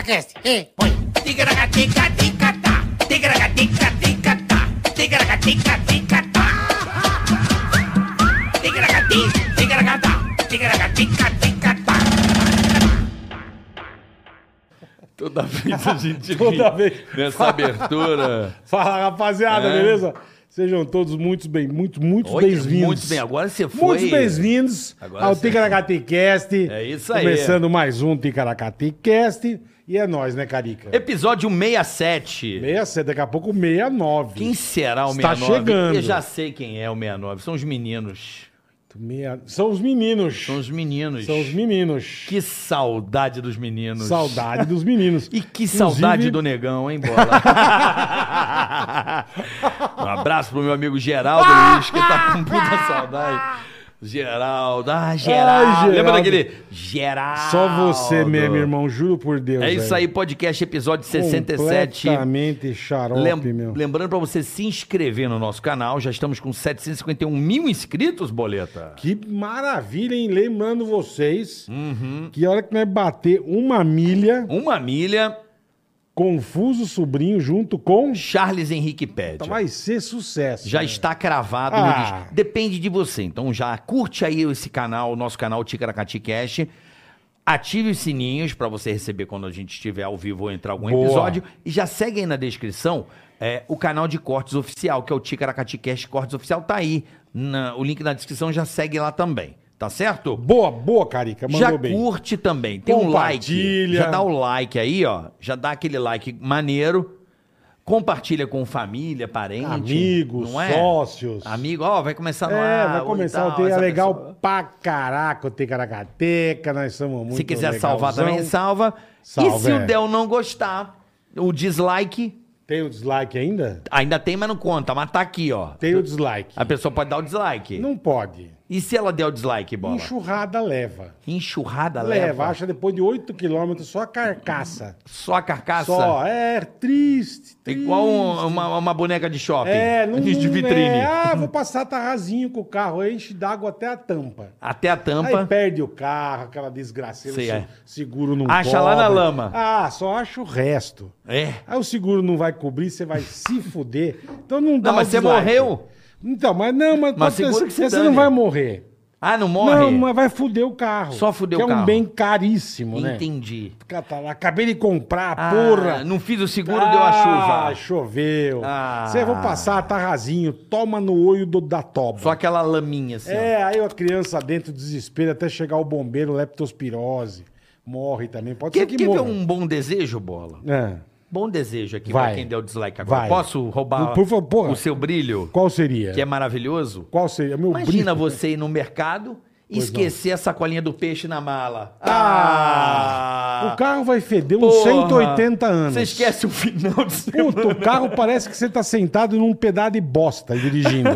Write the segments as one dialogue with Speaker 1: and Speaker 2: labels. Speaker 1: Cast. E põe.
Speaker 2: Toda vez a gente
Speaker 3: Toda
Speaker 2: ri
Speaker 3: vez.
Speaker 2: nessa abertura.
Speaker 3: Fala, rapaziada,
Speaker 2: É.
Speaker 3: beleza? Sejam todos muito bem, muito, muitos
Speaker 2: Olha,
Speaker 3: bem-vindos.
Speaker 2: Muito bem, agora você foi.
Speaker 3: Muitos bem-vindos
Speaker 2: Agora
Speaker 3: ao
Speaker 2: sim.
Speaker 3: Ticaracati Cast.
Speaker 2: É isso aí.
Speaker 3: Começando mais um Ticaracati Cast. E é nóis, né, Carica?
Speaker 2: Episódio 67.
Speaker 3: 67, daqui a pouco 69.
Speaker 2: Quem será o
Speaker 3: Está
Speaker 2: 69?
Speaker 3: chegando.
Speaker 2: Eu já sei quem é o 69. São os meninos.
Speaker 3: Meia- São os meninos.
Speaker 2: São os meninos.
Speaker 3: São os meninos.
Speaker 2: Que saudade dos meninos.
Speaker 3: Saudade dos meninos.
Speaker 2: E que saudade
Speaker 3: Inclusive,
Speaker 2: do negão, hein, bola? um abraço pro meu amigo Geraldo
Speaker 3: Ah!
Speaker 2: Luiz, que tá com muita saudade. Geraldo, ah, Geraldo.
Speaker 3: Ai, Geraldo.
Speaker 2: Lembra daquele? Geraldo.
Speaker 3: Só você mesmo, irmão, juro por Deus.
Speaker 2: É isso
Speaker 3: velho.
Speaker 2: aí, podcast episódio 67.
Speaker 3: Completamente xarope,
Speaker 2: Lem-
Speaker 3: É um meu.
Speaker 2: lembrando pra você se inscrever no nosso canal, já estamos com 751 mil inscritos, boleta.
Speaker 3: Que maravilha, hein? Lembrando vocês
Speaker 2: Uhum.
Speaker 3: que a hora que nós bater uma milha,
Speaker 2: Uma milha,
Speaker 3: Confuso Sobrinho junto com...
Speaker 2: Charles Henrique Pede.
Speaker 3: Vai ser sucesso.
Speaker 2: Já
Speaker 3: velho.
Speaker 2: está cravado
Speaker 3: Tá é. Ah.
Speaker 2: no dis- Depende de você. Então já curte aí esse canal, o nosso canal Ticaracati Cash. Ative os sininhos para você receber quando a gente estiver ao vivo ou entrar algum
Speaker 3: Boa.
Speaker 2: episódio. E já segue aí na descrição é, o canal de cortes oficial, que é o Ticaracati Cash Cortes Oficial. Tá aí. na- o link na descrição já segue lá também. Tá certo?
Speaker 3: Boa, boa, Carica. Mandou
Speaker 2: já
Speaker 3: bem.
Speaker 2: curte também. Tem um like.
Speaker 3: Compartilha.
Speaker 2: Já dá o like aí, ó. Já dá aquele like maneiro. Compartilha com família, parente.
Speaker 3: Amigos,
Speaker 2: não é?
Speaker 3: sócios.
Speaker 2: Amigo, ó, vai começar no
Speaker 3: É,
Speaker 2: ar,
Speaker 3: vai
Speaker 2: ou
Speaker 3: começar
Speaker 2: tal,
Speaker 3: o Teia
Speaker 2: essa
Speaker 3: Legal
Speaker 2: pessoa.
Speaker 3: pra caraca, o Ticaracateca, nós somos muito
Speaker 2: Se quiser
Speaker 3: legalzão.
Speaker 2: salvar também, salva.
Speaker 3: Salva,
Speaker 2: e se
Speaker 3: é.
Speaker 2: o Del não gostar, o dislike
Speaker 3: Tem o dislike ainda?
Speaker 2: ainda tem, mas não conta. Mas tá aqui, ó.
Speaker 3: Tem o dislike.
Speaker 2: A pessoa pode dar o dislike.
Speaker 3: Não pode.
Speaker 2: E se ela der o dislike, bola?
Speaker 3: Enxurrada leva.
Speaker 2: Enxurrada
Speaker 3: Leva,
Speaker 2: leva.
Speaker 3: acha depois de 8 quilômetros só a carcaça.
Speaker 2: Só a carcaça.
Speaker 3: Só, é triste. triste.
Speaker 2: Igual um- uma, uma boneca de shopping.
Speaker 3: É, não
Speaker 2: De
Speaker 3: não-
Speaker 2: vitrine.
Speaker 3: é, ah, vou passar tarrazinho com o carro, aí enche d'água até a tampa.
Speaker 2: Até a
Speaker 3: Aí
Speaker 2: tampa.
Speaker 3: perde o carro, aquela desgraceira,
Speaker 2: Sei,
Speaker 3: se-
Speaker 2: é.
Speaker 3: seguro não
Speaker 2: Acha lá na lama.
Speaker 3: Ah, só acha o resto.
Speaker 2: É.
Speaker 3: Aí o seguro não vai cobrir, você vai se fuder. Então não dá
Speaker 2: Não, mas
Speaker 3: o
Speaker 2: você
Speaker 3: dislike.
Speaker 2: morreu.
Speaker 3: Então, mas não,
Speaker 2: Mas
Speaker 3: mas, pode-
Speaker 2: seguro que se
Speaker 3: você
Speaker 2: dane.
Speaker 3: não vai morrer.
Speaker 2: Ah, não morre?
Speaker 3: Não, mas vai fuder o carro.
Speaker 2: Só fuder
Speaker 3: que
Speaker 2: o carro.
Speaker 3: é um bem caríssimo, né?
Speaker 2: Entendi.
Speaker 3: Cara, tá lá, Acabei de comprar,
Speaker 2: Ah,
Speaker 3: porra.
Speaker 2: Não fiz o seguro, deu a
Speaker 3: Ah,
Speaker 2: chuva.
Speaker 3: choveu.
Speaker 2: Ah.
Speaker 3: Você vai passar tarrazinho, toma no olho do, da toba.
Speaker 2: Só aquela laminha assim. ó.
Speaker 3: É, aí a criança dentro do desespero até chegar o bombeiro, leptospirose. Morre também. Pode
Speaker 2: Quer,
Speaker 3: ser que,
Speaker 2: quer ver
Speaker 3: morra.
Speaker 2: um bom desejo, Bola?
Speaker 3: É.
Speaker 2: Bom desejo aqui pra
Speaker 3: Vai.
Speaker 2: quem deu dislike agora.
Speaker 3: Vai.
Speaker 2: Posso roubar
Speaker 3: Por favor, porra.
Speaker 2: o seu brilho,
Speaker 3: Qual seria?
Speaker 2: que é maravilhoso?
Speaker 3: Qual seria? Meu
Speaker 2: Imagina
Speaker 3: brinco.
Speaker 2: você ir no mercado e
Speaker 3: Pois não.
Speaker 2: esquecer a sacolinha do peixe na mala.
Speaker 3: Ah! O carro vai feder uns
Speaker 2: Porra.
Speaker 3: 180 anos.
Speaker 2: Você esquece o final de semana.
Speaker 3: Puta, o carro parece que você tá sentado num pedaço de bosta e dirigindo.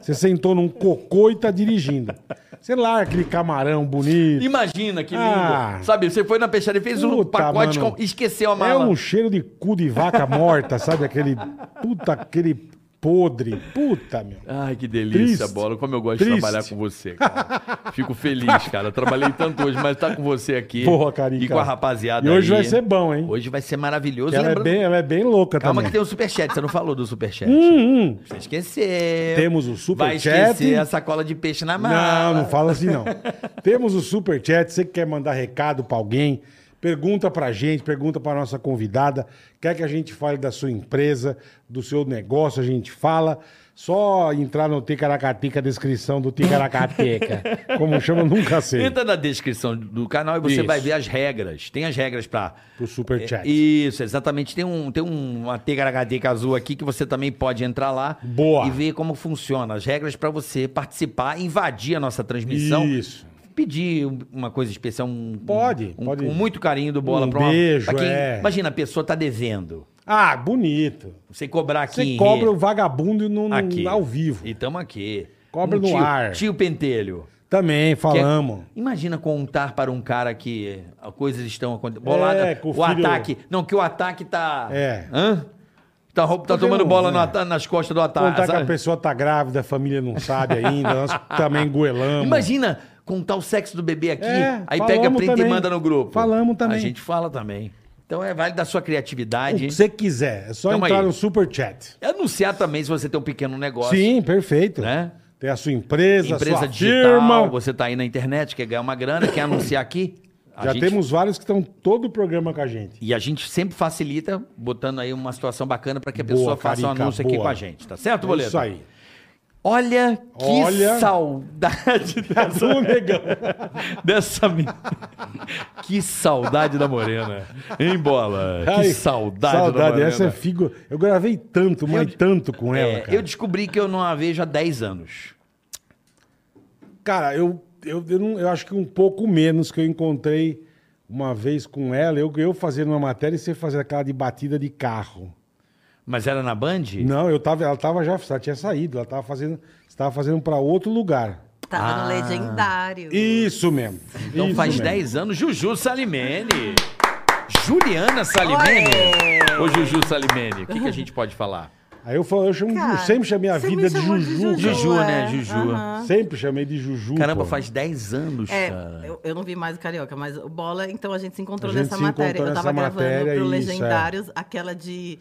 Speaker 3: você sentou num cocô e tá dirigindo. Sei lá, aquele camarão bonito.
Speaker 2: Imagina que lindo.
Speaker 3: Ah.
Speaker 2: Sabe, você foi na peixaria, fez um
Speaker 3: Puta,
Speaker 2: pacote,
Speaker 3: mano.
Speaker 2: com... esqueceu a
Speaker 3: É
Speaker 2: mala.
Speaker 3: um cheiro de cu de vaca morta, sabe? Aquele. Puta, aquele podre. Puta, meu.
Speaker 2: Ai, que delícia,
Speaker 3: Triste.
Speaker 2: Bola. Como eu gosto de
Speaker 3: Triste.
Speaker 2: trabalhar com você, cara. Fico feliz, cara. Trabalhei tanto hoje, mas tá com você aqui.
Speaker 3: Porra, Carica.
Speaker 2: E com a rapaziada
Speaker 3: E hoje
Speaker 2: aí.
Speaker 3: vai ser bom, hein?
Speaker 2: Hoje vai ser maravilhoso.
Speaker 3: Ela, é
Speaker 2: Lembrando...
Speaker 3: bem, ela é bem louca
Speaker 2: Calma que
Speaker 3: também.
Speaker 2: tem o superchat. Você não falou do superchat.
Speaker 3: Hum, hum.
Speaker 2: Você esqueceu.
Speaker 3: Temos o
Speaker 2: Vai
Speaker 3: superchat.
Speaker 2: esquecer a sacola de peixe na mala.
Speaker 3: Não, não fala assim não. Temos o super chat, você que quer mandar recado pra alguém, pergunta pra gente, pergunta pra nossa convidada, quer que a gente fale da sua empresa, do seu negócio, a gente fala. Só entrar no Ticaracateca, descrição do Ticaracateca. Como chama, nunca sei.
Speaker 2: Entra na descrição do canal e você
Speaker 3: Isso.
Speaker 2: vai ver as regras. Tem as regras pra
Speaker 3: Pro super chat.
Speaker 2: Isso, exatamente. Tem, um, tem um- uma tegaracateca azul aqui que você também pode entrar lá
Speaker 3: Boa.
Speaker 2: e ver como funciona. As regras para você participar, invadir a nossa transmissão.
Speaker 3: Isso.
Speaker 2: Pedir um- uma coisa especial, um.
Speaker 3: Pode,
Speaker 2: um,
Speaker 3: pode.
Speaker 2: Com muito carinho do bola
Speaker 3: Um
Speaker 2: pra uma-
Speaker 3: beijo,
Speaker 2: pra quem-
Speaker 3: é.
Speaker 2: Imagina, a pessoa tá devendo.
Speaker 3: Ah, bonito.
Speaker 2: Você cobrar aqui.
Speaker 3: Você
Speaker 2: em
Speaker 3: cobra o
Speaker 2: rede.
Speaker 3: vagabundo no, no-
Speaker 2: aqui.
Speaker 3: ao vivo.
Speaker 2: E tamo aqui. Um
Speaker 3: Cobra no
Speaker 2: tio,
Speaker 3: ar.
Speaker 2: Tio Pentelho.
Speaker 3: Também
Speaker 2: Que é-
Speaker 3: falamos.
Speaker 2: imagina contar para um cara que eh, coisas estão acontecendo. Bolada.
Speaker 3: É, com
Speaker 2: o
Speaker 3: o filho-
Speaker 2: ataque. Não, que o ataque tá.
Speaker 3: É.
Speaker 2: Hã? Tá, rou- tá
Speaker 3: Porque
Speaker 2: tomando
Speaker 3: não-
Speaker 2: bola no
Speaker 3: é.
Speaker 2: ata- nas costas do ataque.
Speaker 3: Contar que a
Speaker 2: sabe?
Speaker 3: pessoa tá grávida, a família não sabe ainda, nós também goelamos.
Speaker 2: Imagina contar o sexo do bebê aqui,
Speaker 3: É,
Speaker 2: aí pega
Speaker 3: falamos
Speaker 2: print e
Speaker 3: também.
Speaker 2: manda no grupo.
Speaker 3: Falamos também.
Speaker 2: A gente fala também. Então é vale da sua
Speaker 3: O que
Speaker 2: criatividade.
Speaker 3: você quiser. É só
Speaker 2: Tamo
Speaker 3: entrar
Speaker 2: aí.
Speaker 3: no super chat.
Speaker 2: Anunciar também se você tem um pequeno negócio.
Speaker 3: Sim, perfeito.
Speaker 2: Né?
Speaker 3: Tem a sua empresa, a
Speaker 2: Empresa
Speaker 3: sua
Speaker 2: digital,
Speaker 3: firma.
Speaker 2: você tá aí na internet, quer ganhar uma grana, quer anunciar aqui. A
Speaker 3: Já
Speaker 2: gente-
Speaker 3: temos vários que estão todo o programa com a gente.
Speaker 2: E a gente sempre facilita, botando aí uma situação bacana para que a
Speaker 3: Boa,
Speaker 2: pessoa faça um
Speaker 3: Carica,
Speaker 2: anúncio aqui
Speaker 3: boa.
Speaker 2: com a gente, tá certo,
Speaker 3: É
Speaker 2: Boleto?
Speaker 3: isso aí.
Speaker 2: Olha que
Speaker 3: Olha. um
Speaker 2: saudade dessa,
Speaker 3: Ô, É negão.
Speaker 2: dessa men- Que saudade da Morena. Em bola. Que
Speaker 3: Ai,
Speaker 2: saudade, da
Speaker 3: Saudade.
Speaker 2: Morena.
Speaker 3: Essa é figura. Eu gravei tanto, mas tanto com ela,
Speaker 2: É,
Speaker 3: cara.
Speaker 2: eu descobri que eu não a vejo há 10 anos.
Speaker 3: Cara, eu, eu, eu, não- eu acho que um pouco menos que eu encontrei uma vez com ela, eu, eu fazendo uma matéria e você fazendo aquela de batida de carro.
Speaker 2: Mas era na Band?
Speaker 3: Não, eu tava, ela tava já, ela tinha saído, ela tava fazendo, você tava fazendo para outro lugar.
Speaker 1: Tava
Speaker 2: Ah.
Speaker 1: no legendário.
Speaker 3: Isso mesmo.
Speaker 2: Então
Speaker 3: isso
Speaker 2: faz
Speaker 3: mesmo.
Speaker 2: 10 anos, Juju Salimene. Juliana Salimene.
Speaker 1: Oi!
Speaker 2: Ô, Juju Salimene, o que, que a gente pode falar?
Speaker 3: Aí eu falo, eu, chamo, eu
Speaker 1: Cara,
Speaker 3: sempre chamei a
Speaker 1: você
Speaker 3: vida
Speaker 1: me
Speaker 3: de
Speaker 1: chamou
Speaker 3: Juju. cara.
Speaker 2: Juju, né?
Speaker 1: é.
Speaker 2: Juju.
Speaker 1: Aham.
Speaker 3: Sempre chamei de Juju.
Speaker 2: Caramba,
Speaker 3: pô.
Speaker 2: faz 10 anos,
Speaker 1: É,
Speaker 2: cara.
Speaker 1: eu, eu não vi mais o Carioca, mas o Bola, então a gente se encontrou
Speaker 3: A gente
Speaker 1: nessa
Speaker 3: se
Speaker 1: matéria.
Speaker 3: encontrou
Speaker 1: eu
Speaker 3: nessa
Speaker 1: tava
Speaker 3: matéria,
Speaker 1: gravando pro
Speaker 3: isso, é.
Speaker 1: Legendários, aquela de.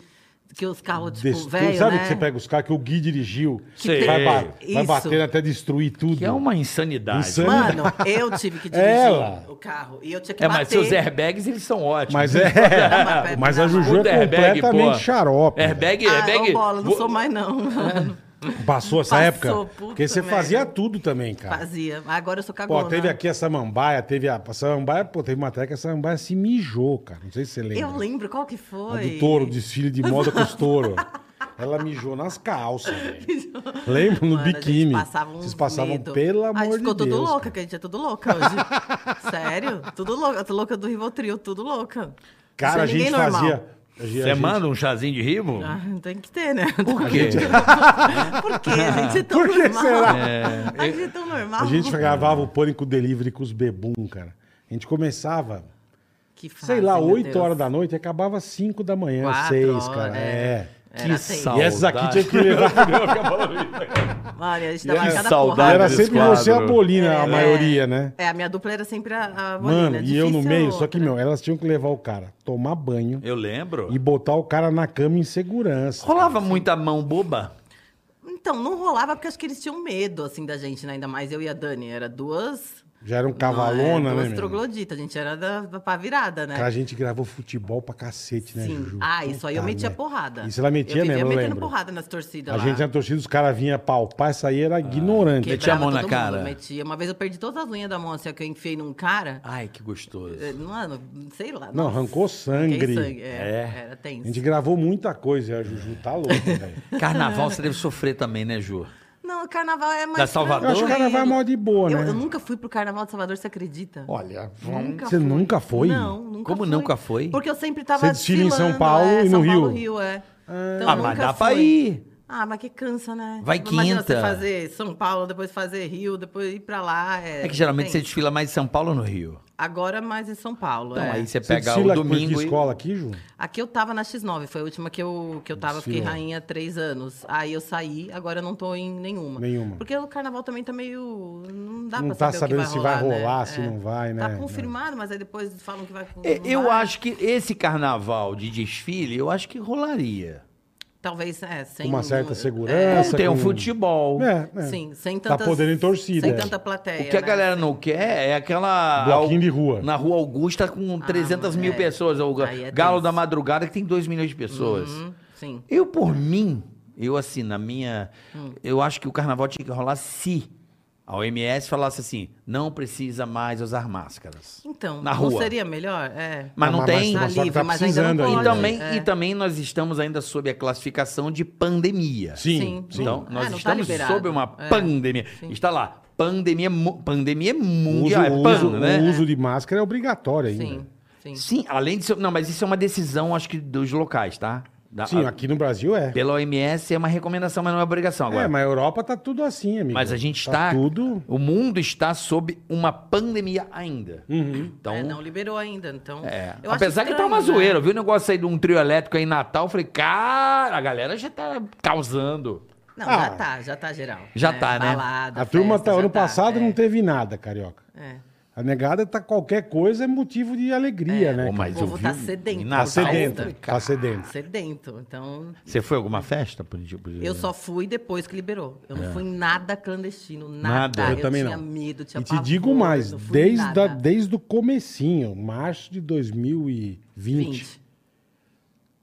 Speaker 1: Que os carros, tipo,
Speaker 3: Destru-
Speaker 1: velho,
Speaker 3: Sabe
Speaker 1: né?
Speaker 3: que você pega os caras que o Gui dirigiu?
Speaker 2: Sei.
Speaker 3: Vai, ba- vai
Speaker 1: Isso.
Speaker 3: bater até destruir tudo.
Speaker 2: Que é uma insanidade.
Speaker 3: Insano.
Speaker 1: Mano, eu tive que dirigir
Speaker 3: É Ela.
Speaker 1: o carro. E eu tinha que
Speaker 2: É,
Speaker 1: bater.
Speaker 2: mas seus airbags, eles são ótimos.
Speaker 3: Mas é.
Speaker 1: mas-
Speaker 3: mas a Juju é
Speaker 2: Puta, airbag,
Speaker 3: completamente
Speaker 2: pô.
Speaker 3: xarope. né?
Speaker 2: Airbag,
Speaker 1: Ah,
Speaker 2: airbag.
Speaker 1: ô, Bola, não
Speaker 2: é vo-
Speaker 1: sou mais não. mano.
Speaker 3: Passou essa
Speaker 1: Passou,
Speaker 3: época?
Speaker 1: puta
Speaker 3: Porque você
Speaker 1: merda.
Speaker 3: fazia tudo também, cara.
Speaker 1: Fazia. Agora eu sou
Speaker 3: É. Pô,
Speaker 1: cagona.
Speaker 3: teve aqui a Samambaia, teve a. a Samambaia, pô, teve uma matéria que a Samambaia se mijou, cara. Não sei se você lembra.
Speaker 1: Eu lembro qual que
Speaker 3: né? A
Speaker 1: foi.
Speaker 3: do touro, desfile de moda com os touros. Ela mijou nas calças, velho. Lembro no
Speaker 1: Mano, a gente
Speaker 3: biquíni.
Speaker 1: passava uns
Speaker 3: Vocês passavam,
Speaker 1: medo.
Speaker 3: pelo
Speaker 1: A gente
Speaker 3: amor de
Speaker 1: ficou
Speaker 3: Deus.
Speaker 1: tudo louca,
Speaker 3: cara.
Speaker 1: que a gente é tudo louca hoje. Sério? Tudo louca. Tô louca do Rivotril, tudo louca.
Speaker 3: Cara,
Speaker 1: Não
Speaker 3: a
Speaker 1: sei
Speaker 3: gente
Speaker 1: é ninguém normal.
Speaker 3: fazia. a gente- a
Speaker 2: Você
Speaker 3: gente-
Speaker 2: manda um chazinho de ribo?
Speaker 1: Ah, tem que ter, né?
Speaker 2: Por quê?
Speaker 1: Por quê? A gente é tão
Speaker 3: Por que
Speaker 1: normal.
Speaker 3: será?
Speaker 1: A gente é tão normal.
Speaker 3: A gente gravava o Pânico Delivery com os bebum, cara. A gente começava,
Speaker 1: Que
Speaker 3: sei
Speaker 1: fase,
Speaker 3: lá,
Speaker 1: Ah, meu
Speaker 3: 8
Speaker 1: Deus.
Speaker 3: horas da noite e acabava 5 da manhã,
Speaker 1: Quatro
Speaker 3: 6, cara.
Speaker 1: horas,
Speaker 3: É.
Speaker 1: Era assim.
Speaker 2: Que
Speaker 1: tenso.
Speaker 2: sal-
Speaker 3: E essas aqui
Speaker 2: Saudade.
Speaker 3: tinha que levar.
Speaker 1: Mano, e a gente dava
Speaker 3: Que
Speaker 1: cada
Speaker 2: saudade
Speaker 1: porrada.
Speaker 3: Era
Speaker 2: desse
Speaker 3: sempre
Speaker 2: quadro.
Speaker 3: você e a Polina, a
Speaker 1: É.
Speaker 3: maioria, né?
Speaker 1: É, a minha dupla era sempre a, a Molina.
Speaker 3: Mano, e eu no
Speaker 1: "É Difícil
Speaker 3: meio, só que,
Speaker 1: outra.
Speaker 3: meu, elas tinham que levar o cara, tomar banho
Speaker 2: Eu lembro.
Speaker 3: e botar o cara na cama em segurança.
Speaker 2: Rolava muita mão boba.
Speaker 1: Então, não rolava porque acho que eles tinham medo, assim, da gente, né? Ainda mais eu e a Dani. Era duas...
Speaker 3: Já era um
Speaker 1: não,
Speaker 3: cavalona,
Speaker 1: é,
Speaker 3: né,
Speaker 1: duas
Speaker 3: meu?
Speaker 1: trogloditas. A gente era da, da pá virada, né?
Speaker 3: Cara, a gente gravou futebol pra cacete, né,
Speaker 1: Sim.
Speaker 3: Juju?
Speaker 1: Ah, isso aí eu
Speaker 3: Puta
Speaker 1: metia
Speaker 3: merda.
Speaker 1: porrada.
Speaker 3: Isso ela metia
Speaker 1: eu
Speaker 3: mesmo, eu
Speaker 1: metendo
Speaker 3: lembro.
Speaker 1: porrada nas torcidas
Speaker 3: A
Speaker 1: lá.
Speaker 3: gente na torcida, os caras vinham palpar, isso aí
Speaker 2: Ah,
Speaker 3: era ignorante.
Speaker 2: Metia a mão
Speaker 1: Quebrava
Speaker 2: na
Speaker 1: todo
Speaker 2: cara.
Speaker 1: metia. Uma vez eu perdi todas as unhas da mão, assim, ó, que eu enfiei num cara.
Speaker 2: Ai, que gostoso.
Speaker 1: eh, Mano, sei lá.
Speaker 3: Não,
Speaker 1: nossa,
Speaker 3: arrancou
Speaker 1: fiquei
Speaker 3: sangue.
Speaker 1: sangue. É,
Speaker 2: É.
Speaker 1: Era
Speaker 3: A
Speaker 1: tenso.
Speaker 3: gente gravou muita coisa, a Juju tá louca, velho.
Speaker 2: Carnaval você deve sofrer também, né, Ju?
Speaker 1: Não, o carnaval é mais.
Speaker 2: Da Salvador?
Speaker 3: Eu acho que o carnaval é mó de boa,
Speaker 1: Eu,
Speaker 3: né?
Speaker 1: eu nunca fui pro carnaval de Salvador, você acredita?
Speaker 3: Olha,
Speaker 1: fui.
Speaker 3: Você nunca foi?
Speaker 1: Não, nunca
Speaker 2: Como
Speaker 1: fui.
Speaker 2: nunca foi?
Speaker 1: Porque eu sempre tava
Speaker 3: Você desfila em São
Speaker 1: desfilando,
Speaker 3: Paulo
Speaker 1: é,
Speaker 3: e no
Speaker 1: São Paulo,
Speaker 3: Rio.
Speaker 1: Rio, é. Então,
Speaker 2: ah, mas
Speaker 1: nunca
Speaker 2: dá pra
Speaker 1: fui.
Speaker 2: ir.
Speaker 1: Ah, mas que cansa, né?
Speaker 2: Vai quinta.
Speaker 1: Imagina você fazer São Paulo, depois fazer Rio, depois ir pra lá. É,
Speaker 2: É que geralmente você
Speaker 1: tem.
Speaker 2: desfila mais em São Paulo ou no Rio?
Speaker 1: Agora mais em São Paulo,
Speaker 2: Então
Speaker 1: é.
Speaker 2: aí você
Speaker 3: Você
Speaker 2: pega
Speaker 3: desfila
Speaker 2: o
Speaker 3: por
Speaker 2: domingo
Speaker 3: que
Speaker 2: e...
Speaker 3: escola aqui, Ju?
Speaker 1: Aqui eu tava na X9, foi a última que eu, que eu tava, fiquei
Speaker 3: Desfilou.
Speaker 1: rainha há três anos. Aí eu saí, agora eu não tô em nenhuma.
Speaker 3: Nenhuma.
Speaker 1: Porque o carnaval também tá meio. Não dá
Speaker 3: Não
Speaker 1: pra
Speaker 3: tá
Speaker 1: saber o que
Speaker 3: sabendo se vai
Speaker 1: né?
Speaker 3: rolar, se não vai, né?
Speaker 1: Tá confirmado, mas aí depois falam que vai.
Speaker 2: E-
Speaker 1: não
Speaker 2: É, Eu
Speaker 1: vai.
Speaker 2: acho que esse carnaval de desfile, eu acho que rolaria.
Speaker 1: Talvez, é, sem.
Speaker 3: Com uma certa
Speaker 1: é,
Speaker 2: Não
Speaker 3: segurança.
Speaker 2: tem um
Speaker 3: com-
Speaker 2: futebol.
Speaker 3: É, é.
Speaker 1: Sim, sem
Speaker 3: Tá
Speaker 1: tantas.
Speaker 3: podendo em torcida, é.
Speaker 1: Sem tanta plateia.
Speaker 2: O que a
Speaker 1: né?
Speaker 2: galera não quer é aquela.
Speaker 3: Bloquinho de rua.
Speaker 2: Na Rua Augusta com 300
Speaker 1: mas
Speaker 2: mil
Speaker 1: é.
Speaker 2: pessoas. O
Speaker 1: Aí é
Speaker 2: Galo
Speaker 1: tenso.
Speaker 2: da Madrugada que tem 2 milhões de pessoas.
Speaker 1: Uhum, sim.
Speaker 2: Eu, por mim, eu assim, na minha.
Speaker 1: Hum.
Speaker 2: Eu acho que o carnaval tinha que rolar se a OMS falasse assim: não precisa mais usar máscaras.
Speaker 1: Então,
Speaker 2: Na
Speaker 1: não
Speaker 2: rua.
Speaker 1: seria melhor? É.
Speaker 2: Mas não tem.
Speaker 1: Tá
Speaker 3: mas só que tá
Speaker 1: livre, mas ainda não
Speaker 3: precisando
Speaker 1: pode.
Speaker 2: E
Speaker 3: ainda.
Speaker 2: também,
Speaker 1: é.
Speaker 2: e também nós estamos ainda sob a classificação de pandemia.
Speaker 3: Sim,
Speaker 1: Sim.
Speaker 3: sim.
Speaker 2: Então,
Speaker 1: Ah,
Speaker 2: nós
Speaker 1: não tá
Speaker 2: estamos
Speaker 1: liberado.
Speaker 2: sob uma
Speaker 1: É,
Speaker 2: pandemia. Está lá, pandemia, mu- pandemia mundial,
Speaker 3: o,
Speaker 2: é
Speaker 3: uso,
Speaker 2: pan,
Speaker 3: o
Speaker 2: né?
Speaker 3: uso de máscara é obrigatório ainda.
Speaker 1: Sim, sim.
Speaker 2: Sim, além disso. Não, mas isso é uma decisão, acho que, dos locais, tá? Da-
Speaker 3: Sim,
Speaker 1: Ah,
Speaker 2: a-
Speaker 3: aqui no Brasil é.
Speaker 2: Pela OMS é uma recomendação, mas não é obrigação agora.
Speaker 3: É, mas a Europa tá tudo assim, amigo.
Speaker 2: Mas a gente
Speaker 3: Tá
Speaker 2: está.
Speaker 3: tudo...
Speaker 2: O mundo está sob uma pandemia ainda.
Speaker 3: Uhum.
Speaker 2: Então.
Speaker 1: É, não liberou ainda, então.
Speaker 2: é.
Speaker 1: eu acho
Speaker 2: Apesar que tá
Speaker 1: estranho,
Speaker 2: uma
Speaker 1: né?
Speaker 2: zoeira, viu o negócio aí de um trio elétrico aí em Natal? Eu falei, cara, a galera já tá causando.
Speaker 1: Não,
Speaker 3: Ah.
Speaker 1: já tá, já tá geral.
Speaker 2: Já tá, né?
Speaker 1: Balada,
Speaker 3: A turma
Speaker 1: festa,
Speaker 3: tá,
Speaker 1: já
Speaker 3: ano passado
Speaker 1: é.
Speaker 3: não teve nada, carioca.
Speaker 1: É.
Speaker 3: A negada tá qualquer coisa é motivo de alegria, né?
Speaker 2: Pô, mas
Speaker 1: O povo
Speaker 2: eu vi
Speaker 1: tá
Speaker 2: um-
Speaker 1: sedento.
Speaker 2: em
Speaker 3: Tá
Speaker 1: Tá
Speaker 2: Natal,
Speaker 3: sedento,
Speaker 2: falei,
Speaker 3: tá sedento.
Speaker 1: Sedento. Então,
Speaker 2: Você foi a alguma festa? por exemplo?
Speaker 1: eu só fui depois que liberou. Eu não fui em nada clandestino,
Speaker 2: É. Nada.
Speaker 1: nada.
Speaker 2: Eu
Speaker 1: Eu,
Speaker 3: também
Speaker 1: tinha
Speaker 3: não.
Speaker 1: medo, tinha
Speaker 3: e te
Speaker 1: pavor,
Speaker 3: digo mais,
Speaker 1: não fui
Speaker 3: desde,
Speaker 1: nada.
Speaker 3: a- desde o comecinho, março de 2020,
Speaker 1: 20.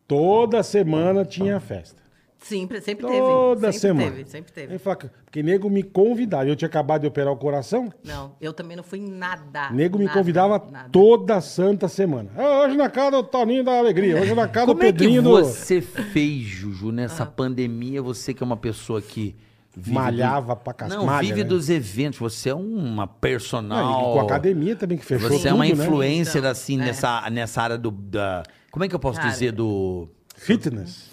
Speaker 3: toda semana tinha festa.
Speaker 1: Sempre, sempre teve.
Speaker 3: Toda
Speaker 1: sempre
Speaker 3: semana. É.
Speaker 1: Teve, sempre teve.
Speaker 3: Aí fala que- Porque nego me convidava. Eu tinha acabado de operar o coração.
Speaker 1: Não, eu também não fui em nada.
Speaker 3: Nego me
Speaker 1: nada,
Speaker 3: convidava
Speaker 1: nada.
Speaker 3: toda santa semana. Ah, hoje na casa do Toninho da Alegria, hoje na casa do
Speaker 2: Como é que
Speaker 3: Pedrinho Ah. do.
Speaker 2: você fez, Juju, nessa pandemia? Você que é uma pessoa que... vive
Speaker 3: Malhava pra cacete.
Speaker 2: Não,
Speaker 3: Malha,
Speaker 2: vive
Speaker 3: né?
Speaker 2: dos eventos. Você é uma
Speaker 3: Ah,
Speaker 2: personal...
Speaker 3: e com a academia também que fechou.
Speaker 2: Você é uma
Speaker 3: tudo, né?
Speaker 2: influencer,
Speaker 1: Então,
Speaker 2: assim,
Speaker 1: é.
Speaker 2: nessa, nessa área do... Da... Como é que eu posso
Speaker 1: Cara.
Speaker 2: dizer do...
Speaker 3: Fitness.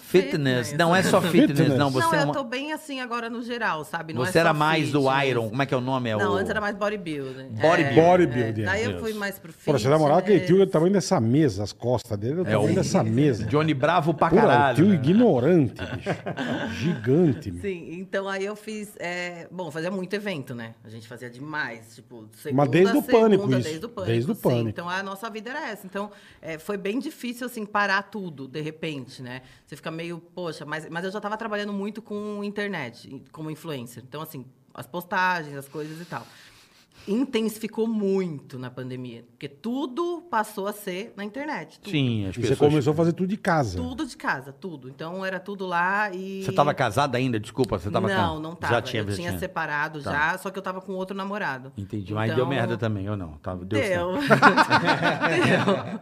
Speaker 2: Fitness.
Speaker 1: Fitness.
Speaker 2: Não é só fitness,
Speaker 3: Fitness.
Speaker 2: não. Você,
Speaker 1: não,
Speaker 2: é
Speaker 1: eu
Speaker 2: uma-
Speaker 1: tô bem assim agora no geral, sabe? Não é
Speaker 2: você
Speaker 1: só
Speaker 2: era mais do
Speaker 1: fitness.
Speaker 2: Iron. Como é que é o nome? É
Speaker 1: Não,
Speaker 2: o...
Speaker 1: antes era mais bodybuilding.
Speaker 2: Bodybuilding.
Speaker 1: É,
Speaker 3: Bodybuilding,
Speaker 1: é. Daí
Speaker 2: é.
Speaker 1: eu fui mais pro
Speaker 3: Pô,
Speaker 1: fitness.
Speaker 3: você na moral, aquele tio é do tamanho dessa mesa, as costas dele é do
Speaker 2: É
Speaker 3: tamanho
Speaker 2: o-
Speaker 3: dessa mesa.
Speaker 2: Johnny Bravo pra
Speaker 3: Pura,
Speaker 2: caralho.
Speaker 3: tio
Speaker 2: né?
Speaker 3: ignorante, bicho. Gigante, meu.
Speaker 1: Sim, então aí eu fiz. é, Bom, fazia muito evento, né? A gente fazia demais. Tipo, segunda,
Speaker 3: Mas desde o Pânico
Speaker 1: segunda,
Speaker 3: isso.
Speaker 1: Desde o pânico.
Speaker 3: Desde o
Speaker 1: sim.
Speaker 3: Pânico.
Speaker 1: Então a nossa vida era essa. Então é, foi bem difícil, assim, parar tudo, de repente, né? Você fica meio, poxa, mas, mas eu já estava trabalhando muito com internet, como influencer. Então, assim, as postagens, as coisas e tal. Intensificou muito na pandemia, porque tudo passou a ser na internet. tudo.
Speaker 2: Sim, as
Speaker 3: E você
Speaker 2: pessoas...
Speaker 3: começou a fazer tudo de casa.
Speaker 1: Tudo de casa, tudo. Então era tudo lá e.
Speaker 2: Você tava casada ainda? Desculpa, você tava
Speaker 1: Não,
Speaker 2: com-
Speaker 1: não tava.
Speaker 2: Já tinha,
Speaker 1: eu
Speaker 2: já
Speaker 1: tinha,
Speaker 2: tinha.
Speaker 1: separado
Speaker 2: Tá.
Speaker 1: já, só que eu tava com outro namorado.
Speaker 2: Entendi, mas
Speaker 1: Então,
Speaker 2: deu merda também, ou não? Tava, deu. certo.
Speaker 1: Deu. deu.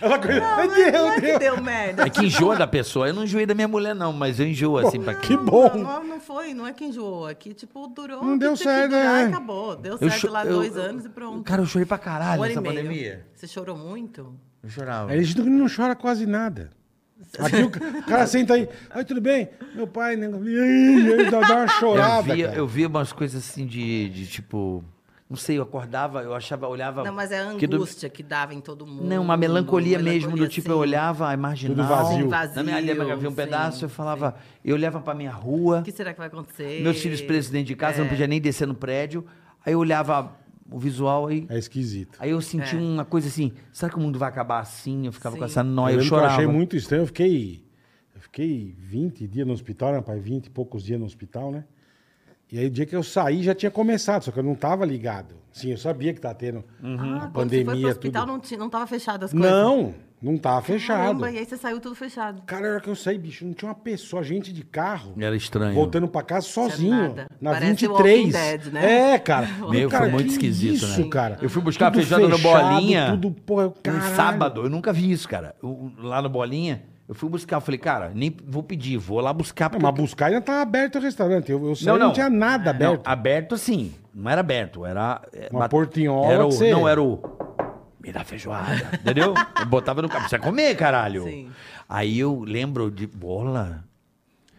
Speaker 3: Ela coisa...
Speaker 1: Não, mas
Speaker 3: Meu
Speaker 1: não é que
Speaker 3: Deus.
Speaker 1: deu merda.
Speaker 2: É que enjoa da pessoa. Eu não enjoei da minha mulher, não, mas eu enjoo, assim, pra
Speaker 3: Que bom.
Speaker 1: Não, não, não foi, não é que enjoou. É que, tipo, durou.
Speaker 3: Não
Speaker 1: o que
Speaker 3: deu
Speaker 1: tinha que
Speaker 3: certo,
Speaker 1: durar e
Speaker 3: é.
Speaker 1: acabou. Deu
Speaker 2: né? Eu
Speaker 1: certo
Speaker 2: cho-
Speaker 1: lá
Speaker 2: eu-
Speaker 1: dois
Speaker 2: eu-
Speaker 1: anos e pronto.
Speaker 2: Cara, eu chorei pra caralho
Speaker 1: Uma hora e
Speaker 2: nessa
Speaker 1: meia.
Speaker 2: pandemia.
Speaker 1: Você chorou muito?
Speaker 2: Eu chorava.
Speaker 3: Aí Ele não chora quase nada. Aqui o ca- cara senta aí. Ai, tudo bem? Meu pai, né? Ih, Ele dá dá uma
Speaker 2: eu,
Speaker 3: chorada.
Speaker 2: via,
Speaker 3: cara.
Speaker 2: eu via umas coisas assim de, de, tipo. Não sei, eu acordava, eu achava, olhava.
Speaker 1: Não, mas é a
Speaker 2: que do-
Speaker 1: angústia que, dava em todo mundo.
Speaker 2: Não, uma melancolia mesmo, do
Speaker 1: melancolia, assim,
Speaker 2: tipo,
Speaker 1: sim.
Speaker 2: eu olhava, ai, marginal.
Speaker 3: Tudo vazio. Sim,
Speaker 2: Na minha
Speaker 1: vazio,
Speaker 2: lembra que havia um
Speaker 1: sim,
Speaker 2: pedaço, eu falava, eu olhava pra minha rua,
Speaker 1: O que é. será que vai acontecer?
Speaker 2: meus filhos presos dentro de casa, eu não podia nem descer no prédio. Aí eu olhava o visual aí.
Speaker 3: É esquisito.
Speaker 2: Aí eu senti uma coisa assim, será que o mundo vai acabar assim? Eu ficava com
Speaker 1: É. Sim.
Speaker 2: essa
Speaker 3: Eu,
Speaker 2: nóia, eu,
Speaker 3: lembro que eu
Speaker 2: chorava.
Speaker 3: achei muito estranho. Eu fiquei, eu fiquei 20 dias no hospital, né, pai? 20 e poucos dias no hospital, né? E aí, o dia que eu saí, já tinha começado, só que eu não tava ligado. Sim, eu sabia que tá tendo
Speaker 2: um
Speaker 1: Ah,
Speaker 3: a
Speaker 1: quando você foi pro
Speaker 3: pandemia,
Speaker 1: hospital,
Speaker 3: tudo.
Speaker 1: não, tinha, não tava fechado as coisas?
Speaker 3: Não, não tava fechado.
Speaker 1: Caramba, e aí você saiu tudo fechado.
Speaker 3: Cara, a hora que eu saí, bicho, não tinha uma pessoa, gente de carro.
Speaker 2: Era estranho.
Speaker 3: Voltando pra casa sozinho,
Speaker 1: é nada.
Speaker 3: na
Speaker 1: Parece
Speaker 3: 23.
Speaker 1: Walking Dead, né?
Speaker 3: É, cara.
Speaker 2: Meu,
Speaker 3: cara,
Speaker 2: foi muito
Speaker 3: que
Speaker 2: esquisito, né?
Speaker 3: isso, cara.
Speaker 2: Eu fui buscar
Speaker 3: Tudo
Speaker 2: feijão no
Speaker 3: fechado,
Speaker 2: Bolinha.
Speaker 3: Tudo, porra, caralho.
Speaker 2: Um sábado, eu nunca vi isso, cara. Eu- lá no Bolinha, eu fui buscar. Eu falei, cara, nem vou pedir, vou lá buscar.
Speaker 3: Não,
Speaker 2: porque
Speaker 3: mas
Speaker 2: eu-
Speaker 3: buscar ainda tava aberto o restaurante. Eu, eu saí, não,
Speaker 2: não.
Speaker 3: tinha nada
Speaker 2: Não,
Speaker 3: aberto.
Speaker 2: aberto sim. Não era aberto, era. é,
Speaker 3: Uma
Speaker 2: bat-
Speaker 3: portinhola
Speaker 2: Era o,
Speaker 3: que você-
Speaker 2: Não, era o. Me dá feijoada. entendeu? Eu botava no carro. Precisa comer, caralho.
Speaker 1: Sim.
Speaker 2: Aí eu lembro de. Bola.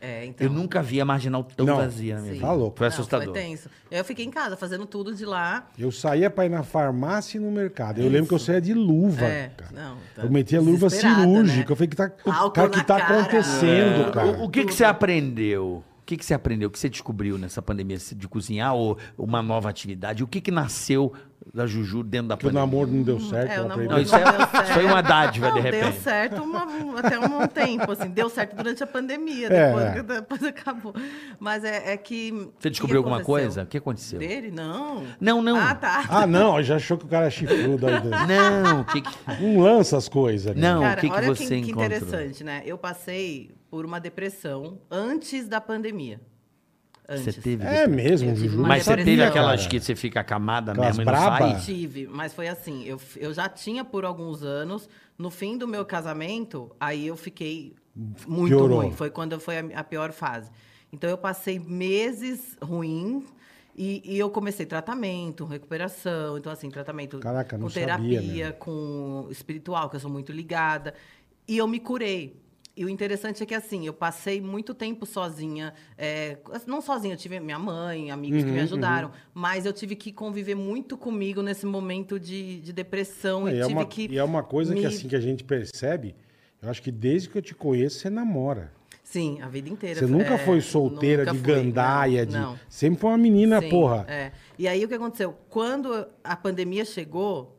Speaker 1: É, então.
Speaker 2: Eu nunca vi a marginal tão
Speaker 3: Não.
Speaker 2: vazia na minha
Speaker 1: Sim.
Speaker 2: vida.
Speaker 3: Tá louco.
Speaker 2: Foi
Speaker 1: Não,
Speaker 2: assustador.
Speaker 1: Foi tenso. Eu fiquei em casa, fazendo tudo de lá.
Speaker 3: Eu saía pra ir na farmácia e no mercado. Eu lembro que eu saía de luva,
Speaker 1: É,
Speaker 3: cara.
Speaker 1: não, tá
Speaker 3: eu metia luva
Speaker 1: desesperada,
Speaker 3: cirúrgica.
Speaker 1: né?
Speaker 3: Eu falei, que tá,
Speaker 1: Álcool
Speaker 3: cara, o que
Speaker 1: na
Speaker 3: tá
Speaker 1: cara.
Speaker 3: acontecendo,
Speaker 1: É.
Speaker 3: cara?
Speaker 2: O, o que, que você aprendeu? O que, que você aprendeu? O que você descobriu nessa pandemia se- de cozinhar ou uma nova atividade? O que, que nasceu da Juju dentro da
Speaker 3: Que o
Speaker 2: pandemia?
Speaker 3: namoro não deu certo.
Speaker 1: É,
Speaker 3: eu
Speaker 1: o namoro
Speaker 3: aprendi.
Speaker 2: Não, isso é- isso foi uma dádiva,
Speaker 1: Não,
Speaker 2: de
Speaker 1: deu
Speaker 2: repente.
Speaker 1: certo uma- um- até um tempo, assim. Deu certo durante a pandemia,
Speaker 3: É.
Speaker 1: depois, depois acabou. Mas é, é que...
Speaker 2: Você descobriu
Speaker 1: o que
Speaker 2: alguma coisa?
Speaker 1: aconteceu?
Speaker 2: O que aconteceu?
Speaker 1: Dele? Não.
Speaker 2: Não, não.
Speaker 1: Ah, tá.
Speaker 3: Ah, não, já achou que o cara é chifrudo. aí.
Speaker 2: Não, o que, que...
Speaker 3: Não lança as coisas. né?
Speaker 2: Não, o
Speaker 1: Cara,
Speaker 2: que, que
Speaker 1: olha
Speaker 2: você
Speaker 1: que, que
Speaker 2: encontrou?
Speaker 1: interessante, né? Eu passei por uma depressão antes da pandemia.
Speaker 2: Você
Speaker 1: Antes.
Speaker 2: teve.
Speaker 3: É mesmo,
Speaker 1: Eu tive
Speaker 3: Juju.
Speaker 1: uma
Speaker 3: não
Speaker 2: Mas você
Speaker 1: depressão.
Speaker 2: teve
Speaker 3: sabia,
Speaker 2: aquelas
Speaker 3: cara.
Speaker 2: que você fica acamada
Speaker 3: Aquelas
Speaker 2: mesmo e não
Speaker 3: braba?
Speaker 2: sai?
Speaker 1: Tive, mas foi assim, eu, f- eu já tinha por alguns anos, no fim do meu casamento, aí eu fiquei muito
Speaker 3: Piorou.
Speaker 1: ruim, foi quando foi a, a pior fase. Então eu passei meses ruim e, e eu comecei tratamento, recuperação, então assim, tratamento
Speaker 3: Caraca, não
Speaker 1: com
Speaker 3: sabia
Speaker 1: terapia,
Speaker 3: mesmo.
Speaker 1: com espiritual, que eu sou muito ligada, e eu me curei. E o interessante é que, assim, eu passei muito tempo sozinha. é, não sozinha, eu tive minha mãe, amigos
Speaker 3: Uhum,
Speaker 1: que me ajudaram. Mas eu tive que conviver muito comigo nesse momento de, de depressão.
Speaker 3: É,
Speaker 1: e
Speaker 3: é
Speaker 1: tive
Speaker 3: uma,
Speaker 1: que
Speaker 3: e é uma coisa que
Speaker 1: me-
Speaker 3: assim que a gente percebe, eu acho que desde que eu te conheço, você namora.
Speaker 1: Sim, a vida inteira.
Speaker 3: Você nunca
Speaker 1: É,
Speaker 3: foi solteira
Speaker 1: nunca
Speaker 3: de
Speaker 1: fui,
Speaker 3: gandaia,
Speaker 1: não,
Speaker 3: de...
Speaker 1: não.
Speaker 3: Sempre foi uma menina,
Speaker 1: Sim,
Speaker 3: porra.
Speaker 1: é. E aí o que aconteceu? Quando a pandemia chegou,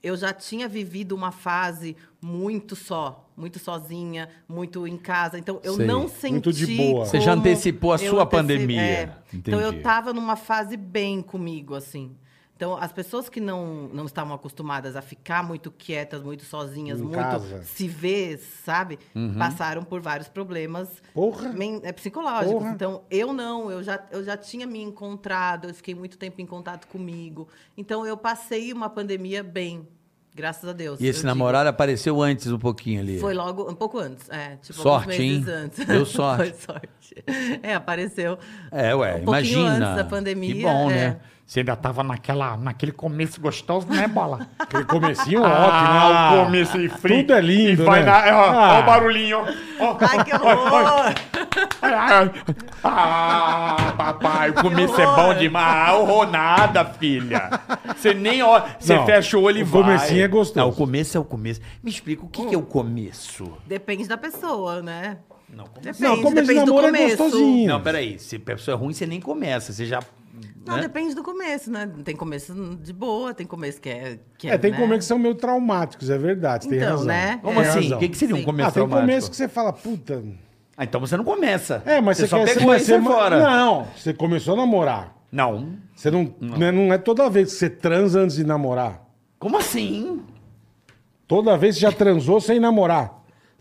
Speaker 1: eu já tinha vivido uma fase muito só, muito sozinha, muito em casa. Então eu
Speaker 2: Sei.
Speaker 1: não senti.
Speaker 3: Muito de boa.
Speaker 2: Você já
Speaker 1: como
Speaker 2: antecipou a
Speaker 1: eu
Speaker 2: sua
Speaker 1: anteci-
Speaker 2: pandemia.
Speaker 1: Então eu
Speaker 2: Entendi.
Speaker 1: estava numa fase bem comigo, assim. Então, as pessoas que não, não estavam acostumadas a ficar muito quietas, muito sozinhas,
Speaker 3: Em
Speaker 1: muito
Speaker 3: casa.
Speaker 1: se ver, sabe?
Speaker 2: Uhum.
Speaker 1: Passaram por vários problemas
Speaker 3: Porra.
Speaker 1: men- é, psicológicos.
Speaker 3: Porra.
Speaker 1: Então, eu não, eu já, eu já tinha me encontrado, eu fiquei muito tempo em contato comigo. Então, eu passei uma pandemia bem, graças a Deus.
Speaker 2: E
Speaker 1: Eu
Speaker 2: esse
Speaker 1: digo,
Speaker 2: namorado apareceu antes um pouquinho ali.
Speaker 1: Foi logo, um pouco antes, é. Tipo,
Speaker 2: Sorte,
Speaker 1: alguns meses
Speaker 2: hein?
Speaker 1: antes.
Speaker 2: Deu sorte.
Speaker 1: Foi sorte. É, apareceu.
Speaker 2: É, ué,
Speaker 1: um pouquinho
Speaker 2: imagina.
Speaker 1: antes da pandemia.
Speaker 2: Que bom,
Speaker 1: é.
Speaker 2: né?
Speaker 4: Você ainda tava naquela, naquele começo gostoso, né, bola?
Speaker 3: Aquele comecinho ótimo.
Speaker 4: ah,
Speaker 3: né?
Speaker 4: o começo e frio.
Speaker 3: Tudo é lindo,
Speaker 4: e vai
Speaker 3: né?
Speaker 4: na- ó, ó
Speaker 3: Ah.
Speaker 4: o barulhinho, ó. ó.
Speaker 1: Ai, que horror!
Speaker 4: Ai, ai. Ah, papai, o começo é bom demais. Ah, horror nada, filha. Você nem olha, você
Speaker 3: Não,
Speaker 4: fecha o olho e
Speaker 3: o
Speaker 4: vai.
Speaker 3: comecinho é gostoso.
Speaker 2: Não, o começo é o começo. Me explica, o que, que é o começo?
Speaker 1: Depende da pessoa, né?
Speaker 2: Não, como...
Speaker 1: Depende,
Speaker 3: Não, começo de
Speaker 1: depende do
Speaker 3: namoro é
Speaker 1: começo.
Speaker 3: gostosinho.
Speaker 2: não peraí. Se a pessoa é ruim, você nem começa. Você já...
Speaker 1: Não,
Speaker 2: né?
Speaker 1: depende do começo, né? Tem começo de boa, tem começo que é. Que
Speaker 3: É, tem
Speaker 1: né?
Speaker 3: começos que são meio traumáticos, é verdade. Tem
Speaker 1: Então,
Speaker 3: razão.
Speaker 1: né?
Speaker 2: Como
Speaker 3: Tem
Speaker 2: assim?
Speaker 3: É, razão.
Speaker 2: O que, que seria um
Speaker 1: Sim.
Speaker 2: começo
Speaker 3: Ah, tem
Speaker 2: traumático?
Speaker 3: começo que você fala, puta.
Speaker 2: Ah, então você não começa.
Speaker 3: É, mas você,
Speaker 2: só
Speaker 3: quer
Speaker 2: pegou
Speaker 3: mas
Speaker 2: e
Speaker 3: você
Speaker 2: sai fora.
Speaker 3: Não, você começou a namorar.
Speaker 2: Não.
Speaker 3: Você não, né, não é toda vez que você transa antes de namorar.
Speaker 2: Como assim?
Speaker 3: Toda vez que você já transou sem namorar.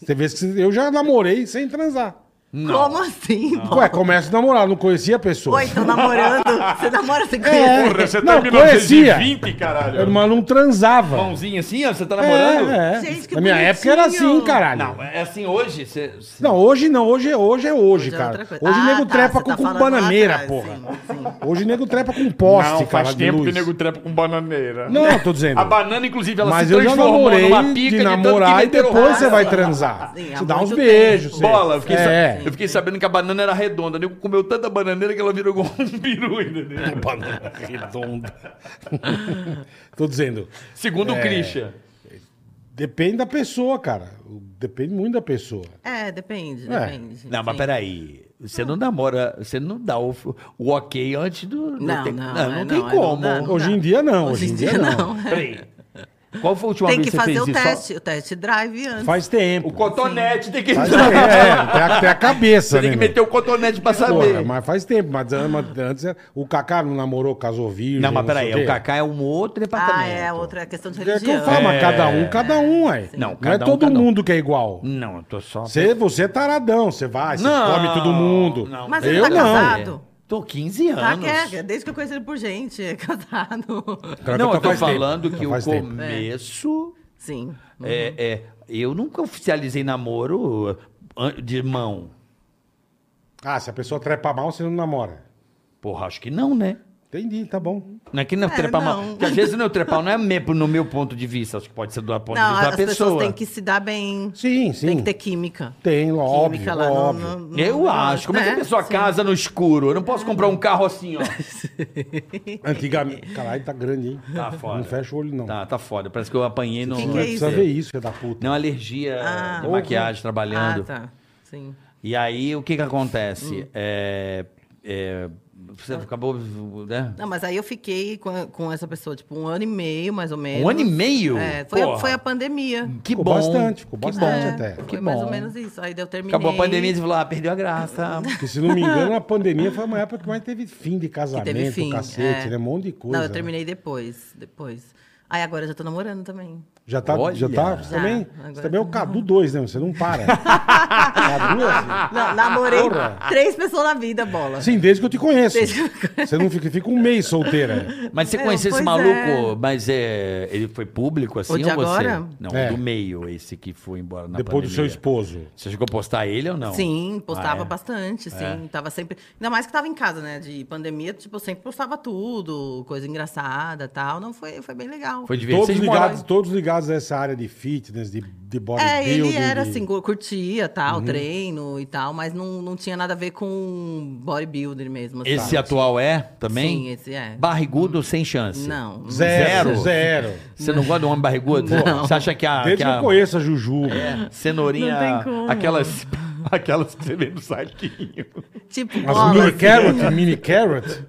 Speaker 3: Tem vezes que você- eu já namorei sem transar.
Speaker 1: Como assim? pô?
Speaker 3: Ué, começa a namorar, não conhecia a pessoa.
Speaker 1: Oi, então. tô namorando. Você namora, você
Speaker 3: É.
Speaker 1: conhece.
Speaker 4: Porra, você
Speaker 3: Não,
Speaker 4: tá em 1920,
Speaker 3: Eu,
Speaker 4: caralho.
Speaker 3: mas não transava.
Speaker 2: Mãozinha assim, ó, você tá
Speaker 3: É, é.
Speaker 1: Gente, que
Speaker 3: Na minha
Speaker 1: bonitinho.
Speaker 3: época era assim, caralho.
Speaker 2: Não,
Speaker 3: Não,
Speaker 2: é assim hoje? Você, você-
Speaker 3: hoje não, hoje é hoje, é hoje,
Speaker 1: Hoje é
Speaker 3: cara.
Speaker 1: outra coisa.
Speaker 3: hoje o
Speaker 1: Ah,
Speaker 3: nego
Speaker 1: tá,
Speaker 3: trepa
Speaker 1: você
Speaker 3: com,
Speaker 1: tá
Speaker 3: com
Speaker 1: falando lá
Speaker 3: bananeira,
Speaker 1: atrás,
Speaker 3: porra.
Speaker 1: sim, sim.
Speaker 3: Hoje o nego trepa com poste,
Speaker 4: não,
Speaker 3: cara,
Speaker 4: faz
Speaker 3: de
Speaker 4: tempo que o
Speaker 3: luz.
Speaker 4: nego trepa com bananeira.
Speaker 3: Não, eu tô dizendo.
Speaker 4: A banana, inclusive, ela
Speaker 3: Mas
Speaker 4: se
Speaker 3: eu já
Speaker 4: transformou
Speaker 3: namorei
Speaker 4: numa pica
Speaker 3: de
Speaker 4: tanto que
Speaker 3: namorar e
Speaker 4: meteram
Speaker 3: depois
Speaker 4: raça.
Speaker 3: você vai transar.
Speaker 1: Sim, há
Speaker 3: você dá uns
Speaker 1: muito
Speaker 3: beijos.
Speaker 1: tempo.
Speaker 3: você-
Speaker 2: Bola, eu fiquei, sa-
Speaker 3: é.
Speaker 2: eu fiquei sabendo que a banana era redonda. O nego comeu tanta bananeira que ela virou igual um peru, entendeu?
Speaker 3: Banana redonda. tô dizendo,
Speaker 2: Segundo o Christian.
Speaker 3: depende da pessoa, cara. Depende muito da pessoa.
Speaker 1: É, depende,
Speaker 3: É.
Speaker 1: depende.
Speaker 2: Não, mas
Speaker 1: sim.
Speaker 2: peraí. Você não namora, você não dá o, o ok antes do.
Speaker 1: Não,
Speaker 2: tem,
Speaker 1: não,
Speaker 2: não,
Speaker 1: é,
Speaker 2: tem
Speaker 1: não, é,
Speaker 2: como.
Speaker 1: não dá, não
Speaker 3: hoje
Speaker 1: dá.
Speaker 3: em dia não, hoje, em dia, não.
Speaker 2: Peraí. Qual foi a última
Speaker 1: Tem
Speaker 2: vez
Speaker 1: que
Speaker 2: que você
Speaker 1: fazer
Speaker 2: fez
Speaker 1: o
Speaker 2: isso?
Speaker 1: teste, o teste drive antes.
Speaker 3: Faz tempo.
Speaker 2: O cotonete tem que.
Speaker 3: Faz tempo. É, tem a, tem a cabeça,
Speaker 2: Você tem
Speaker 3: né?
Speaker 2: que
Speaker 3: meu?
Speaker 2: meter o cotonete pra saber.
Speaker 3: Porra, mas faz tempo, mas an- mas antes era- o Kaká não namorou, casou virgem.
Speaker 2: Não, mas
Speaker 3: sei
Speaker 2: peraí,
Speaker 3: quê.
Speaker 2: o Kaká é um outro departamento.
Speaker 1: Ah, é, outra questão de
Speaker 3: É que
Speaker 1: religião.
Speaker 3: eu falo, mas cada um, cada um, aí.
Speaker 2: Não,
Speaker 3: Não, é
Speaker 2: cada um,
Speaker 3: todo
Speaker 2: cada um.
Speaker 3: mundo que é igual.
Speaker 2: Não, eu tô só.
Speaker 3: Você, você é taradão, você vai, você
Speaker 2: Não,
Speaker 3: come todo mundo.
Speaker 2: não.
Speaker 1: Mas
Speaker 3: Eu
Speaker 1: ele tá
Speaker 3: não.
Speaker 1: casado?
Speaker 2: Tô 15
Speaker 1: Tá,
Speaker 2: anos.
Speaker 1: que é, desde que eu conheci ele por gente, é casado.
Speaker 3: Cara,
Speaker 2: Não,
Speaker 3: que
Speaker 2: eu tô
Speaker 3: tá faz tempo,
Speaker 2: falando
Speaker 3: já
Speaker 2: que o
Speaker 3: faz tempo.
Speaker 2: começo.
Speaker 1: Sim. Uhum.
Speaker 2: É, é, eu nunca oficializei namoro an- de mão.
Speaker 3: Ah, se a pessoa trepa mal, você não namora.
Speaker 2: Porra, acho que não, né?
Speaker 3: Entendi, tá bom.
Speaker 2: Não é que não
Speaker 1: É,
Speaker 2: trepar
Speaker 1: não.
Speaker 2: mal. Porque às vezes não é trepar, não é mesmo no meu ponto de vista. Acho que pode ser do ponto
Speaker 1: Não,
Speaker 2: de vista
Speaker 1: as
Speaker 2: da
Speaker 1: pessoas
Speaker 2: pessoa.
Speaker 1: têm que se dar bem.
Speaker 3: Sim, sim.
Speaker 1: Tem que ter química.
Speaker 3: Tem, óbvio,
Speaker 1: lá no-
Speaker 3: óbvio.
Speaker 1: no- no-
Speaker 2: Eu
Speaker 1: no-
Speaker 2: acho. Como é que a
Speaker 1: né?
Speaker 2: pessoa
Speaker 1: Sim.
Speaker 2: casa no escuro? Eu não posso comprar um carro assim, ó.
Speaker 3: Antigamente. Caralho, tá grande, hein?
Speaker 2: Tá foda.
Speaker 3: Não fecha o olho, não.
Speaker 2: Tá, tá foda. Parece que eu apanhei no.
Speaker 1: Que
Speaker 3: Não
Speaker 1: que é
Speaker 3: precisa
Speaker 1: isso?
Speaker 3: ver isso, filho da puta.
Speaker 2: Não, alergia
Speaker 1: Ah.
Speaker 2: de maquiagem trabalhando.
Speaker 1: Ah, tá. Sim.
Speaker 2: E aí, o que que acontece? É, é, você acabou, né?
Speaker 1: Não, mas aí eu fiquei com, a- com essa pessoa, tipo, um ano e meio, mais ou menos.
Speaker 2: Um ano e meio?
Speaker 1: É, foi, a,
Speaker 2: Porra.
Speaker 1: foi a pandemia.
Speaker 2: Que
Speaker 3: ficou
Speaker 2: bom.
Speaker 3: bastante, ficou
Speaker 2: que
Speaker 3: bastante
Speaker 1: É,
Speaker 2: bom.
Speaker 3: até.
Speaker 1: Foi
Speaker 2: Que
Speaker 1: mais
Speaker 2: bom.
Speaker 1: ou menos isso. Aí eu terminei.
Speaker 2: Acabou a pandemia e você falou, ah, perdeu a graça.
Speaker 3: Porque, se não me engano, a pandemia foi uma época que mais teve fim de
Speaker 1: Que
Speaker 3: casamento,
Speaker 1: teve fim.
Speaker 3: cacete,
Speaker 1: é.
Speaker 3: né? Um monte de coisa.
Speaker 1: Não, eu
Speaker 3: né?
Speaker 1: terminei depois. Depois. Aí agora eu já tô namorando também.
Speaker 3: Já tá, já
Speaker 2: Olha.
Speaker 3: tá, você
Speaker 1: Tá,
Speaker 3: também,
Speaker 1: agora
Speaker 3: você também é o
Speaker 1: tá.
Speaker 3: Cadu 2, né? Você não para. Cadu é
Speaker 2: Ah,
Speaker 3: assim.
Speaker 1: Não, namorei
Speaker 3: Porra.
Speaker 1: três pessoas na vida, bola.
Speaker 3: Sim, desde que eu te conheço.
Speaker 1: Desde que eu
Speaker 3: Você não fica, fica um mês solteira.
Speaker 2: Mas você
Speaker 1: Não,
Speaker 2: conheceu esse
Speaker 1: pois
Speaker 2: maluco, mas é, ele foi público assim
Speaker 1: O de
Speaker 2: ou você?
Speaker 1: agora?
Speaker 2: Não,
Speaker 3: É.
Speaker 2: do meio, esse que foi embora na
Speaker 3: depois do seu
Speaker 2: pandemia.
Speaker 3: esposo.
Speaker 2: Você chegou a postar ele ou não?
Speaker 1: Sim, postava
Speaker 2: Ah, é?
Speaker 1: bastante, sim. Tava sempre. Ainda mais que tava em casa, né? De pandemia, tipo, eu sempre postava tudo, coisa engraçada tal. Não foi, foi bem legal.
Speaker 2: Foi divertido.
Speaker 3: Todos
Speaker 2: Vocês
Speaker 3: ligados,
Speaker 2: moraram-
Speaker 3: todos ligados a essa área de fitness, de, de
Speaker 1: É,
Speaker 3: bodybuilding.
Speaker 1: ele era
Speaker 3: de-
Speaker 1: assim, cu- curtia tal,
Speaker 3: Uhum.
Speaker 1: treino e tal, mas não, não tinha nada a ver com bodybuilder mesmo. assim.
Speaker 2: Esse atual é também?
Speaker 1: Sim, esse é.
Speaker 2: Barrigudo sem chance.
Speaker 1: Não.
Speaker 3: Zero,
Speaker 2: Zero?
Speaker 3: zero.
Speaker 2: Você não gosta de um homem barrigudo?
Speaker 1: Não.
Speaker 2: Você acha que a, É.
Speaker 3: Desde
Speaker 2: que
Speaker 3: que eu
Speaker 2: a
Speaker 3: conheço a Jujuba.
Speaker 2: cenourinha.
Speaker 1: Não tem como.
Speaker 2: Aquelas.
Speaker 4: Aquelas que você vê no saquinho.
Speaker 1: Tipo
Speaker 3: As
Speaker 1: bola,
Speaker 3: mini
Speaker 1: assim.
Speaker 3: carrot, mini carrot?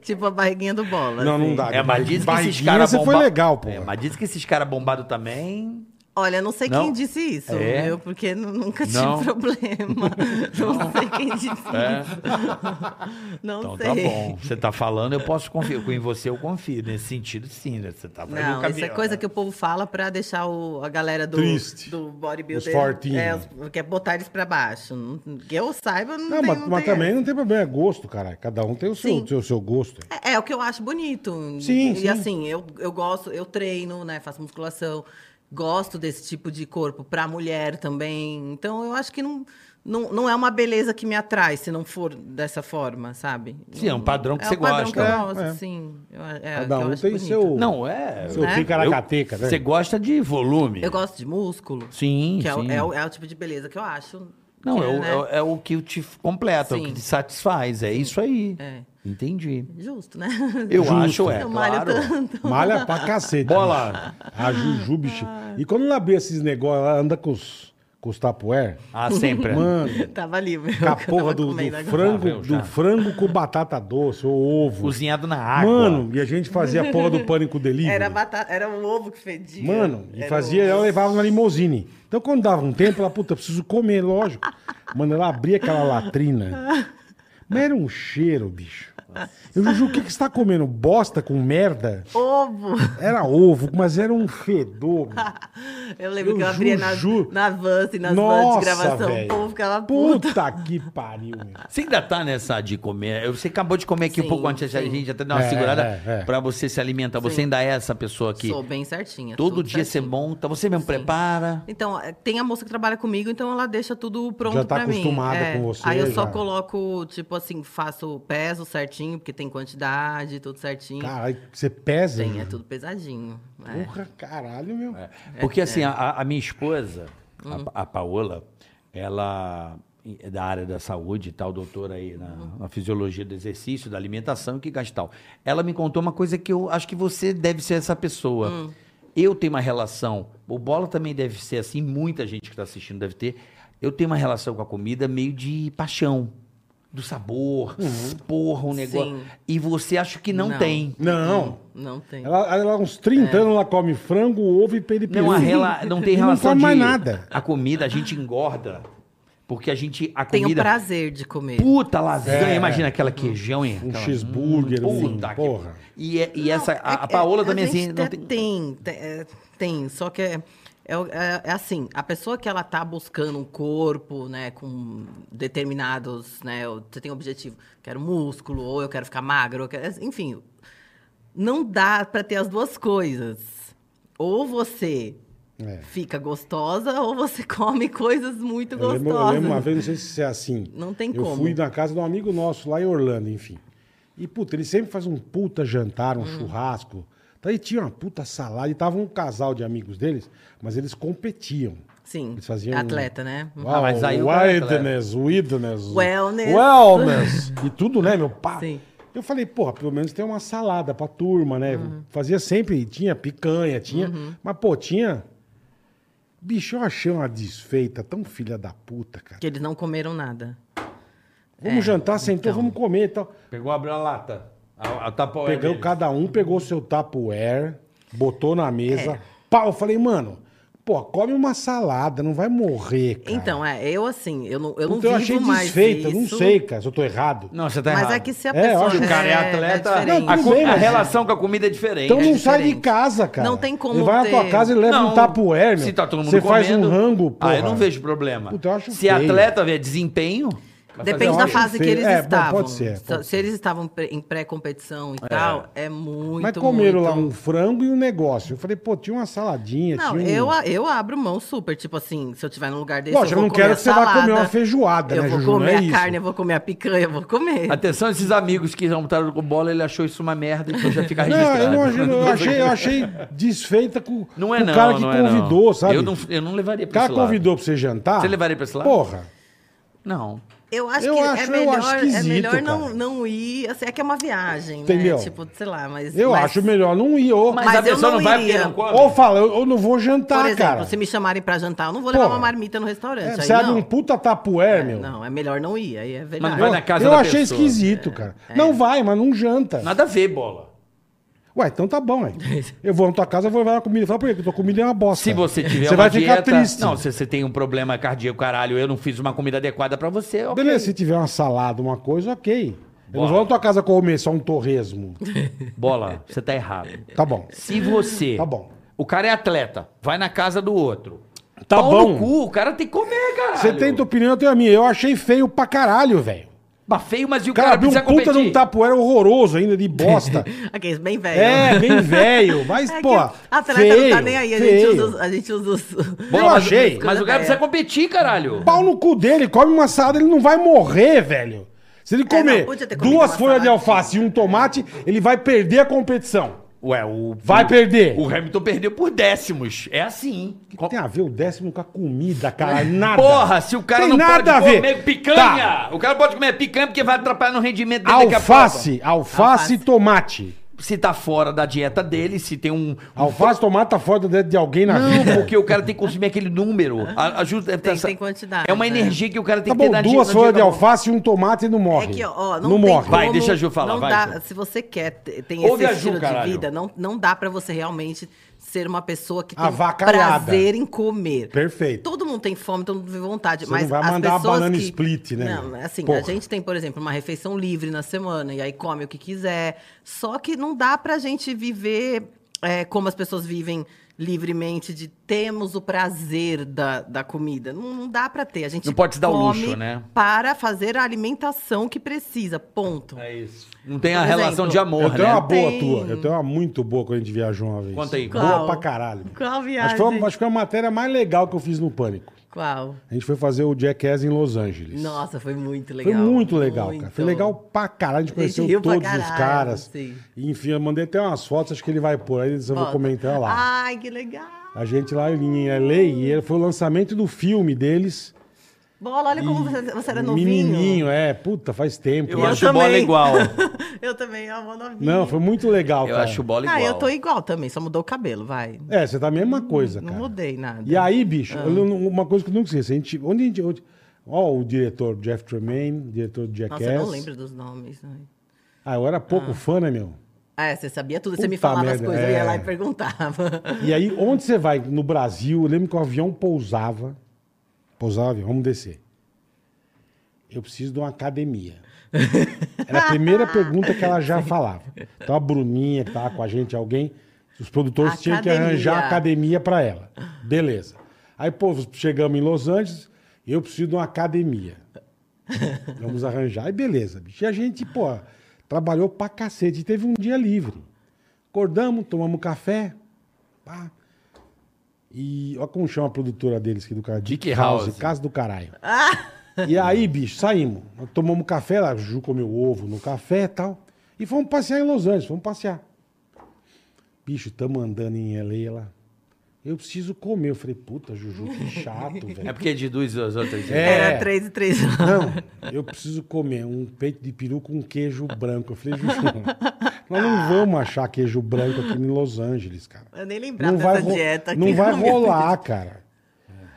Speaker 1: Tipo a barriguinha do bola.
Speaker 3: Não, não
Speaker 1: assim.
Speaker 3: dá.
Speaker 2: É, mas diz que esses
Speaker 3: Barriguinha,
Speaker 2: caras
Speaker 3: você
Speaker 2: bombados.
Speaker 3: foi legal, pô.
Speaker 2: É, mas diz que esses caras bombados também.
Speaker 1: Olha, não sei
Speaker 2: Não?
Speaker 1: quem disse isso,
Speaker 2: É?
Speaker 1: eu, porque nu- nunca tive
Speaker 4: Não.
Speaker 1: problema. Não sei quem disse
Speaker 3: É?
Speaker 1: isso. Não
Speaker 2: Então
Speaker 1: sei.
Speaker 2: tá bom. Você tá falando, eu posso confiar. Em você eu confio. Nesse sentido, sim. né? Você tá
Speaker 1: Não, isso é coisa que o povo fala pra deixar o- a galera do,
Speaker 3: né? Triste.
Speaker 1: do bodybuilder.
Speaker 3: Os fortinhos.
Speaker 1: É, os- quer botar eles pra baixo. Não- Que eu saiba, não,
Speaker 3: Não,
Speaker 1: tem,
Speaker 3: mas,
Speaker 1: não
Speaker 3: mas
Speaker 1: tem
Speaker 3: também não tem problema, é gosto, caralho. Cada um tem o seu,
Speaker 1: Sim.
Speaker 3: seu, seu gosto.
Speaker 1: É, é o que eu acho bonito.
Speaker 3: Sim,
Speaker 1: E
Speaker 3: sim.
Speaker 1: assim, eu, eu gosto, eu treino, né? Faço musculação. Gosto desse tipo de corpo pra mulher também. Então, eu acho que não, não, não é uma beleza que me atrai se não for dessa forma, sabe?
Speaker 2: Sim, é um padrão que
Speaker 1: é
Speaker 2: você
Speaker 1: um padrão
Speaker 2: gosta.
Speaker 1: que eu
Speaker 3: É,
Speaker 1: gosto,
Speaker 3: é.
Speaker 1: sim. Eu, é,
Speaker 3: Cada
Speaker 1: que eu
Speaker 3: um
Speaker 1: acho
Speaker 3: tem
Speaker 1: bonito.
Speaker 3: seu.
Speaker 2: Não, é.
Speaker 3: Seu
Speaker 1: né?
Speaker 3: picaracateca, né?
Speaker 2: Você gosta de volume.
Speaker 1: Eu gosto de músculo.
Speaker 2: Sim,
Speaker 1: Que é, o-
Speaker 2: sim.
Speaker 1: é o, é o tipo de beleza que eu acho.
Speaker 2: Não,
Speaker 1: que
Speaker 2: é, o,
Speaker 1: né?
Speaker 2: é o- é o que te completa, é o que
Speaker 1: Sim.
Speaker 2: te satisfaz. É isso aí.
Speaker 1: É.
Speaker 2: Entendi.
Speaker 1: Justo, né?
Speaker 2: Eu
Speaker 3: Justo.
Speaker 2: acho, é,
Speaker 1: eu malho
Speaker 2: claro.
Speaker 1: tanto.
Speaker 3: Malha pra cacete.
Speaker 2: Bola.
Speaker 3: A Juju, bicho. E quando ela abria esses negócios, ela anda com os, com os tapoer.
Speaker 2: Ah, sempre. é.
Speaker 3: Mano,
Speaker 1: Tava livre.
Speaker 3: com a porra do, do frango,
Speaker 2: Ah, meu, já.
Speaker 3: do frango com batata doce, ou ovo.
Speaker 2: Cozinhado na água.
Speaker 3: Mano, e a gente fazia a porra do pânico delivery.
Speaker 1: Era, batata, era um ovo que fedia.
Speaker 3: Mano, e
Speaker 1: Era um
Speaker 3: fazia,
Speaker 1: ovo.
Speaker 3: ela levava na limousine. Então quando dava um tempo, ela, puta, preciso comer, lógico. Mano, ela abria aquela latrina. Mas era um cheiro, bicho. Eu, Juju, o que, que você tá comendo? Bosta com merda?
Speaker 1: Ovo!
Speaker 3: Era ovo, mas era um fedor. bicho.
Speaker 1: Eu lembro
Speaker 3: Eu
Speaker 1: que eu abria
Speaker 3: juro.
Speaker 1: na, na van, assim, nas vans
Speaker 3: Nossa,
Speaker 1: de gravação.
Speaker 3: velho.
Speaker 1: O povo ficava puto.
Speaker 3: Puta que pariu, meu.
Speaker 2: Você ainda tá nessa de comer? Você acabou de comer aqui um
Speaker 1: Sim,
Speaker 2: pouco antes, a
Speaker 1: sim.
Speaker 2: gente até deu uma
Speaker 3: É,
Speaker 2: segurada
Speaker 3: é, é.
Speaker 2: pra você se alimentar. Você ainda é essa pessoa aqui.
Speaker 1: Sou bem certinha.
Speaker 2: Todo
Speaker 1: tudo
Speaker 2: dia você
Speaker 1: certinho.
Speaker 2: monta, você mesmo prepara.
Speaker 1: Então, eh, tem a moça que trabalha comigo, então ela deixa tudo pronto
Speaker 3: Já tá
Speaker 1: pra mim. É,
Speaker 3: acostumada com você,
Speaker 1: Aí eu só
Speaker 3: já.
Speaker 1: coloco, tipo assim, faço peso certinho, porque tem quantidade, tudo certinho.
Speaker 3: Caralho, você pesa?
Speaker 1: Tem, é
Speaker 3: meu?
Speaker 1: tudo É. pesadinho. É.
Speaker 3: Porra, caralho, meu.
Speaker 2: Porque assim, a, a minha esposa, a, a Paola, ela é da área da saúde e tal, doutora aí na, na fisiologia do exercício, da alimentação e que gasta tal. Ela me contou uma coisa que eu acho que você deve ser essa pessoa. Eu tenho uma relação, o Bola também deve ser assim, muita gente que está assistindo deve ter. Eu tenho uma relação com a comida meio de paixão. Do sabor, porra, um negócio.
Speaker 1: Sim.
Speaker 2: E você acha que não,
Speaker 1: Não.
Speaker 2: tem.
Speaker 3: Não.
Speaker 1: Não tem.
Speaker 3: Ela, ela há uns
Speaker 1: É.
Speaker 3: 30 anos ela come frango, ovo e periperi.
Speaker 2: Não, a rela... não tem relação
Speaker 3: Não come mais
Speaker 2: de-
Speaker 3: nada.
Speaker 2: A comida, a gente engorda. Porque a gente. A
Speaker 1: Tenho
Speaker 2: comida.
Speaker 1: prazer de comer.
Speaker 2: Puta lasanha.
Speaker 3: É.
Speaker 2: Imagina aquela queijão, hein?
Speaker 3: Um
Speaker 2: Aquela-
Speaker 3: cheeseburger, um-
Speaker 2: Puta que-
Speaker 3: porra.
Speaker 2: E, é- e
Speaker 1: Não,
Speaker 2: essa. A,
Speaker 1: é-
Speaker 2: a Paola
Speaker 1: é-
Speaker 2: também,
Speaker 1: a gente
Speaker 2: assim. Não
Speaker 1: até
Speaker 2: tem...
Speaker 1: tem, te- é, tem, só que é, é, o- é- é assim, a pessoa que ela tá buscando um corpo, né, com determinados, né, ou você tem um objetivo, quero músculo, ou eu quero ficar magro, ou eu quero- enfim, não dá pra ter as duas coisas. Ou você
Speaker 3: É.
Speaker 1: fica gostosa, ou você come coisas muito
Speaker 3: Eu
Speaker 1: gostosas.
Speaker 3: lembro, eu lembro uma vez, não sei se é assim.
Speaker 1: Não tem
Speaker 3: eu
Speaker 1: como.
Speaker 3: fui na casa de um amigo nosso lá em Orlando, enfim. E, puta, ele sempre faz um puta jantar, um
Speaker 1: Hum.
Speaker 3: churrasco. Daí tinha uma puta salada e tava um casal de amigos deles, mas eles competiam.
Speaker 1: Sim,
Speaker 3: Eles faziam- um
Speaker 1: atleta, né?
Speaker 3: Uau,
Speaker 2: mas aí o cara é atleta.
Speaker 3: wilderness, wilderness,
Speaker 1: Wellness.
Speaker 3: wellness. E tudo, né, meu pá?
Speaker 1: Sim.
Speaker 3: Eu falei, porra, pelo menos tem uma salada pra turma, né?
Speaker 1: Uhum.
Speaker 3: Fazia sempre, tinha picanha, tinha. Mas, pô, tinha. Bicho, eu achei uma desfeita tão filha da puta, cara.
Speaker 1: Que eles não comeram nada.
Speaker 3: Vamos
Speaker 1: É,
Speaker 3: jantar, sentou,
Speaker 1: então.
Speaker 3: vamos comer e tal.
Speaker 2: Pegou, abriu a lata. A, a tapa
Speaker 3: Pegou, cada um pegou seu tupperware, botou na
Speaker 1: É.
Speaker 3: mesa. Pau, eu falei, mano, pô, come uma salada, não vai morrer, cara.
Speaker 1: Então, é, eu assim, eu não, eu não
Speaker 3: Puta, eu
Speaker 1: vivo
Speaker 3: achei
Speaker 1: mais
Speaker 3: desfeita,
Speaker 1: isso.
Speaker 3: não sei, cara, se eu tô errado.
Speaker 2: Não, você tá
Speaker 1: mas
Speaker 2: errado.
Speaker 1: é que se a
Speaker 3: É, eu
Speaker 1: pessoa
Speaker 3: acho que
Speaker 2: O cara é, atleta.
Speaker 1: diferente.
Speaker 2: a,
Speaker 3: Não,
Speaker 2: co-
Speaker 3: tudo bem,
Speaker 2: a
Speaker 3: mas-
Speaker 2: relação com a comida é diferente.
Speaker 3: Então não
Speaker 1: é
Speaker 3: sai de
Speaker 1: diferente.
Speaker 3: casa, cara.
Speaker 1: Não tem como
Speaker 3: Ele vai na tua
Speaker 1: ter-
Speaker 3: casa e leva um tupperware, meu.
Speaker 2: Se tá todo mundo
Speaker 3: Você
Speaker 2: comendo,
Speaker 3: faz um rango, pô.
Speaker 2: Ah, eu não vejo problema.
Speaker 3: Puta, eu acho
Speaker 2: se
Speaker 3: feio.
Speaker 2: atleta vê desempenho. vai fazer
Speaker 1: Depende
Speaker 3: eu
Speaker 1: da
Speaker 3: acho
Speaker 1: fase que
Speaker 3: feio.
Speaker 1: eles
Speaker 3: É, bom,
Speaker 1: estavam. Então,
Speaker 3: pode ser,
Speaker 1: Se-
Speaker 3: pode
Speaker 1: se eles estavam pre- em pré-competição e tal, é muito.
Speaker 3: Mas comeram
Speaker 1: muito...
Speaker 3: lá um frango e um negócio. Eu falei, pô, tinha uma saladinha,
Speaker 1: Não,
Speaker 3: tinha um...
Speaker 1: eu, a- eu abro mão super. Tipo assim, se eu tiver num lugar desse.
Speaker 3: Lógico, eu
Speaker 1: eu
Speaker 3: não
Speaker 1: vou
Speaker 3: quero
Speaker 1: comer
Speaker 3: que
Speaker 1: a
Speaker 3: você vá comer
Speaker 1: salada,
Speaker 3: uma feijoada,
Speaker 1: Eu
Speaker 3: né,
Speaker 1: vou
Speaker 3: Juju? Não
Speaker 1: comer
Speaker 3: é
Speaker 1: a
Speaker 3: isso.
Speaker 1: carne, eu vou comer a picanha, eu vou comer.
Speaker 2: Atenção, esses amigos que já montaram com bola, ele achou isso uma merda, então já fica
Speaker 3: Não,
Speaker 2: registrado.
Speaker 3: eu, não achei, eu, achei, eu achei desfeita com,
Speaker 2: Não é
Speaker 3: com
Speaker 2: não,
Speaker 3: o cara que
Speaker 2: não é
Speaker 3: convidou,
Speaker 2: não.
Speaker 3: sabe?
Speaker 2: Eu não, eu não levaria
Speaker 3: O
Speaker 2: pra
Speaker 3: cara
Speaker 2: esse lado.
Speaker 3: convidou pra você jantar.
Speaker 2: Você levaria pra esse lado?
Speaker 3: Porra.
Speaker 2: Não.
Speaker 1: Eu acho
Speaker 3: Eu
Speaker 1: que
Speaker 3: acho-
Speaker 1: é
Speaker 3: eu
Speaker 1: melhor,
Speaker 3: acho
Speaker 1: é
Speaker 3: esquisito,
Speaker 1: melhor
Speaker 3: cara.
Speaker 1: não, não ir. Assim, é que é uma viagem,
Speaker 3: Entendeu?
Speaker 1: né? Tipo, sei lá, mas.
Speaker 3: Eu
Speaker 1: mas-
Speaker 3: acho melhor não ir. Ou,
Speaker 2: Mas,
Speaker 1: Mas
Speaker 2: a
Speaker 1: eu
Speaker 2: pessoa não,
Speaker 1: não
Speaker 2: vai porque
Speaker 1: iria.
Speaker 2: não come?
Speaker 3: ou fala, eu, eu não vou jantar,
Speaker 1: Por exemplo,
Speaker 3: cara.
Speaker 1: se me chamarem pra jantar, eu não vou levar
Speaker 3: Porra.
Speaker 1: uma marmita no restaurante.
Speaker 3: É,
Speaker 1: aí
Speaker 3: você abre
Speaker 1: não.
Speaker 3: um puta tapué, meu.
Speaker 1: Não, é melhor não ir, aí é
Speaker 2: Mas
Speaker 1: verdade.
Speaker 2: vai
Speaker 3: Eu,
Speaker 2: na casa
Speaker 3: eu
Speaker 2: da
Speaker 3: achei
Speaker 2: pessoa.
Speaker 3: esquisito, cara.
Speaker 1: É.
Speaker 3: Não vai, mas não janta.
Speaker 2: Nada a ver, bola.
Speaker 3: Ué, então tá bom, aí. Eu vou na tua casa, eu vou levar a comida. Fala, por quê? Porque tua comida é uma bosta.
Speaker 2: Se você tiver
Speaker 3: Você
Speaker 2: uma
Speaker 3: vai ficar
Speaker 2: dieta-
Speaker 3: triste.
Speaker 2: Não, se você tem um problema cardíaco, caralho, eu não fiz uma comida adequada pra você, ok.
Speaker 3: Beleza, se tiver uma salada, uma coisa, ok. Eu não
Speaker 2: Bora.
Speaker 3: vou na tua casa comer só um torresmo.
Speaker 2: Bola, você tá errado.
Speaker 3: Tá bom.
Speaker 2: Se você.
Speaker 3: Tá bom.
Speaker 2: O cara é atleta, vai na casa do outro.
Speaker 3: Tá
Speaker 2: Pau
Speaker 3: bom.
Speaker 2: no cu, o cara tem que comer, cara.
Speaker 3: Você tem tua opinião, eu tenho a minha. Eu achei feio pra caralho, velho.
Speaker 2: Mas feio, mas e o
Speaker 3: O cara
Speaker 2: cara,
Speaker 3: abriu um
Speaker 2: precisa
Speaker 3: puta de
Speaker 2: competir?
Speaker 3: um tapoeira horroroso ainda, de bosta.
Speaker 1: Aqueles bem velho.
Speaker 3: é, bem velho. Mas,
Speaker 1: É que
Speaker 3: pô,
Speaker 1: atleta não tá
Speaker 3: feio,
Speaker 1: nem aí, a
Speaker 3: feio.
Speaker 1: gente usa, os- a gente usa os...
Speaker 2: Bola,
Speaker 3: Eu
Speaker 2: mas-
Speaker 3: achei.
Speaker 2: Mas o cara precisa competir, caralho.
Speaker 3: Pau no cu dele, come uma salada, ele não vai morrer, velho. Se ele
Speaker 1: É, não,
Speaker 3: comer
Speaker 1: podia ter comido
Speaker 3: duas
Speaker 1: uma
Speaker 3: folhas de
Speaker 1: salada.
Speaker 3: alface e um tomate, ele vai perder a competição.
Speaker 2: Ué, o.
Speaker 3: Vai
Speaker 2: o-
Speaker 3: perder.
Speaker 2: O Hamilton perdeu por décimos. É assim.
Speaker 3: Que Tem a ver o décimo com a comida, cara. Nada.
Speaker 2: Porra, se o cara
Speaker 3: Tem
Speaker 2: não
Speaker 3: nada
Speaker 2: pode
Speaker 3: a ver.
Speaker 2: comer picanha,
Speaker 3: Tá.
Speaker 2: o cara pode comer picanha porque vai atrapalhar no rendimento dele daqui a pouco.
Speaker 3: Alface, alface e tomate.
Speaker 2: Se tá fora da dieta dele, se tem um.
Speaker 3: Alface e tomate tá fora da dieta de alguém na
Speaker 2: Não,
Speaker 3: vida.
Speaker 2: porque o cara tem que consumir aquele número. A- ajuda,
Speaker 1: Tem- tem quantidade,
Speaker 2: É uma
Speaker 1: né?
Speaker 2: energia que o cara tem
Speaker 3: Tá
Speaker 2: que ter
Speaker 3: bom,
Speaker 2: na
Speaker 3: duas
Speaker 2: na
Speaker 3: folhas de
Speaker 2: dieta.
Speaker 3: alface e um tomate e não morre.
Speaker 1: É que, ó, não,
Speaker 3: não
Speaker 1: tem
Speaker 3: morre.
Speaker 2: Vai,
Speaker 1: como-
Speaker 2: deixa a Ju falar,
Speaker 1: não
Speaker 2: vai,
Speaker 1: dá-
Speaker 2: Ju.
Speaker 1: Se você quer, ter- tem
Speaker 2: Ouve a
Speaker 1: esse
Speaker 2: Ju,
Speaker 1: estilo de
Speaker 2: caralho.
Speaker 1: vida, não, não dá pra você realmente ser uma pessoa que tem
Speaker 3: Avacalhada.
Speaker 1: prazer em comer.
Speaker 3: Perfeito.
Speaker 1: Todo mundo tem fome, todo mundo tem vontade.
Speaker 3: Você
Speaker 1: mas
Speaker 3: não vai
Speaker 1: as
Speaker 3: mandar uma
Speaker 1: pessoas
Speaker 3: banana
Speaker 1: que...
Speaker 3: split, né,
Speaker 1: Não,
Speaker 3: meu?
Speaker 1: assim,
Speaker 3: Porra.
Speaker 1: a gente tem, por exemplo, uma refeição livre na semana, e aí come o que quiser. Só que não dá pra gente viver é, como as pessoas vivem livremente, de temos o prazer da, da comida. Não, não dá pra ter. A gente
Speaker 2: Não pode se dar o
Speaker 1: come
Speaker 2: luxo, né?
Speaker 1: para fazer a alimentação que precisa, ponto.
Speaker 2: É isso. Não tem a
Speaker 1: Por
Speaker 2: relação
Speaker 1: exemplo,
Speaker 2: de
Speaker 3: Eu
Speaker 2: amor,
Speaker 3: tenho
Speaker 2: né?
Speaker 3: uma boa
Speaker 1: Tem.
Speaker 3: tua. Eu tenho uma muito boa quando a gente viajou uma vez.
Speaker 2: Conta aí.
Speaker 3: Boa
Speaker 1: Qual?
Speaker 3: pra caralho.
Speaker 1: Qual viagem?
Speaker 3: Acho que, foi, acho que foi a matéria mais legal que eu fiz no Pânico.
Speaker 1: Qual?
Speaker 3: A gente foi fazer o Jackass em Los Angeles.
Speaker 1: Nossa, foi muito legal.
Speaker 3: Foi muito legal, cara.
Speaker 1: Muito.
Speaker 3: Foi legal pra caralho. A gente
Speaker 1: A gente
Speaker 3: conheceu
Speaker 1: riu pra
Speaker 3: todos os
Speaker 1: caralho,
Speaker 3: caras.
Speaker 1: sim.
Speaker 3: E, enfim, eu mandei até umas fotos, acho que ele vai pôr. Aí eu vou
Speaker 1: Foto. Ah.
Speaker 3: comentar lá.
Speaker 1: Ai, que legal.
Speaker 3: A gente lá em LA, e ele foi o lançamento do filme deles.
Speaker 1: Bola, olha como
Speaker 3: E
Speaker 1: você, você era novinho.
Speaker 3: Menininho, é. Puta, faz tempo.
Speaker 2: Eu
Speaker 3: né?
Speaker 2: acho bola igual.
Speaker 1: eu também, eu amo novinho.
Speaker 3: Não, foi muito legal,
Speaker 2: Eu
Speaker 3: cara.
Speaker 2: acho bola igual.
Speaker 1: Ah, eu tô igual também, só mudou o cabelo, vai.
Speaker 3: É, você tá a mesma coisa,
Speaker 1: Não
Speaker 3: cara.
Speaker 1: mudei nada.
Speaker 3: E aí, bicho,
Speaker 1: Ah.
Speaker 3: eu não- uma coisa que eu nunca esqueci. A gente, onde a gente... Onde, ó, o diretor Jeff Tremaine, diretor de Jackass.
Speaker 1: Nossa, eu não lembro dos nomes. né?
Speaker 3: Ah, eu era pouco fã, né, meu?
Speaker 1: Ah, é, você sabia tudo, você
Speaker 3: Puta
Speaker 1: me falava as
Speaker 3: merda,
Speaker 1: coisas, eu
Speaker 3: é.
Speaker 1: ia lá e perguntava.
Speaker 3: E aí, onde você vai? No Brasil, eu lembro que o avião pousava. Pousava o avião, vamos descer. Eu preciso de uma academia. Era a primeira pergunta que ela já falava. Então a Bruninha, que estava com a gente, alguém, os produtores tinham que
Speaker 1: Academia.
Speaker 3: arranjar academia para ela. Beleza. Aí, pô, chegamos em Los Angeles, eu preciso de uma academia. Vamos arranjar. E beleza, bicho. E a gente, pô, trabalhou pra cacete. Teve um dia livre. Acordamos, tomamos café. Pá. E olha como chama a produtora deles aqui do cara.
Speaker 2: Dick
Speaker 3: Dick
Speaker 2: House.
Speaker 3: House, Casa do Caralho. E aí, bicho, saímos. Nós Tomamos um café lá, Ju comeu ovo no café e tal. E fomos passear em Los Angeles, fomos passear. Bicho, tamo andando em LA lá. Eu preciso comer. Eu falei, puta, Juju, que chato, velho.
Speaker 2: É porque deduz as outras.
Speaker 3: É.
Speaker 1: Era três e três.
Speaker 3: Não, eu preciso comer um peito de peru com queijo branco. Eu falei, Juju, nós não vamos achar queijo branco aqui em Los Angeles, cara.
Speaker 1: Eu nem lembrava
Speaker 3: Não vai,
Speaker 1: dessa
Speaker 3: ro-
Speaker 1: dieta. aqui.
Speaker 3: não vai rolar, cara.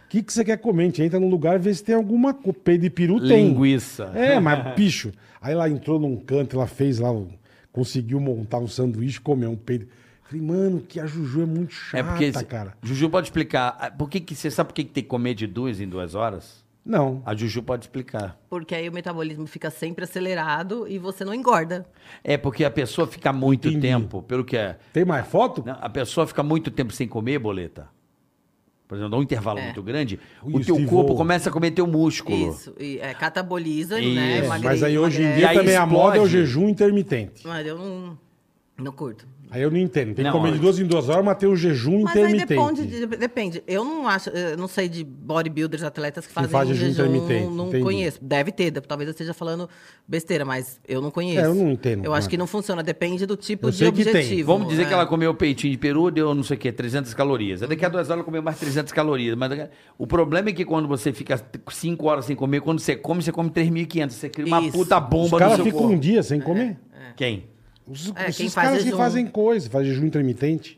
Speaker 3: O que, que você quer comer? A gente entra no lugar e vê se tem alguma coisa. Peito de peru tem.
Speaker 2: Linguiça.
Speaker 3: É, mas bicho. Aí ela entrou num canto, ela fez lá, um- conseguiu montar um sanduíche, comeu um peito. Falei, mano, que a Juju é muito
Speaker 2: É
Speaker 3: chata,
Speaker 2: porque. esse-
Speaker 3: cara.
Speaker 2: Juju pode explicar. ah, Por que que você sabe por que que tem que comer de duas em duas horas?
Speaker 3: Não.
Speaker 2: A Juju pode explicar.
Speaker 1: Porque aí o metabolismo fica sempre acelerado e você não engorda.
Speaker 2: É porque a pessoa fica muito
Speaker 3: Entendi.
Speaker 2: tempo, pelo que é.
Speaker 3: Tem mais foto?
Speaker 2: Não, a pessoa fica muito tempo sem comer, boleta. Por exemplo, dá um intervalo
Speaker 1: É.
Speaker 2: muito grande,
Speaker 3: Ui,
Speaker 2: o teu
Speaker 3: Steve
Speaker 2: corpo
Speaker 3: O.
Speaker 2: começa a comer teu músculo.
Speaker 1: Isso, e, é, cataboliza,
Speaker 2: Isso.
Speaker 1: né?
Speaker 3: É,
Speaker 1: Emagre,
Speaker 3: mas aí hoje em
Speaker 2: E
Speaker 1: emagrece.
Speaker 3: dia
Speaker 2: aí
Speaker 3: também a é
Speaker 2: explode.
Speaker 3: moda é o jejum intermitente.
Speaker 1: Mas eu não, não curto.
Speaker 3: Aí eu não entendo. Tem que
Speaker 2: Não, é.
Speaker 3: comer de
Speaker 2: olha.
Speaker 3: duas em duas horas, mas tem o jejum
Speaker 1: Mas aí
Speaker 3: intermitente.
Speaker 1: depende, de- depende. Eu não acho, eu não sei de bodybuilders, atletas que fazem
Speaker 3: faz
Speaker 1: um
Speaker 3: jejum
Speaker 1: jejum,
Speaker 3: intermitente,
Speaker 1: não
Speaker 3: entendi.
Speaker 1: conheço. Deve ter, de- talvez eu esteja falando besteira, mas eu não conheço.
Speaker 3: É, eu não entendo
Speaker 1: Eu acho
Speaker 3: nada.
Speaker 1: que não funciona, depende do tipo
Speaker 3: Eu
Speaker 1: de
Speaker 3: sei que tem.
Speaker 1: objetivo.
Speaker 2: Vamos dizer
Speaker 1: né?
Speaker 2: que ela comeu peitinho de peru, deu não sei o quê, 300 calorias. Aí Daqui a duas horas ela comeu mais 300 calorias. Mas daqui a- o problema é que quando você fica 5 horas sem comer, quando você come, você come 3.500. Você cria uma
Speaker 1: Isso.
Speaker 2: puta
Speaker 3: Os
Speaker 2: bomba no
Speaker 3: caras
Speaker 2: seu
Speaker 3: ficam
Speaker 2: corpo.
Speaker 3: um dia sem comer.
Speaker 2: Quem?
Speaker 3: Os,
Speaker 1: É,
Speaker 3: esses
Speaker 1: quem faz
Speaker 3: caras que
Speaker 1: jejum.
Speaker 3: fazem coisa, faz jejum intermitente.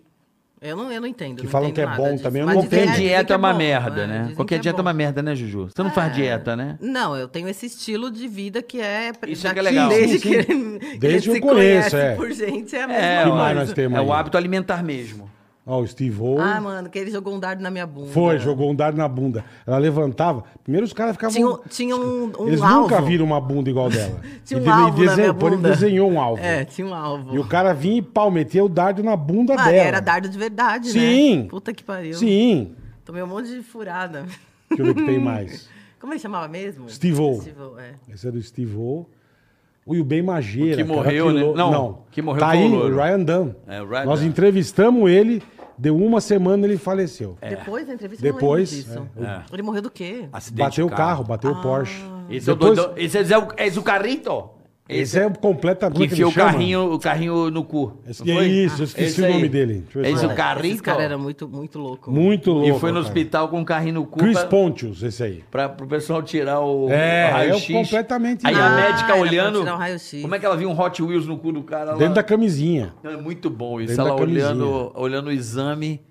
Speaker 1: Eu não, eu não entendo.
Speaker 3: Que
Speaker 1: não
Speaker 3: falam
Speaker 1: entendo
Speaker 3: que é
Speaker 1: nada
Speaker 3: bom
Speaker 1: disso.
Speaker 3: também, eu
Speaker 1: Mas
Speaker 3: não
Speaker 1: dizem-
Speaker 3: entendo.
Speaker 2: Qualquer
Speaker 1: é, dizem
Speaker 2: dieta
Speaker 1: que
Speaker 2: é uma
Speaker 1: bom,
Speaker 2: merda,
Speaker 1: é,
Speaker 2: né?
Speaker 1: dizem
Speaker 2: Qualquer
Speaker 1: que
Speaker 2: dieta é
Speaker 1: bom. É.
Speaker 2: uma merda, né, Juju? Você não faz dieta, né?
Speaker 1: Não, eu tenho esse estilo de vida que é...
Speaker 2: Isso é que é
Speaker 1: daqui-
Speaker 2: legal.
Speaker 3: Sim,
Speaker 1: Desde que,
Speaker 3: sim.
Speaker 1: ele- que
Speaker 3: Desde
Speaker 1: ele
Speaker 3: eu
Speaker 1: se
Speaker 3: conheço,
Speaker 1: conhece
Speaker 3: é.
Speaker 1: por gente, é a mesma
Speaker 2: É,
Speaker 1: coisa.
Speaker 3: Que mais nós temos
Speaker 2: é
Speaker 3: aí?
Speaker 2: o hábito alimentar mesmo.
Speaker 3: Ó, o Steve O
Speaker 1: Ah, mano, que ele jogou um dardo na minha bunda.
Speaker 3: foi, jogou um dado na bunda. Ela levantava. Primeiro os caras ficavam.
Speaker 1: Tinha, um- tinha um, um
Speaker 3: Eles
Speaker 1: alvo.
Speaker 3: nunca viram uma bunda igual dela.
Speaker 1: Tinha
Speaker 3: E
Speaker 1: um
Speaker 3: de- e
Speaker 1: alvo na minha
Speaker 3: desenhou- porém,
Speaker 1: bunda.
Speaker 3: desenhou um alvo.
Speaker 1: É, tinha um alvo.
Speaker 3: E o cara vinha e pau, metia o dardo na bunda
Speaker 1: Ah,
Speaker 3: dela.
Speaker 1: era dardo de verdade, né?
Speaker 3: Sim.
Speaker 1: Puta que pariu.
Speaker 3: Sim.
Speaker 1: Tomei um monte de furada.
Speaker 3: Deixa eu ver o que tem mais.
Speaker 1: Como ele chamava mesmo?
Speaker 3: Steve-O.
Speaker 1: Steve-O, é.
Speaker 3: Esse é do Steve O. O Yubei Mageira.
Speaker 2: O que
Speaker 3: cara,
Speaker 2: morreu, né?
Speaker 3: lou-
Speaker 2: Não,
Speaker 3: Não,
Speaker 2: que morreu
Speaker 3: Tá
Speaker 2: foi o
Speaker 3: aí,
Speaker 2: louro.
Speaker 3: o Ryan Dunn.
Speaker 2: É, o Ryan
Speaker 3: Nós
Speaker 2: Dunn.
Speaker 3: entrevistamos ele, deu uma semana ele faleceu.
Speaker 1: Depois da entrevista
Speaker 3: É. Depois,
Speaker 1: eu não lembro disso.
Speaker 2: é.
Speaker 1: Ele morreu do quê?
Speaker 2: Acidente
Speaker 3: Bateu o
Speaker 2: de
Speaker 3: carro, bateu
Speaker 1: Ah.
Speaker 3: o Porsche.
Speaker 2: Esse é o
Speaker 3: Depois-
Speaker 2: doidão. Esse é, o- é o carrito?
Speaker 3: Esse é completamente.
Speaker 2: que enfia o carrinho, o carrinho no cu.
Speaker 3: Esse- é
Speaker 2: não foi?
Speaker 3: isso, eu esqueci o
Speaker 2: aí.
Speaker 3: nome dele. Deixa eu ver
Speaker 2: Esse
Speaker 3: se
Speaker 2: é
Speaker 3: eu-
Speaker 2: o
Speaker 1: Esse
Speaker 2: carrito.
Speaker 1: cara era muito, muito louco.
Speaker 3: Muito louco.
Speaker 2: e foi no
Speaker 3: cara.
Speaker 2: hospital com o carrinho no cu
Speaker 3: Chris
Speaker 2: pra,
Speaker 3: Pontius, esse aí.
Speaker 2: pra, pro pessoal tirar o,
Speaker 3: É,
Speaker 2: o raio-x.
Speaker 3: é completamente
Speaker 2: Aí a
Speaker 1: Ah,
Speaker 2: médica
Speaker 1: era pra
Speaker 2: olhando.
Speaker 1: tirar o raio-x.
Speaker 2: como é que ela viu um Hot Wheels no cu do cara lá?
Speaker 3: Dentro da camisinha.
Speaker 2: Não, É muito bom isso.
Speaker 3: Dentro
Speaker 2: Ela
Speaker 3: da camisinha.
Speaker 2: olhando, olhando o exame,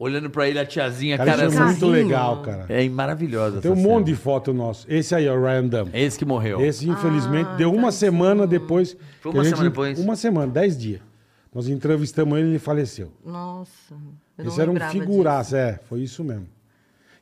Speaker 2: olhando pra ele a tiazinha,
Speaker 3: Cara,
Speaker 2: cara.
Speaker 3: isso é
Speaker 2: essa-
Speaker 3: muito
Speaker 1: carrinho.
Speaker 3: legal, cara.
Speaker 2: É maravilhosa.
Speaker 3: Tem um
Speaker 2: essa
Speaker 3: monte de
Speaker 2: cena. É,
Speaker 3: foto nosso. Esse aí, ó, o Ryan Dunn.
Speaker 2: Esse que morreu.
Speaker 3: Esse,
Speaker 1: Ah,
Speaker 3: infelizmente, deu
Speaker 1: tá.
Speaker 3: uma semana depois.
Speaker 2: Foi
Speaker 3: que a
Speaker 2: uma semana depois.
Speaker 3: Uma semana, dez dias. Nós entrevistamos ele e ele faleceu.
Speaker 1: Nossa. eu não
Speaker 3: Esse era um
Speaker 1: lembrava disso.
Speaker 3: figuraço, é, foi isso mesmo.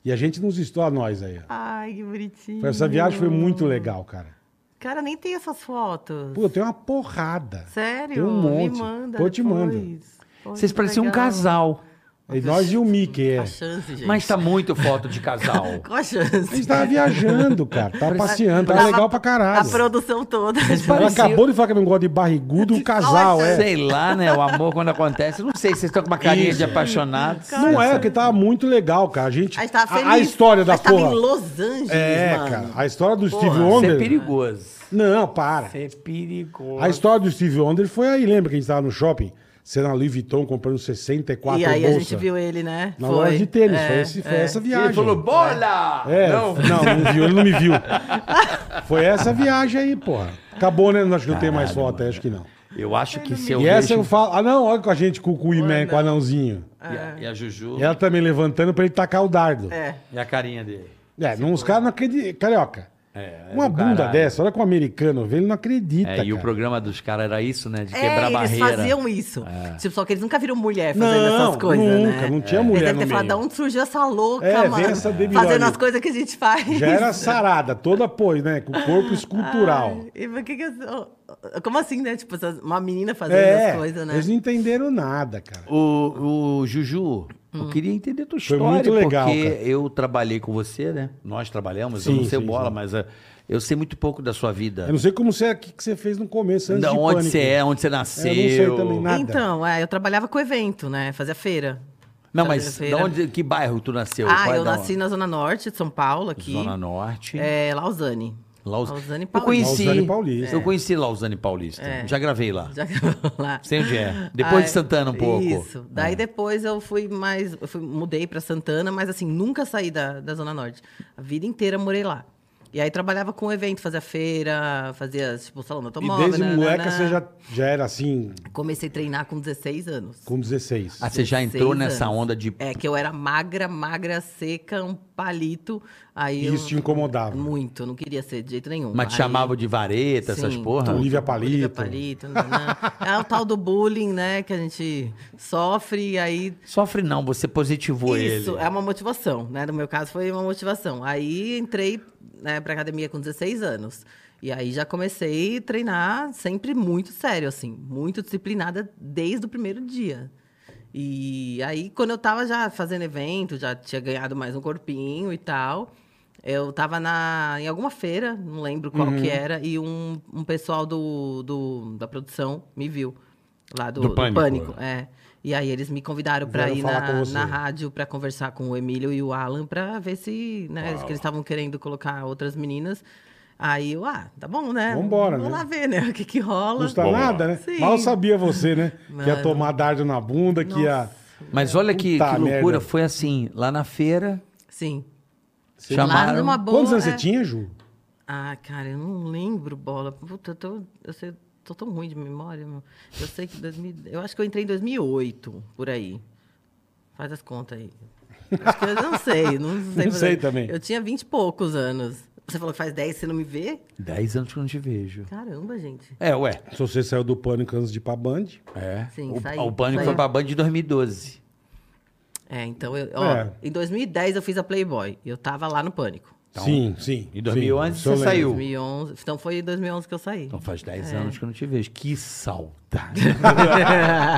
Speaker 3: E a gente nos estou a nós aí. ó.
Speaker 1: Ai, que bonitinho.
Speaker 3: Foi- Essa viagem foi muito legal, cara.
Speaker 1: Cara, nem tem essas fotos.
Speaker 3: Pô, tem uma porrada.
Speaker 1: Sério?
Speaker 3: Tem um monte.
Speaker 1: Me manda
Speaker 3: Tô te
Speaker 1: depois.
Speaker 3: mando.
Speaker 1: Pô,
Speaker 2: Vocês
Speaker 1: que
Speaker 2: pareciam um
Speaker 1: legal.
Speaker 2: casal.
Speaker 3: E nós e o Mickey, é.
Speaker 1: A
Speaker 3: A
Speaker 1: chance, gente.
Speaker 2: Mas tá muito foto de casal.
Speaker 1: Qual a chance?
Speaker 3: gente tava viajando, cara. Tava passeando, tava
Speaker 1: Tava
Speaker 3: tá legal pra
Speaker 1: A
Speaker 3: caralho.
Speaker 1: produção toda.
Speaker 3: Ela acabou de falar que não gosta de barrigudo, um casal, é.
Speaker 2: Sei lá, né? O amor quando acontece. Não sei, vocês estão com uma carinha de apaixonados.
Speaker 3: Não é, porque tava muito legal, cara. A gente.
Speaker 1: A gente tava tá feliz.
Speaker 3: a, a história da
Speaker 1: Mas tava
Speaker 3: porra.
Speaker 1: em Los Angeles,
Speaker 3: É,
Speaker 1: mano.
Speaker 3: cara. A história do Steve
Speaker 2: Isso é
Speaker 3: Wonder.
Speaker 2: perigoso.
Speaker 3: Não, para.
Speaker 2: Isso é perigoso.
Speaker 3: A história do Steve Wonder foi aí, lembra que a gente tava no shopping, você na Louis Vuitton comprando 64
Speaker 1: E aí
Speaker 3: bolsa,
Speaker 1: a gente viu ele, né? É,
Speaker 3: na loja de tênis, foi, esse- foi essa viagem.
Speaker 2: Ele falou, bola!
Speaker 3: É, não,
Speaker 2: Não.
Speaker 3: não, viu, ele não me viu. foi essa viagem aí, porra. Acabou, né? Acho que não tem mais foto, acho que não.
Speaker 2: Eu acho que se eu
Speaker 3: E essa eu
Speaker 2: vejo...
Speaker 3: falo, ah não, olha com a gente com o Cuiman, com o anãozinho.
Speaker 2: E a, e a Juju
Speaker 3: E ela também levantando pra ele tacar o dardo. É,
Speaker 1: É.
Speaker 2: e a carinha dele.
Speaker 3: não, os caras não acreditam. Carioca,
Speaker 2: é
Speaker 3: uma
Speaker 2: do
Speaker 3: bunda
Speaker 2: caralho.
Speaker 3: dessa, olha com o americano, vê, ele não acredita,
Speaker 2: É, e o
Speaker 3: cara.
Speaker 2: programa dos caras era isso, né? De
Speaker 1: É,
Speaker 2: quebrar
Speaker 1: eles
Speaker 2: barreira. É.
Speaker 1: faziam isso. Tipo, só que eles nunca viram mulher fazendo
Speaker 3: Não,
Speaker 1: essas coisas,
Speaker 3: nunca,
Speaker 1: né?
Speaker 3: não tinha mulher
Speaker 1: Eles devem
Speaker 3: no
Speaker 1: ter falado,
Speaker 3: meio.
Speaker 1: da onde surgiu essa louca,
Speaker 3: É, vem
Speaker 1: mano?
Speaker 3: essa Demi
Speaker 1: fazendo
Speaker 3: Lovato.
Speaker 1: as coisas que a gente faz.
Speaker 3: Já era sarada, toda, pô, né? Com o corpo escultural.
Speaker 1: Ai, e por que que eu- Como assim, né? Tipo, essas- uma menina fazendo
Speaker 3: É,
Speaker 1: as coisas, né?
Speaker 3: eles não entenderam nada, cara.
Speaker 2: O, o Juju,
Speaker 1: Hum.
Speaker 2: eu queria entender tua
Speaker 3: Foi
Speaker 2: história,
Speaker 3: muito legal,
Speaker 2: porque
Speaker 3: cara.
Speaker 2: eu trabalhei com você, né? Nós trabalhamos,
Speaker 3: Sim,
Speaker 2: eu não sei o
Speaker 3: sim,
Speaker 2: bola,
Speaker 3: sim.
Speaker 2: mas eh, eu sei muito pouco da sua vida.
Speaker 3: Eu não sei como você, o que que você fez no começo, antes
Speaker 2: da
Speaker 3: de
Speaker 2: onde
Speaker 3: Pânico.
Speaker 2: você é, onde você nasceu.
Speaker 3: sei também nada.
Speaker 1: Então, é, eu trabalhava com evento, né? Fazia feira.
Speaker 2: Não,
Speaker 1: Fazia
Speaker 2: mas
Speaker 1: feira.
Speaker 2: da onde, que bairro tu nasceu?
Speaker 1: Ah,
Speaker 2: Qual é
Speaker 1: eu
Speaker 2: da
Speaker 1: nasci na Zona Norte de São Paulo, aqui.
Speaker 2: Zona Norte.
Speaker 1: É, Lausanne.
Speaker 2: Laus...
Speaker 1: Lausanne
Speaker 2: eu
Speaker 1: Paulista.
Speaker 2: conheci.
Speaker 3: Lausanne Paulista.
Speaker 2: Eu conheci Lausanne Paulista. Já gravei lá.
Speaker 1: Já gravou lá.
Speaker 2: Sei onde é. Depois de
Speaker 1: Aí-
Speaker 2: Santana um pouco. É.
Speaker 1: Isso. Daí depois eu fui mais. Eu fui- mudei pra Santana, mas assim, nunca saí da, da Zona Norte. A vida inteira morei lá. E aí trabalhava com evento, fazia feira, fazia, tipo, salão do
Speaker 3: E
Speaker 1: automóvel.
Speaker 3: desde
Speaker 1: nananã.
Speaker 3: moleca você já, já era assim,
Speaker 1: Comecei a treinar com 16 anos.
Speaker 3: com 16.
Speaker 2: Ah, você já entrou
Speaker 1: 16
Speaker 2: nessa
Speaker 1: anos.
Speaker 2: onda de.
Speaker 1: É, que eu era magra, magra, seca, um palito. Aí
Speaker 3: E
Speaker 1: eu-
Speaker 3: isso te incomodava?
Speaker 1: Muito, eu não queria ser de jeito nenhum.
Speaker 2: Mas te
Speaker 1: Aí-
Speaker 2: chamava de vareta, essas
Speaker 1: Sim,
Speaker 2: porra.
Speaker 1: tudo.
Speaker 3: Olivia Palito.
Speaker 1: Olivia Palito, nananã. é o tal do bullying, né? Que a gente sofre e aí
Speaker 2: Sofre não, você positivou
Speaker 1: isso
Speaker 2: ele.
Speaker 1: é uma motivação, né? No meu caso foi uma motivação. Aí entrei né, pra academia com 16 anos. E aí já comecei a treinar sempre muito sério, assim, muito disciplinada desde o primeiro dia. E aí, quando eu tava já fazendo evento, já tinha ganhado mais um corpinho e tal. Eu tava na, em alguma feira,
Speaker 3: Uhum.
Speaker 1: não lembro qual que era, e um, um pessoal do, do- da produção me viu. lá do,
Speaker 4: Do
Speaker 1: do
Speaker 4: Pânico.
Speaker 1: Pânico. é. E aí eles me convidaram para
Speaker 3: né? Vieram
Speaker 1: ir
Speaker 3: falar com
Speaker 1: na,
Speaker 3: você.
Speaker 1: na rádio para conversar com o Emílio e o Alan para ver se, né, que eles estavam querendo colocar outras meninas. Aí eu, ah, tá bom, né?
Speaker 3: Vambora,
Speaker 1: Vamos
Speaker 3: né?
Speaker 1: lá ver, né? O que que rola.
Speaker 3: Custa
Speaker 4: Vamos lá.
Speaker 3: nada, né?
Speaker 1: Sim.
Speaker 3: Mal sabia você, né? Que ia
Speaker 1: Mano.
Speaker 3: tomar dardo na bunda, que ia.
Speaker 2: Mas olha que,
Speaker 3: Puta
Speaker 2: que loucura,
Speaker 3: merda.
Speaker 2: foi assim, lá na feira,
Speaker 1: Sim.
Speaker 2: chamaram...
Speaker 1: Lá numa boa.
Speaker 3: Quantos anos
Speaker 1: é.
Speaker 3: você tinha, Ju?
Speaker 1: Ah, cara, eu não lembro, bola. Puta, eu tô, eu sei- tô tão ruim de memória, meu. Eu sei que 2000, eu acho que eu entrei em 2008, por aí. Faz as contas aí. Acho que eu não sei, não sei.
Speaker 3: Não
Speaker 1: fazer.
Speaker 3: sei também.
Speaker 1: Eu tinha 20 e poucos anos. Você falou que faz 10 e você não me vê?
Speaker 2: Dez anos que eu não te vejo.
Speaker 1: Caramba, gente.
Speaker 2: É, ué.
Speaker 3: Se você saiu do pânico antes de ir pra Band.
Speaker 2: É.
Speaker 1: Sim,
Speaker 2: o,
Speaker 1: saí,
Speaker 2: o Pânico
Speaker 1: saí.
Speaker 2: foi pra Band de 2012.
Speaker 1: É, então eu, ó,
Speaker 3: É.
Speaker 1: em 2010 eu fiz a Playboy e eu tava lá no Pânico.
Speaker 3: sim, sim.
Speaker 2: Então, Em 2011
Speaker 3: sim,
Speaker 2: você
Speaker 3: eu lembro.
Speaker 2: saiu.
Speaker 1: 2011, então foi em 2011 que eu saí.
Speaker 2: Então faz
Speaker 1: É.
Speaker 2: 10 anos que eu não te vejo. Que saudade.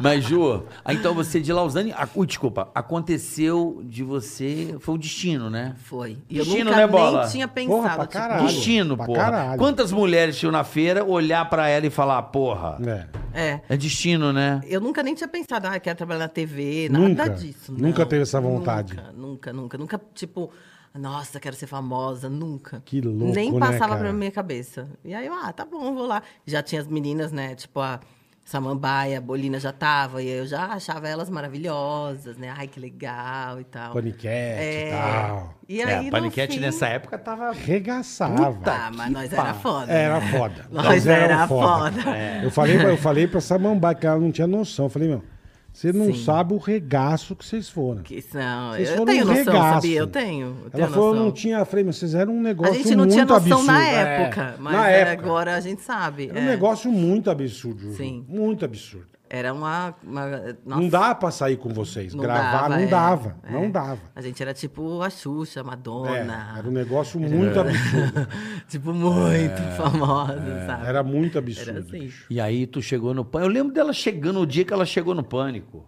Speaker 2: Mas, Ju, ah, então você de Lausanne. ah, ui, desculpa, aconteceu de você. Foi o destino, né?
Speaker 1: Foi. E eu
Speaker 2: Destino,
Speaker 1: nunca
Speaker 2: né,
Speaker 1: nem
Speaker 2: Bola?
Speaker 1: tinha pensado.
Speaker 3: Porra, pra
Speaker 1: tipo,
Speaker 3: caralho.
Speaker 2: destino,
Speaker 3: pra
Speaker 2: porra.
Speaker 3: caralho.
Speaker 2: Quantas mulheres tinham na feira olhar pra ela e falar, "Ah, porra,
Speaker 3: É.
Speaker 1: é.
Speaker 2: é destino, né?
Speaker 1: Eu nunca nem tinha pensado, ah, eu quero trabalhar na TV, nada
Speaker 3: Nunca?
Speaker 1: disso.
Speaker 3: Nunca
Speaker 1: não.
Speaker 3: teve essa vontade?
Speaker 1: Nunca, nunca, nunca. Nunca, tipo, nossa, quero ser famosa, nunca.
Speaker 3: Que louco,
Speaker 1: Nem
Speaker 3: né,
Speaker 1: passava
Speaker 3: cara?
Speaker 1: pra minha cabeça. E aí eu, ah, tá bom, vou lá. Já tinha as meninas, né, tipo a Samambaia, a Bolina já tava, e aí eu já achava elas maravilhosas, né, ai, que legal e tal.
Speaker 3: Paniquete e
Speaker 1: É.
Speaker 3: tal.
Speaker 1: E
Speaker 2: é,
Speaker 1: aí,
Speaker 2: a
Speaker 1: no
Speaker 2: Paniquete
Speaker 1: fim-
Speaker 2: nessa época tava.
Speaker 3: Arregaçava.
Speaker 1: Tá, mas nós era foda.
Speaker 3: Era
Speaker 1: né?
Speaker 3: foda.
Speaker 1: Nós
Speaker 3: eram
Speaker 1: era foda.
Speaker 3: Eu falei, pra- eu falei pra Samambaia que ela não tinha noção. Eu falei, meu, você não
Speaker 1: Sim.
Speaker 3: sabe o regaço que vocês foram.
Speaker 1: Que são,
Speaker 3: Vocês
Speaker 1: eu
Speaker 3: foram
Speaker 1: tenho
Speaker 3: um
Speaker 1: noção,
Speaker 3: regaço.
Speaker 1: sabia? Eu tenho. Eu tenho
Speaker 3: Ela um falou,
Speaker 1: noção.
Speaker 3: não tinha. Eu falei, mas vocês eram um
Speaker 1: A
Speaker 3: negócio muito
Speaker 1: gente
Speaker 3: absurdo.
Speaker 1: não tinha noção na
Speaker 3: É,
Speaker 1: época, mas
Speaker 3: na
Speaker 1: é,
Speaker 3: época.
Speaker 1: agora a gente sabe.
Speaker 3: Era
Speaker 1: é.
Speaker 3: um negócio muito absurdo, Ju.
Speaker 1: Sim.
Speaker 3: Muito absurdo.
Speaker 1: Era uma. uma-
Speaker 3: Não
Speaker 1: nossa,
Speaker 3: dá pra sair com vocês.
Speaker 1: não
Speaker 3: Gravar
Speaker 1: dava,
Speaker 3: não
Speaker 1: é,
Speaker 3: dava.
Speaker 1: é.
Speaker 3: Não dava.
Speaker 1: A gente era tipo a Xuxa, a
Speaker 3: É,
Speaker 1: Madonna.
Speaker 3: era um negócio
Speaker 1: É.
Speaker 2: É.
Speaker 3: muito absurdo.
Speaker 1: tipo, muito
Speaker 3: É,
Speaker 1: famosa, sabe?
Speaker 3: Era muito absurdo.
Speaker 1: Era assim.
Speaker 3: bicho.
Speaker 2: E aí tu chegou no pânico. Eu lembro dela chegando o dia que ela chegou no pânico.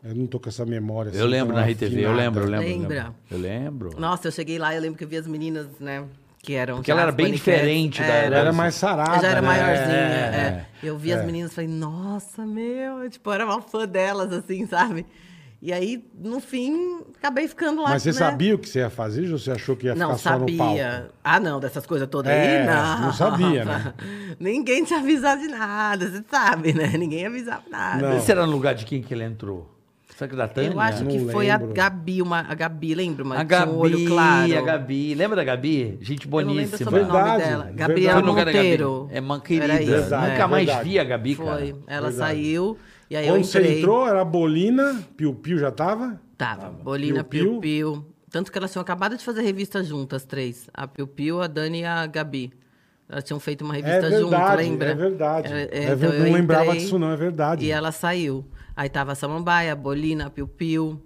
Speaker 3: Eu não tô com essa memória.
Speaker 2: Eu
Speaker 3: assim,
Speaker 2: lembro
Speaker 3: tão
Speaker 2: na RTV, eu
Speaker 3: afinada.
Speaker 2: lembro, eu lembro. eu
Speaker 1: Lembra?
Speaker 2: lembro. Eu lembro.
Speaker 1: Nossa, eu cheguei lá e eu lembro que eu vi as meninas, né? Que eram.
Speaker 2: Porque
Speaker 1: já
Speaker 2: ela era
Speaker 1: as
Speaker 2: bem
Speaker 1: paniquetes.
Speaker 2: diferente da-
Speaker 3: Ela era mais sarada.
Speaker 1: Eu já era
Speaker 3: né?
Speaker 1: maiorzinha.
Speaker 3: É.
Speaker 1: é. Eu vi as meninas e falei, nossa, meu, eu, tipo, eu era uma fã delas, assim, sabe? E aí, no fim, acabei ficando lá.
Speaker 3: Mas você
Speaker 1: né?
Speaker 3: sabia o que você ia fazer ou você achou que ia ficar
Speaker 1: Não
Speaker 3: só no palco?
Speaker 1: sabia. Ah, não, dessas coisas todas
Speaker 3: É,
Speaker 1: aí, não.
Speaker 3: não sabia, né?
Speaker 1: Ninguém te avisava de nada, você sabe, né? Ninguém avisava nada.
Speaker 3: Não.
Speaker 2: Esse era no lugar de quem que ela entrou? Será que é da Tânia?
Speaker 1: Eu acho
Speaker 3: Não
Speaker 1: que foi a
Speaker 3: lembro.
Speaker 1: Gabi, uma, a Gabi, lembra? Uma,
Speaker 2: A
Speaker 1: que tinha
Speaker 2: Gabi,
Speaker 1: um olho claro.
Speaker 2: a Gabi. Lembra da Gabi? Gente
Speaker 1: Eu não lembro
Speaker 2: boníssima.
Speaker 1: sobre o nome
Speaker 3: Verdade,
Speaker 1: dela.
Speaker 3: verdade.
Speaker 1: Gabriela
Speaker 3: Foi no
Speaker 2: lugar da Gabi.
Speaker 1: Monteiro.
Speaker 2: É uma
Speaker 1: Era
Speaker 2: querida.
Speaker 1: isso,
Speaker 3: Exato,
Speaker 1: é.
Speaker 2: Nunca mais
Speaker 3: verdade.
Speaker 2: vi a Gabi, cara.
Speaker 1: Foi. Ela
Speaker 3: Verdade.
Speaker 1: saiu e aí eu
Speaker 3: Quando
Speaker 1: entrei.
Speaker 3: você entrou, era Bolina, Piu Piu já tava?
Speaker 1: Tava. Bolina,
Speaker 3: Piu-piu.
Speaker 1: Piu Piu. Tanto que elas tinham acabado de fazer revista juntas, as três. A Piu Piu, a Dani e a Gabi. Elas tinham feito uma revista junto,
Speaker 3: É verdade,
Speaker 1: lembra?
Speaker 3: é verdade.
Speaker 1: Era-
Speaker 3: É
Speaker 1: então
Speaker 3: ver- não
Speaker 1: eu
Speaker 3: lembrava
Speaker 1: entrei
Speaker 3: disso não, é verdade.
Speaker 1: E ela saiu. Aí tava a Samambaia, a Bolina, a Piu Piu.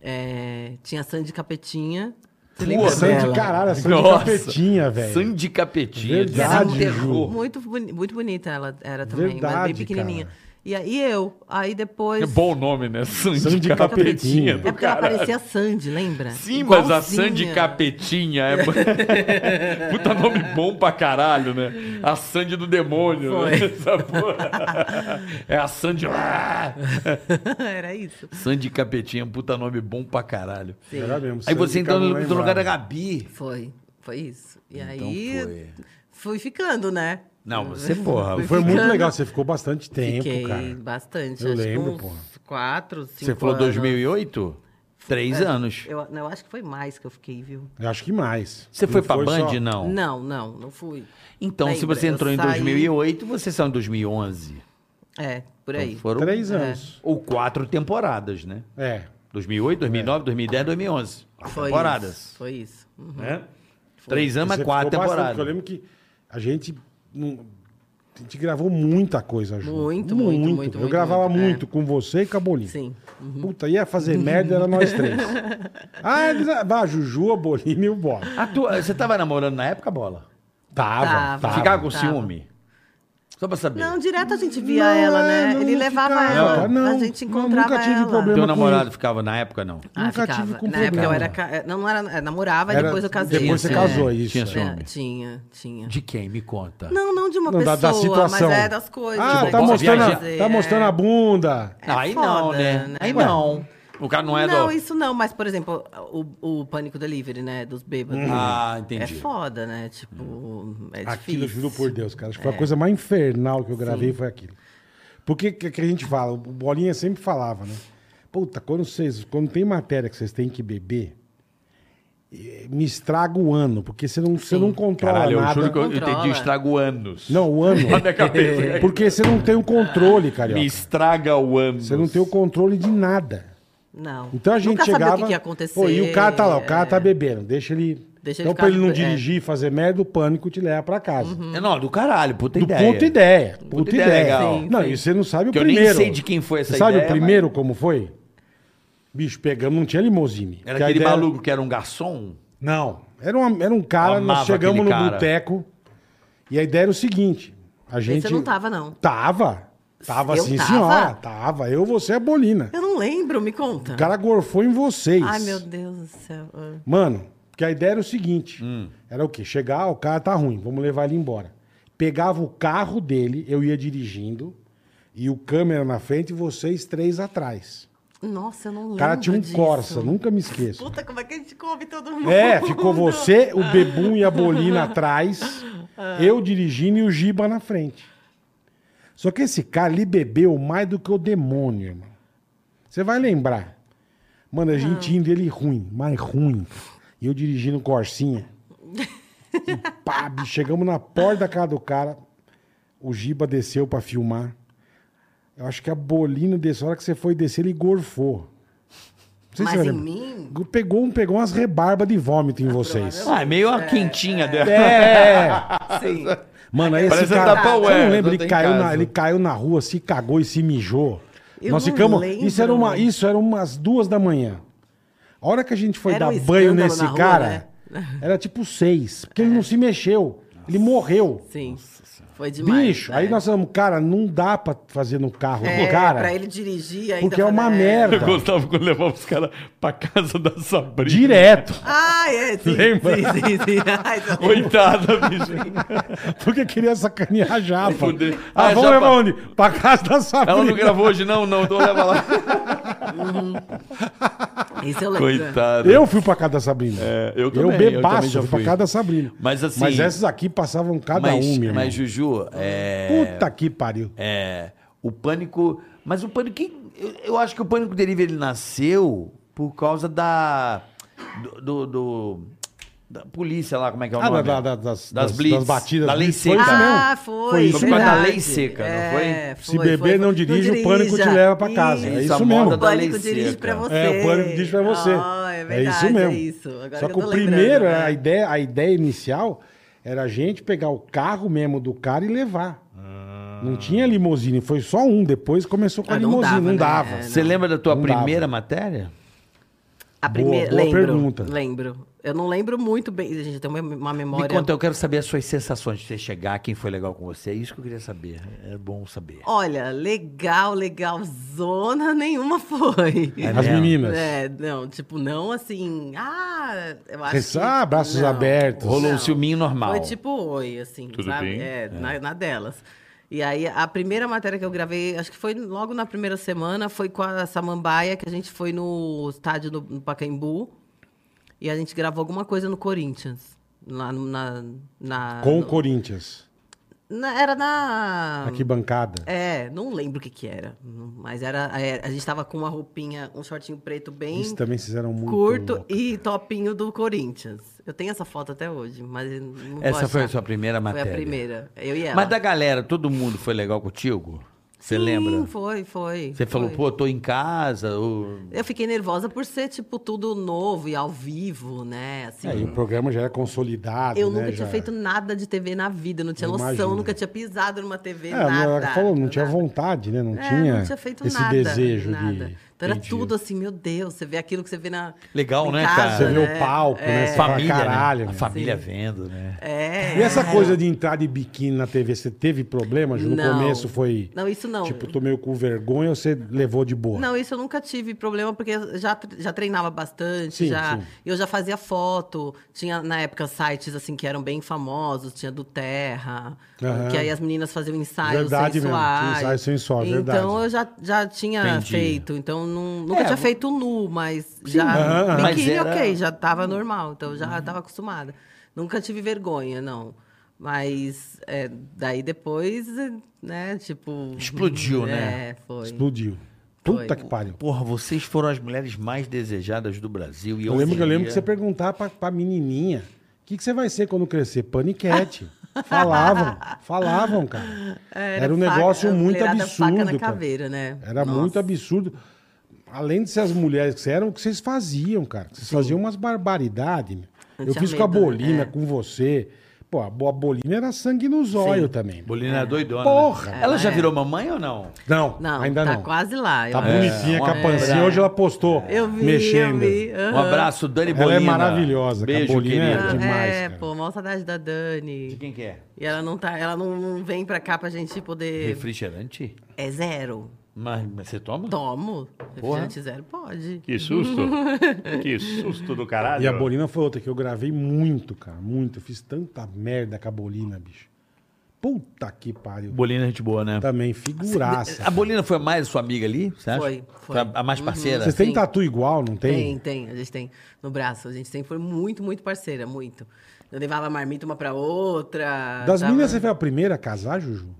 Speaker 1: é, tinha a Sandy Capetinha. Você lembra
Speaker 2: Pô,
Speaker 3: Sandy,
Speaker 1: dela?
Speaker 3: caralho, a Sandy
Speaker 2: Nossa.
Speaker 3: Capetinha, velho.
Speaker 2: Sandy Capetinha.
Speaker 3: Verdade,
Speaker 2: Era um terror.
Speaker 1: Muito, boni- muito bonita ela era também, mas
Speaker 3: Verdade,
Speaker 1: bem pequenininha.
Speaker 3: cara.
Speaker 1: E aí eu, aí
Speaker 4: É
Speaker 1: depois...
Speaker 4: bom nome, né? Sandy,
Speaker 3: Sandy Capetinha.
Speaker 4: Capetinha.
Speaker 1: É
Speaker 4: do
Speaker 1: porque ela
Speaker 4: caralho.
Speaker 1: parecia a Sandy, lembra?
Speaker 4: Sim, mas a
Speaker 1: Igualzinha.
Speaker 4: Sandy Capetinha é.
Speaker 2: é.
Speaker 4: Puta nome bom pra caralho, né? A Sandy do demônio. né?
Speaker 1: Foi.
Speaker 4: Essa porra. É a Sandy.
Speaker 1: Era isso.
Speaker 2: Sandy Capetinha, um puta nome bom pra caralho.
Speaker 1: Sim.
Speaker 3: Era mesmo,
Speaker 2: Aí
Speaker 3: Sandy
Speaker 2: você
Speaker 3: que eu
Speaker 2: entrou
Speaker 3: não
Speaker 2: no, no lugar da
Speaker 3: lembrava.
Speaker 2: Gabi.
Speaker 1: Foi, foi isso. E
Speaker 2: Então
Speaker 1: aí
Speaker 2: foi.
Speaker 1: fui ficando, né?
Speaker 2: Não, você, porra,
Speaker 1: Fui
Speaker 3: Foi muito
Speaker 1: ficando.
Speaker 3: legal, você ficou bastante tempo,
Speaker 1: Fiquei
Speaker 3: cara.
Speaker 1: bastante.
Speaker 3: Eu
Speaker 1: acho que
Speaker 3: lembro,
Speaker 1: uns
Speaker 3: porra.
Speaker 1: Quatro, cinco
Speaker 2: Você falou
Speaker 1: anos. É.
Speaker 2: 2008? Três anos.
Speaker 1: Eu, não, eu acho que foi mais que eu fiquei, viu?
Speaker 3: Eu acho que mais.
Speaker 2: Você
Speaker 3: Não
Speaker 2: foi pra
Speaker 3: foi
Speaker 2: Band?
Speaker 3: só-
Speaker 2: Não.
Speaker 1: Não, não, não fui.
Speaker 2: Então, se
Speaker 1: Lembra,
Speaker 2: você
Speaker 1: eu
Speaker 2: entrou em
Speaker 1: saí-
Speaker 2: 2008, você saiu em 2011.
Speaker 1: É, por aí.
Speaker 2: Então foram
Speaker 1: É.
Speaker 3: Três anos.
Speaker 2: ou quatro temporadas, né?
Speaker 3: É.
Speaker 2: 2008, 2009, 2010, 2011. Quatro
Speaker 1: Foi
Speaker 2: temporadas.
Speaker 1: isso. Foi isso. Uhum.
Speaker 2: Né? Três anos, mas
Speaker 3: Você
Speaker 2: quatro
Speaker 3: ficou bastante, porque
Speaker 2: temporadas.
Speaker 3: Eu lembro que a gente... não- A gente gravou muita coisa junto.
Speaker 1: Muito, muito, muito,
Speaker 3: Eu
Speaker 1: muito,
Speaker 3: gravava
Speaker 1: muito,
Speaker 3: muito,
Speaker 1: é.
Speaker 3: com você e com a Bolina.
Speaker 1: Sim. Uhum.
Speaker 3: Puta, ia fazer merda, era nós três. Ah, eles- vai, a Juju, a Bolina e o Bola.
Speaker 2: A tua- você tava namorando na época, Bola?
Speaker 3: Tava,
Speaker 1: Tava.
Speaker 3: tava.
Speaker 2: Ficava com
Speaker 1: Tava.
Speaker 2: ciúme? Só pra saber.
Speaker 1: Não, direto a gente via
Speaker 3: Não,
Speaker 1: ela,
Speaker 3: é,
Speaker 1: né?
Speaker 3: não,
Speaker 1: Ele
Speaker 3: não
Speaker 1: levava
Speaker 3: ficava.
Speaker 1: ela.
Speaker 3: Não,
Speaker 1: a
Speaker 3: não,
Speaker 1: gente
Speaker 3: não,
Speaker 1: encontrava
Speaker 3: nunca tive
Speaker 1: ela.
Speaker 3: problema.
Speaker 2: Teu
Speaker 3: com
Speaker 2: namorado ficava na época, não?
Speaker 1: Ah,
Speaker 3: Nunca
Speaker 1: ficava.
Speaker 3: tive com
Speaker 1: Na época eu
Speaker 3: problema.
Speaker 1: era. ca- Não era é, namorava,
Speaker 3: Era-
Speaker 1: depois eu casei.
Speaker 3: Depois você
Speaker 1: É,
Speaker 3: casou, isso.
Speaker 2: Tinha
Speaker 1: é,
Speaker 2: ciúme.
Speaker 1: tinha, tinha.
Speaker 2: De quem? Me conta.
Speaker 1: Não, não de uma
Speaker 3: Não, da-
Speaker 1: pessoa,
Speaker 3: da situação.
Speaker 1: mas é das coisas.
Speaker 3: Ah,
Speaker 1: né,
Speaker 3: tá
Speaker 1: que
Speaker 3: mostrando,
Speaker 1: eu
Speaker 3: a,
Speaker 1: quis dizer,
Speaker 3: tá mostrando
Speaker 1: é.
Speaker 3: a bunda.
Speaker 1: É
Speaker 2: Aí
Speaker 1: foda,
Speaker 2: não, né?
Speaker 1: né?
Speaker 2: Aí
Speaker 1: Ué.
Speaker 2: não. O cara não é
Speaker 1: não,
Speaker 2: do...
Speaker 1: isso não, mas, por exemplo, o, o pânico delivery, né? Dos bêbados.
Speaker 3: Uhum.
Speaker 2: Ah,
Speaker 1: É
Speaker 2: entendi.
Speaker 1: foda, né? Tipo, é
Speaker 3: Hum. Aquilo,
Speaker 1: difícil. É.
Speaker 3: juro por Deus, cara. Acho que foi a coisa mais infernal que eu gravei foi aquilo. Porque que, que a gente fala, o Bolinha sempre falava, né? Puta, quando vocês, quando tem matéria que vocês têm que beber, eh, me estraga o ano, porque você não, você não controla
Speaker 2: Caralho, eu
Speaker 3: nada.
Speaker 2: juro que eu eu
Speaker 1: Controla.
Speaker 2: entendi estrago anos.
Speaker 3: Não, o ano.
Speaker 4: minha cabeça.
Speaker 3: porque você não tem o controle, cara.
Speaker 2: Me estraga o anos.
Speaker 3: Você não tem o controle de nada.
Speaker 1: Não.
Speaker 3: Então a gente
Speaker 1: Nunca
Speaker 3: chegava.
Speaker 1: sabia o que que ia acontecer.
Speaker 3: Pô, e o cara tá lá, o cara
Speaker 1: é.
Speaker 3: tá bebendo, deixa ele.
Speaker 1: Deixa ele
Speaker 3: então,
Speaker 1: ficar
Speaker 3: pra ele não
Speaker 1: de- é.
Speaker 3: dirigir, e fazer merda, o pânico te leva pra casa.
Speaker 1: Hum.
Speaker 2: É, não, do caralho, puta
Speaker 3: Do
Speaker 2: ideia.
Speaker 3: puta ideia. Puta,
Speaker 2: ideia
Speaker 3: ideia.
Speaker 2: legal.
Speaker 1: Sim,
Speaker 3: Não,
Speaker 1: sim.
Speaker 3: e você não sabe
Speaker 2: Que
Speaker 3: o
Speaker 2: eu nem
Speaker 3: primeiro.
Speaker 2: sei de quem foi essa
Speaker 3: Você sabe
Speaker 2: ideia,
Speaker 3: o primeiro como foi? Bicho, pegamos, não tinha limousine.
Speaker 2: Era
Speaker 3: Que a
Speaker 2: aquele
Speaker 3: ideia-
Speaker 2: maluco que era um garçom?
Speaker 3: Não, era, uma- era um cara,
Speaker 2: Eu amava
Speaker 3: nós chegamos
Speaker 2: aquele
Speaker 3: no
Speaker 2: cara.
Speaker 3: boteco e a ideia era o seguinte, a gente...
Speaker 1: Esse eu não tava, não.
Speaker 3: Tava, tava
Speaker 1: Eu
Speaker 3: sim
Speaker 1: tava?
Speaker 3: senhora, tava, eu, você e a Bolina.
Speaker 1: Eu não lembro, me conta.
Speaker 3: O cara é gorfou em vocês.
Speaker 1: Ai, meu Deus do céu. Ah.
Speaker 3: Mano, porque a ideia era o seguinte: era o quê? Chegar, o cara tá ruim, vamos levar ele embora. Pegava o carro dele, eu ia dirigindo, e o câmera na frente e vocês três atrás.
Speaker 1: Nossa, eu não lembro.
Speaker 3: O cara tinha um
Speaker 1: disso.
Speaker 3: Corsa, nunca me esqueço.
Speaker 1: Puta, como é que a gente come todo mundo?
Speaker 3: É, ficou você, o Bebum e a Bolina atrás,
Speaker 1: É.
Speaker 3: eu dirigindo e o Giba na frente. Só que esse cara, ele bebeu mais do que o demônio, irmão. Você vai lembrar. Mano, a
Speaker 1: Ah.
Speaker 3: gente indo ele ruim, mais ruim. E eu dirigindo Corsinha. E pá, bicho, chegamos na porta da casa do cara, o Giba desceu pra filmar. Eu acho que a Bolina desceu, a hora que você foi descer, ele gorfou. Não sei se
Speaker 1: Mas
Speaker 3: você
Speaker 1: em
Speaker 3: lembra.
Speaker 1: mim?
Speaker 3: Pegou, um- pegou umas rebarbas de vômito em vocês.
Speaker 2: Ah, é meio a quentinha
Speaker 1: é,
Speaker 2: dela.
Speaker 3: É!
Speaker 1: Sim.
Speaker 3: Mano, aí esse
Speaker 4: Parece
Speaker 3: cara.
Speaker 4: um Tupperware,
Speaker 3: eu não
Speaker 4: não
Speaker 3: lembro, ele
Speaker 4: tem
Speaker 3: caiu,
Speaker 4: casa.
Speaker 3: na, ele caiu na rua, se cagou e se mijou.
Speaker 1: Eu
Speaker 3: Nós
Speaker 1: não
Speaker 3: ficamos.
Speaker 1: lembro.
Speaker 3: Isso era, uma, isso era umas duas da manhã. A hora que a gente foi
Speaker 1: Era
Speaker 3: dar
Speaker 1: um
Speaker 3: banho
Speaker 1: escândalo
Speaker 3: nesse
Speaker 1: na rua,
Speaker 3: cara,
Speaker 1: né?
Speaker 3: era tipo seis. Porque ele não se mexeu. Ele morreu.
Speaker 1: Sim. Foi demais.
Speaker 3: Bicho, aí
Speaker 1: né?
Speaker 3: nós falamos, cara, não dá pra fazer no carro
Speaker 1: É,
Speaker 3: do cara.
Speaker 1: Pra ele dirigir ainda.
Speaker 3: porque é uma
Speaker 1: falar,
Speaker 3: merda.
Speaker 4: Eu gostava quando levava os caras pra casa da Sabrina.
Speaker 3: Direto.
Speaker 1: Ah, é. Sim,
Speaker 3: Lembra?
Speaker 1: Sim, sim, sim. Ai, tá-
Speaker 4: Coitada, bicho.
Speaker 3: Porque queria sacanear a japa.
Speaker 4: Fudeu.
Speaker 3: Ah, vamos
Speaker 4: Ah, japa. É um
Speaker 3: levar onde? Pra casa da Sabrina.
Speaker 4: Ela não gravou hoje, não, não. Então leva lá.
Speaker 1: Isso eu lembro.
Speaker 4: Coitada.
Speaker 3: Eu fui pra casa da Sabrina.
Speaker 4: É, eu
Speaker 3: Eu
Speaker 4: também.
Speaker 3: bebaço,
Speaker 4: também já
Speaker 3: fui pra
Speaker 4: fui.
Speaker 3: casa da Sabrina.
Speaker 2: Mas assim-
Speaker 3: Mas essas aqui passavam cada
Speaker 2: mas,
Speaker 3: um, meu
Speaker 2: mas
Speaker 3: irmão.
Speaker 2: Juju, é,
Speaker 3: Puta que pariu.
Speaker 2: é, o pânico... Mas o pânico... Eu, eu acho que o pânico deriva, ele nasceu por causa da... Do... do- do- da polícia lá, como é que é o
Speaker 3: Ah,
Speaker 2: nome?
Speaker 3: da- da- das- das-
Speaker 2: blitz,
Speaker 3: das batidas
Speaker 2: Da lei
Speaker 3: blitz, foi
Speaker 2: seca.
Speaker 3: isso mesmo?
Speaker 1: Ah,
Speaker 3: Foi
Speaker 1: foi.
Speaker 3: isso.
Speaker 2: Foi por causa da
Speaker 1: verdade.
Speaker 2: lei seca, não
Speaker 1: É,
Speaker 2: foi?
Speaker 3: Se beber, não dirige, o pânico te
Speaker 1: dirija.
Speaker 3: leva pra casa. É
Speaker 2: Isso,
Speaker 3: isso
Speaker 2: a
Speaker 3: mesmo.
Speaker 2: moda
Speaker 1: O
Speaker 2: da lei
Speaker 1: pânico dirige
Speaker 2: seca.
Speaker 1: pra você.
Speaker 3: É, o pânico diz pra você.
Speaker 1: Ah, é verdade,
Speaker 3: isso mesmo.
Speaker 1: isso. Agora
Speaker 3: Só
Speaker 1: eu
Speaker 3: que
Speaker 1: tô
Speaker 3: o
Speaker 1: lembrando,
Speaker 3: primeiro, é
Speaker 1: né?
Speaker 3: a, ideia, a ideia inicial era a gente pegar o carro mesmo do cara e levar.
Speaker 2: Ah.
Speaker 3: Não tinha limusine, foi só um. Depois começou com a
Speaker 1: Ah, não
Speaker 3: limusine,
Speaker 1: dava,
Speaker 3: não
Speaker 1: né?
Speaker 3: dava.
Speaker 1: É,
Speaker 2: Você lembra da tua
Speaker 3: Não dava.
Speaker 2: primeira matéria?
Speaker 1: A primeira,
Speaker 3: boa
Speaker 1: lembro,
Speaker 3: pergunta.
Speaker 1: Lembro. Eu não lembro muito bem. Gente, eu tenho uma- uma memória.
Speaker 2: Me conta, eu quero saber as suas sensações de você chegar, quem foi legal com você. É isso que eu queria saber. É bom saber.
Speaker 1: Olha, legal, legal, zona nenhuma foi.
Speaker 2: É
Speaker 3: As
Speaker 2: mesmo?
Speaker 3: meninas.
Speaker 1: É, não, tipo, não assim. Ah, eu acho.
Speaker 3: Res-
Speaker 1: que-
Speaker 3: ah, braços
Speaker 1: não.
Speaker 3: abertos.
Speaker 2: Rolou um
Speaker 1: Não.
Speaker 2: ciúminho normal.
Speaker 1: Foi tipo oi, assim,
Speaker 4: Tudo
Speaker 1: sabe?
Speaker 4: bem?
Speaker 1: É, Na, na delas. E aí, a primeira matéria que eu gravei, acho que foi logo na primeira semana, foi com a Samambaia, que a gente foi no estádio do, no Pacaembu. E a gente gravou alguma coisa no Corinthians. Lá no- na. na
Speaker 3: Com o Ah,
Speaker 1: no-
Speaker 3: Corinthians.
Speaker 1: na- Era na.
Speaker 3: Aqui bancada.
Speaker 1: É, não lembro o que que era. Mas era, é, a gente tava com uma roupinha, um shortinho preto bem
Speaker 3: Isso também fizeram muito.
Speaker 1: curto
Speaker 3: louco.
Speaker 1: e topinho do Corinthians. Eu tenho essa foto até hoje, mas eu não vou
Speaker 2: Essa foi a
Speaker 1: achar.
Speaker 2: sua primeira matéria.
Speaker 1: Foi a primeira. Eu e ela.
Speaker 2: Mas da galera, todo mundo foi legal contigo? Você
Speaker 1: Sim,
Speaker 2: lembra?
Speaker 1: foi, foi.
Speaker 2: Você falou,
Speaker 1: foi. É.
Speaker 2: pô, tô em casa. ou-
Speaker 1: Eu fiquei nervosa por ser, tipo, tudo novo e ao vivo, né? Assim,
Speaker 3: É, e o programa já era consolidado.
Speaker 1: eu
Speaker 3: né,
Speaker 1: nunca tinha
Speaker 3: já.
Speaker 1: feito nada de TV na vida, não tinha
Speaker 3: Eu
Speaker 1: noção,
Speaker 3: imagino.
Speaker 1: nunca tinha pisado numa TV,
Speaker 3: É,
Speaker 1: nada.
Speaker 3: ela falou, não tinha
Speaker 1: nada.
Speaker 3: vontade, né? Não
Speaker 1: É,
Speaker 3: tinha
Speaker 1: não tinha feito
Speaker 3: esse
Speaker 1: nada,
Speaker 3: desejo
Speaker 1: nada.
Speaker 3: de.
Speaker 1: Então era
Speaker 2: Entendi.
Speaker 1: tudo assim, meu Deus, você vê aquilo que você vê na.
Speaker 2: Legal,
Speaker 1: em
Speaker 2: né,
Speaker 1: casa,
Speaker 2: cara?
Speaker 3: Você vê
Speaker 1: né?
Speaker 3: o palco, né? Você fala,
Speaker 2: família, né?
Speaker 3: caralho.
Speaker 2: A
Speaker 3: meu.
Speaker 2: família
Speaker 1: Sim.
Speaker 2: vendo, né?
Speaker 1: É.
Speaker 3: E essa coisa de entrar de biquíni na TV, você teve problema, Ju? No
Speaker 1: Não.
Speaker 3: começo foi.
Speaker 1: Não, isso não.
Speaker 3: Tipo, tô meio com vergonha ou você levou de boa?
Speaker 1: Não, isso eu nunca tive problema, porque já, tre- já treinava bastante,
Speaker 3: Sim,
Speaker 1: já
Speaker 3: sim.
Speaker 1: eu já fazia foto. Tinha, na época, sites assim que eram bem famosos, tinha do Terra,
Speaker 3: Aham.
Speaker 1: que aí as meninas faziam ensaios
Speaker 3: Verdade mesmo, tinha
Speaker 1: sensuais.
Speaker 3: ensaio sensual,
Speaker 1: então,
Speaker 3: verdade.
Speaker 1: eu já, já tinha
Speaker 2: Entendi.
Speaker 1: feito, então não- nunca
Speaker 2: É,
Speaker 1: tinha
Speaker 2: vo-
Speaker 1: feito nu,
Speaker 3: aham,
Speaker 1: mas
Speaker 3: Uhum.
Speaker 1: já...
Speaker 3: aham.
Speaker 2: Mas
Speaker 1: Biquíni,
Speaker 2: era-
Speaker 1: ok, já tava normal, então já tava acostumada. Nunca tive vergonha, não. Mas é, daí depois, né, tipo...
Speaker 2: Explodiu, né?
Speaker 1: É, foi.
Speaker 3: Explodiu. Puta
Speaker 1: Foi.
Speaker 3: que pariu.
Speaker 2: Porra, vocês foram as mulheres mais desejadas do Brasil. E
Speaker 3: Eu lembro, que eu lembro
Speaker 2: diria-
Speaker 3: que você perguntava pra, pra menininha: o que, que você vai ser quando crescer? Paniquete. Falavam, falavam, cara. Era, um
Speaker 1: faca-
Speaker 3: negócio
Speaker 1: a
Speaker 3: muito
Speaker 1: mulherada
Speaker 3: absurdo.
Speaker 1: Faca na
Speaker 3: cara.
Speaker 1: caveira, né?
Speaker 3: Era
Speaker 1: Nossa.
Speaker 3: muito absurdo. Além de ser as mulheres que você eram, o que vocês faziam, cara? Vocês faziam umas barbaridades. meu.
Speaker 1: Eu
Speaker 3: Eu
Speaker 1: tinha
Speaker 3: fiz com a
Speaker 1: medo, né?
Speaker 3: Bolina,
Speaker 1: É.
Speaker 3: com você. Pô, a bo- a Bolina era sangue nos olhos também.
Speaker 2: Bolina é doidona.
Speaker 3: Porra!
Speaker 2: né? Ela já
Speaker 1: é.
Speaker 2: virou mamãe ou não?
Speaker 3: Não,
Speaker 1: Não,
Speaker 3: ainda
Speaker 1: tá
Speaker 3: não.
Speaker 1: quase lá. eu
Speaker 3: Tá
Speaker 1: acho.
Speaker 3: bonitinha
Speaker 2: É,
Speaker 3: com a
Speaker 2: uma
Speaker 3: pancinha.
Speaker 2: obra.
Speaker 3: Hoje ela postou.
Speaker 1: Eu vi,
Speaker 3: mexendo.
Speaker 1: eu vi.
Speaker 2: Um
Speaker 1: aham.
Speaker 2: abraço, Dani
Speaker 3: Ela é
Speaker 2: Bolina.
Speaker 3: maravilhosa, cara.
Speaker 2: Beijo,
Speaker 3: Bolina é
Speaker 2: querida.
Speaker 1: Ah,
Speaker 3: demais,
Speaker 1: é,
Speaker 3: cara.
Speaker 1: pô, mó saudade da Dani.
Speaker 2: De quem que é?
Speaker 1: E ela não tá, ela não, não vem pra cá pra gente poder.
Speaker 2: Refrigerante?
Speaker 1: É zero.
Speaker 2: Mas, mas você toma?
Speaker 1: Tomo. Refrigerante zero pode.
Speaker 4: Que susto. que susto do caralho.
Speaker 3: E a Bolina foi outra que eu gravei muito, cara. Muito. Eu fiz tanta merda com a Bolina, bicho. Puta que pariu.
Speaker 2: Bolina é gente boa, né?
Speaker 3: Também, figuraça.
Speaker 2: A Bolina foi mais sua amiga ali, você acha?
Speaker 1: Foi, Uhum. foi.
Speaker 2: a- A mais parceira?
Speaker 3: Vocês têm
Speaker 1: Sim.
Speaker 3: tatu igual, não
Speaker 1: Tem, tem, a gente tem no braço. A gente sempre foi muito, muito parceira, muito. Eu levava a marmita uma pra outra.
Speaker 3: Das
Speaker 1: tava-
Speaker 3: meninas, você foi a primeira a casar, Juju?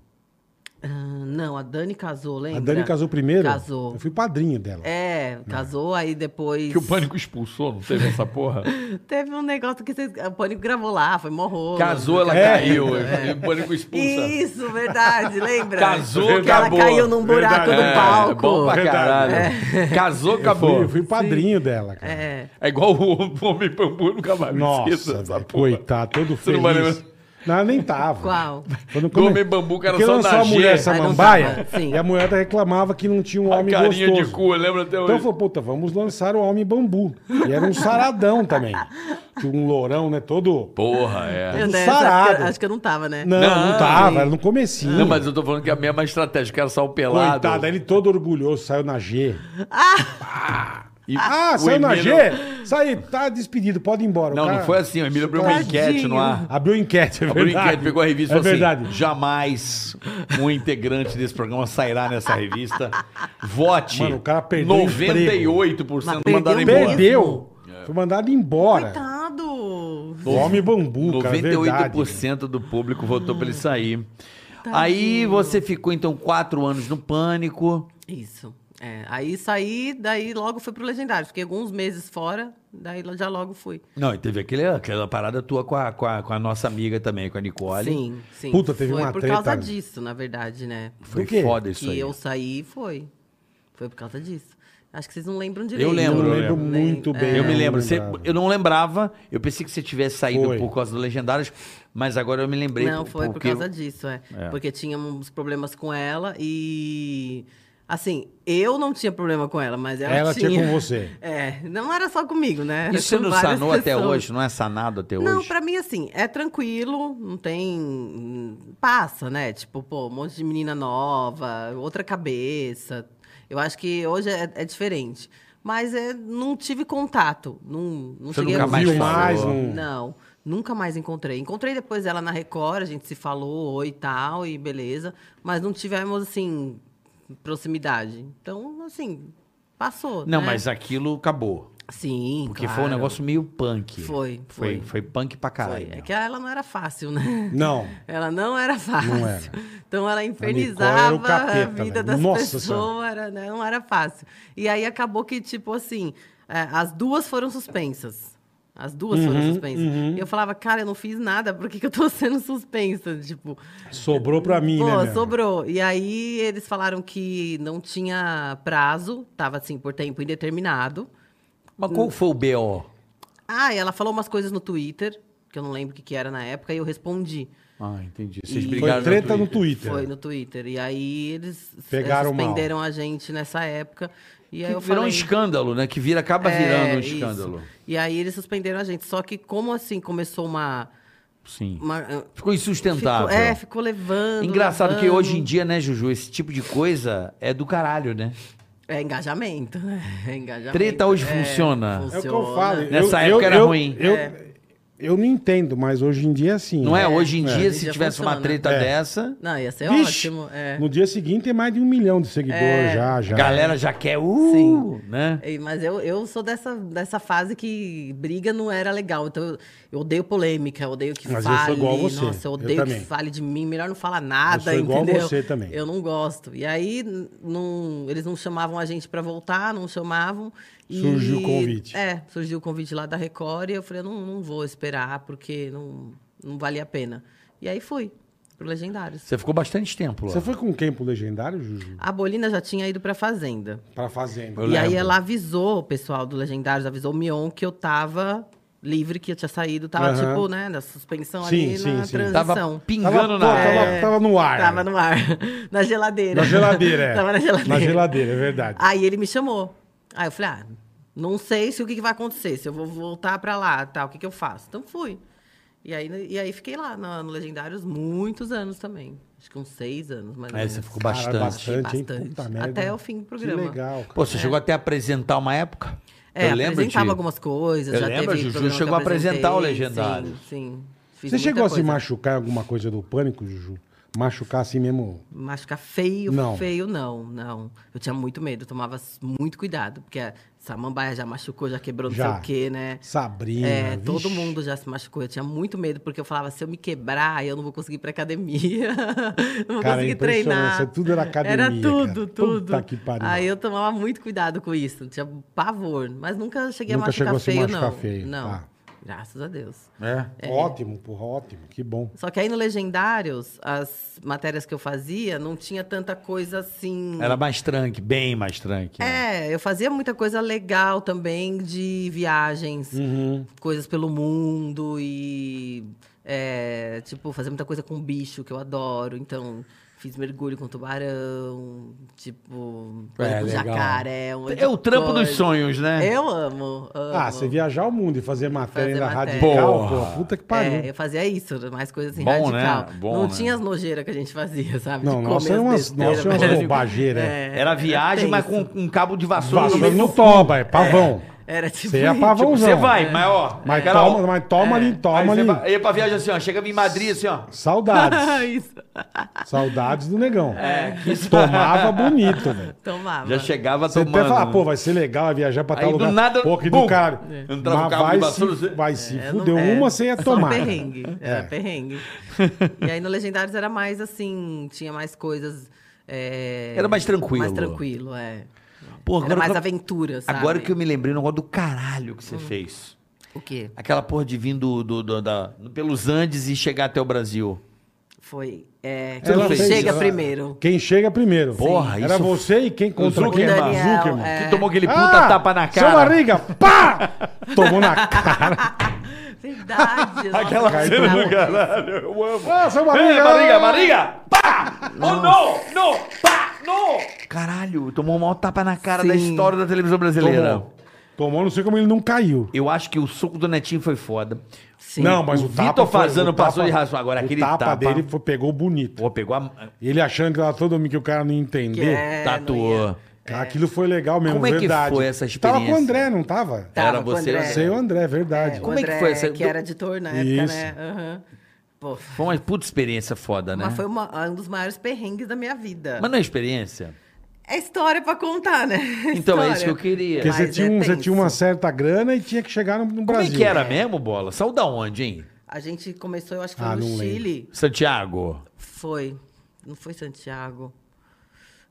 Speaker 1: Ah, não, a Dani casou, lembra?
Speaker 3: A Dani casou primeiro?
Speaker 1: Casou.
Speaker 3: Eu fui padrinho dela.
Speaker 1: É, casou, aí depois.
Speaker 4: Que o pânico expulsou, não teve essa porra?
Speaker 1: Teve um negócio que vocês. O Pânico gravou lá, foi morro.
Speaker 2: Casou, ela
Speaker 3: É.
Speaker 2: caiu. O Pânico expulsa.
Speaker 1: Isso, verdade, lembra?
Speaker 2: Casou,
Speaker 1: que ela
Speaker 2: acabou.
Speaker 1: caiu num buraco
Speaker 4: Verdade.
Speaker 1: do palco.
Speaker 2: É, bom pra
Speaker 3: Verdade.
Speaker 2: caralho. Casou,
Speaker 3: Eu fui,
Speaker 2: acabou.
Speaker 3: eu fui padrinho dela, cara.
Speaker 1: É.
Speaker 4: É igual o Homem Bambu, nunca mais me esqueço
Speaker 3: Nossa,
Speaker 4: dessa
Speaker 3: velho,
Speaker 4: porra.
Speaker 3: coitado, todo
Speaker 4: Você não vai
Speaker 3: feliz.
Speaker 4: lembrar?
Speaker 3: Não, eu nem tava.
Speaker 1: Qual?
Speaker 3: Quando
Speaker 4: Do Homem Bambu, cara,
Speaker 3: Porque
Speaker 4: só
Speaker 3: lançou
Speaker 4: da
Speaker 3: a mulher
Speaker 4: G.
Speaker 1: Aí não
Speaker 3: samambaia
Speaker 1: tava, sim.
Speaker 3: e a mulher reclamava que não tinha um
Speaker 4: A
Speaker 3: homem
Speaker 4: carinha
Speaker 3: gostoso.
Speaker 4: de cu, lembra até hoje?
Speaker 3: Então falou, puta, vamos lançar o Homem Bambu. E era um saradão também. Tinha um lourão, né, todo...
Speaker 4: Porra, é.
Speaker 1: Eu, né,
Speaker 3: sarado.
Speaker 1: Acho que, eu- acho que eu não tava, né?
Speaker 3: Não, não,
Speaker 4: Não,
Speaker 3: tava, era no comecinho.
Speaker 4: Não, mas eu tô falando que a minha é mais estratégia, o cara saiu pelado.
Speaker 3: Coitado, aí ele todo orgulhoso, saiu na G.
Speaker 4: E
Speaker 3: Ah,
Speaker 4: o
Speaker 3: saiu na
Speaker 4: Emílio-
Speaker 3: G? Sai, tá despedido, pode ir embora. O
Speaker 2: Não, não
Speaker 3: cara
Speaker 2: foi assim. O Emílio abriu uma
Speaker 1: Tadinho.
Speaker 2: enquete no ar.
Speaker 3: Abriu enquete, é
Speaker 2: Abriu
Speaker 3: verdade.
Speaker 2: enquete, pegou a revista e
Speaker 3: É
Speaker 2: falou
Speaker 3: verdade.
Speaker 2: assim, jamais um integrante desse programa sairá nessa revista. Vote.
Speaker 3: Mano, o cara perdeu o emprego.
Speaker 2: 98%
Speaker 1: Mas
Speaker 2: mandaram
Speaker 1: perdeu
Speaker 2: tá embora. É.
Speaker 1: mesmo.
Speaker 3: Perdeu. Foi mandado embora.
Speaker 1: Coitado.
Speaker 3: O homem bambu, cara, é verdade.
Speaker 2: 98% do público votou pra ele sair. Aí você ficou, então, quatro anos no pânico.
Speaker 1: Isso. É, aí saí, daí logo fui pro Legendário. Fiquei alguns meses fora, daí já logo fui.
Speaker 2: Não, e teve aquele, aquela parada tua com a, com, a, com a nossa amiga também, com a Nicole.
Speaker 1: Sim, sim.
Speaker 3: Puta, teve
Speaker 1: foi
Speaker 3: uma
Speaker 1: por
Speaker 3: treta.
Speaker 1: causa disso, na verdade, né?
Speaker 2: Foi
Speaker 3: Do quê?
Speaker 2: foda isso
Speaker 1: que
Speaker 2: aí.
Speaker 1: eu saí foi. Foi por causa disso. Acho que vocês não lembram direito. é.
Speaker 2: Eu
Speaker 3: Eu
Speaker 2: lembro,
Speaker 3: lembro,
Speaker 2: eu
Speaker 1: lembro.
Speaker 3: muito bem.
Speaker 2: Eu me
Speaker 3: não
Speaker 2: lembro. Você-
Speaker 3: lembrava.
Speaker 2: eu não lembrava. Eu pensei que você tivesse saído
Speaker 3: Foi.
Speaker 2: por causa do Legendários, mas agora eu me lembrei.
Speaker 1: Não, foi por
Speaker 2: porque-
Speaker 1: causa disso, é.
Speaker 2: É.
Speaker 1: Porque tínhamos problemas com ela e. Assim, eu não tinha problema com ela, mas ela,
Speaker 3: Ela
Speaker 1: tinha.
Speaker 3: tinha com você.
Speaker 1: É, não era só comigo, né? Era
Speaker 2: Isso você
Speaker 1: com
Speaker 2: não
Speaker 1: várias
Speaker 2: sanou até
Speaker 1: pessoas.
Speaker 2: hoje? Não é sanado até
Speaker 1: Não,
Speaker 2: hoje?
Speaker 1: pra mim, assim, é tranquilo, não tem. Passa, né? Tipo, pô, um monte de menina nova, outra cabeça. Eu acho que hoje é, é diferente. Mas é, não tive contato. Não, não
Speaker 2: Você
Speaker 1: cheguei
Speaker 2: nunca
Speaker 1: a-
Speaker 2: mais
Speaker 3: Viu mais, um?
Speaker 2: falou.
Speaker 3: não-
Speaker 1: não, nunca mais encontrei. Encontrei depois ela na Record, a gente se falou, oi e tal, e beleza. Mas não tivemos, assim, proximidade. Então, assim, passou.
Speaker 2: Não,
Speaker 1: né?
Speaker 2: mas aquilo acabou.
Speaker 1: Sim.
Speaker 2: Porque foi um
Speaker 1: claro.
Speaker 2: negócio meio punk.
Speaker 1: Foi,
Speaker 2: Foi,
Speaker 1: foi.
Speaker 2: foi punk pra caralho.
Speaker 1: Foi. É
Speaker 2: né?
Speaker 1: que ela não era fácil, né?
Speaker 3: Não.
Speaker 1: Ela não era fácil.
Speaker 3: Não era.
Speaker 1: Então ela
Speaker 3: era o
Speaker 1: infernizava a,
Speaker 3: capeta,
Speaker 1: vida
Speaker 3: velho.
Speaker 1: das
Speaker 3: Nossa
Speaker 1: pessoas,
Speaker 3: Senhora.
Speaker 1: era, né? não era fácil. E aí acabou que, tipo assim, é, as duas foram suspensas. As duas foram
Speaker 3: Uhum,
Speaker 1: suspensas. E eu falava, cara, eu não fiz nada, por que, que eu tô sendo suspensa? Tipo,
Speaker 3: Sobrou pra mim, né?
Speaker 1: Pô,
Speaker 3: meu?
Speaker 1: sobrou. E aí eles falaram que não tinha prazo, tava assim, por tempo indeterminado.
Speaker 2: Mas qual foi o BO?
Speaker 1: Ah, e ela falou umas coisas no Twitter porque eu não lembro o que, que era na época, e eu respondi.
Speaker 2: Ah, entendi. Vocês
Speaker 1: E-
Speaker 2: brigaram
Speaker 3: Foi treta no
Speaker 2: no Twitter.
Speaker 3: Twitter. É
Speaker 1: Foi no Twitter. E aí eles eh,
Speaker 3: Pegaram mal.
Speaker 1: suspenderam a gente nessa época. E aí
Speaker 2: Que
Speaker 1: eu
Speaker 2: virou um
Speaker 1: falei, É,
Speaker 2: escândalo, né? Que vira, acaba virando um
Speaker 1: isso.
Speaker 2: escândalo.
Speaker 1: E aí eles suspenderam a gente. Só que como assim começou uma...
Speaker 2: Sim.
Speaker 1: uma- eh,
Speaker 2: Ficou insustentável.
Speaker 1: ficou- é, ficou levando,
Speaker 2: Engraçado que
Speaker 1: levando.
Speaker 2: hoje em dia, né, Juju, esse tipo de coisa é do caralho, né?
Speaker 1: É engajamento, né? É engajamento.
Speaker 2: Treta hoje
Speaker 1: É,
Speaker 2: funciona.
Speaker 3: É o que eu falo.
Speaker 2: Nessa
Speaker 3: eu,
Speaker 2: época
Speaker 3: eu,
Speaker 2: era
Speaker 3: eu-
Speaker 2: ruim.
Speaker 3: Eu, eu não entendo, mas hoje em dia é assim.
Speaker 2: Não é? Hoje em
Speaker 1: é.
Speaker 2: dia,
Speaker 1: Hoje em
Speaker 2: se
Speaker 1: dia
Speaker 2: tivesse uma
Speaker 1: funciona.
Speaker 2: treta
Speaker 3: É.
Speaker 2: dessa,
Speaker 1: Não, ia ser
Speaker 3: Vixe,
Speaker 1: ótimo. É.
Speaker 3: No dia seguinte tem mais de um milhão de seguidores já, já.
Speaker 2: a galera já quer, uh,
Speaker 1: Sim.
Speaker 2: né?
Speaker 1: É, Mas eu, eu sou dessa, dessa fase que briga não era legal. Então eu, eu odeio polêmica, eu odeio que
Speaker 3: Mas eu sou
Speaker 1: fale.
Speaker 3: igual a você,
Speaker 1: Nossa, eu
Speaker 3: eu
Speaker 1: odeio que
Speaker 3: também.
Speaker 1: fale de mim. Melhor não falar nada,
Speaker 3: Eu sou igual a
Speaker 1: entendeu?
Speaker 3: você também.
Speaker 1: Eu não gosto. E aí n- não, eles não chamavam a gente pra voltar, não chamavam. E-
Speaker 3: Surgiu o convite.
Speaker 1: É, surgiu o convite lá da Record e eu falei, eu não, não vou esperar porque não, não valia a pena. E aí fui pro Legendários.
Speaker 2: Você ficou bastante tempo lá.
Speaker 3: Você foi com quem pro legendário, Juju?
Speaker 1: A Bolina já tinha ido pra Fazenda.
Speaker 3: Pra fazenda.
Speaker 2: Eu
Speaker 1: e aí
Speaker 2: lembro.
Speaker 1: ela avisou o pessoal do Legendários, avisou o Mion que eu tava livre, que eu tinha saído, tava
Speaker 3: Aham.
Speaker 1: tipo, né, na suspensão
Speaker 3: Sim,
Speaker 1: ali
Speaker 3: sim,
Speaker 1: na
Speaker 3: sim.
Speaker 2: Tava
Speaker 1: transição. É.
Speaker 2: pingando
Speaker 3: Tava-
Speaker 2: na
Speaker 3: pô, tava- tava no ar.
Speaker 1: Tava no ar. na geladeira.
Speaker 3: Na geladeira, é.
Speaker 1: tava na geladeira.
Speaker 3: Na
Speaker 1: Ah,
Speaker 3: geladeira, é verdade.
Speaker 1: Aí ele me chamou. Aí eu falei, ah, não sei se o que, que vai acontecer, se eu vou voltar pra lá, tal, o que, que eu faço? Então fui. E aí, e aí fiquei lá na- no Legendários muitos anos também. Acho que uns seis anos, mais ou
Speaker 2: Aí
Speaker 1: menos.
Speaker 2: você ficou
Speaker 3: Cara,
Speaker 2: bastante.
Speaker 3: É, bastante, hein?
Speaker 1: Bastante.
Speaker 3: Puta merda.
Speaker 1: Até o fim do programa.
Speaker 3: Que legal. cara.
Speaker 2: Pô, você chegou até a apresentar uma época?
Speaker 1: É,
Speaker 2: eu lembro
Speaker 1: apresentava
Speaker 2: de...
Speaker 1: algumas coisas.
Speaker 2: Eu
Speaker 1: já
Speaker 2: lembro,
Speaker 1: teve
Speaker 2: Juju
Speaker 1: programa que
Speaker 2: chegou a apresentar o
Speaker 1: apresentei,
Speaker 2: Legendário.
Speaker 1: Sim, sim. Fiz
Speaker 3: Você
Speaker 1: muita
Speaker 3: chegou a se
Speaker 1: coisa.
Speaker 3: machucar em alguma coisa do pânico, Juju? Machucar assim mesmo?
Speaker 1: Machucar feio,
Speaker 3: Não.
Speaker 1: feio, não, não. Eu tinha muito medo, eu tomava s- muito cuidado, porque a samambaia já machucou, já quebrou não
Speaker 3: Já.
Speaker 1: sei o quê, né?
Speaker 3: Sabrina.
Speaker 1: É, todo
Speaker 3: vixe.
Speaker 1: mundo já se machucou. Eu tinha muito medo, porque eu falava, se eu me quebrar, eu não vou conseguir ir pra academia. não vou
Speaker 3: Cara, é
Speaker 1: conseguir
Speaker 3: impressionante.
Speaker 1: treinar.
Speaker 3: Isso tudo era academia,
Speaker 1: Era tudo,
Speaker 3: cara.
Speaker 1: tudo.
Speaker 3: Puta que pariu.
Speaker 1: Aí eu tomava muito cuidado com isso. Tinha pavor. Mas nunca cheguei
Speaker 3: Nunca
Speaker 1: a machucar
Speaker 3: chegou a se
Speaker 1: feio,
Speaker 3: machucar
Speaker 1: não.
Speaker 3: feio,
Speaker 1: Não.
Speaker 3: tá.
Speaker 1: Graças a Deus.
Speaker 2: É.
Speaker 3: Ótimo, porra, ótimo. Que bom.
Speaker 1: Só que aí no Legendários, as matérias que eu fazia, não tinha tanta coisa assim.
Speaker 2: Era mais tranque, bem mais tranque. né?
Speaker 1: É, eu fazia muita coisa legal também de viagens,
Speaker 2: Uhum.
Speaker 1: coisas pelo mundo e é, tipo fazer muita coisa com bicho que eu adoro. Então fiz mergulho com tubarão, tipo coisa
Speaker 2: É,
Speaker 1: com
Speaker 2: legal.
Speaker 1: jacaré. um monte
Speaker 2: É o
Speaker 1: de
Speaker 2: trampo dos
Speaker 1: coisa. É,
Speaker 2: sonhos, né?
Speaker 1: Eu amo. amo. É,
Speaker 3: Ah, você viajar o mundo e fazer matéria
Speaker 1: Fazer
Speaker 3: na
Speaker 1: matéria.
Speaker 3: radical,
Speaker 2: Porra.
Speaker 3: pô, puta que pariu.
Speaker 1: É, eu fazia isso, mais coisa assim,
Speaker 2: Bom, né?
Speaker 1: radical.
Speaker 2: Bom,
Speaker 1: não
Speaker 2: né?
Speaker 1: tinha as nojeiras que a gente fazia, sabe?
Speaker 3: Não,
Speaker 1: De
Speaker 3: nossa,
Speaker 1: comer
Speaker 3: é
Speaker 1: as
Speaker 3: umas,
Speaker 1: besteiras,
Speaker 3: nossa, é umas
Speaker 1: mas-
Speaker 3: bombageiras. É.
Speaker 1: É,
Speaker 2: um né? Era viagem, mas com
Speaker 1: tenso.
Speaker 2: um cabo de vassoura no
Speaker 3: Vassoura
Speaker 2: meio.
Speaker 3: não toba, é pavão.
Speaker 1: Era tipo.
Speaker 3: Você é
Speaker 1: isso.
Speaker 3: pavão.
Speaker 2: Você vai, mas
Speaker 1: É.
Speaker 2: ó.
Speaker 3: Mas
Speaker 2: cara, ó,
Speaker 3: toma, mas toma ali,
Speaker 2: aí
Speaker 3: toma
Speaker 2: você
Speaker 3: ali.
Speaker 2: vai- aí pra viagem assim, ó. Chega em Madrid assim, ó.
Speaker 3: Saudades.
Speaker 1: Isso.
Speaker 3: Saudades do negão.
Speaker 1: É.
Speaker 3: Tomava bonito, velho.
Speaker 1: Tomava.
Speaker 2: Já chegava
Speaker 3: Você
Speaker 2: tomando. né?
Speaker 3: até fala, "Ah, pô, vai ser legal vai viajar pra tal
Speaker 2: Aí do
Speaker 3: lugar.
Speaker 2: nada,
Speaker 3: pô, que
Speaker 2: bum!
Speaker 3: do caralho.
Speaker 2: É.
Speaker 3: Mas
Speaker 2: Entrava o carro de
Speaker 3: vai
Speaker 2: vassoura,
Speaker 3: se,
Speaker 2: você-
Speaker 3: vai se
Speaker 1: É,
Speaker 3: fudeu.
Speaker 1: não- é,
Speaker 3: Uma você ia
Speaker 1: só
Speaker 3: tomar.
Speaker 1: perrengue, era
Speaker 3: É.
Speaker 1: perrengue. E aí no Legendários era mais assim, tinha mais coisas. é,
Speaker 2: Era mais tranquilo.
Speaker 1: Mais tranquilo, é.
Speaker 2: Pô,
Speaker 1: era mais
Speaker 2: que eu-
Speaker 1: aventura, sabe? Hum.
Speaker 2: Agora que eu me lembrei, um negócio do caralho que você fez.
Speaker 1: O quê?
Speaker 2: Aquela porra de vir do, do- do- da, pelos Andes e chegar até o Brasil.
Speaker 1: Foi. É,
Speaker 2: Você não
Speaker 1: quem
Speaker 2: fez
Speaker 1: chega
Speaker 2: isso?
Speaker 1: primeiro.
Speaker 3: Quem chega primeiro.
Speaker 2: Porra,
Speaker 3: Era
Speaker 2: isso-
Speaker 3: você e quem contra quem?
Speaker 2: Zuckerman.
Speaker 1: Daniel,
Speaker 3: Zuckerman.
Speaker 1: é.
Speaker 2: Que tomou aquele puta
Speaker 3: Ah,
Speaker 2: tapa na
Speaker 3: Seu
Speaker 2: cara.
Speaker 3: barriga, pá! Tomou na cara.
Speaker 1: Verdade. nossa,
Speaker 2: Aquela
Speaker 1: cara,
Speaker 2: cena
Speaker 1: tava-
Speaker 2: do caralho, eu amo.
Speaker 3: Ah, seu barriga.
Speaker 2: Barriga, barriga, barriga! Pá! Oh, não! Não! Pá! Não! Caralho, tomou o maior tapa na cara da
Speaker 1: Sim.
Speaker 2: história da televisão brasileira.
Speaker 3: Tomou. Tomou, não sei como ele não caiu.
Speaker 2: Eu acho que o soco do Netinho foi foda.
Speaker 1: Sim.
Speaker 3: Não, mas
Speaker 2: O
Speaker 3: o,
Speaker 2: Vitor
Speaker 3: tapa foi-
Speaker 2: Fazano
Speaker 3: o tapa-
Speaker 2: passou de razão. Agora, aquele
Speaker 3: o tapa,
Speaker 2: tapa-
Speaker 3: dele foi- pegou bonito.
Speaker 2: Pô, pegou a...
Speaker 3: Ele achando que lá todo mundo que o cara não entendeu.
Speaker 1: É, não
Speaker 2: tatuou.
Speaker 1: ia.
Speaker 3: Cara, Ah, Aquilo foi legal mesmo,
Speaker 2: Como é que
Speaker 3: verdade.
Speaker 2: foi essa
Speaker 3: Tava com o
Speaker 2: experiência?
Speaker 3: André, não tava?
Speaker 1: Tava
Speaker 2: Era
Speaker 1: com
Speaker 2: você, né?
Speaker 1: André.
Speaker 2: André?
Speaker 3: Sei o André, verdade.
Speaker 1: o
Speaker 2: Como é que
Speaker 1: André,
Speaker 2: foi essa- Né?
Speaker 1: Que era editor na época,
Speaker 3: Isso.
Speaker 1: né? Aham. Pô,
Speaker 2: Foi uma puta experiência foda, né?
Speaker 1: mas foi uma- um dos maiores perrengues da minha vida.
Speaker 2: Mas não é experiência?
Speaker 1: É história pra contar, né?
Speaker 2: Então, é
Speaker 1: História.
Speaker 2: isso que eu queria.
Speaker 3: Porque você
Speaker 1: Mas
Speaker 3: tinha,
Speaker 1: é
Speaker 3: um- você
Speaker 1: tenso.
Speaker 3: tinha uma certa grana e tinha que chegar no, no
Speaker 2: Como
Speaker 3: Brasil.
Speaker 2: é que era mesmo, Bola? Saiu da onde, hein?
Speaker 1: A gente começou, eu acho que
Speaker 3: Ah,
Speaker 1: foi
Speaker 3: não
Speaker 1: no
Speaker 3: lembro.
Speaker 1: Chile.
Speaker 2: Santiago.
Speaker 1: Foi. Não foi Santiago.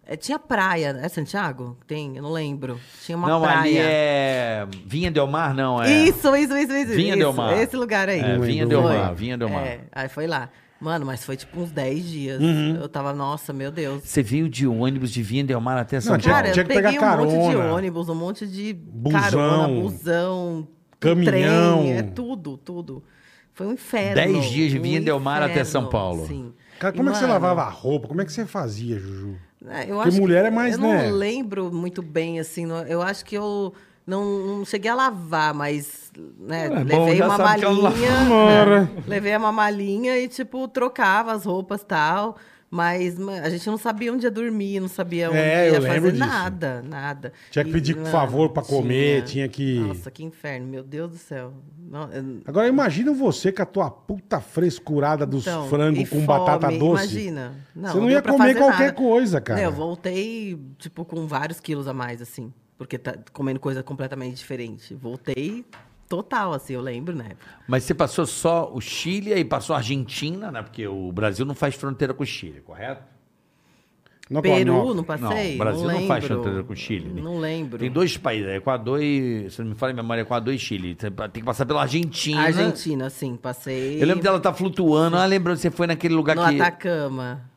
Speaker 1: É, tinha praia, é Santiago? Tem, eu não lembro. Tinha uma
Speaker 2: não,
Speaker 1: praia.
Speaker 2: ali é... Vinha Del Mar, não, é...
Speaker 1: Isso, isso, isso, isso.
Speaker 2: Vinha
Speaker 1: isso,
Speaker 2: Del Mar.
Speaker 1: Esse lugar aí.
Speaker 2: É, Vinha
Speaker 3: Foi.
Speaker 2: Del Mar, Vinha Del Mar.
Speaker 1: É, aí foi lá. Mano, mas foi tipo uns 10 dias.
Speaker 3: Uhum.
Speaker 1: Eu tava, nossa, meu Deus.
Speaker 2: Você veio de ônibus de Vinha Del Mar até São
Speaker 3: Não,
Speaker 2: Paulo.
Speaker 1: Cara, eu
Speaker 3: tinha que
Speaker 1: peguei um
Speaker 3: pegar
Speaker 1: monte de
Speaker 3: carona.
Speaker 1: ônibus, um monte de
Speaker 3: Busão.
Speaker 1: carona, busão,
Speaker 3: Caminhão.
Speaker 1: trem, é tudo, tudo. Foi um inferno.
Speaker 2: Dez dias de
Speaker 1: um
Speaker 2: Via Delmar até São
Speaker 1: inferno,
Speaker 2: Paulo.
Speaker 1: Sim.
Speaker 3: Cara,
Speaker 1: E,
Speaker 3: como é que você
Speaker 1: mano,
Speaker 3: lavava a roupa? Como é que você fazia, Juju?
Speaker 1: é, Eu
Speaker 3: Porque mulher é mais,
Speaker 1: eu
Speaker 3: né?
Speaker 1: não lembro muito bem, assim. não- Eu acho que eu não, não cheguei a lavar, mas né,
Speaker 2: É, bom,
Speaker 1: levei
Speaker 2: já
Speaker 1: uma
Speaker 2: sabe que ela
Speaker 1: malinha.
Speaker 3: Mora.
Speaker 1: né, levei uma malinha e, tipo, trocava as roupas e tal. Mas ma- a gente não sabia onde ia dormir, não sabia onde
Speaker 3: É, eu
Speaker 1: ia
Speaker 3: lembro
Speaker 1: fazer
Speaker 3: disso.
Speaker 1: nada, nada.
Speaker 3: Tinha que
Speaker 1: E,
Speaker 3: pedir
Speaker 1: mano,
Speaker 3: favor pra comer, tinha que-
Speaker 1: Nossa, que inferno, meu Deus do céu. Não, eu-
Speaker 3: Agora imagina você com a tua puta frescurada dos
Speaker 1: Então,
Speaker 3: frango
Speaker 1: e
Speaker 3: com batata
Speaker 1: fome,
Speaker 3: doce.
Speaker 1: Imagina.
Speaker 3: Você não
Speaker 1: deu
Speaker 3: ia
Speaker 1: pra
Speaker 3: comer
Speaker 1: fazer
Speaker 3: qualquer
Speaker 1: nada.
Speaker 3: coisa, cara.
Speaker 1: Não, eu voltei, tipo, com vários quilos a mais, assim. Porque tá comendo coisa completamente diferente. Voltei total, assim, eu lembro, né?
Speaker 2: Mas você passou só o Chile e passou a Argentina, né? Porque o Brasil não faz fronteira com o Chile, correto?
Speaker 3: Não,
Speaker 1: Peru,
Speaker 3: não.
Speaker 1: não passei?
Speaker 2: Não, o Brasil não faz
Speaker 1: lembro.
Speaker 2: fronteira com o Chile, né?
Speaker 1: Não lembro.
Speaker 2: Tem dois países, é Equador e. Se não me falha a memória, Equador e Chile. Tem tem que passar pela Argentina.
Speaker 1: Argentina, sim, passei.
Speaker 2: Eu lembro dela tá flutuando. Ah, lembrando que você foi naquele lugar
Speaker 1: No
Speaker 2: que.
Speaker 1: Atacama.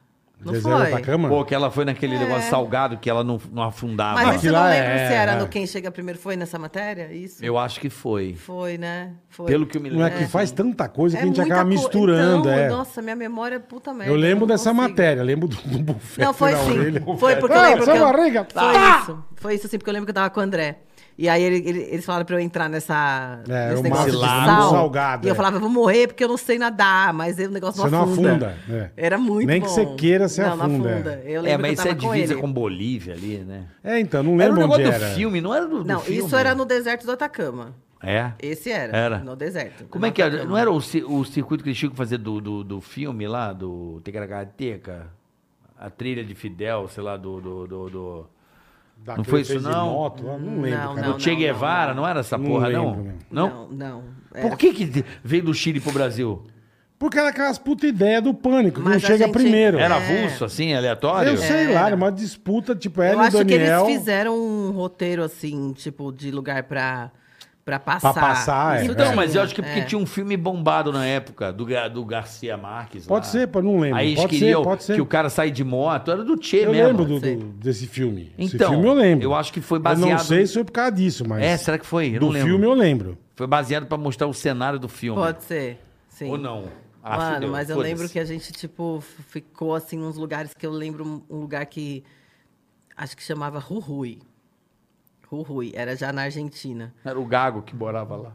Speaker 1: Não
Speaker 3: Deserto
Speaker 1: foi?
Speaker 3: Atacama?
Speaker 2: Pô, que ela foi naquele negócio salgado que ela não, não afundava.
Speaker 1: É. Mas
Speaker 3: Ah,
Speaker 1: isso
Speaker 3: que
Speaker 1: eu não
Speaker 3: lá
Speaker 1: lembro
Speaker 3: é-
Speaker 1: se era
Speaker 3: é.
Speaker 1: no Quem Chega Primeiro. Foi nessa matéria? Isso?
Speaker 2: Eu acho que foi.
Speaker 1: Foi, né? Foi.
Speaker 2: Pelo que eu me
Speaker 3: Não
Speaker 2: lembro.
Speaker 3: é que faz tanta coisa que a gente
Speaker 1: É muita
Speaker 3: acaba
Speaker 1: co-
Speaker 3: misturando,
Speaker 1: Então,
Speaker 3: é.
Speaker 1: Nossa, minha memória é puta merda.
Speaker 3: eu lembro
Speaker 1: não
Speaker 3: dessa
Speaker 1: consigo.
Speaker 3: matéria, lembro do, do bufete
Speaker 1: Não, foi
Speaker 3: na
Speaker 1: sim.
Speaker 3: orelha.
Speaker 1: Foi porque eu
Speaker 3: Ah,
Speaker 1: lembro.
Speaker 3: essa
Speaker 1: que eu-
Speaker 3: barriga,
Speaker 1: Foi
Speaker 3: tá!
Speaker 1: isso. Foi isso, assim, porque eu lembro que eu tava com o André. E aí ele- ele- eles falaram pra eu entrar nessa.
Speaker 3: É,
Speaker 1: nesse
Speaker 3: o
Speaker 1: negócio de
Speaker 2: mar-
Speaker 1: sal.
Speaker 3: salgado,
Speaker 1: E
Speaker 3: é.
Speaker 1: eu falava, eu vou morrer porque eu não sei nadar, mas aí o negócio
Speaker 3: Você não
Speaker 1: não afunda.
Speaker 3: afunda, é.
Speaker 1: Era muito
Speaker 3: Nem que
Speaker 1: bom.
Speaker 3: você queira, você
Speaker 1: não, não
Speaker 3: afunda, é.
Speaker 1: Eu lembro
Speaker 2: É,
Speaker 1: que
Speaker 2: mas
Speaker 1: eu
Speaker 2: isso
Speaker 1: tava
Speaker 2: é
Speaker 1: com
Speaker 2: divisa
Speaker 1: ele.
Speaker 2: com Bolívia ali, né?
Speaker 3: É, então, não
Speaker 2: Era um
Speaker 3: lembro onde
Speaker 2: negócio
Speaker 3: era.
Speaker 2: do filme, não era do, do
Speaker 1: Não,
Speaker 2: filme.
Speaker 1: isso era no deserto do Atacama.
Speaker 2: É?
Speaker 1: Esse era.
Speaker 2: Era.
Speaker 1: No deserto.
Speaker 2: Como é
Speaker 1: No
Speaker 2: que era?
Speaker 1: Atacama.
Speaker 2: Não era o, ci- o circuito que eles tinham que fazer do, do, do filme lá, do Tegaracateca? A trilha de Fidel, sei lá, do. do, do, do-
Speaker 3: Daquele
Speaker 2: foi isso, não?
Speaker 3: Fezimoto lá, não lembro,
Speaker 1: Não,
Speaker 3: cara.
Speaker 2: do che
Speaker 1: não,
Speaker 2: Guevara, não, era essa
Speaker 3: Não
Speaker 2: porra, não?
Speaker 3: lembro, mesmo.
Speaker 2: Não?
Speaker 1: Não, é. não. Era
Speaker 2: Por que, que de- veio do Chile pro Brasil?
Speaker 3: Porque era aquelas puta ideia do pânico, que
Speaker 1: Mas
Speaker 3: não
Speaker 1: a
Speaker 3: chega
Speaker 1: gente-
Speaker 3: primeiro.
Speaker 2: Era
Speaker 1: É.
Speaker 2: avulso, assim, aleatório?
Speaker 3: Eu sei lá, era uma disputa, tipo,
Speaker 1: Eu
Speaker 3: ela e o
Speaker 1: acho
Speaker 3: Daniel.
Speaker 1: que eles fizeram um roteiro, assim, tipo, de lugar pra, pra passar.
Speaker 3: passar, é.
Speaker 1: Isso
Speaker 2: Então,
Speaker 1: tinha,
Speaker 2: mas eu acho que porque
Speaker 1: é.
Speaker 2: tinha um filme bombado na época, do, Ga- do Garcia Marques. lá.
Speaker 3: Pode ser, pô, não lembro.
Speaker 2: Aí eles
Speaker 3: pode
Speaker 2: queriam
Speaker 3: ser, pode ser.
Speaker 2: que o cara saia de moto, era do Che
Speaker 3: Eu
Speaker 2: mesmo.
Speaker 3: lembro do-
Speaker 1: pode ser.
Speaker 3: do- desse filme. Esse
Speaker 2: Então,
Speaker 3: filme eu lembro.
Speaker 2: eu acho que foi
Speaker 3: Eu não
Speaker 2: baseado-
Speaker 3: sei se foi por causa disso, mas.
Speaker 2: É, será que foi? Eu
Speaker 3: do
Speaker 2: não lembro.
Speaker 3: filme eu lembro.
Speaker 2: Foi baseado pra mostrar o cenário do um filme.
Speaker 1: Pode ser, sim.
Speaker 2: Ou não. Ah,
Speaker 1: Mano,
Speaker 2: fudeu,
Speaker 1: mas eu
Speaker 2: foda-se.
Speaker 1: lembro que a gente, tipo, f- ficou, assim, nos lugares que eu lembro um- um lugar que acho que chamava Rurui. Rurui, era já na Argentina.
Speaker 2: Era o Gago que morava lá.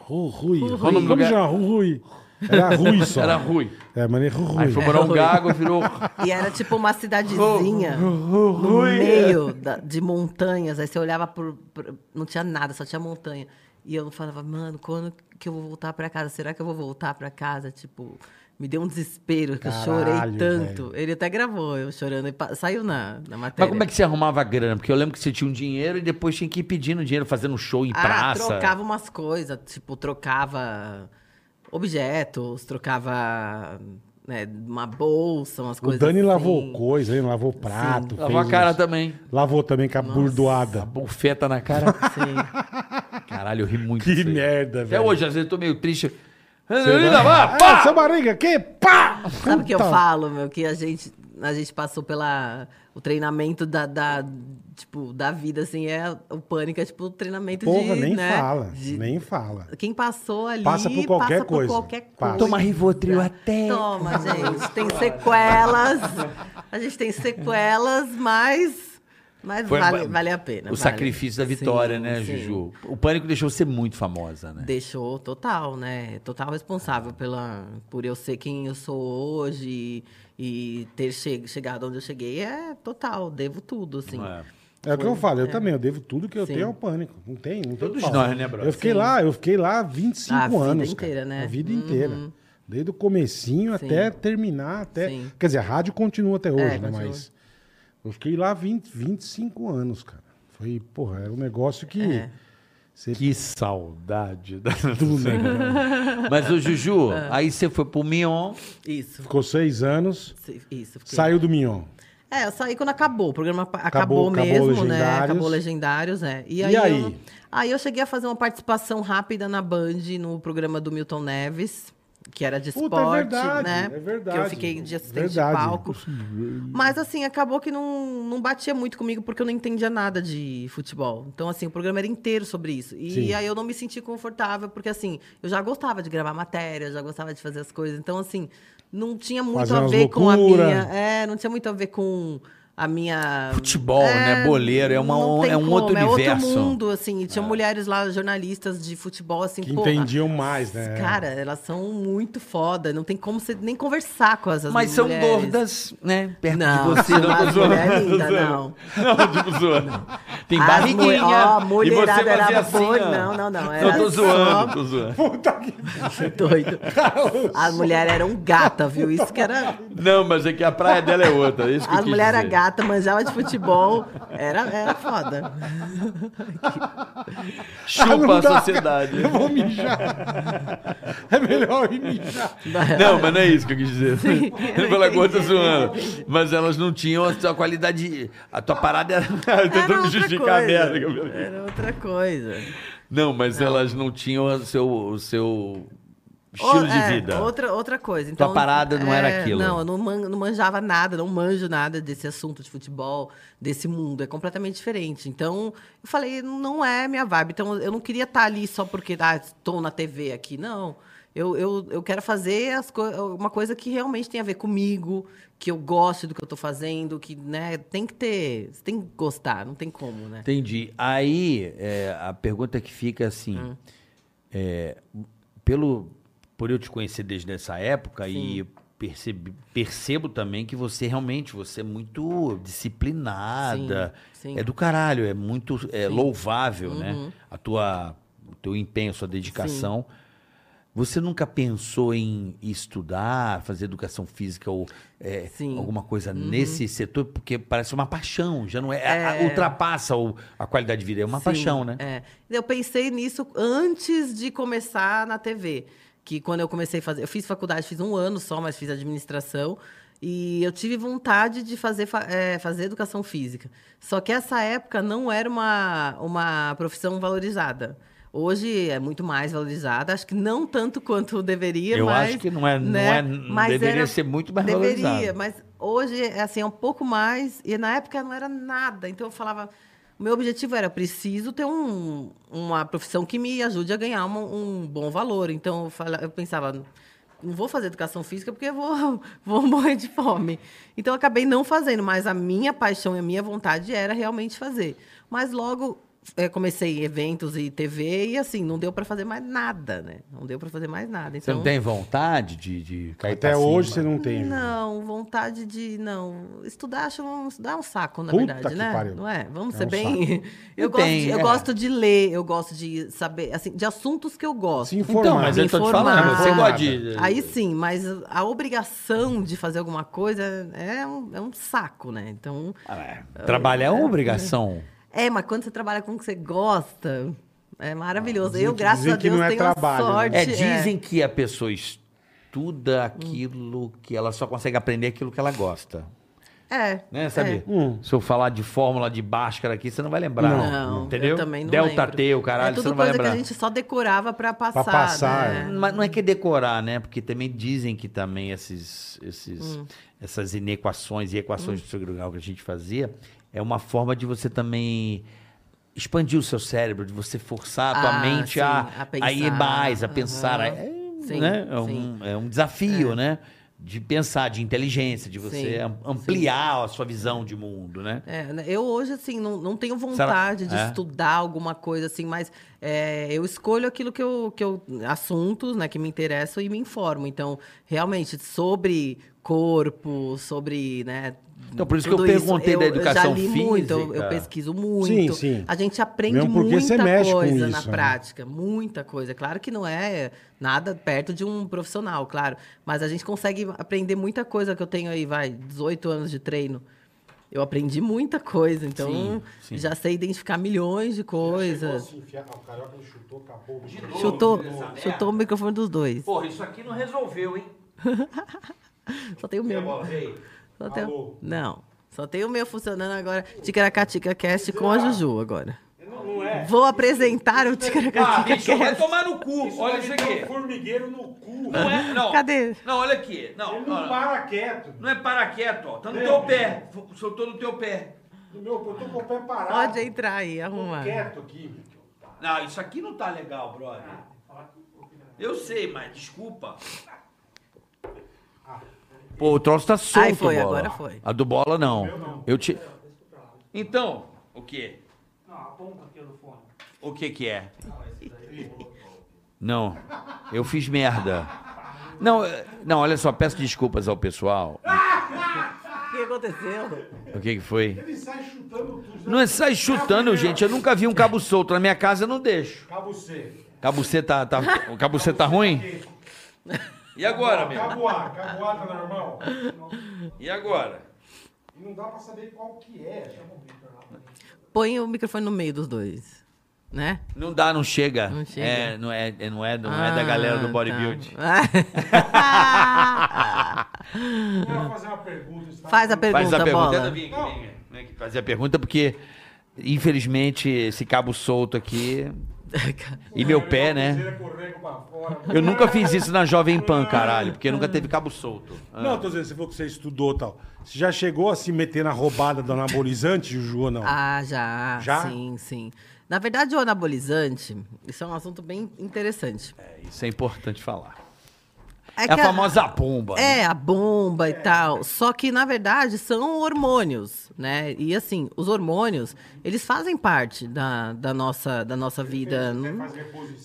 Speaker 3: Ru- Rui.
Speaker 1: Rui.
Speaker 3: Qual o nome do
Speaker 2: Lugar-
Speaker 3: cara? Ru- Rui. Era Rui só.
Speaker 2: Era Rui.
Speaker 3: É, mas nem Ru- Rui.
Speaker 2: Aí foi morar um
Speaker 1: Rui.
Speaker 2: Gago, virou...
Speaker 1: E era tipo uma cidadezinha no meio da- de montanhas. Aí você olhava por, por- Não tinha nada, só tinha montanha. E eu falava, mano, quando que eu vou voltar pra casa? Será que eu vou voltar pra casa? Tipo, me deu um desespero, que eu
Speaker 3: Caralho,
Speaker 1: chorei tanto. Ele até gravou, eu chorando. E pa- saiu na, na matéria.
Speaker 2: Mas como é que você arrumava a grana? Porque eu lembro que você tinha um dinheiro e depois tinha que ir pedindo dinheiro, fazendo show é em
Speaker 1: Ah,
Speaker 2: praça.
Speaker 1: trocava umas coisas, tipo, trocava objetos, trocava né, uma bolsa, umas
Speaker 3: O
Speaker 1: coisas
Speaker 3: Dani
Speaker 1: assim.
Speaker 3: lavou coisa, hein? lavou prato.
Speaker 2: Lavou a cara
Speaker 3: uns-
Speaker 2: também.
Speaker 3: Lavou também com a
Speaker 2: A
Speaker 3: burdoada.
Speaker 2: bufeta na cara. Caralho, eu ri muito.
Speaker 3: Que
Speaker 2: disso aí.
Speaker 3: merda,
Speaker 2: Até
Speaker 3: velho.
Speaker 2: hoje, às vezes, eu tô meio triste.
Speaker 3: Você
Speaker 2: Ainda
Speaker 3: vai-
Speaker 2: vai,
Speaker 3: Ah,
Speaker 2: pá!
Speaker 3: Essa barriga que Pá!
Speaker 1: Sabe o que eu
Speaker 3: Puta.
Speaker 1: falo, meu? Que a gente, a gente passou pela o treinamento da, da tipo da vida assim, é o pânico é tipo o treinamento
Speaker 3: Porra,
Speaker 1: de,
Speaker 3: nem
Speaker 1: né,
Speaker 3: fala.
Speaker 1: de-
Speaker 3: Nem fala.
Speaker 1: Quem passou ali
Speaker 3: Passa por qualquer
Speaker 1: passa por
Speaker 3: coisa.
Speaker 1: qualquer
Speaker 3: Passa.
Speaker 1: coisa.
Speaker 3: Toma
Speaker 2: Rivotril até.
Speaker 1: Toma, gente, tem sequelas. A gente tem sequelas, mas mas
Speaker 2: Foi
Speaker 1: vale,
Speaker 2: ba-
Speaker 1: vale a pena.
Speaker 2: O
Speaker 1: vale.
Speaker 2: sacrifício da vitória,
Speaker 1: Sim,
Speaker 2: né,
Speaker 1: sim.
Speaker 2: Juju? O pânico deixou você muito famosa,
Speaker 3: É.
Speaker 2: né?
Speaker 1: Deixou total, né? Total responsável pela, por eu ser quem eu sou hoje e ter che chegado onde eu cheguei é total, devo tudo, assim.
Speaker 2: É.
Speaker 3: É o que eu falo, eu também, eu devo tudo que eu
Speaker 1: Sim.
Speaker 3: tenho ao pânico. Não tem, não tem
Speaker 2: Todos
Speaker 3: o que falar.
Speaker 2: nós, né, brother?
Speaker 3: Eu fiquei
Speaker 1: Sim.
Speaker 3: lá, eu fiquei lá 25
Speaker 1: A vida
Speaker 3: anos. cara.
Speaker 1: inteira, né?
Speaker 3: A vida inteira. Desde o comecinho até terminar, até.
Speaker 1: Sim. É,
Speaker 3: Quer dizer, a rádio continua até hoje, né?
Speaker 1: continua.
Speaker 3: Mas. Eu fiquei lá 20, 25 anos, cara. Foi, porra, era um negócio que.
Speaker 1: É.
Speaker 3: Você
Speaker 2: Que saudade. da-
Speaker 3: tudo, né, cara?
Speaker 2: Mas, ô Juju,
Speaker 1: É.
Speaker 2: aí você foi pro Mion.
Speaker 1: Isso.
Speaker 3: Ficou seis anos,
Speaker 1: se- Isso. fiquei-
Speaker 3: saiu do Mignon.
Speaker 1: É, eu saí quando acabou. O programa pa-
Speaker 3: Acabou-
Speaker 1: acabou,
Speaker 3: acabou
Speaker 1: mesmo, né?
Speaker 3: Legendários.
Speaker 1: Acabou Legendários, é. E
Speaker 3: E
Speaker 1: aí,
Speaker 3: aí?
Speaker 1: Eu, aí eu cheguei a fazer uma participação rápida na Band, no programa do Milton Neves. que era de esporte,
Speaker 3: Puta, é verdade,
Speaker 1: né?
Speaker 3: é verdade.
Speaker 1: Que eu fiquei de assistente
Speaker 3: Verdade.
Speaker 1: de palco. Mas assim, acabou que não, não batia muito comigo porque eu não entendia nada de futebol. Então, assim, o programa era inteiro sobre isso. E
Speaker 3: Sim.
Speaker 1: aí eu não me senti confortável, porque assim, eu já gostava de gravar matéria, já gostava de fazer as coisas. Então, assim, não tinha muito
Speaker 3: Fazer
Speaker 1: a
Speaker 3: umas
Speaker 1: ver com a
Speaker 3: loucura.
Speaker 1: minha. É, não tinha muito a ver com a minha.
Speaker 2: Futebol, né? Boleiro, é uma-
Speaker 1: não tem
Speaker 2: é um outro
Speaker 1: É
Speaker 2: universo.
Speaker 1: outro mundo, assim. E tinha mulheres lá, jornalistas de futebol, assim,
Speaker 3: Que
Speaker 1: pô,
Speaker 3: entendiam mais, né?
Speaker 1: Cara, elas são muito foda. Não tem como você nem conversar com essas
Speaker 2: Mas são
Speaker 1: mulheres.
Speaker 2: gordas, né? Perto
Speaker 1: Não,
Speaker 2: de você. é.
Speaker 1: não, é as mulheres ainda não.
Speaker 4: Não, tipo zoando.
Speaker 2: Tem
Speaker 1: As
Speaker 2: barriguinha.
Speaker 1: mu- ó, a
Speaker 4: E você
Speaker 1: mulherada
Speaker 4: fazia
Speaker 1: era
Speaker 4: assim,
Speaker 1: boa.
Speaker 4: ó.
Speaker 1: Não, não, não. Era
Speaker 4: Eu tô zoando, tô zoando.
Speaker 3: Puta que é
Speaker 1: Só... Doido. As mulheres eram gata, viu? Isso que era.
Speaker 4: Não, mas é que a praia dela é outra. Isso que eu
Speaker 1: As
Speaker 4: quis
Speaker 1: mulheres eram
Speaker 4: dizer.
Speaker 1: gata, manjava de futebol. Era, era foda.
Speaker 3: Ah, não
Speaker 4: Chupa a
Speaker 3: dá,
Speaker 4: sociedade.
Speaker 3: Eu vou mijar. É melhor ir mijar.
Speaker 4: Não, mas não é isso que eu quis dizer.
Speaker 1: Sim,
Speaker 4: Ele
Speaker 1: eu entendi,
Speaker 4: falou, agora eu tô zoando.
Speaker 1: eu entendi.
Speaker 4: Mas elas não tinham a tua qualidade. A tua parada era. Eu tô
Speaker 1: Era
Speaker 4: tentando me
Speaker 1: outra
Speaker 4: justificar a
Speaker 1: coisa. É.
Speaker 4: merda que eu falei.
Speaker 1: Era outra coisa.
Speaker 4: Não, mas elas não tinham o seu, o seu
Speaker 1: Ou-
Speaker 4: estilo
Speaker 1: é,
Speaker 4: de vida.
Speaker 1: Outra, outra coisa. Então,
Speaker 2: parada não era aquilo.
Speaker 1: Não, eu não, man- não manjava nada, não manjo nada desse assunto de futebol, desse mundo. É completamente diferente. Então, eu falei, não é minha vibe. Então, eu não queria estar ali só porque ah, estou na TV aqui. Não. Eu, eu, eu quero fazer as co- uma coisa que realmente tem a ver comigo, que eu gosto do que eu estou fazendo, que né, tem que ter. Você tem que gostar, não tem como, né?
Speaker 2: Entendi. Aí, é, a pergunta que fica assim,
Speaker 1: Hum.
Speaker 2: é, pelo, por eu te conhecer desde essa época e percebi- percebo também que você realmente, você é muito disciplinada,
Speaker 1: Sim, Uhum. sim.
Speaker 2: é do caralho, é muito é, louvável, né? A tua, o teu empenho, a sua dedicação. Você nunca pensou em estudar, fazer educação física ou é,
Speaker 1: Sim. Uhum.
Speaker 2: alguma coisa nesse setor? Porque parece uma paixão, já não é. a- a- ultrapassa o- a qualidade de vida, é uma
Speaker 1: Sim,
Speaker 2: paixão, né?
Speaker 1: é. Eu pensei nisso antes de começar na TV. Que quando eu comecei a fazer. Eu fiz faculdade, fiz um ano só, mas fiz administração. E eu tive vontade de fazer, fa- eh, fazer educação física. Só que essa época não era uma, uma profissão valorizada. Hoje é muito mais valorizada, acho que não tanto quanto deveria,
Speaker 2: Eu
Speaker 1: mas, né,
Speaker 2: acho que não é- não é- deveria ser muito mais
Speaker 1: deveria,
Speaker 2: valorizada.
Speaker 1: mas hoje é assim, é um pouco mais. E na época não era nada. Então eu falava. o Meu objetivo era preciso ter um- uma profissão que me ajude a ganhar uma- um bom valor. Então eu, fala- eu pensava, não vou fazer educação física porque eu vou, vou morrer de fome. Então eu acabei não fazendo, mas a minha paixão e a minha vontade era realmente fazer. Mas logo eh, comecei eventos e TV e assim, não deu para fazer mais nada, né? Não deu para fazer mais nada.
Speaker 2: Você
Speaker 1: Então,
Speaker 2: não tem vontade de, de cair
Speaker 3: Até
Speaker 2: pra
Speaker 3: hoje
Speaker 2: cima?
Speaker 3: você não tem.
Speaker 1: não, vontade de. Não. Estudar, acho um, estudar é um saco, na
Speaker 3: Puta que
Speaker 1: verdade, né?
Speaker 3: pariu.
Speaker 1: Não é? Vamos
Speaker 3: É
Speaker 1: ser
Speaker 3: um
Speaker 1: bem. Eu,
Speaker 2: E
Speaker 1: gosto,
Speaker 2: tem,
Speaker 1: de, eu
Speaker 2: é.
Speaker 1: gosto de ler, eu gosto de saber, assim, de assuntos que eu gosto.
Speaker 3: Se informar.
Speaker 2: Então, mas eu tô te falando,
Speaker 1: Informar.
Speaker 2: você gosta de.
Speaker 1: Aí sim, mas a obrigação de fazer alguma coisa é um, é um saco, né? Então.
Speaker 2: Ah, é. Trabalhar é uma obrigação.
Speaker 1: É, mas quando você trabalha com o que você gosta, é maravilhoso.
Speaker 3: Dizem-
Speaker 1: eu, graças
Speaker 3: dizem
Speaker 1: a
Speaker 3: que
Speaker 1: Deus,
Speaker 3: não é
Speaker 1: tenho
Speaker 3: trabalho,
Speaker 1: a
Speaker 3: né?
Speaker 1: sorte.
Speaker 2: É, dizem que a pessoa
Speaker 1: Hum.
Speaker 2: estuda aquilo que ela só consegue aprender aquilo que ela gosta.
Speaker 1: É. é
Speaker 2: Né, sabe?
Speaker 3: Hum.
Speaker 2: Se eu falar de fórmula de Bhaskara aqui, você não vai lembrar.
Speaker 1: Não,
Speaker 2: entendeu?
Speaker 1: eu também não
Speaker 2: Delta
Speaker 1: lembro.
Speaker 2: T, o caralho,
Speaker 1: é tudo
Speaker 2: você não vai
Speaker 1: coisa
Speaker 2: lembrar.
Speaker 1: que a gente só decorava pra passar.
Speaker 3: Pra passar,
Speaker 1: né?
Speaker 2: Mas não é que é decorar, né? Porque também dizem que também esses, esses,
Speaker 1: Hum.
Speaker 2: essas inequações e equações do integral que a gente fazia é uma forma de você também expandir o seu cérebro, de você forçar a tua
Speaker 1: Ah,
Speaker 2: mente
Speaker 1: sim,
Speaker 2: a,
Speaker 1: a
Speaker 2: a ir
Speaker 1: pensar.
Speaker 2: mais, a pensar.
Speaker 1: Aham.
Speaker 2: É,
Speaker 1: Sim,
Speaker 2: né? é,
Speaker 1: sim.
Speaker 2: um, é um desafio, né? De pensar, de inteligência, de você
Speaker 1: Sim,
Speaker 2: am- ampliar a sua visão de mundo, né?
Speaker 1: É, né, eu hoje, assim, não, não tenho vontade de
Speaker 2: É.
Speaker 1: estudar alguma coisa, assim, mas é, eu escolho aquilo que eu, que eu. assuntos, né, que me interessam e me informo. Então, realmente, sobre corpo, sobre, né.
Speaker 2: Então, por isso que eu
Speaker 1: tudo
Speaker 2: perguntei da educação
Speaker 1: eu já li Muito, eu,
Speaker 2: física.
Speaker 1: eu pesquiso
Speaker 3: Sim,
Speaker 1: muito.
Speaker 3: sim.
Speaker 1: A gente aprende
Speaker 3: Mesmo porque você
Speaker 1: muita
Speaker 3: mexe com
Speaker 1: coisa na
Speaker 3: isso, né?
Speaker 1: prática, muita coisa. Claro que não é nada perto de um profissional, claro. Mas a gente consegue aprender muita coisa que eu tenho aí, vai, 18 anos de treino. Eu aprendi muita coisa, então
Speaker 2: Sim, sim.
Speaker 1: já sei identificar milhões de coisas.
Speaker 3: o carioca ele chutou, acabou.
Speaker 1: Chutou, chutou o microfone dos dois.
Speaker 2: Porra, isso aqui não resolveu, hein?
Speaker 1: Só tem o meu. Só tem o... Não, só tem o meu funcionando agora. Ticaracá Tica Cast com a Juju agora.
Speaker 3: Eu não
Speaker 5: é.
Speaker 1: Vou apresentar é o
Speaker 5: Ah,
Speaker 1: Ticaracatica
Speaker 5: bicho, vai
Speaker 1: Cast.
Speaker 5: tomar no cu. olha isso aqui.
Speaker 3: um formigueiro no cu.
Speaker 5: Não é, não.
Speaker 1: Cadê?
Speaker 5: Não, olha aqui. Não, não, não.
Speaker 3: para quieto.
Speaker 5: Não é paraqueto, ó. Tá no teu pé. F- Soltou no teu pé.
Speaker 3: Meu, eu tô com o pé parado.
Speaker 1: Pode entrar aí, arruma.
Speaker 3: aqui.
Speaker 5: Não, isso aqui não tá legal, brother. Eu sei, mas desculpa. Ah.
Speaker 2: Pô, o troço tá solto,
Speaker 1: Ai, foi,
Speaker 2: bola.
Speaker 1: agora foi.
Speaker 2: A do bola, não. Eu, te...
Speaker 5: Então, o quê? Não, a ponta aqui é do fone. O que que é?
Speaker 2: Não, eu fiz merda. Não, eh, não, olha só, peço desculpas ao pessoal.
Speaker 1: O que aconteceu?
Speaker 2: O que que foi?
Speaker 3: Ele sai chutando tudo.
Speaker 2: Não é sai chutando, gente. Eu nunca vi um cabo solto. Na minha casa eu não deixo.
Speaker 3: Cabo C.
Speaker 2: Cabo C tá, tá, o cabo C tá ruim?
Speaker 5: E agora, meu?
Speaker 3: Cabo A. Cabo A tá normal.
Speaker 5: E agora?
Speaker 3: E não dá pra saber qual que é. Deixa eu ver.
Speaker 1: Põe o microfone no meio dos dois, né?
Speaker 2: Não dá, não chega.
Speaker 1: Não chega.
Speaker 2: É, não é, é- não é, não é da galera do
Speaker 1: Ah,
Speaker 2: bodybuild.
Speaker 1: tá.
Speaker 3: Eu quero fazer uma pergunta. está?
Speaker 1: Faz a
Speaker 2: Faz
Speaker 1: pergunta,
Speaker 2: a pergunta,
Speaker 1: bola.
Speaker 5: Tenta vir aqui, vem aqui, vem aqui.
Speaker 2: Fazer a pergunta porque, infelizmente, esse cabo solto aqui e meu pé, né?
Speaker 3: Terceira correga pra fora.
Speaker 2: Eu nunca fiz isso na Jovem Pan, caralho, porque nunca teve cabo solto. Ah,
Speaker 3: Não, tô dizendo, você falou que você estudou e tal. Você já chegou a se meter na roubada do anabolizante, Juju, ou não?
Speaker 1: Ah, já,
Speaker 3: Já?
Speaker 1: Sim, sim. Na verdade, o anabolizante, isso é um assunto bem interessante.
Speaker 2: Isso é importante falar.
Speaker 1: É,
Speaker 2: É,
Speaker 1: que
Speaker 2: a famosa pomba. né?
Speaker 1: É, a bomba e tal. Só que, na verdade, são hormônios, né? E, assim, os hormônios, eles fazem parte da, da, nossa, da nossa vida. Não-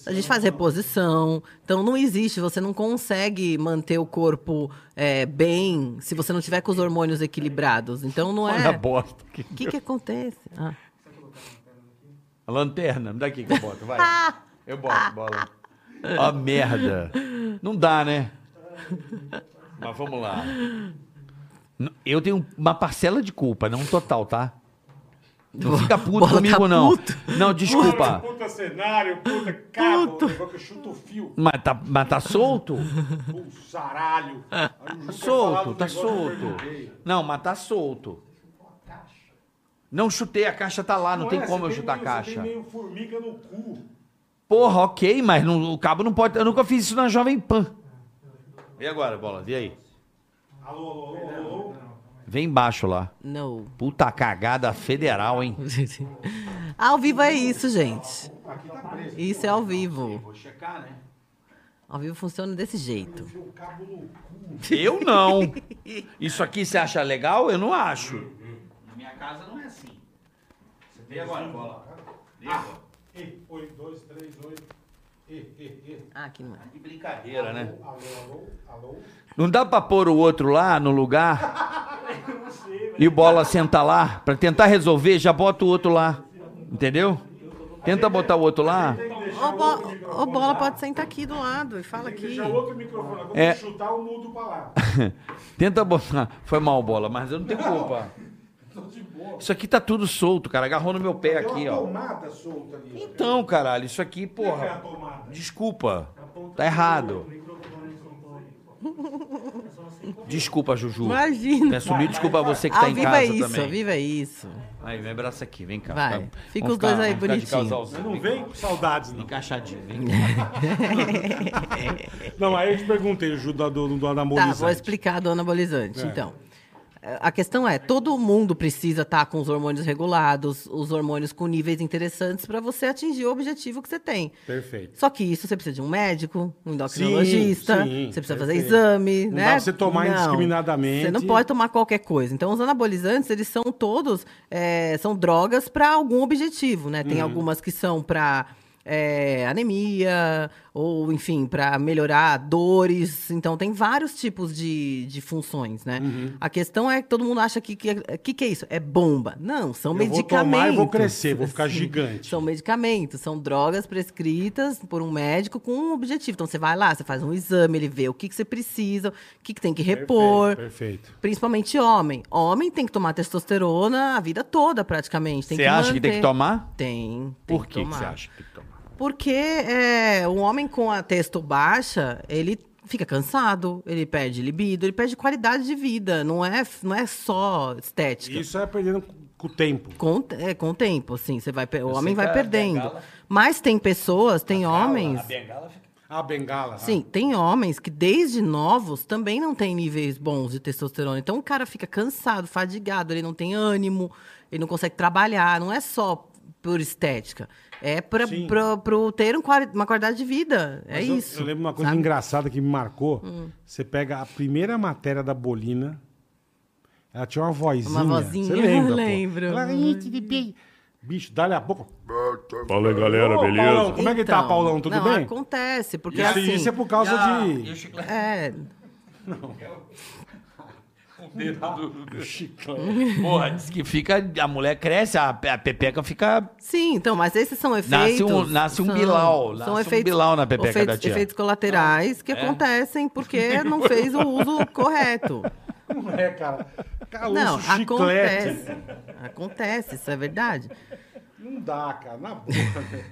Speaker 1: A gente faz reposição. Então, não existe. Você não consegue manter o corpo é, bem se você não tiver com os hormônios equilibrados. Então, não
Speaker 2: Olha a
Speaker 1: é...
Speaker 2: bosta. aqui.
Speaker 1: O que, que acontece? Ah.
Speaker 2: A lanterna, me dá aqui que eu boto, vai. Eu boto, bola. A merda. Não dá, né? Mas vamos lá. N- Eu tenho uma parcela de culpa, não total, tá? Não fica puto
Speaker 1: Bola tá
Speaker 2: comigo, não.
Speaker 1: puto.
Speaker 2: Não, desculpa.
Speaker 3: Puta cenário, puta cabo, negócio que eu chuto o fio,
Speaker 2: Mas tá, mas tá solto?
Speaker 3: o saralho. Aí o Juju quer falar
Speaker 2: Solto,
Speaker 3: do
Speaker 2: tá
Speaker 3: negócio que eu
Speaker 2: solto.
Speaker 3: perguntei.
Speaker 2: Não, mas tá solto. Não chutei, a caixa tá lá, não, tem
Speaker 3: é,
Speaker 2: como eu
Speaker 3: você
Speaker 2: chutar a
Speaker 3: meio- Você
Speaker 2: caixa.
Speaker 3: tem meio formiga no cu.
Speaker 2: Porra, ok, mas não- o cabo não pode. Eu nunca fiz isso na Jovem Pan. E agora, bola? E aí?
Speaker 3: Alô, alô, alô, alô.
Speaker 2: Vem embaixo lá.
Speaker 1: Não.
Speaker 2: Puta cagada federal, hein?
Speaker 1: ao vivo é isso, gente.
Speaker 2: tá
Speaker 1: Isso é ao vivo.
Speaker 5: Vou checar, né?
Speaker 1: Ao vivo funciona desse jeito.
Speaker 2: Eu não. Isso aqui você acha legal? Eu não acho.
Speaker 5: Na minha casa não é assim. Você tem agora, bola. Vem agora.
Speaker 3: E, oito, dois, três, oito. E, e, e.
Speaker 1: Ah, aqui não é.
Speaker 5: Que brincadeira, né?
Speaker 3: Alô, alô, alô.
Speaker 2: Não dá pra pôr o outro lá no lugar e o bola senta lá pra tentar resolver, já bota o outro lá. Entendeu? Tenta botar o outro lá.
Speaker 1: Ô, bo- ô, bola pode sentar aqui do lado e fala aqui.
Speaker 3: Deixa o é outro microfone. Quando
Speaker 2: É.
Speaker 3: eu chutar, eu mudo pra lá.
Speaker 2: Tenta botar. Foi mal, bola, mas eu não tenho culpa.
Speaker 3: Tô de boa.
Speaker 2: Isso aqui tá tudo solto, cara. Agarrou no meu pé
Speaker 3: Tem
Speaker 2: aqui,
Speaker 3: uma
Speaker 2: ó.
Speaker 3: tomada solta ali.
Speaker 2: Então, caralho, isso aqui,
Speaker 3: Cadê a
Speaker 2: porra.
Speaker 3: tomada?
Speaker 2: Desculpa. Tá errado. Desculpa, Juju.
Speaker 1: Imagina.
Speaker 2: Peço mil desculpa a você que
Speaker 1: Ao
Speaker 2: tá em
Speaker 1: vivo é
Speaker 2: casa
Speaker 1: isso, ao
Speaker 2: também.
Speaker 1: vivo é isso.
Speaker 2: Aí, me abraça aqui, vem cá.
Speaker 1: Vai,
Speaker 2: Vamos
Speaker 1: fica os dois
Speaker 2: vamos
Speaker 1: aí
Speaker 2: ficar de
Speaker 1: bonitinho.
Speaker 2: casalzinho,
Speaker 3: Não
Speaker 2: vem
Speaker 3: vem com saudades, não.
Speaker 2: Encaixadinho, vem
Speaker 3: Não, aí eu te perguntei, Ju, do, do, do
Speaker 1: Tá, vou
Speaker 3: anabolizante.
Speaker 1: explicar do anabolizante, então. É, A questão é, todo mundo precisa estar com os hormônios regulados, os hormônios com níveis interessantes para você atingir o objetivo que você tem.
Speaker 3: Perfeito.
Speaker 1: Só que isso você precisa de um médico, um endocrinologista,
Speaker 3: sim,
Speaker 1: você precisa
Speaker 3: perfeito.
Speaker 1: fazer exame,
Speaker 3: Não
Speaker 1: né?
Speaker 3: dá pra você tomar indiscriminadamente.
Speaker 1: Você não pode tomar qualquer coisa. Então, os anabolizantes, eles são todos, é, são drogas para algum objetivo, né? Tem
Speaker 3: Uhum.
Speaker 1: algumas que são para anemia, ou enfim, para melhorar dores. Então, tem vários tipos de, de funções, né?
Speaker 3: Uhum.
Speaker 1: A questão é que todo mundo acha que que, que que é isso? É bomba. Não, são
Speaker 3: Eu vou
Speaker 1: medicamentos.
Speaker 3: tomar e vou crescer, vou ficar
Speaker 1: Sim.
Speaker 3: gigante.
Speaker 1: São medicamentos, são drogas prescritas por um médico com um objetivo. Então você vai lá, você faz um exame, ele vê o que, que você precisa, o que, que tem que repor.
Speaker 3: Perfeito.
Speaker 1: Principalmente homem. Homem tem que tomar testosterona a vida toda, praticamente. Tem
Speaker 2: Você acha que tem que
Speaker 1: manter.
Speaker 2: tomar?
Speaker 1: Tem. tem
Speaker 2: Por que que você acha que tem que tomar?
Speaker 1: Porque é, o homem com a testo baixa, ele fica cansado, ele perde libido, ele perde qualidade de vida. Não é, não é só estética.
Speaker 3: Isso é perdendo com o tempo.
Speaker 1: Com, é, com o tempo, assim, você vai, per- o homem
Speaker 2: sei que
Speaker 1: vai
Speaker 2: a
Speaker 1: perdendo.
Speaker 2: bengala-
Speaker 1: Mas tem pessoas, tem homens.
Speaker 2: A bengala fica.
Speaker 3: A bengala.
Speaker 1: Sim, tem homens que desde novos também não têm níveis bons de testosterona. Então o cara fica cansado, fadigado, ele não tem ânimo, ele não consegue trabalhar. Não é só por estética. É para
Speaker 3: Sim.
Speaker 1: ter um quali- uma qualidade de vida. é
Speaker 3: Mas eu-
Speaker 1: isso.
Speaker 3: Eu lembro uma coisa
Speaker 1: sabe? Hum.
Speaker 3: engraçada que me marcou. Você pega a primeira matéria da Bolina. Ela tinha uma vozinha.
Speaker 1: Uma vozinha,
Speaker 3: Você lembra,
Speaker 1: eu
Speaker 3: pô?
Speaker 1: lembro.
Speaker 3: Ela, "Ih, tiri, pi". Bicho, dá-lhe a boca.
Speaker 4: Fala aí, galera,
Speaker 3: Ô,
Speaker 4: beleza?
Speaker 3: Paulão, como é que tá,
Speaker 1: Então,
Speaker 3: Paulão? Tudo
Speaker 1: não,
Speaker 3: bem?
Speaker 1: acontece, porque
Speaker 3: Isso,
Speaker 1: assim...
Speaker 3: isso é por causa
Speaker 5: E o
Speaker 3: de.
Speaker 5: chiclete
Speaker 1: É,
Speaker 5: com o dedo do...
Speaker 2: Porra, diz que fica. A mulher cresce, a, pe- a pepeca fica.
Speaker 1: sim, então, mas esses são efeitos...
Speaker 2: Nasce um- nasce um
Speaker 1: são-
Speaker 2: Bilal, nasce um Bilal na pepeca
Speaker 1: efeitos,
Speaker 2: da É. tia.
Speaker 1: Efeitos colaterais que acontecem porque não fez o uso correto.
Speaker 3: Não é, cara. Cara,
Speaker 1: Não,
Speaker 3: usa o chiclete.
Speaker 1: acontece. Acontece, isso é verdade.
Speaker 3: Não dá, cara. Na boca. né?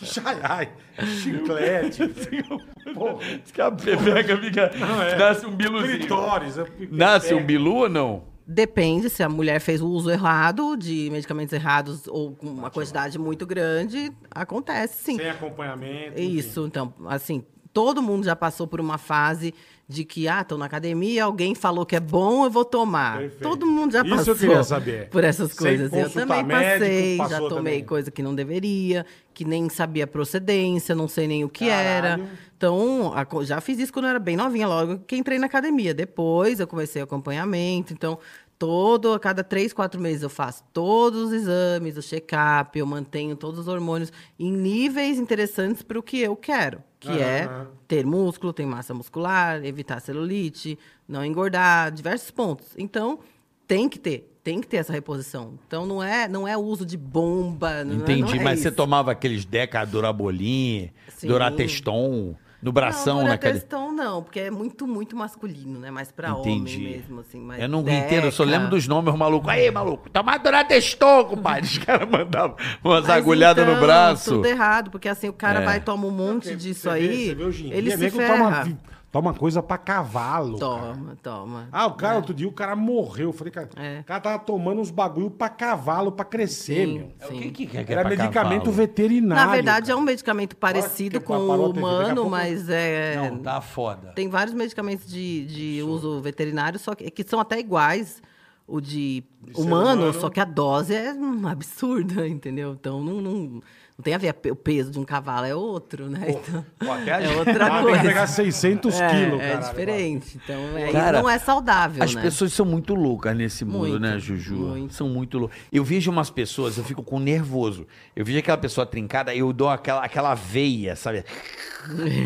Speaker 3: Xai, ai, chiclete. Pô,
Speaker 2: Diz que a pepeca fica.
Speaker 3: é.
Speaker 4: Nasce um biluzinho.
Speaker 3: clitóris. é-
Speaker 2: Nasce um bilu ou não?
Speaker 1: Depende se a mulher fez o uso errado de medicamentos errados ou com uma quantidade muito grande, acontece sim.
Speaker 3: Sem acompanhamento.
Speaker 1: É Isso, então, assim, todo mundo já passou por uma fase de que, ah, tô na academia, alguém falou que é bom, eu vou tomar.
Speaker 3: Perfeito.
Speaker 1: Todo mundo já
Speaker 3: Isso eu
Speaker 1: passou
Speaker 3: queria saber.
Speaker 1: por essas
Speaker 3: Sem
Speaker 1: coisas. Eu
Speaker 3: consultar
Speaker 1: também
Speaker 3: médico,
Speaker 1: passei, já
Speaker 3: passou
Speaker 1: tomei
Speaker 3: também.
Speaker 1: coisa que não deveria, que nem sabia a procedência, não sei nem o que
Speaker 3: Caralho.
Speaker 1: era. Então, a co- já fiz isso quando eu era bem novinha, logo que entrei na academia. Depois eu comecei acompanhamento, então... Todo, a cada três, quatro meses eu faço todos os exames, o check-up, eu mantenho todos os hormônios em níveis interessantes para o que eu quero, que é
Speaker 3: Aham.
Speaker 1: ter músculo, ter massa muscular, evitar celulite, não engordar, diversos pontos. Então, tem que ter, tem que ter essa reposição. Então, não é, não é uso de bomba. Não é-
Speaker 2: Entendi,
Speaker 1: não é
Speaker 2: mas você
Speaker 1: isso.
Speaker 2: tomava aqueles Deca, Durabolim,
Speaker 1: Sim.
Speaker 2: Durateston, no bração,
Speaker 1: não,
Speaker 2: na
Speaker 1: Durateston
Speaker 2: cadeira.
Speaker 1: não, porque é muito, muito masculino, né? Mais pra
Speaker 2: Entendi.
Speaker 1: homem mesmo, assim. mais
Speaker 2: eu não entendo, eu só
Speaker 1: Deca.
Speaker 2: lembro dos nomes, os malucos. Aí, maluco, tá é toma Durateston, compadre. Os caras mandavam umas
Speaker 1: Mas
Speaker 2: agulhadas no
Speaker 1: então,
Speaker 2: braço.
Speaker 1: Tudo errado, porque assim, o cara
Speaker 2: É.
Speaker 1: vai e toma um monte disso
Speaker 3: Você vê-
Speaker 1: aí,
Speaker 3: você vê hoje em
Speaker 1: ele
Speaker 3: dia,
Speaker 1: se
Speaker 3: é nego
Speaker 1: ferra.
Speaker 3: Toma, toma coisa pra cavalo. cara.
Speaker 1: Toma, toma.
Speaker 3: Ah, o cara, outro dia, o cara morreu. Eu falei, cara,
Speaker 1: É.
Speaker 3: o cara tava tomando uns bagulho pra cavalo pra crescer,
Speaker 1: Sim,
Speaker 3: meu.
Speaker 1: sim.
Speaker 2: que, é que
Speaker 3: Era
Speaker 2: pra
Speaker 3: medicamento
Speaker 2: cavalo?
Speaker 3: veterinário.
Speaker 1: Na verdade,
Speaker 3: cara.
Speaker 1: é um medicamento parecido
Speaker 3: que tá
Speaker 1: com
Speaker 3: parou a
Speaker 1: o
Speaker 3: TV, daqui a
Speaker 1: humano,
Speaker 3: pouco-
Speaker 1: mas é.
Speaker 2: Não, tá foda.
Speaker 1: Tem vários medicamentos de, de uso veterinário, só que, que são até iguais. O de
Speaker 3: ser
Speaker 1: humano,
Speaker 3: humano.
Speaker 1: só que a dose é hum, absurda, entendeu? Então não, não, não tem a ver o peso de um cavalo, é outro, né? Então,
Speaker 2: Pô, até a
Speaker 1: é
Speaker 2: gente-
Speaker 1: outra
Speaker 3: Ah, tem que pegar
Speaker 1: coisa.
Speaker 3: 600
Speaker 1: É,
Speaker 3: quilos,
Speaker 1: é
Speaker 3: cara.
Speaker 1: diferente. Então é,
Speaker 2: Cara,
Speaker 1: não é saudável,
Speaker 2: As
Speaker 1: né?
Speaker 2: pessoas são muito loucas nesse mundo,
Speaker 1: Muito,
Speaker 2: né, Juju?
Speaker 1: muito.
Speaker 2: São muito loucas. Eu vejo umas pessoas, eu fico com nervoso. Eu vejo aquela pessoa trincada, eu dou aquela, aquela veia, sabe?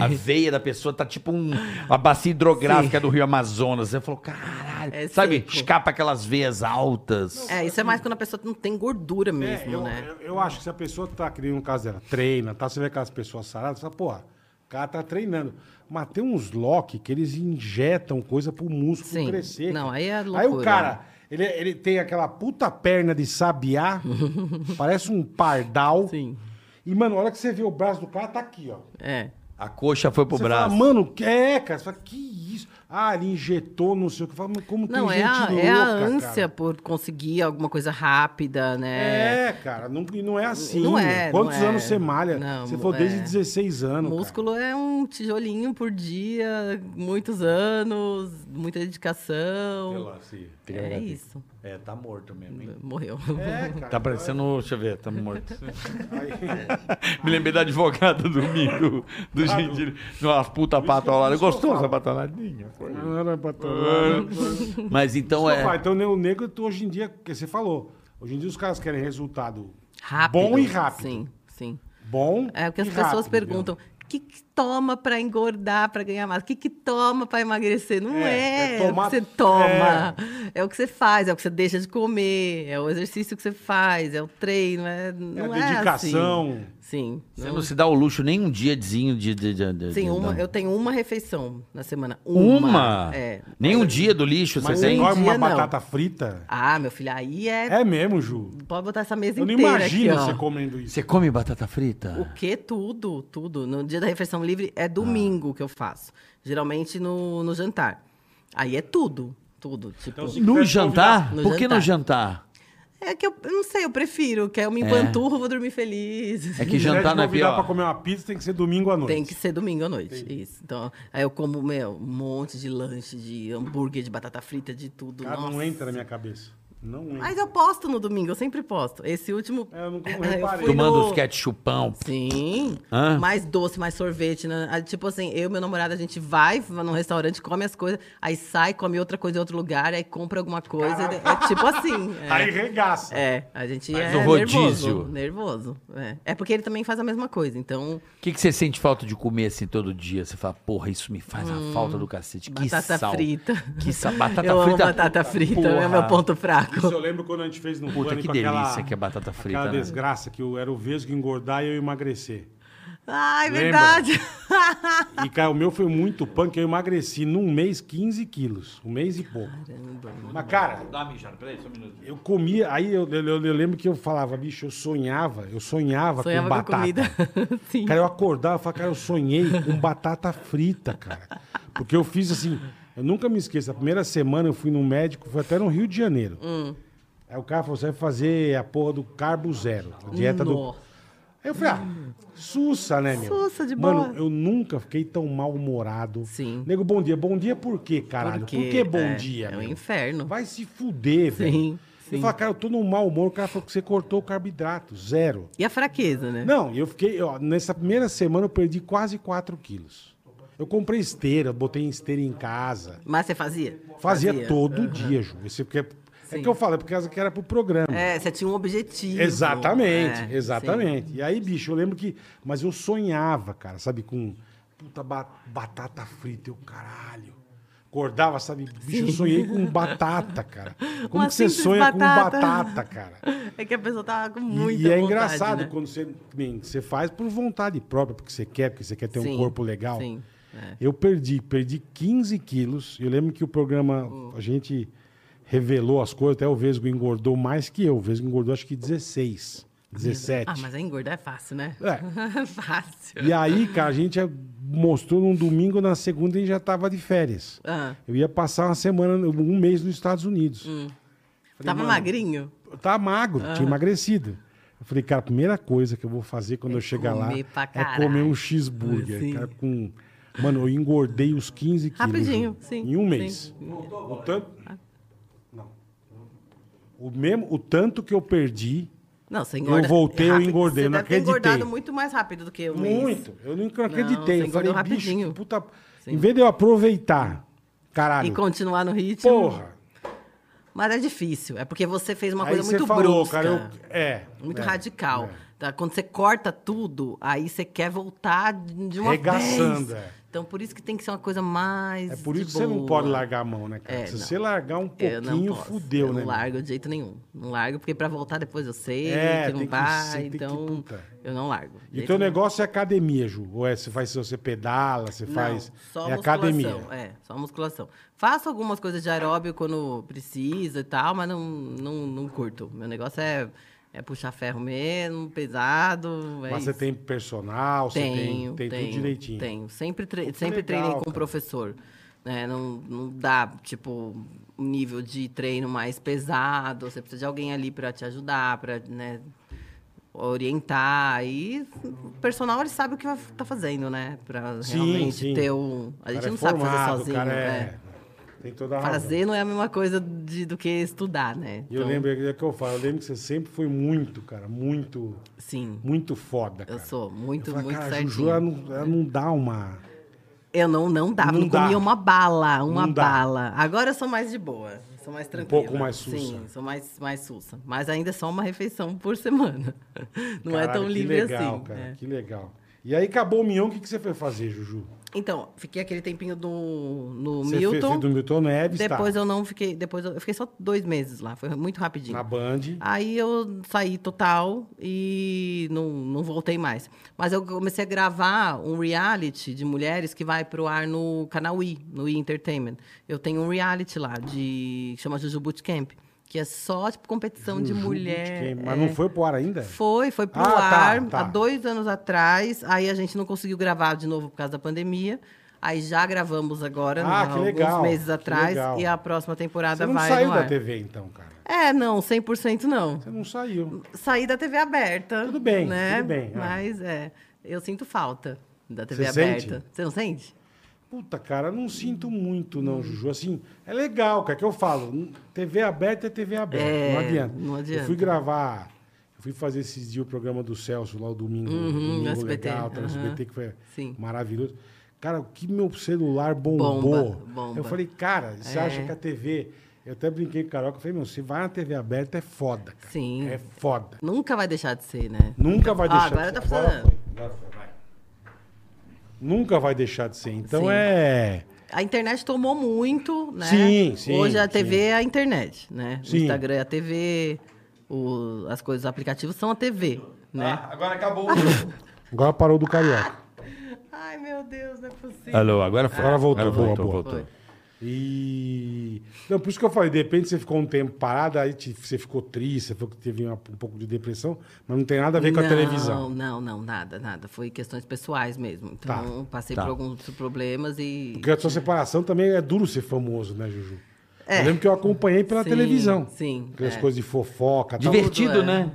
Speaker 2: A veia da pessoa tá tipo um, a bacia hidrográfica do Rio Amazonas. Eu falo, caralho.
Speaker 1: É
Speaker 2: sabe?
Speaker 1: seco.
Speaker 2: Escapa aquelas veias altas.
Speaker 1: É, isso é mais quando a pessoa não tem gordura
Speaker 3: É,
Speaker 1: mesmo,
Speaker 3: eu,
Speaker 1: né?
Speaker 3: eu- eu acho que se a pessoa tá, que nem no caso dela, treina, tá? Você vê aquelas pessoas saradas, você fala, porra, o cara tá treinando. Mas tem uns lock que eles injetam coisa pro músculo
Speaker 1: Sim.
Speaker 3: crescer.
Speaker 1: Não,
Speaker 3: cara.
Speaker 1: aí é
Speaker 3: Aí o
Speaker 1: loucura.
Speaker 3: cara, ele, ele tem aquela puta perna de sabiá, parece um pardal.
Speaker 1: Sim.
Speaker 3: E, mano, a hora que você vê o braço do cara, tá aqui, ó.
Speaker 1: É.
Speaker 2: A coxa foi pro
Speaker 3: Você
Speaker 2: braço.
Speaker 3: fala, mano, que é, cara? Você fala, que isso? Ah, ele injetou, não sei o que. Eu falo, mas como
Speaker 1: Não,
Speaker 3: Um tem
Speaker 1: é
Speaker 3: gente
Speaker 1: a,
Speaker 3: louca,
Speaker 1: é a ânsia
Speaker 3: cara?
Speaker 1: por conseguir alguma coisa rápida, né?
Speaker 3: É, cara, não, e não é assim.
Speaker 1: Não é, não
Speaker 3: Quantos
Speaker 1: é.
Speaker 3: anos você malha?
Speaker 1: Não,
Speaker 3: você falou desde
Speaker 1: é.
Speaker 3: 16 anos. cara.
Speaker 1: Músculo é um tijolinho por dia, muitos anos, muita dedicação. É isso.
Speaker 2: É, tá morto mesmo, hein?
Speaker 1: Morreu.
Speaker 3: É, cara.
Speaker 2: Tá parecendo, deixa eu ver, tá morto. Me lembrei da advogada do Mingo, do Gentili, de uma puta patolada. Gostou dessa patoladinha? Foi.
Speaker 3: Não era pra tomar.
Speaker 2: Mas então
Speaker 3: Então, vai,
Speaker 2: é.
Speaker 3: então, né, o negro, tu, hoje em dia, que você falou, hoje em dia os caras querem resultado
Speaker 1: Rápido.
Speaker 3: bom e rápido.
Speaker 1: Sim, sim.
Speaker 3: Bom
Speaker 1: É o que
Speaker 3: e
Speaker 1: as pessoas
Speaker 3: rápido,
Speaker 1: perguntam. O que, que toma pra engordar, pra ganhar massa? O que, que toma pra emagrecer? Não
Speaker 3: É,
Speaker 1: é,
Speaker 3: é
Speaker 1: é,
Speaker 3: tomar-
Speaker 1: o que você toma. É. o que você faz, é o que você deixa de comer, é o exercício que você faz, é o treino, é,
Speaker 3: entendeu?
Speaker 1: não
Speaker 3: É
Speaker 1: é,
Speaker 3: a dedicação.
Speaker 1: assim. Sim. é?
Speaker 2: Você não se dá o luxo nem um diazinho de. de, de, de
Speaker 1: Sim,
Speaker 2: de-
Speaker 1: uma,
Speaker 2: não.
Speaker 1: eu tenho uma refeição na semana. Uma?
Speaker 2: Uma?
Speaker 1: É.
Speaker 2: Nem um dia do lixo
Speaker 3: Mas
Speaker 2: você
Speaker 3: você
Speaker 2: tem?
Speaker 1: um
Speaker 3: come uma
Speaker 1: dia, não.
Speaker 3: batata frita?
Speaker 1: Ah, meu filho, aí é.
Speaker 3: É mesmo, Ju.
Speaker 1: Pode botar essa mesa
Speaker 3: Eu não
Speaker 1: inteira.
Speaker 3: imagino
Speaker 1: aqui, ó.
Speaker 3: você comendo isso.
Speaker 2: Você come batata frita?
Speaker 1: O que? Tudo, tudo. No dia da refeição livre é domingo que eu faço. Geralmente no, no jantar. Aí é tudo, tudo. Tipo,
Speaker 3: Então, se-
Speaker 2: No
Speaker 3: quiser
Speaker 2: jantar?
Speaker 1: convidar- No
Speaker 2: Por que no jantar?
Speaker 1: É que eu, eu não sei, eu prefiro, que aí eu
Speaker 3: É.
Speaker 1: me empanturro, vou dormir feliz.
Speaker 2: É que jantar não é
Speaker 3: convidar pra
Speaker 2: pior.
Speaker 3: comer uma pizza tem que ser domingo à noite.
Speaker 1: Tem que ser domingo à noite, isso. Então, aí eu como, meu, um monte de lanche, de hambúrguer, de batata frita, de tudo.
Speaker 3: Cara, não
Speaker 1: Nossa.
Speaker 3: entra na minha cabeça. Não entra.
Speaker 1: Mas eu posto no domingo, eu sempre posto. Esse último.
Speaker 3: É, eu não como
Speaker 1: eu
Speaker 3: reparei.
Speaker 1: fui
Speaker 2: Tomando
Speaker 1: no-
Speaker 2: os ketchupão.
Speaker 1: Sim.
Speaker 2: Hã?
Speaker 1: Mais doce, mais sorvete. Né? Ah, Tipo assim, eu e meu namorado, a gente vai num restaurante, come as coisas, aí sai, come outra coisa em outro lugar, aí compra alguma coisa. É tipo assim. É.
Speaker 3: Aí regaça.
Speaker 1: É, a gente
Speaker 2: Mas
Speaker 1: é
Speaker 2: o um rodízio.
Speaker 1: nervoso. Nervoso. É. é porque ele também faz a mesma coisa, então.
Speaker 2: O que, que você sente falta de comer assim todo dia? Você fala, porra, isso me faz uma falta do cacete. Que
Speaker 1: Hum, Batata
Speaker 2: sal.
Speaker 1: frita.
Speaker 2: Que sal. Batata
Speaker 1: eu
Speaker 2: frita.
Speaker 1: amo batata frita, é
Speaker 2: Porra.
Speaker 1: o meu ponto
Speaker 3: Isso eu
Speaker 1: fraco.
Speaker 3: lembro quando a gente fez no
Speaker 2: Puta,
Speaker 3: Pânico
Speaker 2: que delícia
Speaker 3: aquela,
Speaker 2: que é batata frita,
Speaker 3: Aquela
Speaker 2: né?
Speaker 3: desgraça que eu era o vesgo engordar e eu emagrecer.
Speaker 1: Ai,
Speaker 3: Lembra?
Speaker 1: verdade.
Speaker 3: E cara, o meu foi muito punk, eu emagreci num mês 15 quilos. Um mês e pouco. Mas cara,
Speaker 5: Dá uma mijada, peraí, só um minuto.
Speaker 3: eu comia, aí eu, eu- eu- eu lembro que eu falava, bicho, eu sonhava, eu sonhava,
Speaker 1: Sonhava
Speaker 3: com
Speaker 1: com,
Speaker 3: batata.
Speaker 1: comida. Sim.
Speaker 3: Cara, eu acordava e falava, cara, eu sonhei com batata frita, cara. Porque eu fiz assim, eu nunca me esqueço, a primeira semana eu fui num médico, foi até no Rio de Janeiro.
Speaker 1: Hum.
Speaker 3: Aí o cara falou, você vai fazer a porra do carbo zero, a dieta do...
Speaker 1: Nossa.
Speaker 3: Aí eu falei, ah, sussa, né, meu?
Speaker 1: Sussa, de boa.
Speaker 3: Mano, eu nunca fiquei tão mal-humorado.
Speaker 1: Sim.
Speaker 3: Nego, bom dia. Bom dia por quê, caralho? Por, que bom
Speaker 1: é,
Speaker 3: dia,
Speaker 1: É um
Speaker 3: meu?
Speaker 1: inferno.
Speaker 3: Vai se fuder, velho. Eu
Speaker 1: sim.
Speaker 3: falei, cara, eu tô num mau humor. O cara falou que você cortou o carboidrato, zero.
Speaker 1: E a fraqueza, né?
Speaker 3: Não, eu fiquei. Ó, nessa primeira semana eu perdi quase 4 quilos. Eu comprei esteira, botei esteira em casa.
Speaker 1: Mas você fazia?
Speaker 3: Fazia, todo dia, Ju. Esse, porque, é
Speaker 1: Sim.
Speaker 3: que eu falo, é porque essa que era pro programa.
Speaker 1: É, você tinha um objetivo.
Speaker 3: Exatamente,
Speaker 1: É, sim.
Speaker 3: exatamente. E aí, bicho, eu lembro que. Mas eu sonhava, cara, sabe, com puta ba- batata frita, eu caralho. Acordava, sabe, bicho, eu sonhei com batata, cara. Como
Speaker 1: Uma
Speaker 3: que você
Speaker 1: simples
Speaker 3: sonha
Speaker 1: batata.
Speaker 3: com batata, cara?
Speaker 1: É que a pessoa tava com
Speaker 3: E-
Speaker 1: muita
Speaker 3: e é
Speaker 1: vontade,
Speaker 3: engraçado
Speaker 1: né?
Speaker 3: quando você, bem, você faz por vontade própria, porque você quer, porque você quer ter um
Speaker 1: Sim,
Speaker 3: corpo legal.
Speaker 1: Sim. é.
Speaker 3: Eu perdi, perdi 15 quilos. Eu lembro que o programa,
Speaker 1: Hum.
Speaker 3: a gente revelou as coisas, até o Vesgo engordou mais que eu. O Vesgo engordou acho que 16, 17.
Speaker 1: Ah, mas é. aí engordar é fácil, né? fácil.
Speaker 3: É. E aí, cara, a gente é, mostrou num domingo, na segunda a gente já tava de férias.
Speaker 1: Ah,
Speaker 3: Eu ia passar uma semana, um mês nos Estados Unidos.
Speaker 1: tava magrinho?
Speaker 3: Eu tava magro,
Speaker 1: Ah.
Speaker 3: tinha emagrecido. Eu falei, cara, a primeira coisa que eu vou fazer quando
Speaker 1: É
Speaker 3: eu chegar lá
Speaker 1: comer pra
Speaker 3: é
Speaker 1: caralho.
Speaker 3: comer um cheeseburger.
Speaker 1: Sim.
Speaker 3: Cara, com... Mano, eu engordei os 15 quilos.
Speaker 1: Rapidinho,
Speaker 3: Ju,
Speaker 1: sim.
Speaker 3: Em um
Speaker 1: sim. Ah.
Speaker 3: mês. O tanto... Não. O, mesmo, o tanto que eu perdi,
Speaker 1: Não, você engorda.
Speaker 3: Eu voltei, eu
Speaker 1: rápido.
Speaker 3: engordei,
Speaker 1: Você
Speaker 3: não
Speaker 1: deve ter engordado
Speaker 3: acreditei.
Speaker 1: muito mais rápido do que eu.
Speaker 3: muito. Eu nunca acreditei.
Speaker 1: você
Speaker 3: eu falei, bicho,
Speaker 1: engordou
Speaker 3: que
Speaker 1: rapidinho.
Speaker 3: puta...
Speaker 1: Sim.
Speaker 3: Em vez de eu aproveitar, caralho,
Speaker 1: E continuar no ritmo.
Speaker 3: porra.
Speaker 1: Mas é difícil. É porque você fez uma
Speaker 3: aí
Speaker 1: coisa
Speaker 3: você
Speaker 1: muito
Speaker 3: falou,
Speaker 1: brusca.
Speaker 3: cara, eu... É.
Speaker 1: Muito
Speaker 3: é,
Speaker 1: radical.
Speaker 3: é.
Speaker 1: Tá? Quando você corta tudo, aí você quer voltar de uma
Speaker 3: Regaçando,
Speaker 1: vez.
Speaker 3: é.
Speaker 1: Então, por isso que tem que ser uma coisa mais
Speaker 3: É por
Speaker 1: de
Speaker 3: isso que você não
Speaker 1: boa.
Speaker 3: pode largar a mão, né, cara?
Speaker 1: tipo um É,
Speaker 3: Se
Speaker 1: não.
Speaker 3: você largar um
Speaker 1: Eu não
Speaker 3: pouquinho,
Speaker 1: posso.
Speaker 3: fudeu,
Speaker 1: eu
Speaker 3: né?
Speaker 1: Não largo de jeito nenhum. Não largo, porque pra voltar depois eu sei
Speaker 3: É,
Speaker 1: que
Speaker 3: tem
Speaker 1: não
Speaker 3: que-
Speaker 1: vai.
Speaker 3: você tem que-
Speaker 1: então,
Speaker 3: puta.
Speaker 1: eu não largo. de
Speaker 3: E o
Speaker 1: jeito
Speaker 3: teu
Speaker 1: nenhum.
Speaker 3: negócio é academia, Ju? Ou é, você faz, você pedala, você faz...
Speaker 1: só
Speaker 3: é academia.
Speaker 1: musculação. É, só musculação. Faço algumas coisas de aeróbio quando precisa e tal, mas não, não, não curto. Meu negócio é, é puxar ferro mesmo, pesado. é
Speaker 3: Mas você
Speaker 1: isso.
Speaker 3: tem personal,
Speaker 1: Tenho,
Speaker 3: você tem, tem
Speaker 1: tenho,
Speaker 3: tudo direitinho.
Speaker 1: Tenho. Sempre, tre- sempre
Speaker 3: legal,
Speaker 1: treinei com
Speaker 3: cara.
Speaker 1: o professor. né? Não, não dá, tipo, um nível de treino mais pesado. Você precisa de alguém ali para te ajudar, para né, orientar. E o personal, ele sabe o que tá fazendo, né? Para
Speaker 3: Sim,
Speaker 1: realmente
Speaker 3: sim.
Speaker 1: ter um... A
Speaker 3: O
Speaker 1: gente
Speaker 3: cara
Speaker 1: não
Speaker 3: é
Speaker 1: sabe fazer
Speaker 3: formado, o
Speaker 1: sozinho,
Speaker 3: cara
Speaker 1: né?
Speaker 3: é- Tem toda a razão.
Speaker 1: Fazer não é a mesma coisa de- do que estudar, né?
Speaker 3: E eu
Speaker 1: Então,
Speaker 3: lembro, é que eu falo, eu lembro que você sempre foi muito, cara, muito,
Speaker 1: Sim,
Speaker 3: muito foda, cara.
Speaker 1: eu sou muito,
Speaker 3: Eu falo,
Speaker 1: muito
Speaker 3: cara, a Juju, ela
Speaker 1: certinho.
Speaker 3: não, ela não dá uma...
Speaker 1: Eu não, não dava,
Speaker 3: Não
Speaker 1: não,
Speaker 3: dá.
Speaker 1: comia uma bala, uma
Speaker 3: Não dá. Um
Speaker 1: bala. Agora eu sou mais de boa, sou mais tranquila.
Speaker 3: pouco mais sussa.
Speaker 1: Sim, sou mais, mais sussa. Mas ainda é só uma refeição por semana. Não é
Speaker 3: Caralho,
Speaker 1: tão livre
Speaker 3: Que legal,
Speaker 1: assim.
Speaker 3: cara,
Speaker 1: né?
Speaker 3: que legal. E aí acabou o mião, o que, que você foi fazer, Juju?
Speaker 1: Então, fiquei aquele tempinho no, no
Speaker 3: Você fez-
Speaker 1: Milton.
Speaker 3: fez do Milton Neves, tá?
Speaker 1: depois eu não fiquei. Depois eu, eu fiquei só dois meses lá, foi muito rapidinho.
Speaker 3: Na Band.
Speaker 1: Aí eu saí total e não, não voltei mais. Mas eu comecei a gravar um reality de mulheres que vai pro ar no canal I, no I Entertainment. Eu tenho um reality lá de chama Juju Bootcamp, que é só tipo competição de
Speaker 3: Juju
Speaker 1: mulher.
Speaker 3: Bootcamp.
Speaker 1: é.
Speaker 3: Mas não foi pro ar ainda?
Speaker 1: Foi, foi pro
Speaker 3: Ah, tá,
Speaker 1: ar
Speaker 3: tá.
Speaker 1: há dois anos atrás. Aí a gente não conseguiu gravar de novo por causa da pandemia. Aí já gravamos agora,
Speaker 3: Ah,
Speaker 1: há
Speaker 3: que
Speaker 1: alguns
Speaker 3: legal,
Speaker 1: meses
Speaker 3: que
Speaker 1: atrás.
Speaker 3: legal.
Speaker 1: E a próxima temporada
Speaker 3: Você não
Speaker 1: vai
Speaker 3: saiu
Speaker 1: no
Speaker 3: da
Speaker 1: ar.
Speaker 3: TV, então, cara.
Speaker 1: É, não, 100% não.
Speaker 3: Você não saiu.
Speaker 1: Saí da TV aberta.
Speaker 3: Tudo bem,
Speaker 1: né?
Speaker 3: tudo bem, é.
Speaker 1: Mas é, eu sinto falta da TV
Speaker 3: Você
Speaker 1: aberta.
Speaker 3: sente?
Speaker 1: Você não sente?
Speaker 3: Puta, cara, não sinto muito, não, Juju. Assim, é legal, cara, que eu falo. n- TV aberta é TV aberta.
Speaker 1: É,
Speaker 3: não adianta.
Speaker 1: não adianta.
Speaker 3: Eu fui gravar, eu fui fazer esses dias o programa do Celso lá o domingo.
Speaker 1: Uhum,
Speaker 3: domingo
Speaker 1: no SBT,
Speaker 3: Legal, tá no
Speaker 1: aham.
Speaker 3: SBT, que foi
Speaker 1: Sim.
Speaker 3: maravilhoso. Cara, o que meu celular bombou.
Speaker 1: Bomba, bomba.
Speaker 3: Eu falei, cara, você
Speaker 1: É.
Speaker 3: acha que a TV. Eu até brinquei com o Caroca, eu falei, meu, você vai na TV aberta, é foda, cara.
Speaker 1: Sim.
Speaker 3: É foda.
Speaker 1: Nunca vai deixar de ser, né?
Speaker 3: Nunca vai
Speaker 1: Ah,
Speaker 3: deixar
Speaker 1: agora
Speaker 3: de
Speaker 1: tá
Speaker 3: ser.
Speaker 1: funcionando.
Speaker 3: foi, agora foi, vai. Nunca vai deixar de ser. Então
Speaker 1: Sim.
Speaker 3: é.
Speaker 1: A internet tomou muito, né?
Speaker 3: Sim, sim,
Speaker 1: Hoje a
Speaker 3: sim.
Speaker 1: TV é a internet, né?
Speaker 3: Sim.
Speaker 1: O Instagram é a TV, o- as coisas, os aplicativos são a TV, né?
Speaker 5: Ah, agora acabou. o jogo.
Speaker 3: Agora parou do carioca.
Speaker 1: Ai, meu Deus, não é possível.
Speaker 2: Alô, Ah. agora foi.
Speaker 3: Agora voltou, boa,
Speaker 2: voltou,
Speaker 3: boa.
Speaker 2: voltou.
Speaker 3: E. Não, por isso que eu falei, de repente você ficou um tempo parado, aí te- você ficou triste, você falou que teve uma- um pouco de depressão, mas não tem nada a ver com a televisão.
Speaker 1: Não, não, nada, nada. Foi questões pessoais mesmo. Então, passei
Speaker 2: tá.
Speaker 1: por alguns problemas e.
Speaker 3: Porque a sua separação também é duro ser famoso, né, Juju?
Speaker 1: É.
Speaker 3: Eu lembro que eu acompanhei pela
Speaker 1: Sim,
Speaker 3: televisão.
Speaker 1: sim,
Speaker 3: Aquelas
Speaker 1: é.
Speaker 3: coisas de fofoca. tal. é
Speaker 2: Divertido,
Speaker 1: Tudo, é.
Speaker 2: né?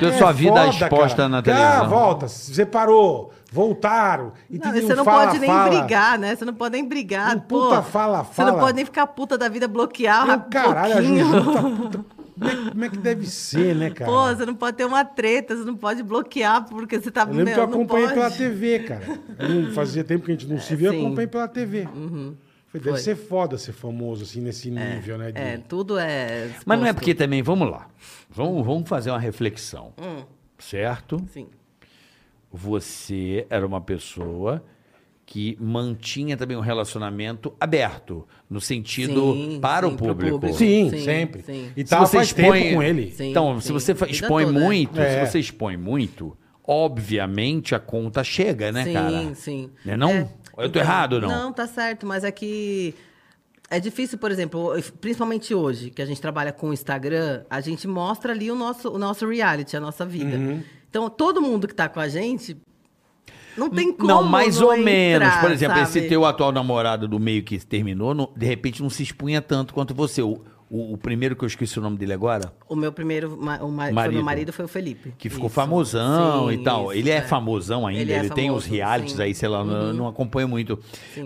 Speaker 2: Deu sua vida exposta na televisão.
Speaker 3: Ah, volta, separou, voltaram. E
Speaker 1: Não,
Speaker 3: teve
Speaker 1: você
Speaker 3: um
Speaker 1: não
Speaker 3: fala,
Speaker 1: pode nem
Speaker 3: fala.
Speaker 1: brigar, né? Você não pode nem brigar.
Speaker 3: Um
Speaker 1: pô.
Speaker 3: puta fala,
Speaker 1: Você não
Speaker 3: fala.
Speaker 1: pode nem ficar puta da vida, bloquear
Speaker 3: Meu
Speaker 1: um
Speaker 3: caralho, a
Speaker 1: pouquinho.
Speaker 3: Juju tá puta. Como é, como é que deve ser, né, cara?
Speaker 1: Pô, você não pode ter uma treta, você não pode bloquear porque você tá...
Speaker 3: Eu lembro que eu
Speaker 1: não
Speaker 3: acompanhei
Speaker 1: pode.
Speaker 3: pela TV, cara. Eu não- fazia tempo que a gente não se via, eu
Speaker 1: sim. Uhum.
Speaker 3: acompanhei pela TV. Falei, deve
Speaker 1: Foi.
Speaker 3: ser foda ser famoso, assim, nesse nível, né? de-
Speaker 1: É, tudo é... exposto.
Speaker 2: Mas não é porque também, vamos lá. Vamos, vamos fazer uma reflexão.
Speaker 1: Hum.
Speaker 2: Certo?
Speaker 1: Sim,
Speaker 2: Você era uma pessoa que mantinha também um relacionamento aberto, no sentido
Speaker 1: Sim,
Speaker 2: para
Speaker 1: sim,
Speaker 2: o
Speaker 1: pro
Speaker 2: público.
Speaker 1: público.
Speaker 3: Sim,
Speaker 1: Sim,
Speaker 3: sempre.
Speaker 1: sim.
Speaker 3: E
Speaker 2: Se
Speaker 3: tava
Speaker 2: você
Speaker 3: faz
Speaker 2: expõe-
Speaker 3: tempo com ele.
Speaker 1: Sim,
Speaker 2: então, se
Speaker 1: sim.
Speaker 2: você fa-
Speaker 1: Vida
Speaker 2: expõe
Speaker 1: toda, né?
Speaker 2: muito,
Speaker 3: É.
Speaker 2: se você expõe muito, obviamente a conta chega, né,
Speaker 1: sim,
Speaker 2: cara?
Speaker 1: sim.
Speaker 2: Né não? Eu tô
Speaker 1: Então,
Speaker 2: errado ou não?
Speaker 1: Não, tá certo, mas é que... É difícil, por exemplo, principalmente hoje, que a gente trabalha com o Instagram, a gente mostra ali o nosso, o nosso reality, a nossa vida.
Speaker 2: Uhum.
Speaker 1: Então, todo mundo que tá com a gente, não tem como
Speaker 2: não, mais
Speaker 1: não
Speaker 2: ou menos.
Speaker 1: entrar,
Speaker 2: Por exemplo, esse
Speaker 1: sabe?
Speaker 2: teu atual namorado do meio que terminou, não- de repente não se expunha tanto quanto você. O, o- o primeiro que eu esqueci o nome dele agora,
Speaker 1: O meu primeiro ma- o ma- Foi
Speaker 2: Marido.
Speaker 1: meu marido foi o Felipe.
Speaker 2: que ficou
Speaker 1: Isso.
Speaker 2: famosão
Speaker 1: Sim,
Speaker 2: e tal.
Speaker 1: isso,
Speaker 2: ele é, famosão ainda, ele,
Speaker 1: Ele é
Speaker 2: tem
Speaker 1: famoso,
Speaker 2: os realities
Speaker 1: sim. Uhum.
Speaker 2: aí, sei lá, não, não acompanho muito.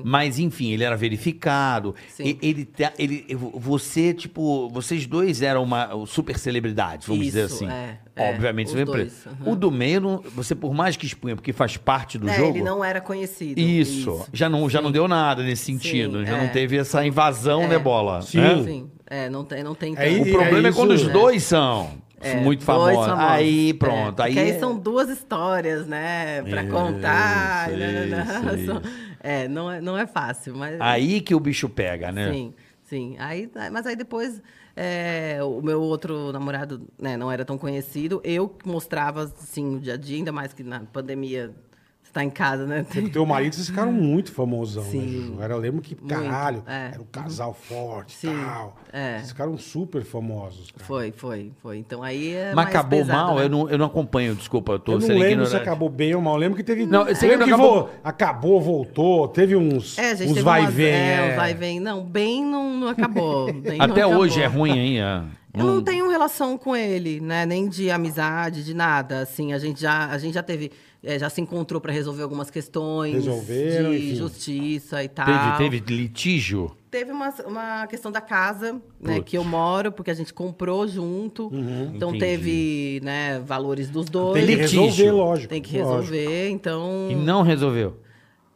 Speaker 2: Mas, enfim, ele era verificado.
Speaker 1: Sim.
Speaker 2: E- ele, tá- ele, Você, tipo, vocês dois eram uma super celebridade, vamos dizer
Speaker 1: Isso,
Speaker 2: assim.
Speaker 1: é, é,
Speaker 2: Obviamente,
Speaker 1: os
Speaker 2: você lembra?
Speaker 1: dois, aham.
Speaker 2: O do meio, não- você por mais que expunha, porque faz parte do
Speaker 1: É,
Speaker 2: jogo.
Speaker 1: ele não era conhecido.
Speaker 2: Isso. Já, não, já não deu nada nesse
Speaker 1: Sim,
Speaker 2: sentido. já
Speaker 1: é.
Speaker 2: não teve essa invasão, né, bola?
Speaker 3: Sim.
Speaker 2: Né?
Speaker 1: Sim. É, não tem, não tem.
Speaker 3: Aí-
Speaker 2: O
Speaker 1: tanto.
Speaker 3: E
Speaker 2: problema
Speaker 3: é
Speaker 2: é, quando
Speaker 3: isso,
Speaker 2: os
Speaker 3: né?
Speaker 2: dois são
Speaker 1: É,
Speaker 2: muito
Speaker 1: dois
Speaker 2: famosos.
Speaker 1: famosos.
Speaker 2: Aí
Speaker 1: É,
Speaker 2: pronto.
Speaker 1: porque
Speaker 2: aí,
Speaker 1: aí
Speaker 2: é-
Speaker 1: são duas histórias, né? Pra
Speaker 2: Isso,
Speaker 1: contar.
Speaker 2: isso,
Speaker 1: nananã. É, não é, não é fácil, mas.
Speaker 2: aí que o bicho pega, né?
Speaker 1: Sim, sim. Aí, mas aí depois é, o meu outro namorado né, não era tão conhecido. Eu mostrava, assim, o dia a dia, ainda mais que na pandemia você tá em casa, né?
Speaker 3: Porque teu marido, vocês ficaram muito famosão, né,
Speaker 1: Uhum. Sim.
Speaker 3: Juju? Era, eu lembro que,
Speaker 1: Muito,
Speaker 3: caralho,
Speaker 1: é.
Speaker 3: era um casal forte e
Speaker 1: Sim,
Speaker 3: tal.
Speaker 1: é.
Speaker 3: Vocês ficaram super famosos, cara.
Speaker 1: Foi, foi, foi. Então aí é
Speaker 2: Mas
Speaker 1: mais
Speaker 2: acabou
Speaker 1: pesado,
Speaker 2: mal,
Speaker 1: né?
Speaker 2: eu, não, eu não acompanho, desculpa, eu tô
Speaker 3: Eu não
Speaker 2: sendo
Speaker 3: lembro se
Speaker 2: ignorante.
Speaker 3: acabou bem ou mal. Eu lembro que teve.
Speaker 2: Não, eu sei que
Speaker 3: lembro
Speaker 2: não
Speaker 3: acabou... acabou, voltou, teve uns,
Speaker 1: É, a gente
Speaker 3: uns
Speaker 1: teve
Speaker 3: vai e
Speaker 1: umas-
Speaker 3: vem.
Speaker 1: É,
Speaker 3: é.
Speaker 1: uns vai e vem. Não, bem não, não acabou. bem não
Speaker 2: Até
Speaker 1: acabou.
Speaker 2: hoje é ruim, hein? é.
Speaker 1: Eu
Speaker 3: Hum.
Speaker 1: não tenho relação com ele, né? Nem de amizade, de nada. Assim, a gente já, a gente já teve, eh, já se encontrou para resolver algumas questões
Speaker 3: Resolveram,
Speaker 1: de
Speaker 3: enfim.
Speaker 1: justiça e tal.
Speaker 2: Teve, teve litígio?
Speaker 1: Teve uma, uma questão da casa, né,
Speaker 2: Putz.
Speaker 1: que eu moro, porque a gente comprou junto. então
Speaker 2: Entendi.
Speaker 1: teve, né, valores dos dois.
Speaker 3: Uhum. Tem que
Speaker 2: Ele- Litígio.
Speaker 3: resolver, lógico.
Speaker 1: Tem que
Speaker 3: lógico.
Speaker 1: resolver, então.
Speaker 2: E não resolveu.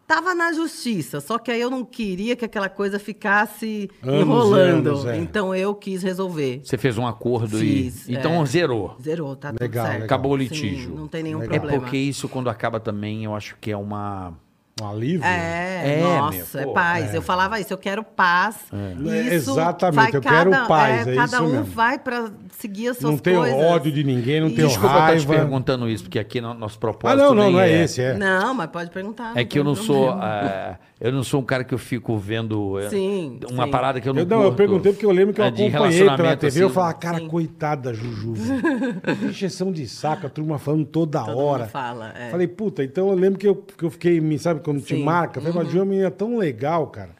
Speaker 1: Tava na justiça, só que aí eu não queria que aquela coisa ficasse
Speaker 3: Anos e
Speaker 1: enrolando.
Speaker 3: anos, é.
Speaker 1: Então eu quis resolver.
Speaker 2: Você fez um acordo
Speaker 1: Fiz,
Speaker 2: e. Então
Speaker 1: é.
Speaker 2: zerou.
Speaker 1: Zerou, tá tudo
Speaker 3: Legal,
Speaker 1: certo.
Speaker 3: legal.
Speaker 2: Acabou o litígio.
Speaker 1: Sim, não tem nenhum
Speaker 3: Legal.
Speaker 2: É
Speaker 1: problema.
Speaker 2: porque isso, quando acaba também, eu acho que é uma.
Speaker 3: Um alívio?
Speaker 1: É,
Speaker 2: É,
Speaker 1: nossa,
Speaker 2: meu,
Speaker 1: é
Speaker 2: pô,
Speaker 1: paz. Eu falava isso, eu quero paz.
Speaker 3: É,
Speaker 1: Isso
Speaker 3: exatamente,
Speaker 1: vai
Speaker 3: eu quero paz, é
Speaker 1: Cada
Speaker 3: isso
Speaker 1: um
Speaker 3: mesmo.
Speaker 1: vai pra seguir as suas
Speaker 3: Não tenho
Speaker 1: coisas.
Speaker 3: ódio de ninguém, não tenho
Speaker 2: Desculpa eu estar te
Speaker 3: raiva.
Speaker 2: perguntando isso, porque aqui no nosso
Speaker 3: Ah,
Speaker 2: propósito.
Speaker 3: não, não,
Speaker 2: nem
Speaker 3: não é esse, é.
Speaker 1: Não, mas pode perguntar.
Speaker 2: É que eu
Speaker 1: tem
Speaker 2: não sou.
Speaker 1: problema.
Speaker 2: ah, Eu não sou um cara que eu fico vendo é,
Speaker 1: Sim,
Speaker 2: uma
Speaker 1: sim.
Speaker 2: parada que eu não
Speaker 3: Eu, não, eu
Speaker 2: curto.
Speaker 3: perguntei porque eu lembro que eu
Speaker 2: É, de
Speaker 3: acompanhei pela
Speaker 2: relacionamento,
Speaker 3: TV. eu
Speaker 2: assim.
Speaker 3: falava, cara,
Speaker 1: Sim.
Speaker 3: coitada da Juju. velho. Injeção de saco, a turma falando toda
Speaker 1: Todo mundo
Speaker 3: hora.
Speaker 1: fala, é.
Speaker 3: Falei, puta, então eu lembro que eu, que eu fiquei, me- sabe, quando te
Speaker 1: Sim. Uhum.
Speaker 3: marca. Falei, mas Ju é uma menina tão legal, cara.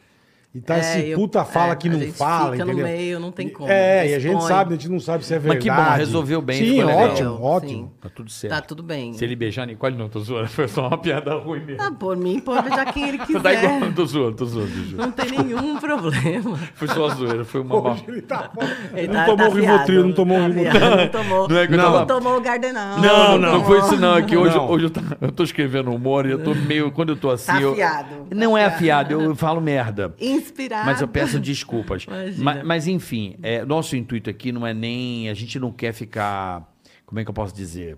Speaker 3: E tá
Speaker 1: É,
Speaker 3: esse
Speaker 1: eu-
Speaker 3: puta fala
Speaker 1: é,
Speaker 3: que
Speaker 1: a
Speaker 3: não
Speaker 1: gente
Speaker 3: fala,
Speaker 1: fica no
Speaker 3: entendeu?
Speaker 1: meio, não tem como,
Speaker 3: É, e a gente
Speaker 1: expõe.
Speaker 3: sabe, a gente não sabe se é
Speaker 2: Mas que
Speaker 3: verdade.
Speaker 2: bom, resolveu bem,
Speaker 3: Sim,
Speaker 2: ficou legal.
Speaker 3: ótimo,
Speaker 1: Sim.
Speaker 3: ótimo.
Speaker 2: Tá tudo certo.
Speaker 1: Tá tudo bem.
Speaker 4: Se ele beijar a Nicole, não, tô zoando. Foi só uma piada ruim mesmo.
Speaker 1: Ah, é. por mim, pode beijar quem ele
Speaker 4: Tá
Speaker 1: quiser.
Speaker 4: igual, tô zoando, tô zoando, Ju.
Speaker 1: Não tem nenhum problema.
Speaker 4: Foi só zoeira, foi uma mal.
Speaker 3: Ele tá foda.
Speaker 1: Ele
Speaker 3: Não tomou
Speaker 1: afiado,
Speaker 3: Rivotril, não tomou
Speaker 1: tá
Speaker 3: Rivotril.
Speaker 1: afiado, Não tomou.
Speaker 4: Não é que eu
Speaker 1: não
Speaker 4: tava-
Speaker 1: tomou o Gardenal.
Speaker 4: Não, não, não foi isso não. É que hoje,
Speaker 3: Não.
Speaker 4: hoje eu, tá- eu tô escrevendo humor e eu tô meio... Quando eu tô assim...
Speaker 1: Tá
Speaker 4: eu-
Speaker 1: afiado.
Speaker 2: Não é afiado, eu falo merda.
Speaker 1: Inspirado.
Speaker 2: Mas eu peço desculpas.
Speaker 1: Imagina.
Speaker 2: Ma- Mas, enfim, é, nosso intuito aqui não é nem. A gente não quer ficar. Como é que eu posso dizer?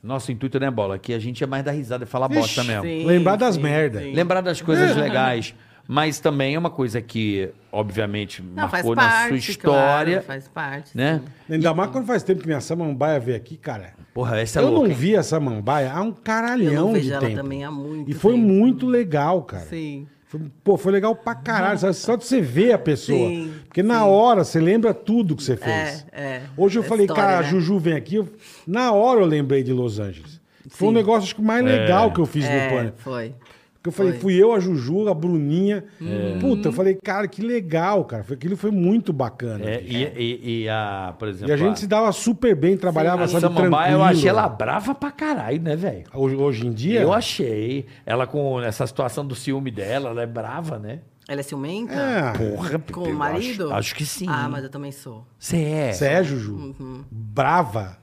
Speaker 2: Nosso intuito não é bola. Aqui a gente é mais dar risada e falar bosta mesmo.
Speaker 1: sim,
Speaker 3: Lembrar das
Speaker 1: sim,
Speaker 3: merdas.
Speaker 1: sim.
Speaker 2: Lembrar das coisas legais. Mas também é uma coisa que, obviamente,
Speaker 1: Não, faz
Speaker 2: marcou
Speaker 1: parte,
Speaker 2: na sua história.
Speaker 1: claro, faz parte.
Speaker 2: né?
Speaker 1: Então.
Speaker 3: Ainda mais quando faz tempo que minha samambaia veio aqui, cara.
Speaker 2: Porra, essa é
Speaker 3: Eu
Speaker 2: louca.
Speaker 3: não
Speaker 2: hein?
Speaker 3: vi essa mambaia há um caralhão
Speaker 1: Eu não vejo
Speaker 3: de
Speaker 1: ela
Speaker 3: tempo.
Speaker 1: também há muito
Speaker 3: E foi
Speaker 1: tempo.
Speaker 3: muito legal, cara.
Speaker 1: Sim.
Speaker 3: Foi, pô, foi legal pra caralho. sabe? Só de você ver a pessoa.
Speaker 1: Sim,
Speaker 3: Porque na hora você lembra tudo que você fez.
Speaker 1: é.
Speaker 3: Hoje eu
Speaker 1: É
Speaker 3: falei,
Speaker 1: história,
Speaker 3: cara, a
Speaker 1: né?
Speaker 3: Juju vem aqui. eu- na hora eu lembrei de Los Angeles. Foi um negócio acho que, mais legal que eu fiz no
Speaker 1: É,
Speaker 3: Pânico.
Speaker 1: foi.
Speaker 3: Porque eu falei,
Speaker 1: foi.
Speaker 3: fui eu, a Juju, a Bruninha.
Speaker 2: Hum.
Speaker 3: Puta, eu falei, cara, que legal, cara. Foi- Aquilo foi muito bacana.
Speaker 2: É,
Speaker 3: bicho.
Speaker 2: e, e- e a, por exemplo.
Speaker 3: E a gente se dava super bem, trabalhava,
Speaker 2: a
Speaker 3: sabe,
Speaker 2: Samambaia, eu
Speaker 3: tranquilo. é.
Speaker 2: achei ela brava pra caralho, né, velho?
Speaker 3: Hoje, hoje em dia?
Speaker 2: Eu achei. Ela com essa situação do ciúme dela, ela é brava, né?
Speaker 1: Ela é ciumenta?
Speaker 3: É.
Speaker 2: Porra,
Speaker 1: Com
Speaker 2: eu
Speaker 1: o marido?
Speaker 2: Acho, acho que sim.
Speaker 1: Ah, mas eu também sou.
Speaker 2: Você é.
Speaker 3: Você é, Juju?
Speaker 1: Uhum.
Speaker 3: Brava?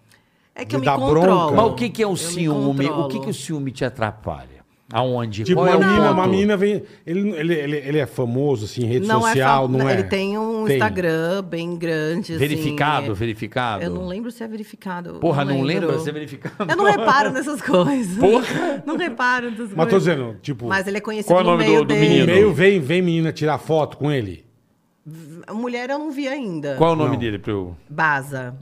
Speaker 1: É que
Speaker 3: De
Speaker 1: eu me
Speaker 3: dar
Speaker 1: controlo.
Speaker 3: bronca.
Speaker 2: Mas o que, que é
Speaker 1: Eu
Speaker 2: o
Speaker 1: me
Speaker 2: ciúme? O
Speaker 1: controlo.
Speaker 2: que, que o ciúme te atrapalha? Aonde?
Speaker 3: Tipo,
Speaker 2: Qual
Speaker 3: uma,
Speaker 2: é o
Speaker 1: um
Speaker 3: menina,
Speaker 2: ponto?
Speaker 3: uma menina vem... Ele, ele, ele, ele é famoso, assim, em rede
Speaker 1: Não
Speaker 3: social,
Speaker 1: é fa-
Speaker 3: não é?
Speaker 1: Ele tem um Instagram bem grande, assim,
Speaker 2: Verificado,
Speaker 1: é-
Speaker 2: verificado?
Speaker 1: Eu não lembro se é verificado. eu
Speaker 2: Porra, não
Speaker 1: lembro.
Speaker 2: lembra? Você é verificado?
Speaker 1: Eu não reparo nessas coisas. Porra! Não reparo nessas coisas.
Speaker 3: Mas tô dizendo, tipo...
Speaker 1: Mas ele é conhecido
Speaker 4: Qual é o
Speaker 1: no
Speaker 4: nome
Speaker 1: meio
Speaker 4: do- do
Speaker 1: dele.
Speaker 3: No
Speaker 4: menino?
Speaker 3: meio vem, vem menina tirar foto com ele.
Speaker 1: A Mulher eu não vi ainda.
Speaker 2: Qual é o nome
Speaker 3: Não.
Speaker 2: dele pra eu...
Speaker 1: Baza.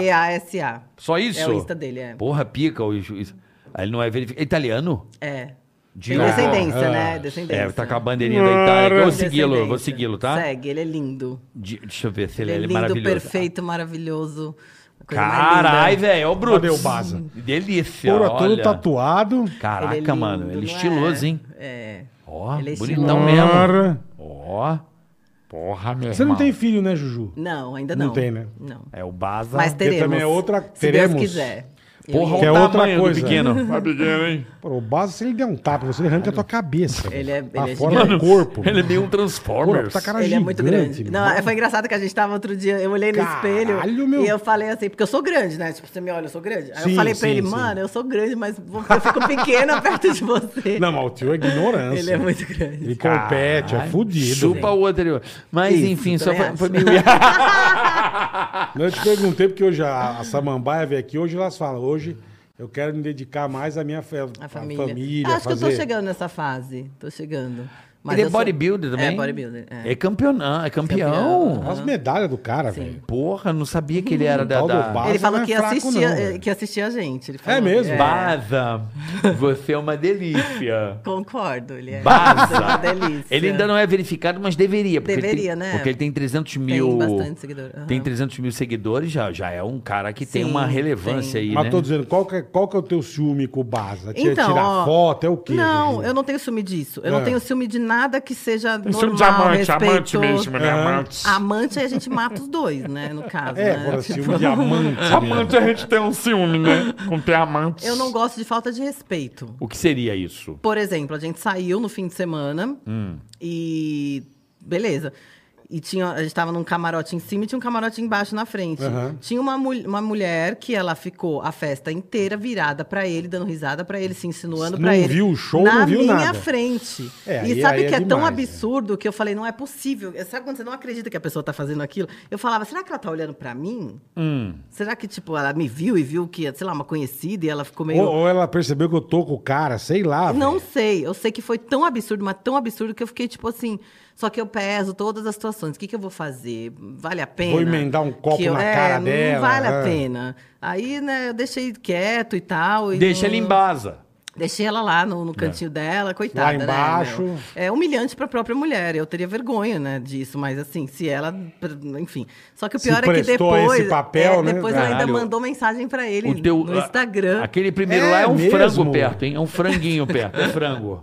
Speaker 1: B-A-S-A.
Speaker 2: Só isso?
Speaker 1: É o Insta dele, é.
Speaker 2: Porra, pica. o- isso- Ah, Ele não é verificado. É Italiano?
Speaker 1: É.
Speaker 2: De
Speaker 1: Tem
Speaker 2: Ah,
Speaker 1: descendência,
Speaker 3: ah.
Speaker 1: né? Descendência.
Speaker 2: É, tá com a bandeirinha da Itália. Eu vou segui-lo, vou
Speaker 1: Descendência.
Speaker 2: segui-lo, tá?
Speaker 1: Segue, ele é lindo.
Speaker 2: De- Deixa eu ver se ele,
Speaker 1: Ele,
Speaker 2: ele
Speaker 1: é
Speaker 2: é
Speaker 1: lindo,
Speaker 2: maravilhoso.
Speaker 1: perfeito, maravilhoso. A coisa mais linda.
Speaker 2: Carai, velho, ó o Bruto.
Speaker 3: Cadê o Baza?
Speaker 2: Delícia,
Speaker 3: Porra, todo
Speaker 2: olha.
Speaker 3: tatuado.
Speaker 2: Caraca,
Speaker 1: Ele é
Speaker 2: mano,
Speaker 1: lindo,
Speaker 2: ele é
Speaker 1: não
Speaker 2: estiloso,
Speaker 1: é?
Speaker 2: hein?
Speaker 1: É.
Speaker 2: Ó,
Speaker 1: Ele é
Speaker 2: bonitão
Speaker 1: estiloso.
Speaker 2: mesmo.
Speaker 3: Cara.
Speaker 2: Ó,
Speaker 4: Porra, meu
Speaker 3: Você não
Speaker 4: irmão.
Speaker 3: tem filho, né, Juju?
Speaker 1: Não, ainda
Speaker 3: Não
Speaker 1: não.
Speaker 3: tem, né?
Speaker 1: Não.
Speaker 2: é o Baza.
Speaker 1: Mas teremos.
Speaker 3: também é outra-
Speaker 1: Se
Speaker 3: teremos.
Speaker 1: Deus quiser. Eu
Speaker 2: Porra, olha
Speaker 3: Que é
Speaker 2: o
Speaker 3: outra
Speaker 2: tamanho do
Speaker 3: coisa.
Speaker 2: pequeno.
Speaker 4: Tá pequeno, hein?
Speaker 3: Pô, o Baza, se ele der um tapa, você arranca a tua cabeça.
Speaker 1: Ele é- ele
Speaker 3: Pra
Speaker 1: é
Speaker 3: fora do
Speaker 1: gigante.
Speaker 3: corpo.
Speaker 2: Ele é meio um
Speaker 3: Porra,
Speaker 2: Transformers.
Speaker 3: puta cara
Speaker 1: Ele é
Speaker 3: gigante,
Speaker 1: muito grande.
Speaker 3: meu.
Speaker 1: Não, é, foi engraçado que a gente tava outro dia, eu olhei no
Speaker 3: Caralho,
Speaker 1: espelho
Speaker 3: meu.
Speaker 1: e eu falei assim, porque eu sou grande, né? Tipo, você me olha, eu sou grande. Aí
Speaker 3: Sim,
Speaker 1: eu falei pra
Speaker 3: sim,
Speaker 1: ele,
Speaker 3: sim.
Speaker 1: mano, eu sou grande, mas eu fico pequena perto de você.
Speaker 3: Não, mas o tio é ignorância.
Speaker 1: Ele é muito grande.
Speaker 3: Ele compete, é fudido.
Speaker 2: Chupa
Speaker 3: velho.
Speaker 2: o anterior. Mas
Speaker 1: Isso,
Speaker 2: enfim, só
Speaker 1: também
Speaker 2: foi,
Speaker 1: acho.
Speaker 2: foi meio.
Speaker 3: Eu te perguntei, porque hoje a, a Samambaia veio aqui, hoje elas falam, hoje eu quero me dedicar mais à minha fa-
Speaker 1: A
Speaker 3: à
Speaker 1: família.
Speaker 3: família.
Speaker 1: Acho que eu
Speaker 3: fazer-
Speaker 1: tô chegando nessa fase. Tô chegando. Mas
Speaker 2: Ele é
Speaker 1: eu sou-
Speaker 2: bodybuilder também?
Speaker 1: É bodybuilder.
Speaker 2: É
Speaker 1: É.
Speaker 2: campeão, é campeão.
Speaker 3: Olha As medalhas do cara, velho.
Speaker 2: Porra, não sabia que ele
Speaker 1: Uhum.
Speaker 2: era da.
Speaker 3: Tal do
Speaker 2: da...
Speaker 3: Baza
Speaker 1: Ele falou
Speaker 3: não é
Speaker 1: que,
Speaker 3: fraco,
Speaker 1: assistia,
Speaker 3: não, velho.
Speaker 1: que assistia a gente. Ele falou É,
Speaker 3: mesmo?
Speaker 1: que-
Speaker 2: Baza, você é uma delícia.
Speaker 1: Concordo, ele é uma
Speaker 2: Baza.
Speaker 1: delícia.
Speaker 2: Ele ainda não é verificado, mas deveria. Porque ele
Speaker 1: Deveria,
Speaker 2: tem,
Speaker 1: né?
Speaker 2: Porque ele tem 300
Speaker 1: tem
Speaker 2: mil.
Speaker 1: bastante seguidor. aham.
Speaker 2: Tem 300 mil seguidores, já, já é um cara que tem
Speaker 1: Sim,
Speaker 2: uma relevância
Speaker 1: tem.
Speaker 2: aí,
Speaker 3: Mas
Speaker 2: né?
Speaker 3: tô dizendo, qual que, é- qual que é o teu ciúme com o Baza? Tira,
Speaker 1: Então,
Speaker 3: tirar
Speaker 1: ó,
Speaker 3: foto, é o quê?
Speaker 1: Não,
Speaker 3: Juju?
Speaker 1: eu não tenho ciúme disso. Eu
Speaker 3: É.
Speaker 1: não tenho ciúme de nada que seja normal,
Speaker 4: Isso é um diamante, amante
Speaker 1: respeitoso.
Speaker 4: mesmo, né?
Speaker 3: Aham.
Speaker 4: Amante.
Speaker 1: Amante, aí a gente mata os dois, né? No caso,
Speaker 3: É,
Speaker 1: né?
Speaker 3: agora
Speaker 1: Tipo,
Speaker 3: ciúme de amante.
Speaker 4: Amante a gente tem um ciúme, né? Com ter amantes.
Speaker 1: Eu não gosto de falta de respeito.
Speaker 2: O que seria isso?
Speaker 1: Por exemplo, a gente saiu no fim de semana
Speaker 3: Hum.
Speaker 1: e. Beleza. E tinha, a gente tava num camarote em cima e tinha um camarote embaixo na frente.
Speaker 3: Aham.
Speaker 1: Tinha uma, mul- uma mulher que ela ficou a festa inteira virada pra ele, dando risada pra ele, se insinuando
Speaker 3: Não
Speaker 1: pra ele.
Speaker 3: viu o show,
Speaker 1: na
Speaker 3: não viu
Speaker 1: minha
Speaker 3: nada.
Speaker 1: frente.
Speaker 3: É, aí-
Speaker 1: e sabe
Speaker 3: aí é
Speaker 1: que é, tão
Speaker 3: demais, né?
Speaker 1: absurdo que eu falei, não é possível. Sabe quando você não acredita que a pessoa tá fazendo aquilo? Eu falava, será que ela tá olhando pra mim?
Speaker 3: Hum.
Speaker 1: Será que, tipo, ela me viu e viu que, sei lá, uma conhecida e ela ficou meio.
Speaker 3: Ou, ou ela percebeu que eu tô com o cara, sei lá.
Speaker 1: Não
Speaker 3: velho.
Speaker 1: sei, eu sei que foi tão absurdo, mas tão absurdo que eu fiquei tipo assim. Só que eu peso todas as situações. O que, que eu vou fazer? Vale a pena?
Speaker 3: Vou emendar um copo
Speaker 1: Que eu-
Speaker 3: na
Speaker 1: é,
Speaker 3: cara
Speaker 1: não
Speaker 3: dela,
Speaker 1: vale
Speaker 3: é.
Speaker 1: a pena. Aí, né, eu deixei quieto e tal. e
Speaker 2: Deixa
Speaker 1: não-
Speaker 2: ele em Baza.
Speaker 1: Deixei ela lá no, no cantinho dela, coitada. né,
Speaker 3: É. embaixo.
Speaker 1: meu? é humilhante para a própria mulher. Eu teria vergonha, né, disso. Mas assim, se ela, enfim. Só que o
Speaker 3: Se
Speaker 1: pior é que
Speaker 3: prestou a
Speaker 1: depois,
Speaker 3: esse papel,
Speaker 1: é,
Speaker 3: né?
Speaker 1: depois ela ainda
Speaker 2: Caralho.
Speaker 1: mandou mensagem para ele
Speaker 2: O teu-
Speaker 1: no Instagram.
Speaker 2: Aquele primeiro
Speaker 3: É
Speaker 2: lá é um
Speaker 3: mesmo?
Speaker 2: frango perto, hein? É um franguinho perto. É frango.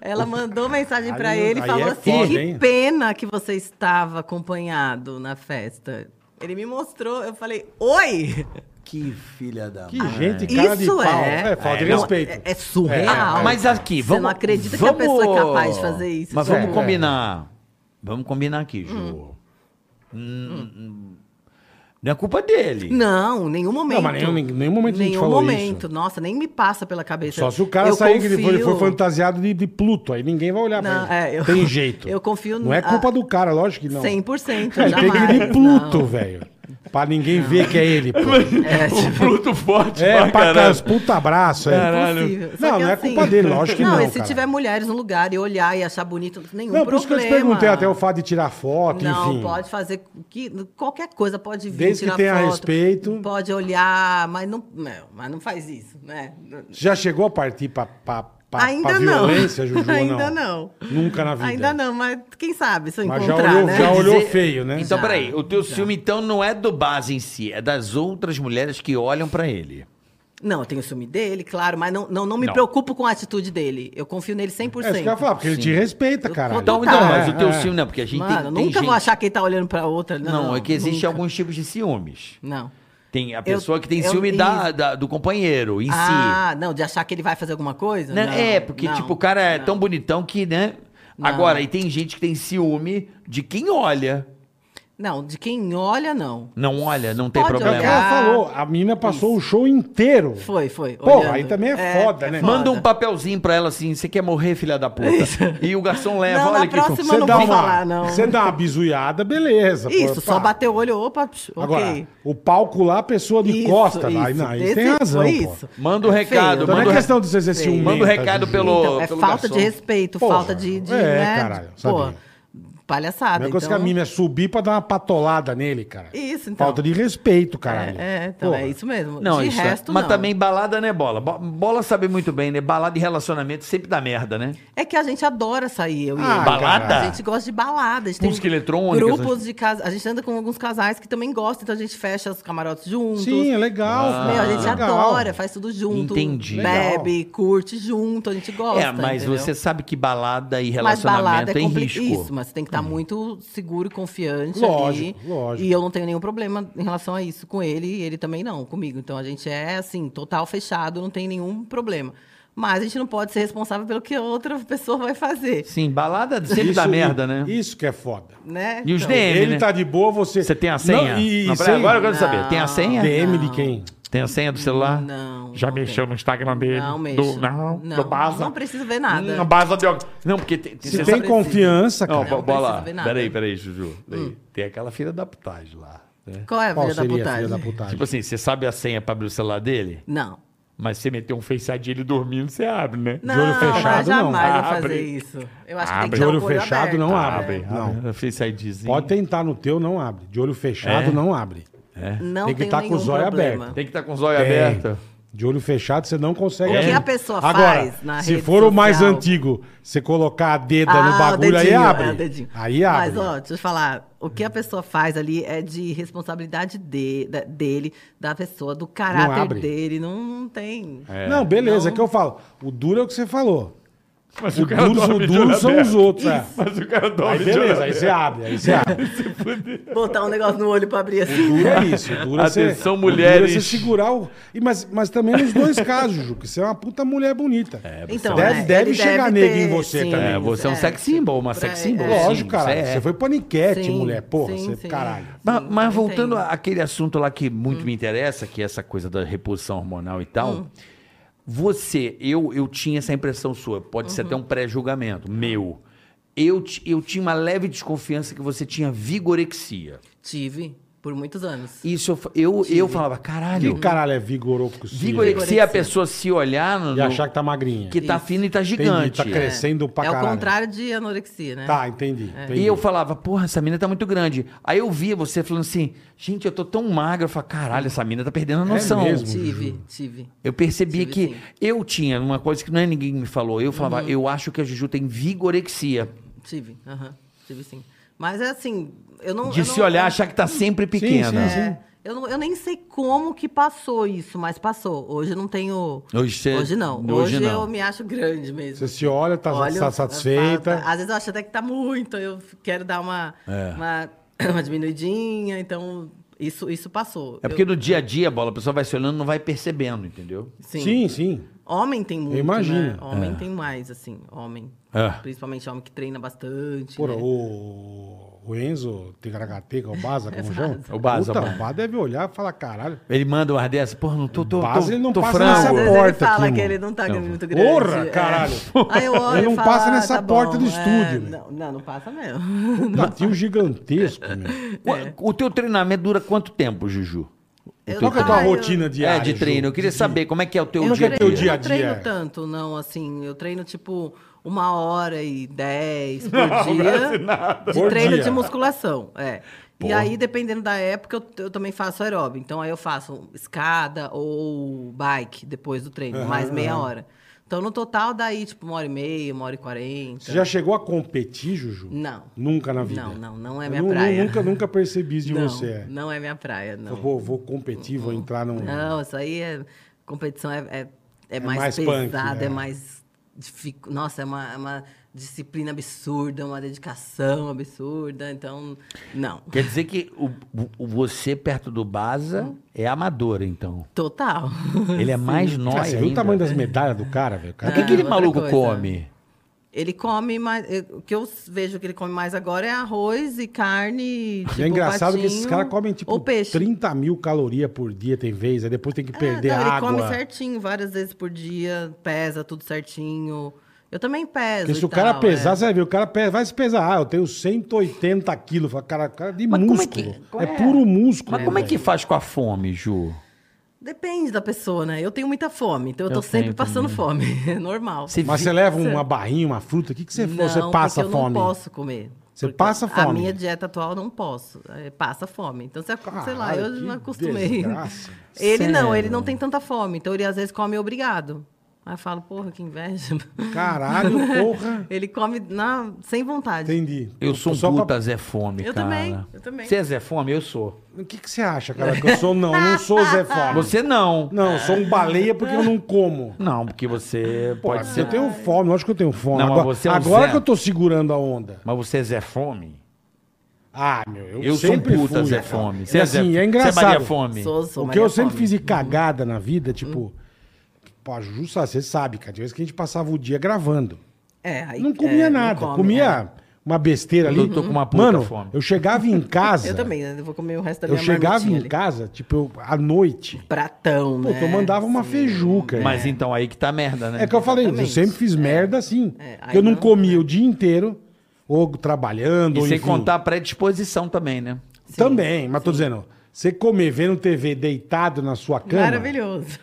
Speaker 1: Ela mandou mensagem pra
Speaker 3: Aí-
Speaker 1: ele e
Speaker 3: aí
Speaker 1: falou
Speaker 3: é
Speaker 1: assim:
Speaker 3: foda,
Speaker 1: que
Speaker 3: hein?"
Speaker 1: pena que você estava acompanhado na festa. Ele me mostrou, eu falei: oi!
Speaker 2: Que filha da
Speaker 3: Que
Speaker 2: mãe. Ah,
Speaker 3: gente, cara de
Speaker 1: Ah, Isso
Speaker 3: pau.
Speaker 1: é.
Speaker 3: É, falta de
Speaker 1: Não,
Speaker 3: respeito.
Speaker 1: É, é surreal.
Speaker 3: É, é.
Speaker 2: Mas aqui,
Speaker 1: Você
Speaker 2: vamos.
Speaker 1: não acredita que a pessoa é capaz de fazer isso, né?
Speaker 2: Mas
Speaker 1: Ju?
Speaker 2: vamos
Speaker 3: É.
Speaker 2: combinar. Vamos combinar aqui, Ju. Hum, hum. Não é culpa dele.
Speaker 1: Não, nenhum momento.
Speaker 3: Não, mas nenhum- nenhum momento a gente
Speaker 1: Nenhum
Speaker 3: falou
Speaker 1: momento. Nossa, nem me passa pela cabeça.
Speaker 3: Só se o cara
Speaker 1: Eu
Speaker 3: sair que ele foi, ele
Speaker 1: confio-
Speaker 3: foi fantasiado de, de Pluto, aí ninguém vai olhar
Speaker 1: Não,
Speaker 3: pra ele.
Speaker 1: é, eu-
Speaker 3: Tem jeito.
Speaker 1: eu confio
Speaker 3: Não é
Speaker 1: na-
Speaker 3: culpa do cara, lógico que não.
Speaker 1: 100%,
Speaker 3: É, ele tem que
Speaker 1: jamais.
Speaker 3: ir de Pluto,
Speaker 1: não.
Speaker 3: velho. Pra ninguém ver que é ele, pô.
Speaker 1: É, tipo,
Speaker 4: Fruto forte
Speaker 3: É,
Speaker 4: pra
Speaker 3: pra cá,
Speaker 4: caralho.
Speaker 3: os puta abraço, é.
Speaker 1: Caralho. impossível. Só
Speaker 3: Não,
Speaker 1: que
Speaker 3: não é
Speaker 1: assim-
Speaker 3: culpa dele, lógico que não,
Speaker 1: e se
Speaker 3: cara.
Speaker 1: tiver mulheres no lugar e olhar e achar bonito, nenhum
Speaker 3: Não,
Speaker 1: problema.
Speaker 3: por isso que eu te perguntei até o fato de tirar foto,
Speaker 1: Não,
Speaker 3: enfim.
Speaker 1: pode fazer que, qualquer coisa, pode vir
Speaker 3: Desde que
Speaker 1: tirar
Speaker 3: tenha
Speaker 1: foto,
Speaker 3: respeito.
Speaker 1: Pode olhar, mas não, não, mas não faz isso, né?
Speaker 3: Já chegou a partir pra, pra, pra,
Speaker 1: Ainda
Speaker 3: pra
Speaker 1: não.
Speaker 3: violência, Juju, ou não?
Speaker 1: Ainda não.
Speaker 3: Nunca na vida.
Speaker 1: Ainda não, mas quem sabe se eu
Speaker 3: Mas já
Speaker 1: encontrar,
Speaker 3: olhou-
Speaker 1: né?
Speaker 3: já
Speaker 2: Quer
Speaker 3: olhou feio, né?
Speaker 2: Então,
Speaker 1: Já,
Speaker 2: peraí, o teu ciúme, então, não é do base em si, é das outras mulheres que olham pra ele.
Speaker 1: Não, eu tenho o ciúme dele, claro, mas não, não, não me
Speaker 2: Não.
Speaker 1: preocupo com a atitude dele. Eu confio nele 100%.
Speaker 3: É, isso que eu ia falar, porque ele te respeita, caralho.
Speaker 2: Então,
Speaker 1: Total.
Speaker 2: não, mas
Speaker 3: É,
Speaker 2: o teu
Speaker 3: é.
Speaker 2: ciúme não, porque a gente tem-
Speaker 1: Mano,
Speaker 2: tem,
Speaker 1: nunca
Speaker 2: gente...
Speaker 1: vou achar que ele tá olhando pra outra.
Speaker 2: Não,
Speaker 1: Não,
Speaker 2: é que existem
Speaker 1: nunca.
Speaker 2: alguns tipos de ciúmes.
Speaker 1: Não.
Speaker 2: Tem a
Speaker 1: Eu-
Speaker 2: pessoa que tem
Speaker 1: eu-
Speaker 2: ciúme da,
Speaker 1: isso.
Speaker 2: da- do companheiro em si.
Speaker 1: Ah, não, de achar que ele vai fazer alguma coisa?
Speaker 2: Né?
Speaker 1: Não,
Speaker 2: é, porque,
Speaker 1: não,
Speaker 2: tipo, o cara é
Speaker 1: não.
Speaker 2: tão bonitão que, né?
Speaker 1: Não.
Speaker 2: Agora, e tem gente que tem ciúme de quem olha.
Speaker 1: Não, de quem olha, não.
Speaker 2: Não olha, não tem
Speaker 1: Pode
Speaker 3: É o que
Speaker 2: problema.
Speaker 1: olhar.
Speaker 3: ela falou, a menina passou o show inteiro.
Speaker 1: Foi, foi.
Speaker 3: Porra,
Speaker 1: olhando.
Speaker 3: aí também é foda, né?
Speaker 1: foda.
Speaker 2: Manda um papelzinho pra ela assim, você quer morrer, filha da puta? E o garçom leva,
Speaker 1: Não, na
Speaker 2: olha que...
Speaker 1: próxima-
Speaker 3: Você
Speaker 1: não
Speaker 2: um
Speaker 3: dá,
Speaker 1: vou
Speaker 3: uma,
Speaker 1: um falar, não.
Speaker 3: você dá uma bisuiada, beleza.
Speaker 1: Isso,
Speaker 3: pô,
Speaker 1: só
Speaker 3: pá.
Speaker 1: bater o olho, opa, psh,
Speaker 3: Agora,
Speaker 1: ok.
Speaker 3: o palco lá, a pessoa de
Speaker 1: Isso,
Speaker 3: costa.
Speaker 1: isso,
Speaker 3: Aí, não, aí
Speaker 1: desse-
Speaker 3: tem razão,
Speaker 1: foi
Speaker 3: pô.
Speaker 1: isso.
Speaker 2: Manda o
Speaker 1: É
Speaker 2: recado,
Speaker 1: feio,
Speaker 3: Então
Speaker 2: manda
Speaker 3: não
Speaker 2: o
Speaker 3: é
Speaker 2: re-
Speaker 3: questão de você ser
Speaker 1: Sim.
Speaker 3: ciumento. tá
Speaker 2: Manda o recado
Speaker 3: Juju.
Speaker 2: pelo-
Speaker 1: Então, é
Speaker 2: pelo
Speaker 1: falta
Speaker 2: garçom.
Speaker 1: de respeito,
Speaker 3: Porra,
Speaker 1: falta de, de,
Speaker 3: é,
Speaker 1: né,
Speaker 3: caralho,
Speaker 1: de- pô,
Speaker 3: sabia.
Speaker 1: palhaçada.
Speaker 3: Não é coisa
Speaker 1: então...
Speaker 3: que a mina é subir pra dar uma patolada nele, cara.
Speaker 1: Isso, então.
Speaker 3: Falta de respeito, caralho.
Speaker 1: É, é, então
Speaker 3: Porra.
Speaker 1: é isso mesmo.
Speaker 2: Não,
Speaker 1: de
Speaker 2: isso é.
Speaker 1: resto,
Speaker 2: Mas
Speaker 1: não.
Speaker 2: também balada não é bola. Bo- Bola sabe muito bem, né? Balada e relacionamento sempre dá merda, né?
Speaker 1: É que a gente adora sair, eu e
Speaker 3: Ah,
Speaker 1: ele.
Speaker 2: balada?
Speaker 1: A gente gosta de balada. A gente
Speaker 2: Música
Speaker 1: tem
Speaker 2: eletrônica,
Speaker 1: grupos de casais. A gente anda com alguns casais que também gostam, então a gente fecha os camarotes juntos.
Speaker 3: Sim, é legal.
Speaker 2: Ah.
Speaker 3: cara, é
Speaker 1: Meu, a gente
Speaker 3: legal.
Speaker 1: adora, faz tudo junto.
Speaker 2: Entendi.
Speaker 1: Bebe, curte junto, a gente gosta.
Speaker 2: é, mas
Speaker 1: entendeu?
Speaker 2: você sabe que balada e
Speaker 1: Mas
Speaker 2: relacionamento
Speaker 1: balada é
Speaker 2: tem
Speaker 1: complicado.
Speaker 2: risco.
Speaker 1: Isso, mas você tem que estar muito seguro e confiante.
Speaker 3: Lógico,
Speaker 1: ali.
Speaker 3: lógico.
Speaker 1: E eu não tenho nenhum problema em relação a isso com ele e ele também não comigo. Então a gente é, assim, total fechado, não tem nenhum problema. Mas a gente não pode ser responsável pelo que a outra pessoa vai fazer.
Speaker 2: Sim, balada sempre
Speaker 3: Isso-
Speaker 2: dá merda, né?
Speaker 3: Isso que é foda.
Speaker 1: Né?
Speaker 2: E os
Speaker 1: Então,
Speaker 2: DM,
Speaker 3: Ele
Speaker 2: né?
Speaker 3: tá de boa, você.
Speaker 2: Você tem a senha?
Speaker 3: Não, e,
Speaker 2: Não,
Speaker 3: e
Speaker 2: peraí,
Speaker 3: sem-
Speaker 2: agora eu quero saber. Tem a
Speaker 1: Não.
Speaker 2: senha?
Speaker 3: DM de quem?
Speaker 2: Tem a senha do celular?
Speaker 1: Não.
Speaker 4: Já
Speaker 1: não
Speaker 4: mexeu no
Speaker 1: tem.
Speaker 4: Instagram dele?
Speaker 1: Não mexo.
Speaker 4: Do, não, do Baza.
Speaker 1: não precisa ver nada.
Speaker 4: Hum, Baza de...
Speaker 2: Não, porque tem. tem-
Speaker 3: Se
Speaker 2: você
Speaker 3: tem
Speaker 2: sabe-
Speaker 3: confiança,
Speaker 2: Não,
Speaker 3: cara.
Speaker 1: Não
Speaker 2: bola.
Speaker 1: preciso ver nada. Hum.
Speaker 2: Peraí, peraí, Juju. Peraí. Tem aquela filha da putagem lá. né?
Speaker 1: Qual é a
Speaker 3: Qual
Speaker 1: filha da
Speaker 3: seria a
Speaker 1: putagem?
Speaker 3: filha da putagem?
Speaker 2: Tipo assim, você sabe a senha pra abrir o celular dele?
Speaker 1: Não.
Speaker 4: Mas você meteu um faceadinho ele dormindo, você abre, né?
Speaker 1: Não,
Speaker 3: olho
Speaker 1: mas
Speaker 3: fechado, não.
Speaker 1: jamais vou
Speaker 4: Abre.
Speaker 1: fazer isso. Eu acho que tem que
Speaker 4: Abre.
Speaker 3: de
Speaker 1: dar o
Speaker 3: olho fechado
Speaker 1: aberto.
Speaker 3: não
Speaker 1: É.
Speaker 3: abre. Não.
Speaker 2: Eu fiz saidinho.
Speaker 3: Pode tentar no teu, não abre. De olho fechado,
Speaker 2: É?
Speaker 3: não abre.
Speaker 1: Não
Speaker 3: Tem que
Speaker 1: tenho
Speaker 3: tá com o
Speaker 1: nenhum
Speaker 3: zóio
Speaker 1: problema.
Speaker 3: aberto.
Speaker 2: Tem que estar com os olhos
Speaker 3: Tem.
Speaker 2: abertos.
Speaker 3: É. De olho fechado, você não consegue
Speaker 1: É. O que
Speaker 3: abrir.
Speaker 1: a pessoa faz na
Speaker 3: se
Speaker 1: rede
Speaker 3: for o mais
Speaker 1: social?
Speaker 3: antigo, você colocar a deda
Speaker 1: Ah,
Speaker 3: no
Speaker 1: o
Speaker 3: Tá bagulho, aí
Speaker 1: dedinho,
Speaker 3: abre.
Speaker 1: é, o dedinho.
Speaker 3: aí abre.
Speaker 1: Mas, ó, deixa eu falar. O que a pessoa faz ali é de responsabilidade de- da- dele, da pessoa, do caráter
Speaker 3: abre.
Speaker 1: dele. Não, não tem.
Speaker 3: Não, beleza, é que eu falo. O duro é o que você falou.
Speaker 4: Mas
Speaker 3: O duro, o
Speaker 4: dorme de
Speaker 3: duro
Speaker 4: olho
Speaker 3: são os
Speaker 4: aberto.
Speaker 3: outros. é.
Speaker 4: Mas o cara dorme
Speaker 3: Aí
Speaker 4: de olho
Speaker 3: beleza, aí
Speaker 4: aberto.
Speaker 3: você abre, aí você abre. É.
Speaker 1: Botar um negócio no olho pra abrir assim.
Speaker 3: Duro é isso. Duro é você-
Speaker 2: Atenção,
Speaker 3: o duro
Speaker 2: mulheres.
Speaker 3: É você segurar o. e Mas, mas também nos dois casos, Ju, que você é uma puta mulher bonita.
Speaker 1: Então,
Speaker 3: Deve-
Speaker 1: né,
Speaker 3: deve
Speaker 1: ele
Speaker 3: chegar
Speaker 1: ter,
Speaker 3: nego em você também.
Speaker 2: É, você é um sex symbol, uma
Speaker 1: pra-
Speaker 2: sex symbol.
Speaker 1: é.
Speaker 3: Lógico,
Speaker 2: Sim,
Speaker 3: cara.
Speaker 2: você é.
Speaker 3: Você foi paniquete,
Speaker 1: Sim,
Speaker 3: mulher. Porra,
Speaker 1: sim,
Speaker 3: você.
Speaker 1: sim.
Speaker 3: Caralho.
Speaker 2: Ma- Mas,
Speaker 1: Sim, Hum, eu
Speaker 2: voltando
Speaker 1: entendo. Hum.
Speaker 2: àquele assunto lá que muito me interessa, que é essa coisa da reposição hormonal e tal. Você, eu, eu tinha essa impressão sua, pode ser
Speaker 1: Uhum.
Speaker 2: até um pré-julgamento meu. Eu, ti- eu tinha uma leve desconfiança que você tinha vigorexia.
Speaker 1: Tive. Por muitos anos.
Speaker 2: Isso eu, fa- eu, eu falava, caralho,
Speaker 3: Que
Speaker 1: Uhum.
Speaker 3: caralho é vigorocoxia?
Speaker 2: vigorexia é a pessoa se olhar no,
Speaker 3: E achar que tá magrinha.
Speaker 2: que tá
Speaker 1: Isso.
Speaker 2: fina e tá
Speaker 3: Entendi,
Speaker 2: gigante.
Speaker 3: Tá crescendo pra
Speaker 1: é
Speaker 3: caralho.
Speaker 1: o contrário de anorexia, né?
Speaker 3: Tá, entendi. entendi.
Speaker 2: É. E eu falava, porra, essa mina tá muito grande. Aí eu via você falando assim, gente, eu tô tão magra. Eu falava, caralho, essa mina tá perdendo a noção.
Speaker 3: É mesmo?
Speaker 1: Tive, tive.
Speaker 2: Eu percebi
Speaker 1: Tive,
Speaker 2: que
Speaker 1: sim. Uhum.
Speaker 2: eu tinha uma coisa que não é ninguém me falou. Eu falava, eu acho que a Juju tem vigorexia.
Speaker 1: Tive, aham. Tive sim. Mas é assim, eu não.
Speaker 2: De
Speaker 1: eu
Speaker 2: se
Speaker 1: não-
Speaker 2: olhar, achar que tá sempre pequena.
Speaker 3: sim.
Speaker 1: É, eu, não- eu nem sei como que passou isso, mas passou. Hoje eu não tenho.
Speaker 2: Hoje você-
Speaker 1: hoje não.
Speaker 2: hoje
Speaker 1: Hoje,
Speaker 2: não.
Speaker 1: eu me acho grande mesmo.
Speaker 3: Você se olha, tá,
Speaker 1: Olho,
Speaker 3: tá
Speaker 1: eu
Speaker 3: satisfeita.
Speaker 1: falo, tá- às vezes eu acho até que tá muito, eu quero dar uma,
Speaker 2: É.
Speaker 1: uma, uma diminuidinha, então isso, isso passou.
Speaker 2: É porque
Speaker 1: Eu-
Speaker 2: no dia a dia, bola, a pessoa vai se olhando e não vai percebendo, entendeu?
Speaker 1: assim.
Speaker 3: Sim,
Speaker 1: sim.
Speaker 3: sim.
Speaker 1: Homem tem muito.
Speaker 3: imagino.
Speaker 1: né? Homem tem mais, assim, homem.
Speaker 2: É.
Speaker 1: Principalmente homem que treina bastante.
Speaker 3: Porra,
Speaker 1: né?
Speaker 3: o, o Enzo, Tigaracateca, é o Baza,
Speaker 1: É
Speaker 3: como chama?
Speaker 2: O Baza,
Speaker 3: Puta,
Speaker 2: Baza.
Speaker 3: o Baza deve olhar e falar, caralho.
Speaker 2: Ele manda uma dessa, porra, não tô, tô,
Speaker 3: Base
Speaker 2: tô,
Speaker 3: ele não
Speaker 2: tô
Speaker 3: passa
Speaker 1: Às
Speaker 3: nessa
Speaker 2: frango.
Speaker 1: vezes ele
Speaker 3: porta
Speaker 1: fala
Speaker 3: aqui,
Speaker 1: que
Speaker 3: mano.
Speaker 1: ele não tá muito grande.
Speaker 3: Porra,
Speaker 1: é.
Speaker 3: caralho.
Speaker 1: Aí eu olho
Speaker 3: Ele não
Speaker 1: e falo,
Speaker 3: passa
Speaker 1: "Ah,
Speaker 3: nessa
Speaker 1: tá
Speaker 3: porta do
Speaker 1: bom." É,
Speaker 3: estúdio, né? meu.
Speaker 1: não, não, não passa mesmo.
Speaker 3: Tá tio gigantesco, meu.
Speaker 2: Qua-
Speaker 1: É.
Speaker 2: O teu treinamento dura quanto tempo, Juju?
Speaker 1: Eu
Speaker 3: Qual que é a tua
Speaker 1: trabalho-
Speaker 3: rotina diária?
Speaker 2: é, de
Speaker 3: Ju?
Speaker 2: treino. Eu queria saber como é que é o teu
Speaker 3: Como é que
Speaker 2: dia
Speaker 3: é
Speaker 2: a
Speaker 3: teu
Speaker 2: dia.
Speaker 3: dia a
Speaker 1: Eu não treino
Speaker 3: dia?
Speaker 1: tanto, não, assim. Eu treino tipo uma hora e dez por dia. de
Speaker 3: Por
Speaker 1: treino
Speaker 3: dia.
Speaker 1: de musculação. É. E aí, dependendo da época, eu, eu também faço aeróbio. Então aí eu faço escada ou bike depois do treino,
Speaker 3: Aham,
Speaker 1: mais meia
Speaker 3: aham.
Speaker 1: hora. Então, no total, daí, tipo, uma hora e meia, uma hora e quarenta.
Speaker 3: Você já chegou a competir, Juju?
Speaker 1: Não.
Speaker 3: Nunca na vida?
Speaker 1: Não, não, não é
Speaker 3: Eu
Speaker 1: minha
Speaker 3: nu- nu-
Speaker 1: praia.
Speaker 3: Nunca, nunca percebi isso de
Speaker 1: não,
Speaker 3: você.
Speaker 1: Não é minha praia, não.
Speaker 3: Eu vou, vou competir, vou entrar num...
Speaker 1: Não, isso aí é. Competição é, é, é mais,
Speaker 3: mais
Speaker 1: pesada,
Speaker 3: punk, né?
Speaker 1: é mais. dificu- Nossa, é uma, é uma disciplina absurda, é uma dedicação absurda. Então, não.
Speaker 2: Quer dizer que o, o- você perto do Baza é amador, então.
Speaker 1: Total.
Speaker 2: Ele é mais
Speaker 3: Cara,
Speaker 2: nóis
Speaker 3: você viu o
Speaker 2: ainda.
Speaker 3: tamanho das medalhas do cara, velho? O
Speaker 2: O
Speaker 3: cara-
Speaker 2: que
Speaker 1: Ah,
Speaker 2: aquele
Speaker 1: outra
Speaker 2: maluco
Speaker 1: coisa.
Speaker 2: come?
Speaker 1: Ele come mais. eu- O que eu vejo que ele come mais agora é arroz e carne.
Speaker 3: E é
Speaker 1: tipo,
Speaker 3: engraçado que esses
Speaker 1: patinho
Speaker 3: caras comem, tipo,
Speaker 1: Ou peixe.
Speaker 3: 30 mil calorias por dia, tem vez. Aí depois tem que
Speaker 1: É,
Speaker 3: perder
Speaker 1: não,
Speaker 3: água.
Speaker 1: Ele come certinho, várias vezes por dia, pesa tudo certinho. Eu também peso.
Speaker 3: Porque se
Speaker 1: e
Speaker 3: o cara
Speaker 1: tal,
Speaker 3: pesar,
Speaker 1: é.
Speaker 3: você vai ver, o cara pesa, vai se pesar. Ah, eu tenho 180 quilos. Fala, cara, cara de
Speaker 2: Mas como é
Speaker 3: músculo. é,
Speaker 2: que- qual é?
Speaker 3: puro músculo. né,
Speaker 2: Mas como é
Speaker 3: velho.
Speaker 2: que faz com a fome, Ju?
Speaker 1: Depende da pessoa, né? Eu tenho muita fome, então eu,
Speaker 2: Eu
Speaker 1: tô sempre
Speaker 2: tenho
Speaker 1: passando fome. É normal.
Speaker 2: Você
Speaker 3: Mas
Speaker 2: vi-
Speaker 3: você leva um uma barrinha, uma fruta, o que, que você,
Speaker 1: Não,
Speaker 3: você passa
Speaker 1: porque
Speaker 3: fome?
Speaker 1: Eu não posso comer.
Speaker 3: Você
Speaker 1: Porque
Speaker 3: passa
Speaker 1: A
Speaker 3: fome?
Speaker 1: minha dieta atual eu não posso. É, passa fome. Então, você, sei lá,
Speaker 3: Caralho,
Speaker 1: eu
Speaker 3: que
Speaker 1: não acostumei.
Speaker 3: desgraça.
Speaker 1: Ele não, ele
Speaker 2: Sério?
Speaker 1: não tem tanta fome. Então, ele às vezes come obrigado. Aí eu falo, porra, que inveja.
Speaker 3: Caralho, porra.
Speaker 1: ele come na- sem vontade.
Speaker 3: Entendi.
Speaker 2: Eu sou um
Speaker 3: Só pra-
Speaker 2: puta Zé Fome,
Speaker 1: Eu
Speaker 2: cara.
Speaker 1: também, eu também.
Speaker 2: Você é Zé Fome? Eu sou.
Speaker 3: O que, que você acha, cara? Que eu sou não, eu não sou Zé Fome.
Speaker 2: Você não.
Speaker 3: Não, eu sou um baleia porque eu não como.
Speaker 2: Não, porque você
Speaker 3: Pô,
Speaker 2: pode ser...
Speaker 3: Eu tenho fome, lógico que eu tenho fome.
Speaker 2: Não, mas
Speaker 3: agora
Speaker 2: você é um
Speaker 3: agora
Speaker 2: Zé.
Speaker 3: que eu tô segurando a onda.
Speaker 2: Mas você é Zé Fome?
Speaker 3: Ah, meu, eu,
Speaker 2: Eu sou um
Speaker 3: sempre
Speaker 2: puta
Speaker 3: fui,
Speaker 2: Zé
Speaker 3: cara.
Speaker 2: Fome.
Speaker 3: E assim, é engraçado.
Speaker 2: Você é Maria Fome?
Speaker 1: Sou, sou,
Speaker 3: O
Speaker 1: mas
Speaker 3: que eu
Speaker 1: é
Speaker 3: sempre
Speaker 1: fome.
Speaker 3: fiz de cagada na vida, tipo, pô, a Ju, sabe, você sabe, cara, de vez que a gente passava o dia gravando.
Speaker 1: É, aí-
Speaker 3: Não
Speaker 1: é,
Speaker 3: comia
Speaker 1: não
Speaker 3: nada,
Speaker 1: come, é.
Speaker 3: comia uma besteira ali.
Speaker 2: Eu tô com uma puta
Speaker 3: Mano,
Speaker 2: fome.
Speaker 3: eu chegava em casa,
Speaker 1: Eu também, né? eu vou comer o resto da
Speaker 3: eu
Speaker 1: minha
Speaker 3: chegava
Speaker 1: marmitinha
Speaker 3: em
Speaker 1: ali.
Speaker 3: casa, tipo, eu- à noite,
Speaker 1: Pratão,
Speaker 3: pô,
Speaker 1: né?
Speaker 3: eu mandava uma feijuca.
Speaker 2: Mas então aí que tá merda, né?
Speaker 3: É que eu falei, eu
Speaker 1: Exatamente.
Speaker 3: sempre fiz merda assim.
Speaker 1: É,
Speaker 3: Porque
Speaker 1: aí
Speaker 3: eu não,
Speaker 1: não-
Speaker 3: comia o dia inteiro, ou trabalhando,
Speaker 2: E
Speaker 3: ou
Speaker 2: sem
Speaker 3: enfim.
Speaker 2: contar a predisposição também, né?
Speaker 3: Também, mas tô dizendo, você comer vendo TV deitado na sua cama.
Speaker 1: Maravilhoso.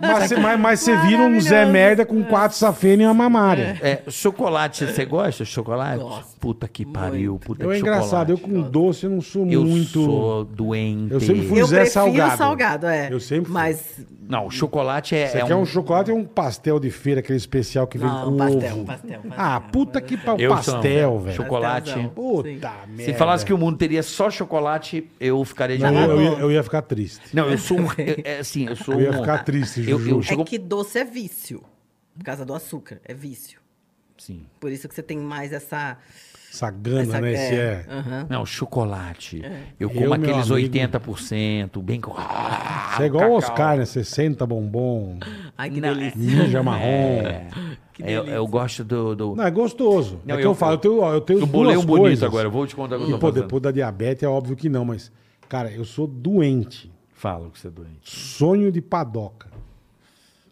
Speaker 3: Mas, você- mas, mas você vira um Zé
Speaker 1: Maravilhoso.
Speaker 3: Merda com quatro safena e uma mamária.
Speaker 2: É, chocolate, você gosta de chocolate?
Speaker 1: Gosto.
Speaker 2: Puta que pariu,
Speaker 1: Muito.
Speaker 2: puta
Speaker 3: Eu
Speaker 2: que
Speaker 3: é engraçado, eu
Speaker 2: chocolate.
Speaker 3: com doce eu não sou
Speaker 2: Eu
Speaker 3: muito.
Speaker 2: sou doente.
Speaker 3: Eu sempre fui-
Speaker 1: Eu
Speaker 3: Zé
Speaker 1: prefiro
Speaker 3: Salgado.
Speaker 1: salgado. é.
Speaker 3: Eu sempre fui.
Speaker 1: Mas
Speaker 2: Não, chocolate é,
Speaker 3: Você
Speaker 2: é
Speaker 3: quer um...
Speaker 2: um...
Speaker 3: chocolate e um pastel de feira, aquele especial que vem
Speaker 1: Não,
Speaker 3: com
Speaker 1: pastel,
Speaker 3: ovo.
Speaker 1: pastel, pastel.
Speaker 3: ah, puta que pau,
Speaker 2: Eu sou. um
Speaker 3: pastel, velho.
Speaker 2: Chocolate.
Speaker 1: Pastelzão.
Speaker 3: Puta
Speaker 1: Sim.
Speaker 3: merda.
Speaker 2: Se falasse que o mundo teria só chocolate, eu ficaria de
Speaker 3: Não,
Speaker 2: boa.
Speaker 3: eu,
Speaker 1: Tá
Speaker 3: eu ia, eu ia ficar triste.
Speaker 2: Não, eu sou um. eu- é assim, eu sou
Speaker 3: Eu ia
Speaker 2: um-
Speaker 3: ficar triste,
Speaker 2: Eu,
Speaker 3: Juju.
Speaker 2: eu
Speaker 3: É
Speaker 2: chego-
Speaker 1: é que doce é vício. Por causa do açúcar, é vício.
Speaker 2: Sim.
Speaker 1: Por isso que você tem mais essa.
Speaker 3: Essa gana,
Speaker 1: essa
Speaker 3: né? Ah, Esse é.
Speaker 1: aham.
Speaker 2: Não, chocolate.
Speaker 1: É.
Speaker 2: Eu
Speaker 3: Eu,
Speaker 2: como
Speaker 3: meu
Speaker 2: aqueles
Speaker 3: amigo-
Speaker 2: 80%, bem com. Ah,
Speaker 3: Você é igual o Oscar, né? 60 bombom,
Speaker 1: Ai, que delícia.
Speaker 3: ninja marrom.
Speaker 2: É, é, eu, eu gosto do. do...
Speaker 3: Não, é gostoso.
Speaker 2: Não,
Speaker 3: é que eu,
Speaker 2: eu-
Speaker 3: falo, eu tenho, ó, eu tenho
Speaker 2: eu bolei
Speaker 3: duas
Speaker 2: um bonito
Speaker 3: coisas.
Speaker 2: agora, eu vou te contar o que eu
Speaker 3: E,
Speaker 2: tô
Speaker 3: pô,
Speaker 2: fazendo.
Speaker 3: depois da diabetes é óbvio que não, mas, cara, eu sou doente.
Speaker 2: Fala que você é doente.
Speaker 3: Sonho de padoca.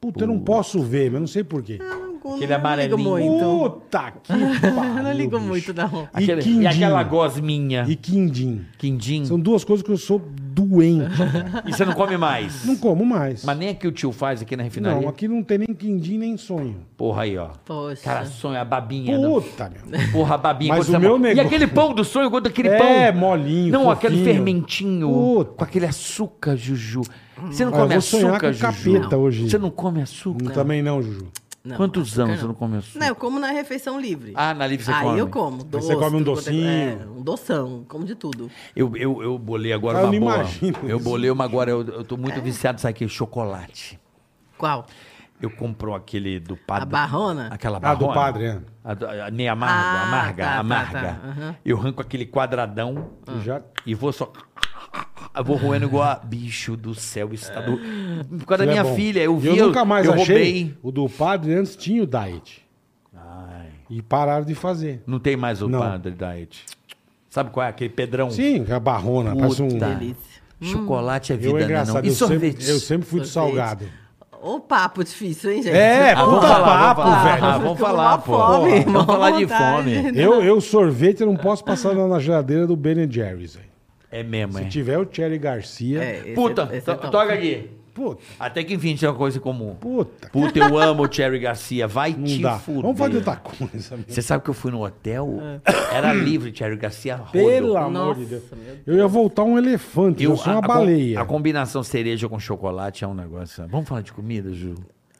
Speaker 3: Puta, eu não posso ver, mas não sei porquê.
Speaker 1: Eu não não,
Speaker 2: Aquele
Speaker 1: não ligo
Speaker 2: amarelinho.
Speaker 1: muito.
Speaker 3: Puta que
Speaker 1: Eu não
Speaker 3: pariu,
Speaker 1: ligo
Speaker 3: bicho.
Speaker 1: muito, não.
Speaker 3: E
Speaker 2: Aquele-
Speaker 3: quindim.
Speaker 2: e aquela gosminha.
Speaker 3: E quindim.
Speaker 2: Quindim.
Speaker 3: São duas coisas que eu sou doente. cara.
Speaker 2: E você não come mais.
Speaker 3: não como mais.
Speaker 2: Mas nem é que o tio faz aqui na refinaria.
Speaker 3: Não, aqui não tem nem quindim, nem sonho.
Speaker 2: Porra aí, ó.
Speaker 1: Poxa.
Speaker 2: Cara, sonho, a babinha. não.
Speaker 3: Puta, meu.
Speaker 2: Porra, a babinha.
Speaker 3: Mas
Speaker 2: quando você
Speaker 3: o meu
Speaker 2: morde. E
Speaker 3: negócio-
Speaker 2: aquele pão do sonho, quando aquele
Speaker 3: É,
Speaker 2: pão.
Speaker 3: molinho,
Speaker 2: Não, aquele
Speaker 3: fofinho.
Speaker 2: fermentinho.
Speaker 3: Puta.
Speaker 2: Com aquele açúcar, Juju. Você não
Speaker 3: Ah, eu
Speaker 2: come
Speaker 3: vou sonhar
Speaker 2: açúcar,
Speaker 3: com
Speaker 2: Juju?
Speaker 3: capeta hoje.
Speaker 2: Você não come açúcar?
Speaker 3: Também não, Juju.
Speaker 1: Não,
Speaker 2: Quantos
Speaker 1: açúcar
Speaker 2: anos você não come açúcar?
Speaker 1: Não, eu como na refeição livre.
Speaker 2: Ah, na livre você
Speaker 1: Aí
Speaker 2: come.
Speaker 1: eu como.
Speaker 3: você come um
Speaker 1: tudo quanto é-
Speaker 3: docinho.
Speaker 1: É, um doção, como de tudo.
Speaker 2: Eu, eu, eu bolei agora
Speaker 3: Ah, eu
Speaker 2: uma
Speaker 3: não
Speaker 2: boa.
Speaker 3: imagino
Speaker 2: Eu
Speaker 3: isso.
Speaker 2: bolei uma agora. Eu, eu tô muito viciado, sabe o que? Chocolate.
Speaker 1: Qual?
Speaker 2: Eu compro aquele do padre.
Speaker 1: A barrona?
Speaker 2: Aquela
Speaker 3: Ah, do
Speaker 2: barrona.
Speaker 3: padre, é.
Speaker 2: A, do- a, nem amarga,
Speaker 1: Ah,
Speaker 2: amarga,
Speaker 1: tá, tá,
Speaker 2: amarga.
Speaker 1: tá, aham.
Speaker 2: Eu arranco aquele quadradão
Speaker 3: E Já...
Speaker 2: e vou só... Eu vou roendo igual a bicho do céu, isso tá do... Por causa da
Speaker 3: Ele é
Speaker 2: minha
Speaker 3: bom.
Speaker 2: filha, eu vi,
Speaker 3: Eu nunca mais
Speaker 2: eu
Speaker 3: achei.
Speaker 2: roubei.
Speaker 3: O do padre antes tinha o diet.
Speaker 2: Ai,
Speaker 3: E pararam de fazer.
Speaker 2: não tem mais o
Speaker 3: Não.
Speaker 2: padre diet. Sabe qual é? Aquele pedrão.
Speaker 3: Sim, a barrona. Parece um...
Speaker 2: Puta.
Speaker 1: Delícia.
Speaker 2: Chocolate é
Speaker 3: Eu
Speaker 2: vida,
Speaker 3: é
Speaker 2: né? Não?
Speaker 3: engraçado.
Speaker 2: E
Speaker 3: eu, sempre,
Speaker 2: sorvete?
Speaker 3: eu sempre fui do
Speaker 1: Sorvete.
Speaker 3: Tipo salgado.
Speaker 1: Ô papo difícil, hein, gente?
Speaker 3: É,
Speaker 1: Ô,
Speaker 3: puta papo,
Speaker 1: vamos falar.
Speaker 3: velho.
Speaker 2: Ah, vamos
Speaker 1: Tô tá com
Speaker 2: falar,
Speaker 1: mó
Speaker 2: pô.
Speaker 1: fome,
Speaker 2: Vamos
Speaker 1: mó
Speaker 2: falar de
Speaker 1: vontade.
Speaker 2: fome.
Speaker 3: Eu, eu sorvete, eu não posso passar na na geladeira do Ben Jerry's. velho.
Speaker 2: É mesmo,
Speaker 3: Se
Speaker 2: é.
Speaker 3: tiver o Cherry Garcia...
Speaker 1: É, esse
Speaker 2: Puta,
Speaker 1: é- esse é
Speaker 2: to-
Speaker 1: top.
Speaker 2: toca aqui.
Speaker 3: Puta,
Speaker 2: Até que enfim, tinha uma coisa em comum.
Speaker 3: puta.
Speaker 2: Puta, eu amo o Cherry Garcia. Vai
Speaker 3: Não
Speaker 2: te
Speaker 3: dá.
Speaker 2: fuder.
Speaker 3: Vamos fazer outra coisa. meu.
Speaker 2: Você sabe que eu fui no hotel? Era livre, Cherry Garcia. Rodo.
Speaker 3: Pelo amor
Speaker 1: Nossa,
Speaker 3: de Deus.
Speaker 1: meu Deus.
Speaker 3: Eu ia voltar um elefante, eu, sou uma
Speaker 2: com-
Speaker 3: baleia.
Speaker 2: A combinação cereja com chocolate é um negócio. Vamos falar de comida, Ju?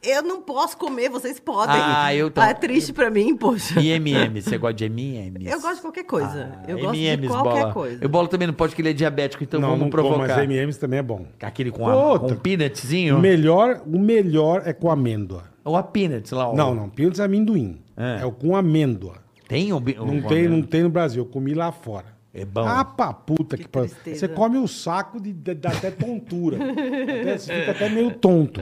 Speaker 1: Eu não posso comer, vocês podem.
Speaker 2: Ah, eu tô-
Speaker 1: É triste pra mim, poxa.
Speaker 2: E M&M, você gosta de Ah, M&M?
Speaker 1: Eu gosto de qualquer coisa. eu gosto de
Speaker 2: M&M's,
Speaker 1: qualquer
Speaker 2: bola.
Speaker 1: coisa.
Speaker 2: Eu bolo também não pode, que ele é diabético, então
Speaker 3: não,
Speaker 2: vamos
Speaker 3: não como,
Speaker 2: provocar.
Speaker 3: mas M&M's também é bom.
Speaker 2: Aquele com, a, com
Speaker 3: Puta.
Speaker 2: um peanutzinho?
Speaker 3: Melhor, o melhor é com amêndoa.
Speaker 2: Ou a peanut, lá. ó.
Speaker 3: Não, não, peanuts é amendoim.
Speaker 2: É.
Speaker 3: É, o com amêndoa.
Speaker 2: Tem um ou be- ou
Speaker 3: Não
Speaker 2: com
Speaker 3: tem,
Speaker 2: amêndoa?
Speaker 3: não tem no Brasil, eu comi lá fora.
Speaker 2: É bom.
Speaker 3: Ah, pra puta que,
Speaker 1: Que
Speaker 3: pariu.
Speaker 1: tristeza.
Speaker 3: Você come o saco de, de- dá até tontura. Até- você fica até meio tonto.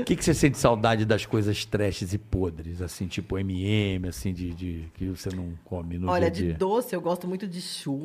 Speaker 2: O que, que você sente saudade das coisas trashes e podres, assim, tipo MM, assim, de, de- que você não come no
Speaker 1: Olha,
Speaker 2: dia a
Speaker 1: de
Speaker 2: dia?
Speaker 1: doce, eu gosto muito de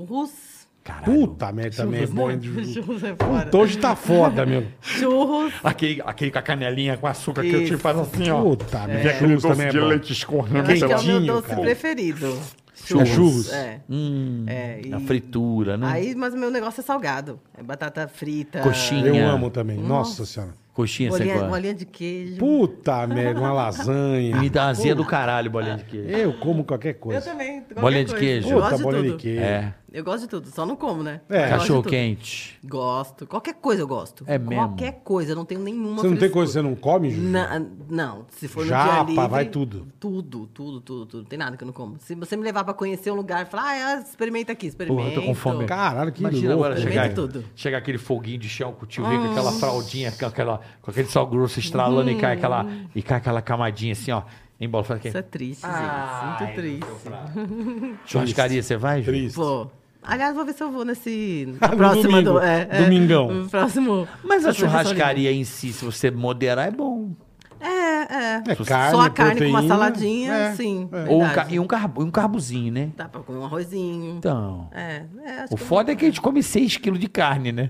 Speaker 1: churros.
Speaker 2: Caralho.
Speaker 3: Puta merda, também é bom. de- Um
Speaker 1: Churros é fora.
Speaker 3: Puta, Hoje tá foda, meu.
Speaker 1: Churros.
Speaker 2: Aquele, aquele com a canelinha com açúcar que eu
Speaker 1: Isso.
Speaker 2: te faz assim, ó.
Speaker 3: Puta, meu.
Speaker 4: E aquele
Speaker 3: Churros
Speaker 4: doce
Speaker 3: também é
Speaker 4: de
Speaker 3: bom.
Speaker 4: leite escorrendo.
Speaker 1: Acho que é o meu
Speaker 3: quentinho,
Speaker 1: doce
Speaker 3: cara.
Speaker 1: preferido.
Speaker 3: Churros. Churros.
Speaker 1: É.
Speaker 2: Hum,
Speaker 1: É, e-
Speaker 2: A fritura, né?
Speaker 1: Aí, mas o meu negócio é salgado. É batata frita.
Speaker 2: Coxinha.
Speaker 3: Eu
Speaker 2: Minha.
Speaker 3: amo também. Nossa senhora.
Speaker 2: Coxinha, você
Speaker 1: Bolinha,
Speaker 2: gosta.
Speaker 1: bolinha de queijo.
Speaker 3: Puta merda, uma lasanha.
Speaker 2: Me dá azia do caralho, bolinha de queijo.
Speaker 3: Eu como qualquer
Speaker 1: Eu
Speaker 3: coisa.
Speaker 1: também. qualquer
Speaker 2: Bolinha de
Speaker 1: coisa.
Speaker 2: queijo.
Speaker 1: Eu gosto
Speaker 3: Puta,
Speaker 1: de
Speaker 3: bolinha de
Speaker 1: tudo.
Speaker 3: queijo.
Speaker 2: É.
Speaker 1: Eu gosto de tudo, só não como, né?
Speaker 3: É.
Speaker 1: Eu gosto de
Speaker 2: Cachorro
Speaker 1: tudo.
Speaker 2: quente.
Speaker 1: Gosto. Qualquer coisa eu gosto.
Speaker 2: É mesmo?
Speaker 1: Qualquer coisa, eu não tenho nenhuma
Speaker 3: Você não tem
Speaker 1: frescura.
Speaker 3: coisa que você não come, Ju?
Speaker 1: Na- não, se for
Speaker 3: Japa,
Speaker 1: no dia livre...
Speaker 3: vai tudo.
Speaker 1: Tudo, tudo, tudo, tudo. Não tem nada que eu não como. Se você me levar pra conhecer um lugar e falar, ah, experimenta aqui, experimenta.
Speaker 2: Porra, eu tô com fome.
Speaker 3: Caralho, que
Speaker 2: Imagina
Speaker 3: louco.
Speaker 2: agora
Speaker 1: Comendo
Speaker 2: chegar,
Speaker 1: tudo. Ah.
Speaker 2: chegar aquele foguinho de chão com o tio Rei, com aquela fraldinha, com, aquela, com aquele sal grosso estralando e, cai aquela,
Speaker 1: Hum.
Speaker 2: e cai aquela camadinha assim, ó. Embora, faz aqui.
Speaker 1: Isso é triste, gente. Muito triste.
Speaker 2: Churrascaria, você vai? Ju?
Speaker 3: Triste.
Speaker 1: Vou. Aliás, vou ver se eu vou nesse...
Speaker 3: Ah,
Speaker 1: Na
Speaker 3: no
Speaker 1: próxima
Speaker 3: domingo.
Speaker 1: do... É, é,
Speaker 3: Domingão.
Speaker 1: no próximo...
Speaker 2: Mas a
Speaker 1: na seleção
Speaker 2: churrascaria em si, se você moderar, é bom.
Speaker 1: livre. É, é.
Speaker 3: É carne,
Speaker 1: Só a carne com uma
Speaker 3: proteína,
Speaker 1: saladinha,
Speaker 3: é,
Speaker 1: sim.
Speaker 3: é.
Speaker 2: Ou um
Speaker 1: verdade.
Speaker 2: ca- e um, carbo, e um carbozinho, né?
Speaker 1: Dá pra comer um arrozinho.
Speaker 2: Então.
Speaker 1: É, é, acho
Speaker 2: O
Speaker 1: que eu-
Speaker 2: foda é que a gente come 6 quilos de carne, né?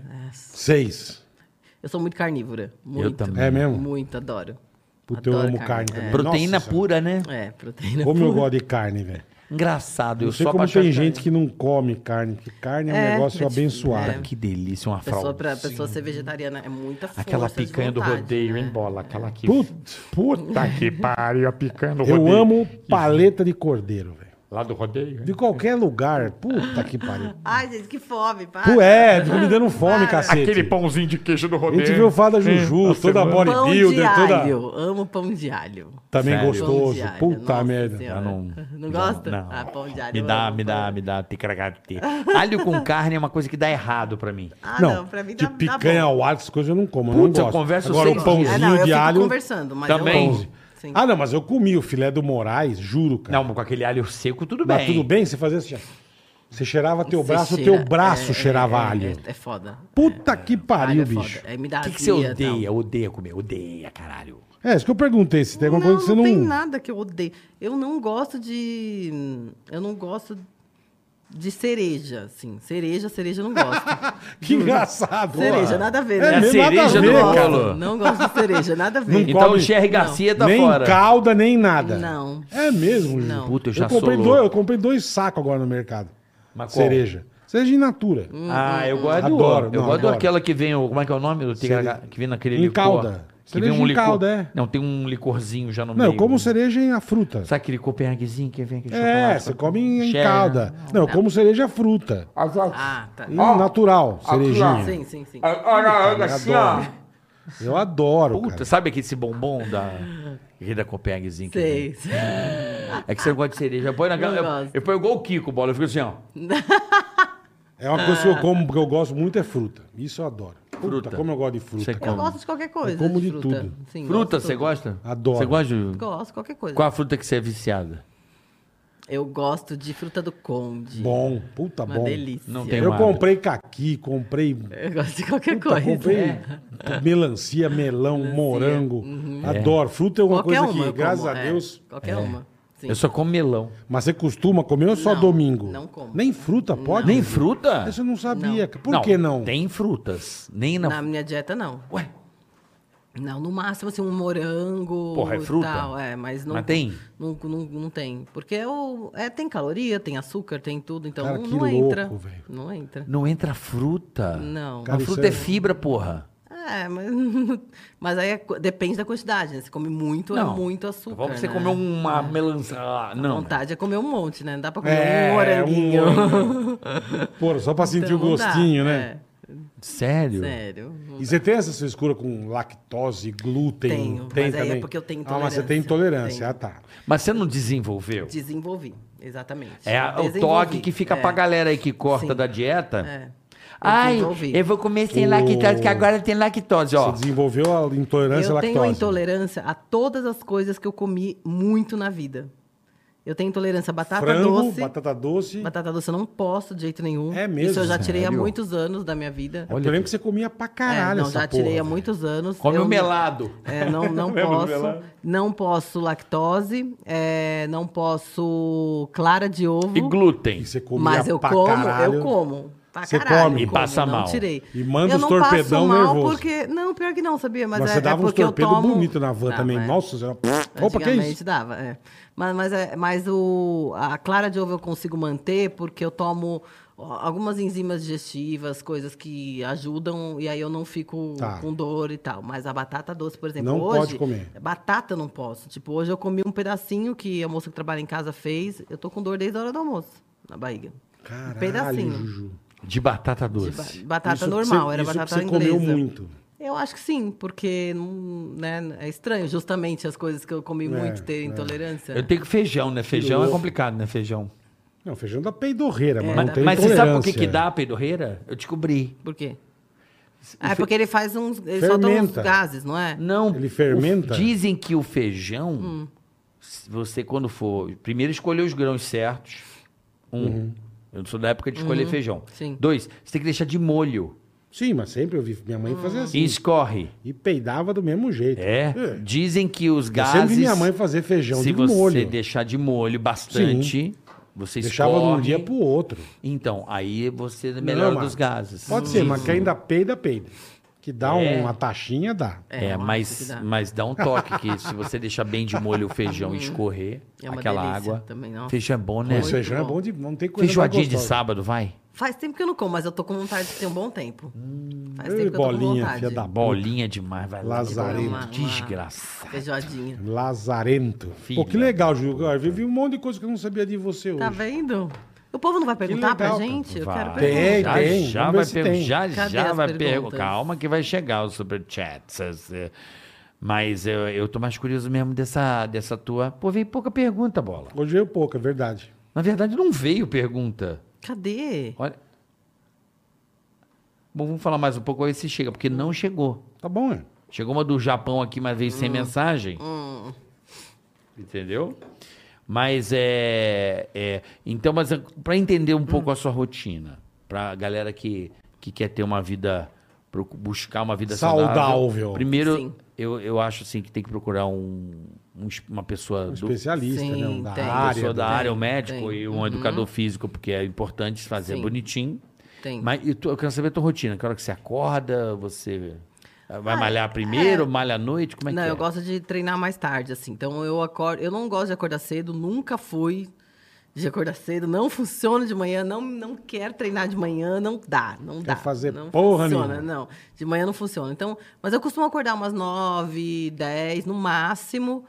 Speaker 3: Seis.
Speaker 1: Eu sou muito carnívora. É. Muito.
Speaker 2: também.
Speaker 3: É mesmo?
Speaker 1: Muito, adoro.
Speaker 3: Puta, eu
Speaker 1: Adoro
Speaker 3: amo carne também.
Speaker 2: Proteína
Speaker 3: Nossa
Speaker 2: pura, né?
Speaker 1: É, proteína.
Speaker 3: Como eu
Speaker 1: pura.
Speaker 3: gosto de carne, velho.
Speaker 2: Engraçado, eu
Speaker 3: Não sei
Speaker 2: sou
Speaker 3: como
Speaker 2: apaixonado.
Speaker 3: tem gente que não come carne, porque carne é um
Speaker 1: É,
Speaker 3: negócio
Speaker 1: é difícil,
Speaker 3: abençoado.
Speaker 1: é.
Speaker 2: Que delícia, uma
Speaker 1: Pessoa
Speaker 2: fralda.
Speaker 1: pra pessoa ser vegetariana é muita força
Speaker 2: Aquela
Speaker 1: de
Speaker 2: picanha do
Speaker 1: vontade,
Speaker 2: rodeio,
Speaker 1: né?
Speaker 2: hein, bola? Aquela aqui.
Speaker 3: Puta,
Speaker 4: Puta que Tá pariu, a picando o
Speaker 3: eu
Speaker 4: rodeio.
Speaker 3: amo paleta de cordeiro, velho.
Speaker 4: Lá do rodeio.
Speaker 3: De qualquer lugar. Puta que pariu.
Speaker 1: Ai, gente, que fome, para.
Speaker 3: Pô, é, tá me dando fome,
Speaker 1: Para.
Speaker 3: cacete.
Speaker 4: Aquele pãozinho de queijo do
Speaker 3: A
Speaker 4: rodeio.
Speaker 3: gente viu falar da Juju, toda
Speaker 4: semana.
Speaker 1: Pão de
Speaker 3: bodybuilder, toda...
Speaker 1: alho. Amo pão de alho.
Speaker 3: Também
Speaker 2: Sério? Ah,
Speaker 1: Pão
Speaker 3: gostoso.
Speaker 1: de alho,
Speaker 3: Puta
Speaker 1: nossa
Speaker 3: merda. Ah,
Speaker 1: senhora.
Speaker 2: Eu
Speaker 1: Não, gosta? Ah, pão de alho.
Speaker 2: Me
Speaker 1: eu
Speaker 2: dá,
Speaker 1: amo
Speaker 2: me
Speaker 1: pão.
Speaker 2: dá, me dá. Ticracate. Alho com carne é uma coisa que dá errado pra mim.
Speaker 1: Ah, não,
Speaker 3: não,
Speaker 1: pra mim
Speaker 3: de
Speaker 1: tá, tá
Speaker 3: picanha
Speaker 1: bom.
Speaker 3: ao alho, essas coisas eu não como, eu
Speaker 2: Putz, eu
Speaker 3: não gosto.
Speaker 2: converso
Speaker 3: Agora
Speaker 2: seis
Speaker 3: o pãozinho
Speaker 1: É, não, eu
Speaker 3: de
Speaker 1: fico
Speaker 3: alho...
Speaker 1: conversando, mas
Speaker 2: Também.
Speaker 1: eu
Speaker 3: pãozinho.
Speaker 1: amo. Sim.
Speaker 3: Ah, não, mas eu comi o filé do Moraes, juro, cara.
Speaker 2: Não, mas com aquele alho seco, tudo
Speaker 3: Mas
Speaker 2: bem.
Speaker 3: tudo bem, você fazia assim, ó. Você cheirava teu
Speaker 1: Você
Speaker 3: braço,
Speaker 1: cheira-
Speaker 3: teu braço
Speaker 1: é,
Speaker 3: cheirava
Speaker 1: é,
Speaker 3: alho.
Speaker 1: É, é foda.
Speaker 3: Puta que
Speaker 1: Alho
Speaker 3: pariu,
Speaker 1: é foda.
Speaker 3: bicho.
Speaker 1: É, me dá
Speaker 2: O que, que você
Speaker 1: azia, não.
Speaker 2: odeia? Odeia comer. Odeia, caralho.
Speaker 3: É, isso que eu perguntei, se tem alguma coisa que você não...
Speaker 1: não tem nada que eu odeio. Eu não gosto de. Eu não gosto de cereja, assim. Cereja, cereja eu não gosto.
Speaker 3: Que engraçado.
Speaker 1: cereja, nada a ver,
Speaker 3: É
Speaker 1: né?
Speaker 3: mesmo,
Speaker 2: É a
Speaker 3: nada a
Speaker 2: cereja
Speaker 3: ver,
Speaker 2: do
Speaker 3: cara.
Speaker 2: bolo.
Speaker 1: Gosto, não gosto de cereja, nada a ver.
Speaker 3: Não
Speaker 2: Então
Speaker 3: come-
Speaker 2: o Cher Garcia tá
Speaker 3: nem
Speaker 2: fora.
Speaker 3: calda, nem nada.
Speaker 1: Não.
Speaker 3: É mesmo, Ju.
Speaker 1: Não.
Speaker 2: Puta, eu já
Speaker 3: comprei
Speaker 2: sou
Speaker 3: dois,
Speaker 2: louco.
Speaker 3: Eu comprei dois sacos agora no mercado.
Speaker 2: Mas qual?
Speaker 3: Cereja. Cereja in natura.
Speaker 1: Hum.
Speaker 2: Ah, eu gosto do
Speaker 3: Adoro,
Speaker 2: Eu
Speaker 3: não,
Speaker 2: gosto
Speaker 3: adoro.
Speaker 2: daquela que vem, o- como é que é o nome do
Speaker 3: Cere-
Speaker 2: tigaracá? Que vem naquele
Speaker 3: Em
Speaker 2: licor.
Speaker 3: calda.
Speaker 2: Que vem
Speaker 3: Cereja
Speaker 2: um
Speaker 3: em
Speaker 2: licor.
Speaker 3: calda, é.
Speaker 2: Não, tem um licorzinho já no
Speaker 3: Não,
Speaker 2: meio.
Speaker 3: eu como cereja em a fruta.
Speaker 2: Sabe aquele Copenhaguezinho que vem aquele
Speaker 3: É,
Speaker 2: chocolate?
Speaker 3: você come em, em
Speaker 2: Cheddar.
Speaker 3: calda. Não, eu como cereja fruta.
Speaker 1: Ah, tá.
Speaker 3: Hum, natural, cerejinha.
Speaker 1: Sim, sim, sim.
Speaker 3: Ah, Eu
Speaker 1: Assim,
Speaker 3: adoro. Eu adoro,
Speaker 2: Puta,
Speaker 3: cara.
Speaker 2: sabe aquele esse bombom da... Aquele da Copenhaguezinho. que vem?
Speaker 1: Sei, sei.
Speaker 2: É que você não gosta de cereja. Põe na...
Speaker 1: Não
Speaker 2: eu,
Speaker 1: gosto.
Speaker 2: eu ponho igual o Kiko, bola. Eu fico assim, ó.
Speaker 3: É uma coisa que
Speaker 1: Ah.
Speaker 3: eu como, porque eu gosto muito, é fruta. Isso eu adoro. Puta,
Speaker 2: Fruta.
Speaker 3: como eu gosto de fruta.
Speaker 2: Você
Speaker 3: cara.
Speaker 1: Eu
Speaker 2: come.
Speaker 1: gosto de qualquer coisa.
Speaker 3: como de
Speaker 1: fruta.
Speaker 3: tudo.
Speaker 1: Sim,
Speaker 2: Fruta,
Speaker 1: gosto de
Speaker 2: você
Speaker 1: tudo.
Speaker 2: gosta?
Speaker 3: Adoro.
Speaker 2: Você gosta de...
Speaker 1: Gosto, qualquer coisa.
Speaker 2: Qual a fruta que você é viciada?
Speaker 1: Eu gosto de fruta do
Speaker 2: é
Speaker 1: conde.
Speaker 3: Bom, puta
Speaker 1: Uma
Speaker 3: bom.
Speaker 1: delícia.
Speaker 2: Não tem-
Speaker 3: Eu
Speaker 2: um
Speaker 3: comprei caqui, comprei
Speaker 1: Eu gosto de qualquer
Speaker 3: Puta,
Speaker 1: coisa.
Speaker 3: comprei
Speaker 1: É. Uhum.
Speaker 3: melancia, melão, morango. Adoro. Fruta é uma
Speaker 1: Qualquer
Speaker 3: coisa
Speaker 1: uma. eu
Speaker 3: que, graças
Speaker 1: como,
Speaker 3: a
Speaker 1: é.
Speaker 3: Deus.
Speaker 1: Qualquer uma. Sim.
Speaker 2: Eu só como melão.
Speaker 3: Mas você costuma comer ou só
Speaker 1: Não,
Speaker 3: domingo?
Speaker 1: não como.
Speaker 3: Nem fruta pode?
Speaker 2: Nem fruta?
Speaker 3: Isso eu não sabia. Por
Speaker 2: Não,
Speaker 3: que não?
Speaker 2: Tem frutas. Nem na...
Speaker 1: Na minha dieta, não.
Speaker 2: Ué,
Speaker 1: Não, no máximo, assim, um morango.
Speaker 2: Porra, é
Speaker 1: e
Speaker 2: fruta?
Speaker 1: Tal, é, mas não.
Speaker 2: Mas tem?
Speaker 1: Não, não, não tem. Porque o- é, tem caloria, tem açúcar, tem tudo. Então
Speaker 3: Cara,
Speaker 1: não,
Speaker 3: que
Speaker 1: não
Speaker 3: louco,
Speaker 1: entra.
Speaker 3: velho.
Speaker 1: não entra.
Speaker 2: não entra fruta.
Speaker 1: Não.
Speaker 2: A
Speaker 3: Cara,
Speaker 2: fruta é
Speaker 3: isso é-
Speaker 2: fibra, porra.
Speaker 1: É, mas, mas aí é co- depende da quantidade, né? Se come muito, é muito açúcar.
Speaker 2: Vamos você
Speaker 1: né?
Speaker 2: comer
Speaker 3: um,
Speaker 2: uma melancia. Ah,
Speaker 1: A
Speaker 2: Não.
Speaker 1: vontade é comer um monte, né? Não dá pra comer
Speaker 3: É,
Speaker 1: um moranguinho.
Speaker 3: um morango. Pô, só pra sentir
Speaker 1: Então,
Speaker 3: o
Speaker 1: não dá.
Speaker 3: gostinho, né?
Speaker 2: Sério?
Speaker 1: É, sério.
Speaker 3: E você tem essa frescura com lactose, glúten?
Speaker 1: Tenho,
Speaker 3: tem
Speaker 1: mas aí é
Speaker 3: também?
Speaker 1: porque eu tenho
Speaker 3: Ah, mas você tem
Speaker 1: intolerância.
Speaker 3: tolerância.
Speaker 1: Tenho.
Speaker 3: Ah, tá.
Speaker 2: Mas você não desenvolveu?
Speaker 1: Desenvolvi, exatamente.
Speaker 2: É a- o
Speaker 1: Desenvolvi, É.
Speaker 2: toque que fica pra galera aí que corta
Speaker 1: Sim.
Speaker 2: da dieta.
Speaker 1: É.
Speaker 2: Ai,
Speaker 1: Desenvolvi.
Speaker 2: eu vou comer sem lactose, que agora tem lactose, ó.
Speaker 3: Você desenvolveu a intolerância à
Speaker 1: Eu
Speaker 3: lactose.
Speaker 1: tenho intolerância a todas as coisas que eu comi muito na vida. Eu tenho intolerância a batata
Speaker 3: Frango,
Speaker 1: doce. Batata...
Speaker 3: batata doce.
Speaker 1: doce eu não posso de jeito nenhum.
Speaker 3: É mesmo?
Speaker 1: Isso eu já tirei
Speaker 2: Sério?
Speaker 1: há muitos anos da minha vida.
Speaker 3: Eu lembro que você comia pra caralho
Speaker 1: É, não,
Speaker 3: essa porra,
Speaker 1: já tirei há
Speaker 3: velho.
Speaker 1: muitos anos.
Speaker 2: Come
Speaker 1: Eu
Speaker 2: o
Speaker 1: não-
Speaker 2: melado.
Speaker 1: É, não, não
Speaker 3: Lembra do
Speaker 1: posso.
Speaker 3: melado?
Speaker 1: Não posso lactose. é, não posso clara de ovo.
Speaker 2: E glúten.
Speaker 3: E você comia
Speaker 1: Mas eu
Speaker 3: pra
Speaker 1: como,
Speaker 3: caralho.
Speaker 1: eu como. Pra
Speaker 3: Você
Speaker 1: caralho,
Speaker 3: come?
Speaker 1: eu
Speaker 2: E passa
Speaker 1: não
Speaker 2: mal.
Speaker 1: Tirei.
Speaker 3: E manda
Speaker 1: eu
Speaker 3: os
Speaker 1: não
Speaker 3: torpedão
Speaker 1: passo mal
Speaker 3: nervoso.
Speaker 1: porque não, pior que não, sabia, mas,
Speaker 3: Mas
Speaker 1: é,
Speaker 3: você
Speaker 1: é
Speaker 3: dava uns
Speaker 1: porque eu
Speaker 3: torpedos
Speaker 1: tomo
Speaker 3: bonitos na van
Speaker 1: Dava,
Speaker 3: também.
Speaker 1: é.
Speaker 3: Nossa, você... Opa, que é
Speaker 1: Antigamente
Speaker 3: isso?
Speaker 1: dava, é. Mas, mas, é- mas o, a clara de ovo eu consigo manter porque eu tomo ó, algumas enzimas digestivas, coisas que ajudam, e aí eu não fico
Speaker 3: Tá.
Speaker 1: com dor e tal. Mas a batata doce, por exemplo,
Speaker 3: Não
Speaker 1: hoje...
Speaker 3: pode comer.
Speaker 1: Batata eu não posso. Tipo, hoje eu comi um pedacinho que a moça que trabalha em casa fez, eu tô com dor desde a hora do almoço, na barriga.
Speaker 3: Caralho,
Speaker 1: um pedacinho.
Speaker 3: Juju.
Speaker 2: De batata
Speaker 1: De
Speaker 2: doce.
Speaker 1: ba- batata
Speaker 3: Isso que
Speaker 1: normal,
Speaker 3: você-
Speaker 1: era
Speaker 3: isso que
Speaker 1: batata
Speaker 3: você
Speaker 1: inglesa.
Speaker 3: comeu muito.
Speaker 1: Eu acho que sim, porque não- né, é estranho, justamente as coisas que eu
Speaker 3: É,
Speaker 1: comi muito ter intolerância.
Speaker 2: Eu tenho que feijão, né? Feijão é
Speaker 3: louco.
Speaker 2: complicado, né? Feijão.
Speaker 3: Não, feijão da
Speaker 1: É,
Speaker 3: peidorreira, mas não
Speaker 2: Mas,
Speaker 3: tem
Speaker 2: mas você sabe o que,
Speaker 3: intolerância.
Speaker 2: que dá a peidorreira? Eu descobri.
Speaker 1: Por quê? Ah, é porque ele faz uns. Ele solta uns
Speaker 3: Fermenta.
Speaker 1: gases, não é?
Speaker 2: Não.
Speaker 3: Ele fermenta?
Speaker 2: o- dizem que o feijão, se você quando for, primeiro escolher os grãos certos. Um.
Speaker 3: Uhum.
Speaker 2: Eu sou da época de escolher feijão.
Speaker 1: Uhum. Sim.
Speaker 2: Dois, você tem que deixar de molho.
Speaker 3: Sim, mas sempre eu vi minha mãe fazer
Speaker 1: Ah.
Speaker 3: assim.
Speaker 2: E escorre.
Speaker 3: E peidava do mesmo jeito.
Speaker 2: É. Dizem que os
Speaker 3: Eu sempre
Speaker 2: gases.
Speaker 3: vi minha mãe fazer feijão
Speaker 2: se
Speaker 3: de
Speaker 2: você
Speaker 3: molho.
Speaker 2: deixar de molho bastante, você
Speaker 3: Deixava de
Speaker 2: escorre.
Speaker 3: um dia pro outro.
Speaker 2: Então, aí você melhora
Speaker 3: mas
Speaker 2: dos gases.
Speaker 3: Pode
Speaker 2: Sim.
Speaker 3: ser, mas que ainda peida, peida. Que dá
Speaker 2: É.
Speaker 3: uma taxinha, dá.
Speaker 2: É,
Speaker 1: eu acho que
Speaker 2: mas,
Speaker 1: dá.
Speaker 2: mas dá um toque que se você deixar bem de molho o feijão e escorrer,
Speaker 1: É uma
Speaker 2: aquela
Speaker 1: delícia
Speaker 2: água.
Speaker 1: também, nossa.
Speaker 2: feijão é bom, né?
Speaker 3: Mas feijão é
Speaker 1: bom.
Speaker 3: bom de... Não tem coisa mais
Speaker 2: Feijoadinha de
Speaker 3: gostosa.
Speaker 2: sábado, vai.
Speaker 1: Faz tempo que eu não como, mas eu tô com vontade de ter um bom tempo. Faz
Speaker 3: Hum, Ei,
Speaker 1: tempo que eu tô com
Speaker 3: bolinha,
Speaker 1: vontade.
Speaker 3: filha da
Speaker 2: Bolinha demais, vai lá.
Speaker 3: Lazarento.
Speaker 1: Uma- uma
Speaker 2: Desgraça.
Speaker 1: Feijoadinha.
Speaker 3: Lazarento.
Speaker 2: Filha
Speaker 3: Pô, que legal, Ju. Eu vi um monte de coisa que eu não sabia de você
Speaker 1: Tá
Speaker 3: hoje.
Speaker 1: vendo? O povo não vai perguntar
Speaker 3: legal,
Speaker 1: pra
Speaker 3: cara.
Speaker 1: gente? Eu quero
Speaker 2: Vai.
Speaker 1: perguntar.
Speaker 3: Tem,
Speaker 2: já,
Speaker 3: tem.
Speaker 2: Já
Speaker 3: Vamos ver
Speaker 2: vai,
Speaker 3: se
Speaker 2: per-
Speaker 3: tem.
Speaker 2: já,
Speaker 1: Cadê
Speaker 2: já
Speaker 1: as
Speaker 2: vai perguntar.
Speaker 1: perguntas?
Speaker 2: Calma que vai chegar o superchat. Cês, eh, Mas eu, eu tô mais curioso mesmo dessa, dessa tua. Pô, veio pouca pergunta, bola.
Speaker 3: Hoje eu pouco, é verdade.
Speaker 2: Na verdade, não veio pergunta.
Speaker 1: Cadê?
Speaker 2: Olha. Bom, vamos falar mais um pouco aí se chega, porque não chegou.
Speaker 3: Tá bom, é.
Speaker 2: Chegou uma do Japão aqui, mas veio sem mensagem. Entendeu? Mas é, é- Então, mas para entender um pouco a sua rotina, pra galera que, que quer ter uma vida. procu- Buscar uma vida saudável.
Speaker 3: Saudável.
Speaker 2: Primeiro,
Speaker 1: Sim.
Speaker 2: eu, eu acho assim que tem que procurar um, um es- uma pessoa do,
Speaker 3: Um especialista,
Speaker 1: Sim,
Speaker 3: né? Um Da
Speaker 1: tem.
Speaker 2: uma
Speaker 3: área.
Speaker 2: pessoa da
Speaker 3: do-
Speaker 2: área, um
Speaker 1: Tem,
Speaker 2: médico
Speaker 1: tem. Uhum.
Speaker 2: e um educador físico, porque é importante fazer
Speaker 1: Sim.
Speaker 2: bonitinho.
Speaker 1: Tem.
Speaker 2: Mas e tu- eu quero saber a tua rotina. Que hora que você acorda, você vai malhar primeiro, malha à noite? Como é
Speaker 1: Ah, não,
Speaker 2: que é?
Speaker 1: eu gosto de treinar mais tarde, assim. Então eu acordo. Eu não gosto de acordar cedo, nunca fui de acordar cedo, não funciona de manhã, não, não quero treinar de manhã, não dá, não dá.
Speaker 3: fazer
Speaker 1: não
Speaker 3: porra
Speaker 1: funciona,
Speaker 3: nenhuma.
Speaker 1: não. De manhã não funciona. Então, mas eu costumo acordar umas 9, 10 no máximo.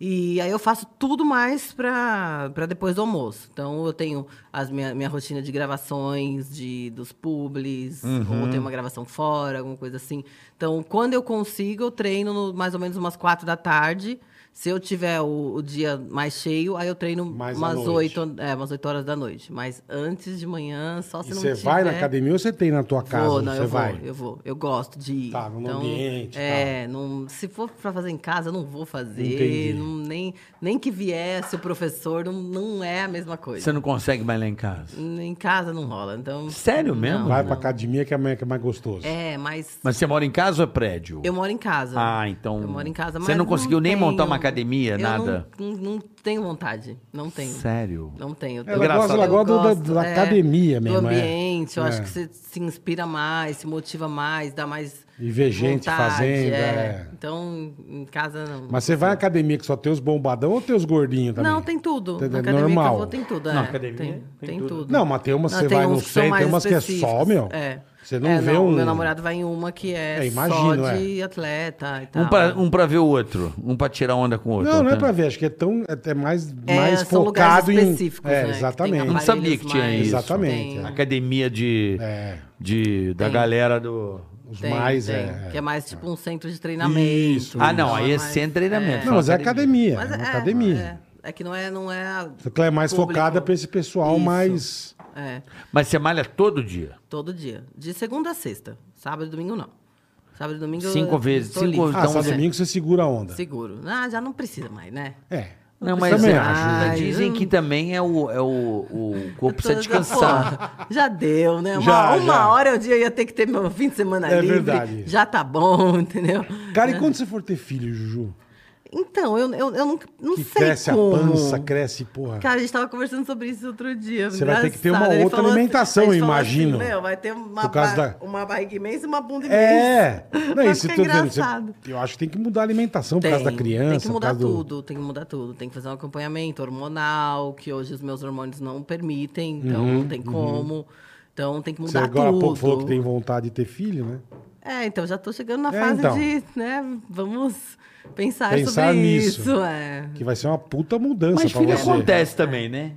Speaker 1: E aí eu faço tudo mais para depois do almoço. Então eu tenho as minha, minha rotina de gravações de dos publis,
Speaker 3: Uhum.
Speaker 1: ou tenho uma gravação fora, alguma coisa assim. Então, quando eu consigo, eu treino no- mais ou menos umas quatro da tarde. Se eu tiver o, o dia mais cheio, aí eu treino
Speaker 3: Mais à
Speaker 1: umas
Speaker 3: noite.
Speaker 1: oito, é, umas oito horas da noite. Mas antes de manhã, só se
Speaker 3: E
Speaker 1: não né?
Speaker 3: você
Speaker 1: tiver...
Speaker 3: vai na academia ou você tem na tua casa?
Speaker 1: Vou, não,
Speaker 3: você
Speaker 1: eu
Speaker 3: vai.
Speaker 1: vou, eu vou. Eu gosto de ir. Então,
Speaker 3: Tá, no ambiente e
Speaker 1: É, não, se for pra fazer em casa, eu não vou
Speaker 3: Entendi.
Speaker 1: fazer. Não, nem, nem que viesse o professor, não, não é a mesma
Speaker 2: Você
Speaker 1: coisa.
Speaker 2: não consegue malhar em casa?
Speaker 1: Em casa não rola, então...
Speaker 2: Sério mesmo?
Speaker 3: Vai pra academia que é mais, que é mais gostoso.
Speaker 1: É, mas...
Speaker 2: Mas você mora em casa ou é prédio?
Speaker 1: Eu moro em casa.
Speaker 2: Ah, então.
Speaker 1: Eu moro em casa, mas
Speaker 2: Você não conseguiu nem
Speaker 1: tenho-
Speaker 2: montar uma academia,
Speaker 1: eu
Speaker 2: nada?
Speaker 1: Não, não, não tenho vontade. Não tenho.
Speaker 2: Sério?
Speaker 1: Não tenho.
Speaker 3: Ela
Speaker 2: Engraçado.
Speaker 3: gosta, ela
Speaker 1: Eu
Speaker 3: gosta do- da-
Speaker 1: gosto,
Speaker 3: da,
Speaker 1: é,
Speaker 3: academia
Speaker 1: do
Speaker 3: mesmo. é.
Speaker 1: ambiente, eu acho
Speaker 3: É.
Speaker 1: que você se inspira mais, se motiva mais, dá mais.
Speaker 3: E vê gente fazendo, é.
Speaker 1: Então, em casa não.
Speaker 3: Mas você vai na academia que só tem os bombadão ou tem os gordinhos também?
Speaker 1: Não, tem tudo.
Speaker 3: Tem-
Speaker 1: Na
Speaker 3: é
Speaker 1: academia
Speaker 3: normal.
Speaker 1: que eu vou, tem tudo. É.
Speaker 2: Na academia
Speaker 1: tem,
Speaker 2: tem
Speaker 1: tem
Speaker 2: tudo.
Speaker 1: tudo.
Speaker 3: Não, mas tem umas
Speaker 1: Não,
Speaker 3: você
Speaker 1: tem
Speaker 3: vai no
Speaker 1: uns que são
Speaker 3: centro, tem
Speaker 1: mais
Speaker 3: umas que é só,
Speaker 1: específicos.
Speaker 3: meu.
Speaker 1: É.
Speaker 3: Você não
Speaker 1: É,
Speaker 3: vê um.
Speaker 1: Meu namorado vai em uma que é,
Speaker 3: É, imagino,
Speaker 1: só
Speaker 3: é.
Speaker 1: de atleta e tal.
Speaker 2: Um pra, um pra ver o outro, um pra tirar onda com o outro.
Speaker 3: Não, não é
Speaker 2: tá?
Speaker 3: pra ver, acho que é tão é é mais,
Speaker 1: É,
Speaker 3: mais
Speaker 1: são
Speaker 3: focado
Speaker 1: lugares
Speaker 3: em. é,
Speaker 1: específicos, né, que tem
Speaker 3: exatamente.
Speaker 2: Não sabia que tinha
Speaker 1: aparelhos
Speaker 2: isso.
Speaker 3: Exatamente,
Speaker 1: Tem-
Speaker 3: é.
Speaker 2: Academia de.
Speaker 3: É,
Speaker 2: de da
Speaker 1: Tem.
Speaker 2: galera do.
Speaker 3: os
Speaker 1: Tem,
Speaker 3: mais.
Speaker 1: tem,
Speaker 3: é,
Speaker 1: Que é mais tipo um centro de treinamento.
Speaker 3: Isso.
Speaker 2: Ah, não, aí é
Speaker 1: mais-
Speaker 2: sem treinamento.
Speaker 3: Não, mas é academia.
Speaker 1: Mas
Speaker 3: é uma academia.
Speaker 1: É, é que não é. Não é, a-
Speaker 3: Só que ela é mais
Speaker 1: público.
Speaker 3: focada pra esse pessoal
Speaker 1: Isso.
Speaker 3: mais. ah,
Speaker 1: É,
Speaker 2: Mas você malha todo dia.
Speaker 1: todo dia. De segunda a sexta. Sábado e domingo não. Sábado e domingo.
Speaker 2: Cinco
Speaker 1: eu
Speaker 2: vezes,
Speaker 1: tô
Speaker 2: cinco-
Speaker 1: livre.
Speaker 3: Ah,
Speaker 2: Então,
Speaker 3: sábado
Speaker 2: é.
Speaker 3: e domingo você segura a onda.
Speaker 1: Seguro. Ah, já não precisa mais, né?
Speaker 3: É.
Speaker 2: Não,
Speaker 3: Isso
Speaker 2: mas
Speaker 3: também
Speaker 2: ah,
Speaker 3: acho.
Speaker 1: acho.
Speaker 2: dizem que também é o, é o, o corpo precisa
Speaker 1: Tô-
Speaker 2: descansar.
Speaker 1: Pô, já deu, né? Uma,
Speaker 3: Já,
Speaker 1: uma
Speaker 3: já.
Speaker 1: hora eu dia eu ia ter que ter meu fim de semana
Speaker 3: É
Speaker 1: livre.
Speaker 3: verdade.
Speaker 1: Já tá bom, entendeu?
Speaker 3: Cara, e quando você for ter filho, Juju?
Speaker 1: Então, eu, eu, eu nunca, não
Speaker 3: Que
Speaker 1: sei
Speaker 3: cresce
Speaker 1: como.
Speaker 3: a pança, cresce, porra.
Speaker 1: Cara, a gente tava conversando sobre isso outro dia.
Speaker 3: Você vai ter que ter uma
Speaker 1: engraçado. Ele
Speaker 3: outra
Speaker 1: falou assim-
Speaker 3: alimentação,
Speaker 1: a gente
Speaker 3: eu
Speaker 1: falou
Speaker 3: imagino.
Speaker 1: Assim, Meu, vai ter uma,
Speaker 3: Por causa
Speaker 1: ba-
Speaker 3: da-
Speaker 1: uma barriga imensa e uma bunda imensa.
Speaker 3: É. Não,
Speaker 1: Vai
Speaker 3: isso eu
Speaker 1: ficar
Speaker 3: tô dizendo. você-
Speaker 1: engraçado.
Speaker 3: eu acho que tem que mudar a alimentação por
Speaker 1: Tem,
Speaker 3: causa da criança.
Speaker 1: Tem que mudar
Speaker 3: por causa do-
Speaker 1: tudo, tem que mudar tudo. Tem que fazer um acompanhamento hormonal, que hoje os meus hormônios não permitem, então não tem como. Então tem que
Speaker 3: Uhum, Você
Speaker 1: mudar
Speaker 3: agora há
Speaker 1: tudo.
Speaker 3: pouco falou que tem vontade de ter filho, né?
Speaker 1: É, então já tô chegando na
Speaker 3: É,
Speaker 1: fase
Speaker 3: então.
Speaker 1: de, né, vamos pensar,
Speaker 3: Pensar
Speaker 1: sobre
Speaker 3: nisso.
Speaker 1: isso. É.
Speaker 3: Que vai ser uma puta mudança
Speaker 2: Mas
Speaker 3: pra
Speaker 2: filho
Speaker 3: você.
Speaker 2: acontece também, né?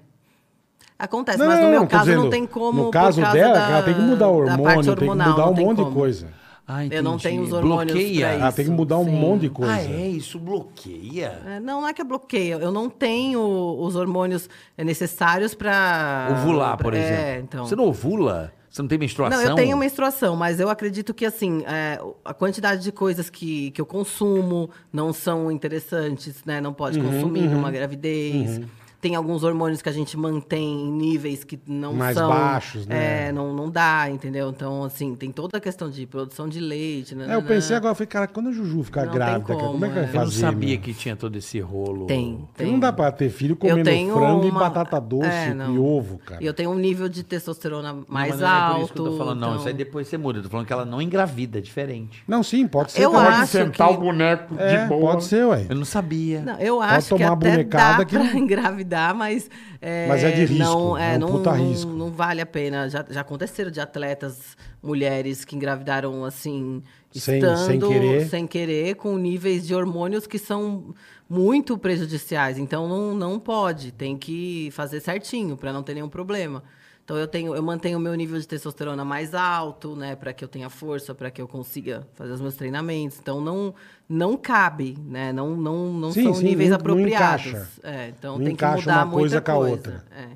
Speaker 1: Acontece, mas no meu
Speaker 3: tô
Speaker 1: caso
Speaker 3: dizendo,
Speaker 1: não tem como.
Speaker 3: No
Speaker 1: por
Speaker 3: caso
Speaker 1: causa
Speaker 3: dela,
Speaker 1: da-
Speaker 3: ela tem que mudar o
Speaker 1: da parte
Speaker 3: hormônio, tem que
Speaker 1: hormonal,
Speaker 3: mudar
Speaker 1: não
Speaker 3: um
Speaker 1: tem
Speaker 3: monte de
Speaker 1: como.
Speaker 3: coisa.
Speaker 2: Ah,
Speaker 1: Eu não
Speaker 2: entendi.
Speaker 1: tenho os hormônios
Speaker 2: Bloqueia.
Speaker 1: pra
Speaker 3: Ela tem que
Speaker 1: Isso,
Speaker 3: mudar um
Speaker 1: sim.
Speaker 3: monte de coisa.
Speaker 2: Ah, é isso, bloqueia.
Speaker 1: É, não, não é que é bloqueio. Eu não tenho os hormônios é, necessários para.
Speaker 2: Ovular, por exemplo.
Speaker 1: Ah, É, então.
Speaker 2: Você não ovula? Você não tem menstruação?
Speaker 1: Não, eu tenho menstruação, mas eu acredito que, assim, é, a quantidade de coisas que, que eu consumo não são interessantes, né? Não
Speaker 3: Uhum,
Speaker 1: pode consumir numa gravidez. Tem alguns hormônios que a gente mantém em níveis que não
Speaker 3: Mais
Speaker 1: são...
Speaker 3: baixos, né?
Speaker 1: É, não, não dá, entendeu? Então, assim, tem toda a questão de produção de leite, né?
Speaker 3: É, eu pensei agora, eu falei, cara, quando a Juju ficar
Speaker 1: Não tem
Speaker 3: grávida, cara, como é que vai
Speaker 2: Eu
Speaker 1: como,
Speaker 2: não
Speaker 3: fazer?
Speaker 2: sabia
Speaker 3: meu?
Speaker 2: que tinha todo esse rolo.
Speaker 1: Tem,
Speaker 3: Porque
Speaker 1: tem.
Speaker 3: Não dá pra ter filho comendo
Speaker 1: tenho
Speaker 3: frango e
Speaker 1: uma-
Speaker 3: batata doce
Speaker 1: É,
Speaker 3: e
Speaker 1: não.
Speaker 3: ovo, cara.
Speaker 1: E eu tenho um nível de testosterona
Speaker 2: Não,
Speaker 1: mais
Speaker 2: mas não
Speaker 1: alto.
Speaker 2: É por isso que eu tô falando, não.
Speaker 1: então-
Speaker 2: Isso aí depois você muda. Eu tô falando que ela não engravida, é diferente.
Speaker 3: Não, sim, pode ser.
Speaker 1: Eu
Speaker 3: também.
Speaker 1: acho
Speaker 4: Pode sentar
Speaker 1: que-
Speaker 4: o boneco
Speaker 3: É,
Speaker 4: de boa.
Speaker 3: pode ser, ué.
Speaker 2: Eu não sabia.
Speaker 1: Não, eu acho que
Speaker 3: tomar uma
Speaker 1: até
Speaker 3: bonecada
Speaker 1: dá
Speaker 3: que-
Speaker 1: pra engravidar, mas... É,
Speaker 3: Mas é de risco,
Speaker 1: Não,
Speaker 3: é um
Speaker 1: não,
Speaker 3: puta
Speaker 1: não-
Speaker 3: risco.
Speaker 1: não vale a pena. Já, já aconteceram de atletas, mulheres que engravidaram, assim,
Speaker 3: Sem-
Speaker 1: estando...
Speaker 3: sem querer.
Speaker 1: Sem querer, com níveis de hormônios que são muito prejudiciais. Então, não, não pode. Tem que fazer certinho pra não ter nenhum problema. Então, eu, tenho, eu mantenho o meu nível de testosterona mais alto, né? Pra que eu tenha força, pra que eu consiga fazer os meus treinamentos. Então, não, não cabe, né? Não, não, não
Speaker 3: Sim,
Speaker 1: são
Speaker 3: sim,
Speaker 1: níveis
Speaker 3: não- não
Speaker 1: apropriados.
Speaker 3: encaixa.
Speaker 1: É, então
Speaker 3: Não
Speaker 1: tem que
Speaker 3: encaixa
Speaker 1: mudar
Speaker 3: uma coisa com
Speaker 1: muita
Speaker 3: a outra.
Speaker 1: É.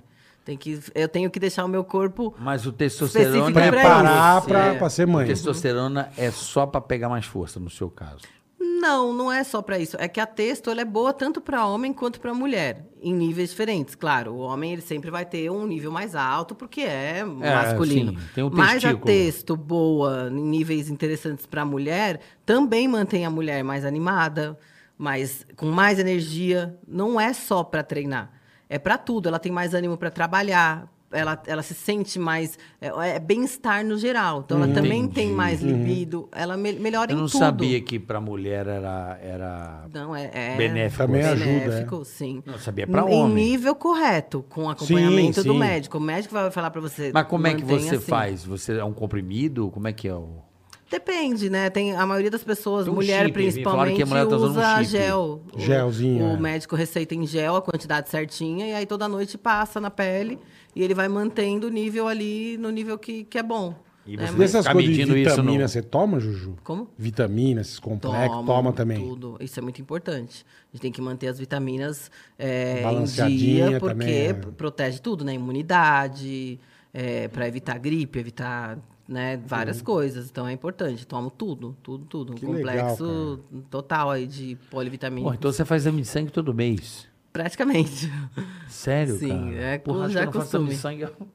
Speaker 1: Tem que, eu tenho que deixar o meu corpo.
Speaker 2: Mas o testosterona.
Speaker 1: Específico pra
Speaker 3: Preparar
Speaker 1: isso,
Speaker 3: pra,
Speaker 1: é.
Speaker 3: pra ser
Speaker 2: O
Speaker 3: mãe.
Speaker 2: testosterona é só pra pegar mais força, no seu caso.
Speaker 1: Não, não é só pra isso. É que a texto ela é boa tanto pra homem quanto pra mulher, em níveis diferentes. Claro, o homem ele sempre vai ter um nível mais alto porque é, masculino.
Speaker 2: sim, tem o
Speaker 1: Mas a
Speaker 2: testículo.
Speaker 1: texto boa em níveis interessantes pra mulher também mantém a mulher mais animada. mas com mais energia. Não é só para treinar, é para tudo. Ela tem mais ânimo para trabalhar, ela, ela se sente mais. É, é bem-estar no geral. Então, ela também tem mais libido, ela me-
Speaker 2: Hum.
Speaker 1: melhora
Speaker 2: Uhum. Eu não
Speaker 1: em tudo.
Speaker 2: sabia que pra mulher era. era...
Speaker 1: Não, é, é
Speaker 2: Tá Benéfico.
Speaker 3: Também ajuda, é.
Speaker 1: Benéfico, sim.
Speaker 2: Não, sabia é pra
Speaker 1: Em
Speaker 2: homem.
Speaker 1: nível correto, com acompanhamento
Speaker 3: Sim,
Speaker 1: do
Speaker 3: sim.
Speaker 1: médico. O médico vai falar pra você.
Speaker 2: Mas como é que
Speaker 1: mantenha
Speaker 2: você
Speaker 1: assim.
Speaker 2: faz? Você é um comprimido? Como é que é o.
Speaker 1: Depende, né? Tem a maioria das pessoas,
Speaker 2: Tem um
Speaker 1: mulher
Speaker 2: chip, falaram que
Speaker 1: principalmente,
Speaker 2: a mulher tá usando um
Speaker 1: usa
Speaker 2: chip.
Speaker 1: gel. O-
Speaker 3: Gelzinho,
Speaker 1: O,
Speaker 3: é.
Speaker 1: médico receita em gel a quantidade certinha e aí toda noite passa na pele e ele vai mantendo o nível ali no nível que, que é bom.
Speaker 2: E
Speaker 1: né?
Speaker 2: você-
Speaker 1: Mas-
Speaker 3: Dessas
Speaker 2: Tá
Speaker 3: coisas de
Speaker 2: medindo isso
Speaker 3: vitamina,
Speaker 2: no-
Speaker 3: você toma, Juju?
Speaker 1: Como?
Speaker 3: Vitamina, esses complexos, Né, toma também.
Speaker 1: Tudo. Isso é muito importante. A gente tem que manter as vitaminas é, em
Speaker 3: Balanceadinha
Speaker 1: dia, porque
Speaker 3: também, é.
Speaker 1: p- protege tudo, né? Imunidade, é, para evitar gripe, evitar né, várias coisas. Então é importante. Tomo tudo, tudo, tudo. Um
Speaker 3: Que legal,
Speaker 1: complexo total aí de polivitamina.
Speaker 2: Pô, então você faz exame de sangue todo mês.
Speaker 1: Praticamente.
Speaker 2: Sério?
Speaker 1: Sim,
Speaker 2: cara?
Speaker 1: é
Speaker 2: Porra, acho
Speaker 1: já
Speaker 2: que eu não faço exame de
Speaker 1: costume.
Speaker 2: sangue. eu-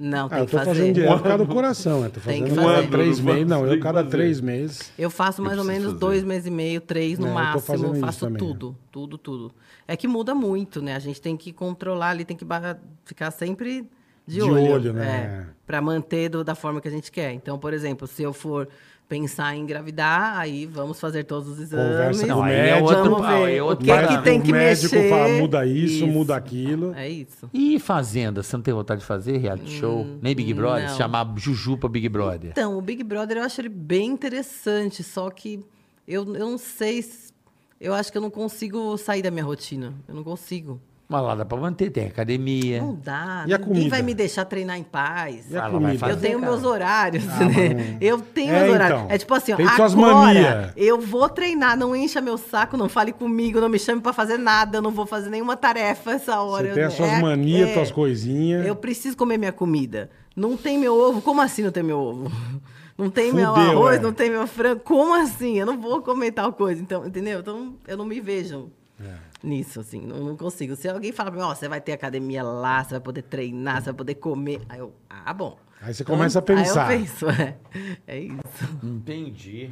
Speaker 1: Não,
Speaker 3: Ah,
Speaker 1: Tipo, tem
Speaker 3: eu
Speaker 1: que
Speaker 3: tô
Speaker 1: fazer.
Speaker 3: fazendo direto por causa do coração. Eu tô
Speaker 1: Tem
Speaker 3: fazendo
Speaker 1: que fazer.
Speaker 3: cada três
Speaker 4: Quando?
Speaker 3: meses. Não, eu
Speaker 4: Uhum. Tem que
Speaker 3: cada
Speaker 4: fazer.
Speaker 3: três meses.
Speaker 1: Eu faço mais ou
Speaker 4: preciso
Speaker 1: menos
Speaker 4: fazer.
Speaker 1: dois meses e meio, três no
Speaker 3: É, eu tô
Speaker 1: máximo.
Speaker 3: fazendo
Speaker 1: Eu
Speaker 3: isso
Speaker 1: faço
Speaker 3: também,
Speaker 1: tudo, tudo, tudo. É que muda muito, né? A gente tem que controlar ali, tem que ba- ficar sempre de,
Speaker 3: De
Speaker 1: olho.
Speaker 3: olho, né?
Speaker 1: É, para manter do- da forma que a gente quer. Então, por exemplo, se eu for pensar em engravidar, aí vamos fazer todos os exames.
Speaker 3: Conversa com
Speaker 2: Não,
Speaker 3: o
Speaker 2: aí é
Speaker 3: médico.
Speaker 2: outro
Speaker 1: Vamos
Speaker 2: pau,
Speaker 1: ver.
Speaker 2: é
Speaker 1: O
Speaker 2: outro
Speaker 1: que
Speaker 2: pau.
Speaker 1: é que tem que
Speaker 3: o médico
Speaker 1: mexer?
Speaker 3: fala, muda isso,
Speaker 1: Isso.
Speaker 3: muda aquilo.
Speaker 1: É isso.
Speaker 2: E Fazenda, você não tem vontade de fazer reality show? Nem Big Brother?
Speaker 1: Hum, não.
Speaker 2: Chamar Juju pra Big Brother?
Speaker 1: Então, o Big Brother eu acho ele bem interessante, só que eu, eu não sei. se- Eu acho que eu não consigo sair da minha rotina. Eu não consigo.
Speaker 2: Mas lá dá pra manter, tem academia.
Speaker 1: Não dá.
Speaker 3: E a
Speaker 1: ninguém vai
Speaker 3: comida?
Speaker 1: me deixar treinar em paz.
Speaker 3: E
Speaker 2: Fala,
Speaker 3: a
Speaker 2: vai
Speaker 3: comida? Ah,
Speaker 2: fazer.
Speaker 1: Eu tenho meus horários,
Speaker 3: mas
Speaker 1: né?
Speaker 3: não-
Speaker 1: Eu tenho
Speaker 3: É,
Speaker 1: meus horários.
Speaker 3: então.
Speaker 1: É tipo assim, ó,
Speaker 3: Tem
Speaker 1: agora
Speaker 3: suas mania.
Speaker 1: eu vou treinar, não encha meu saco, não fale comigo, não me chame pra fazer nada, eu não vou fazer nenhuma tarefa essa hora.
Speaker 3: Você tem
Speaker 1: Eu-
Speaker 3: as suas
Speaker 1: é-
Speaker 3: manias,
Speaker 1: é.
Speaker 3: suas coisinhas.
Speaker 1: Eu preciso comer minha comida. Não tem meu ovo? Como assim não tem meu ovo? Não tem meu
Speaker 3: Fudeu,
Speaker 1: arroz,
Speaker 3: é.
Speaker 1: não tem meu frango. Como assim? Eu não vou comer tal coisa. Então, entendeu? Então, eu não me vejo
Speaker 3: É.
Speaker 1: nisso, assim. Não, não consigo. Se alguém fala pra mim, ó, você vai ter academia lá, você vai poder treinar, você vai poder comer. Aí eu, ah, bom. Então,
Speaker 3: Aí você começa a pensar.
Speaker 1: Aí eu penso, é. É isso.
Speaker 2: Entendi.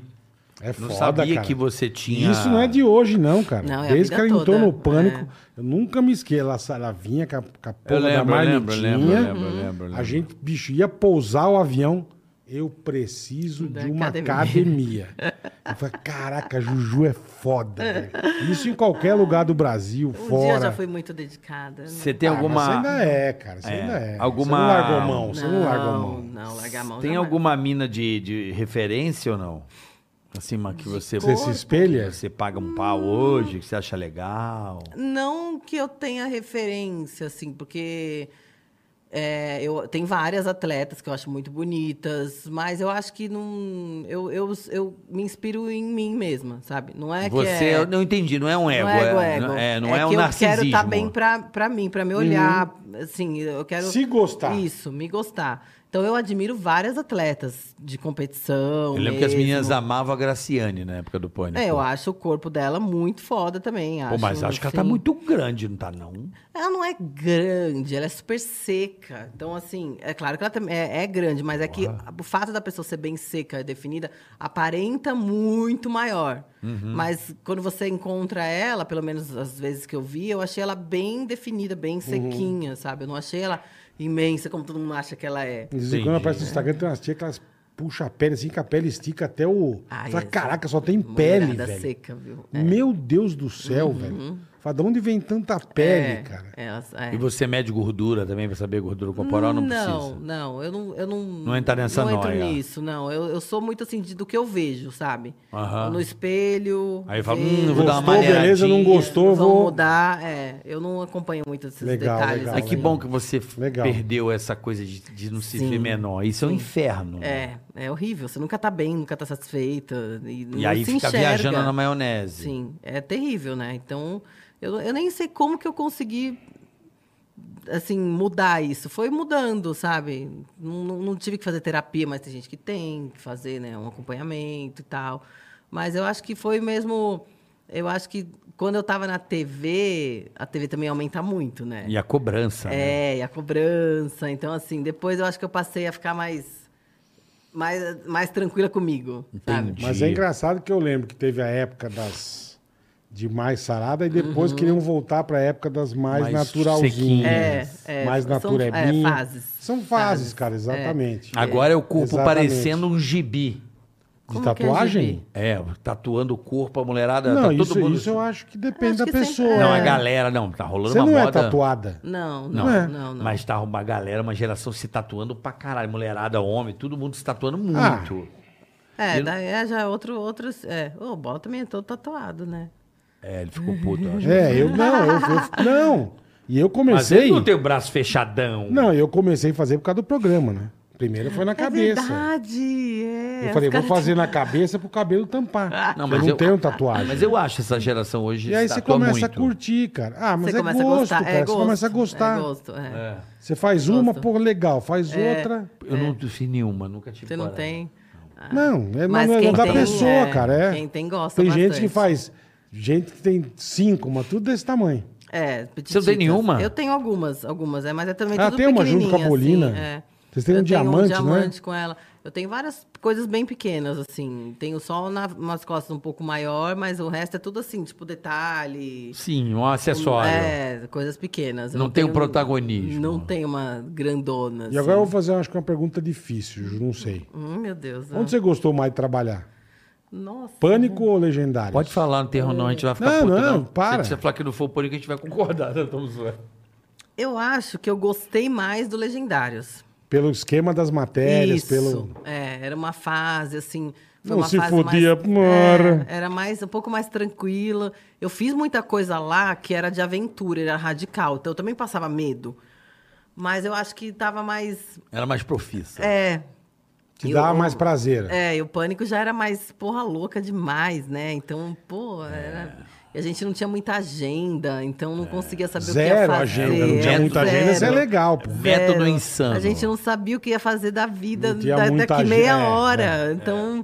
Speaker 3: É
Speaker 2: Não
Speaker 3: foda,
Speaker 2: sabia
Speaker 3: cara.
Speaker 2: que você tinha...
Speaker 3: Isso não é de hoje, não, cara.
Speaker 1: Não, é a
Speaker 3: Desde que
Speaker 1: vida
Speaker 3: ela entrou
Speaker 1: toda,
Speaker 3: no pânico,
Speaker 1: é.
Speaker 3: eu nunca me esqueci. Ela, ela vinha com a, com a porra
Speaker 4: Eu
Speaker 3: da
Speaker 4: lembro, eu lembro, eu
Speaker 3: marmitinha.
Speaker 4: lembro, eu lembro, eu lembro, eu
Speaker 3: A
Speaker 4: lembro.
Speaker 3: gente, bicho, ia pousar o avião. Eu preciso
Speaker 1: Da
Speaker 3: de uma academia.
Speaker 1: academia.
Speaker 3: Eu falei, caraca, Juju é foda, velho. Isso em qualquer lugar do Brasil,
Speaker 1: Um dia
Speaker 3: fora.
Speaker 1: eu já fui muito dedicada. né?
Speaker 2: Você tem
Speaker 3: Ah, mas
Speaker 2: alguma...
Speaker 3: Você ainda é, cara. Você
Speaker 2: É,
Speaker 3: ainda é.
Speaker 2: alguma-
Speaker 3: Você não largou a mão. Você não, largou a mão.
Speaker 1: Não, largar a mão
Speaker 2: Tem
Speaker 1: jamais.
Speaker 2: alguma mina de, de referência ou não? Assim, uma que você...
Speaker 3: Você se espelha?
Speaker 2: Você paga um pau hoje, que você acha legal.
Speaker 1: Não que eu tenha referência, assim, porque é, eu tem várias atletas que eu acho muito bonitas, mas eu acho que não. Eu, eu, eu me inspiro em mim mesma, sabe? Não é
Speaker 2: você...
Speaker 1: que. É,
Speaker 2: Eu não entendi, não é um ego.
Speaker 1: não é, ego,
Speaker 2: é-
Speaker 1: ego.
Speaker 2: É, não é, um
Speaker 1: que
Speaker 2: narcisismo. Uhum.
Speaker 1: Eu quero estar bem pra, pra mim, pra me olhar. Assim, eu quero.
Speaker 3: Se gostar.
Speaker 1: Isso, me gostar. Então eu admiro várias atletas de competição.
Speaker 2: Eu lembro que as
Speaker 1: mesmo.
Speaker 2: meninas amavam a Graciane na época do Pânico.
Speaker 1: É, eu acho o corpo dela muito foda também.
Speaker 2: Pô, mas acho que ela tá
Speaker 1: assim,
Speaker 2: muito grande, não tá não?
Speaker 1: Ela não é grande, ela é super seca. Então, assim, é claro que ela tam- é, é grande, mas é que o fato da pessoa ser bem seca e definida aparenta muito maior.
Speaker 2: Uhum.
Speaker 1: Mas quando você encontra ela, pelo menos as vezes que eu vi, eu achei ela bem definida,
Speaker 2: Uhum.
Speaker 1: bem sequinha, sabe? Eu não achei ela imensa, como todo mundo acha que ela é.
Speaker 3: De vez em quando aparece no Instagram, tem umas tias que elas puxam a pele assim, que a pele estica até o.
Speaker 1: Ai,
Speaker 3: Fala,
Speaker 1: essa
Speaker 3: caraca, só tem pele,
Speaker 1: Ah, mulherada
Speaker 3: velho.
Speaker 1: seca, é. viu?
Speaker 3: Meu Deus do céu, velho. Fala, de onde vem tanta pele,
Speaker 1: É,
Speaker 3: cara?
Speaker 1: é, elas- é.
Speaker 2: E você mede gordura também pra saber gordura corporal? Não,
Speaker 1: Não,
Speaker 2: precisa.
Speaker 1: não, eu não, eu não.
Speaker 2: Não entra nessa
Speaker 1: não entro
Speaker 2: noia.
Speaker 1: nisso, não. Eu, eu sou muito assim de- do que eu vejo, sabe?
Speaker 2: Aham.
Speaker 1: No espelho.
Speaker 2: Ah. Aí fala,
Speaker 1: vejo,
Speaker 2: hum, eu vou dar uma
Speaker 3: Gostou, beleza, não
Speaker 2: maneiradinha.
Speaker 3: gostou,
Speaker 1: vão
Speaker 3: vou.
Speaker 1: mudar. É, eu não acompanho muito esses
Speaker 3: Legal,
Speaker 1: detalhes.
Speaker 3: legal,
Speaker 2: Ai, que
Speaker 1: assim.
Speaker 2: bom que você f-
Speaker 3: Legal.
Speaker 2: perdeu essa coisa de, de não se
Speaker 1: Sim,
Speaker 2: ver menor. Isso é um inferno. né?
Speaker 1: É, é horrível. Você nunca tá bem, nunca tá satisfeita. E,
Speaker 2: E
Speaker 1: não
Speaker 2: aí
Speaker 1: se
Speaker 2: fica
Speaker 1: enxerga.
Speaker 2: viajando na maionese.
Speaker 1: Sim, é terrível, né? Então, eu, eu nem sei como que eu consegui, assim, mudar isso. Foi mudando, sabe? Não, não- não tive que fazer terapia, mas tem gente que tem que fazer, né? Um acompanhamento e tal. Mas eu acho que foi mesmo... Eu acho que quando eu estava na TV, a TV também aumenta muito, né?
Speaker 2: É. E a cobrança, né?
Speaker 1: É, e a cobrança. Então, assim, depois eu acho que eu passei a ficar mais... Mais, mais tranquila comigo, sabe?
Speaker 2: Entendi.
Speaker 3: Mas é engraçado que eu lembro que teve a época das de mais sarada e depois
Speaker 1: Uhum.
Speaker 3: queriam voltar para a época das mais,
Speaker 2: Mais
Speaker 3: naturalzinhas.
Speaker 1: sequinhas. É, é,
Speaker 3: mais
Speaker 1: são,
Speaker 3: naturebinha.
Speaker 1: é, fases.
Speaker 3: São fases,
Speaker 1: Fases,
Speaker 3: cara,
Speaker 1: é.
Speaker 3: exatamente.
Speaker 2: Agora é o corpo
Speaker 3: Exatamente.
Speaker 2: parecendo um gibi.
Speaker 3: De
Speaker 1: Como que é,
Speaker 3: tatuagem?
Speaker 1: Gibi?
Speaker 2: É, tatuando o corpo, a mulherada,
Speaker 3: não,
Speaker 2: tá todo
Speaker 3: isso,
Speaker 2: mundo...
Speaker 3: isso eu acho que depende
Speaker 1: Acho
Speaker 3: da
Speaker 1: que sempre-
Speaker 3: pessoa.
Speaker 2: Não,
Speaker 1: é.
Speaker 2: a galera, não, tá rolando
Speaker 3: Você
Speaker 2: uma
Speaker 3: não é
Speaker 2: moda...
Speaker 3: tatuada.
Speaker 1: Não,
Speaker 2: Não,
Speaker 1: não,
Speaker 3: é.
Speaker 1: não, não,
Speaker 2: Mas tá uma galera, uma geração se tatuando pra caralho. Mulherada, homem, todo mundo se tatuando muito.
Speaker 3: Ah.
Speaker 1: É, daí é já outro, outros. É. O Bola também é todo tatuado, né?
Speaker 2: É, ele
Speaker 1: Uhum.
Speaker 2: ficou puto. eu acho.
Speaker 3: É, eu não, eu, eu- não. E eu
Speaker 2: Mas
Speaker 3: comecei.
Speaker 2: ele não tem o braço fechadão.
Speaker 3: Não, eu comecei a fazer por causa do programa, né? Primeiro foi na cabeça.
Speaker 1: É verdade, é.
Speaker 3: Eu falei,
Speaker 1: Os
Speaker 3: vou
Speaker 1: caras-
Speaker 3: fazer na cabeça pro cabelo tampar.
Speaker 2: Não,
Speaker 3: eu
Speaker 2: mas
Speaker 3: não
Speaker 2: eu-
Speaker 3: tenho tatuagem.
Speaker 2: Mas eu acho essa geração hoje
Speaker 3: E aí
Speaker 2: se
Speaker 3: você
Speaker 2: tatua
Speaker 3: começa
Speaker 2: muito.
Speaker 3: a curtir, cara. Ah, mas
Speaker 1: Você
Speaker 3: é
Speaker 1: começa
Speaker 3: gosto,
Speaker 1: a gostar.
Speaker 3: cara.
Speaker 1: é
Speaker 3: você
Speaker 1: gosto,
Speaker 3: começa a gostar.
Speaker 1: É gosto, é.
Speaker 2: É.
Speaker 3: Você faz uma,
Speaker 1: Gosto. É,
Speaker 3: pô, legal. Faz outra.
Speaker 2: Eu não fiz nenhuma, nunca tive
Speaker 1: Você não
Speaker 2: coragem.
Speaker 1: tem.
Speaker 3: Não, é
Speaker 1: ah. Mas
Speaker 3: não, não
Speaker 1: quem
Speaker 3: da
Speaker 1: tem,
Speaker 3: pessoa,
Speaker 1: é,
Speaker 3: cara. É.
Speaker 1: quem tem gosta
Speaker 3: Tem gente que
Speaker 1: bastante.
Speaker 3: faz. Gente que tem cinco, mas tudo desse tamanho.
Speaker 1: É, petitícias.
Speaker 2: Você não tem nenhuma?
Speaker 1: Eu tenho algumas, algumas, é, mas é também
Speaker 3: Ah,
Speaker 1: tudo
Speaker 3: tem uma junto com a
Speaker 1: pequenininha,
Speaker 3: Paulina.
Speaker 1: assim, é.
Speaker 3: Vocês têm um
Speaker 1: Eu tenho
Speaker 3: diamante, né?
Speaker 1: um diamante com ela. Eu tenho várias coisas bem pequenas, assim. Tenho só na, umas costas um pouco maior, mas o resto é tudo assim, tipo detalhe.
Speaker 2: Sim, um acessório.
Speaker 1: É, coisas pequenas. Eu
Speaker 2: Não tem o
Speaker 1: tenho-
Speaker 2: protagonismo.
Speaker 1: Não tem uma grandona. assim.
Speaker 3: E agora eu vou fazer, acho que é uma pergunta difícil, Ju, não sei.
Speaker 1: Hum, meu Deus. Ah,
Speaker 3: Onde você gostou mais de trabalhar?
Speaker 1: Nossa.
Speaker 3: Pânico ou legendário?
Speaker 2: Pode falar, não tem erro não, a gente vai ficar
Speaker 3: Não,
Speaker 2: puto.
Speaker 3: não, para.
Speaker 2: Se você falar que não for o pânico, a gente vai concordar. Não, estamos zoando.
Speaker 1: Eu acho que eu gostei mais do Legendários.
Speaker 3: Pelo esquema das matérias,
Speaker 1: Isso.
Speaker 3: pelo.
Speaker 1: É, era uma fase, assim. Foi
Speaker 3: Não
Speaker 1: uma
Speaker 3: se
Speaker 1: fase
Speaker 3: fudia,
Speaker 1: mais,
Speaker 3: mora.
Speaker 1: É, Era mais, um pouco mais tranquila. Eu fiz muita coisa lá que era de aventura, era radical. Então eu também passava medo. Mas eu acho que tava mais.
Speaker 2: Era mais profissa.
Speaker 1: É.
Speaker 3: Te
Speaker 1: Eu-
Speaker 3: dá mais prazer.
Speaker 1: É, e o pânico já era mais porra louca demais, né? Então, pô, era. E a gente não tinha muita agenda, então não conseguia saber o que ia
Speaker 3: Zero
Speaker 1: fazer.
Speaker 3: agenda, não tinha
Speaker 1: é,
Speaker 3: muita agenda, isso é
Speaker 1: zero.
Speaker 3: legal, pô.
Speaker 2: Método
Speaker 1: Zero.
Speaker 2: insano.
Speaker 1: é, A gente não sabia o que ia fazer da vida
Speaker 3: Não tinha
Speaker 1: da-
Speaker 3: muita
Speaker 1: daqui
Speaker 3: agen-
Speaker 1: meia
Speaker 3: é,
Speaker 1: hora. então,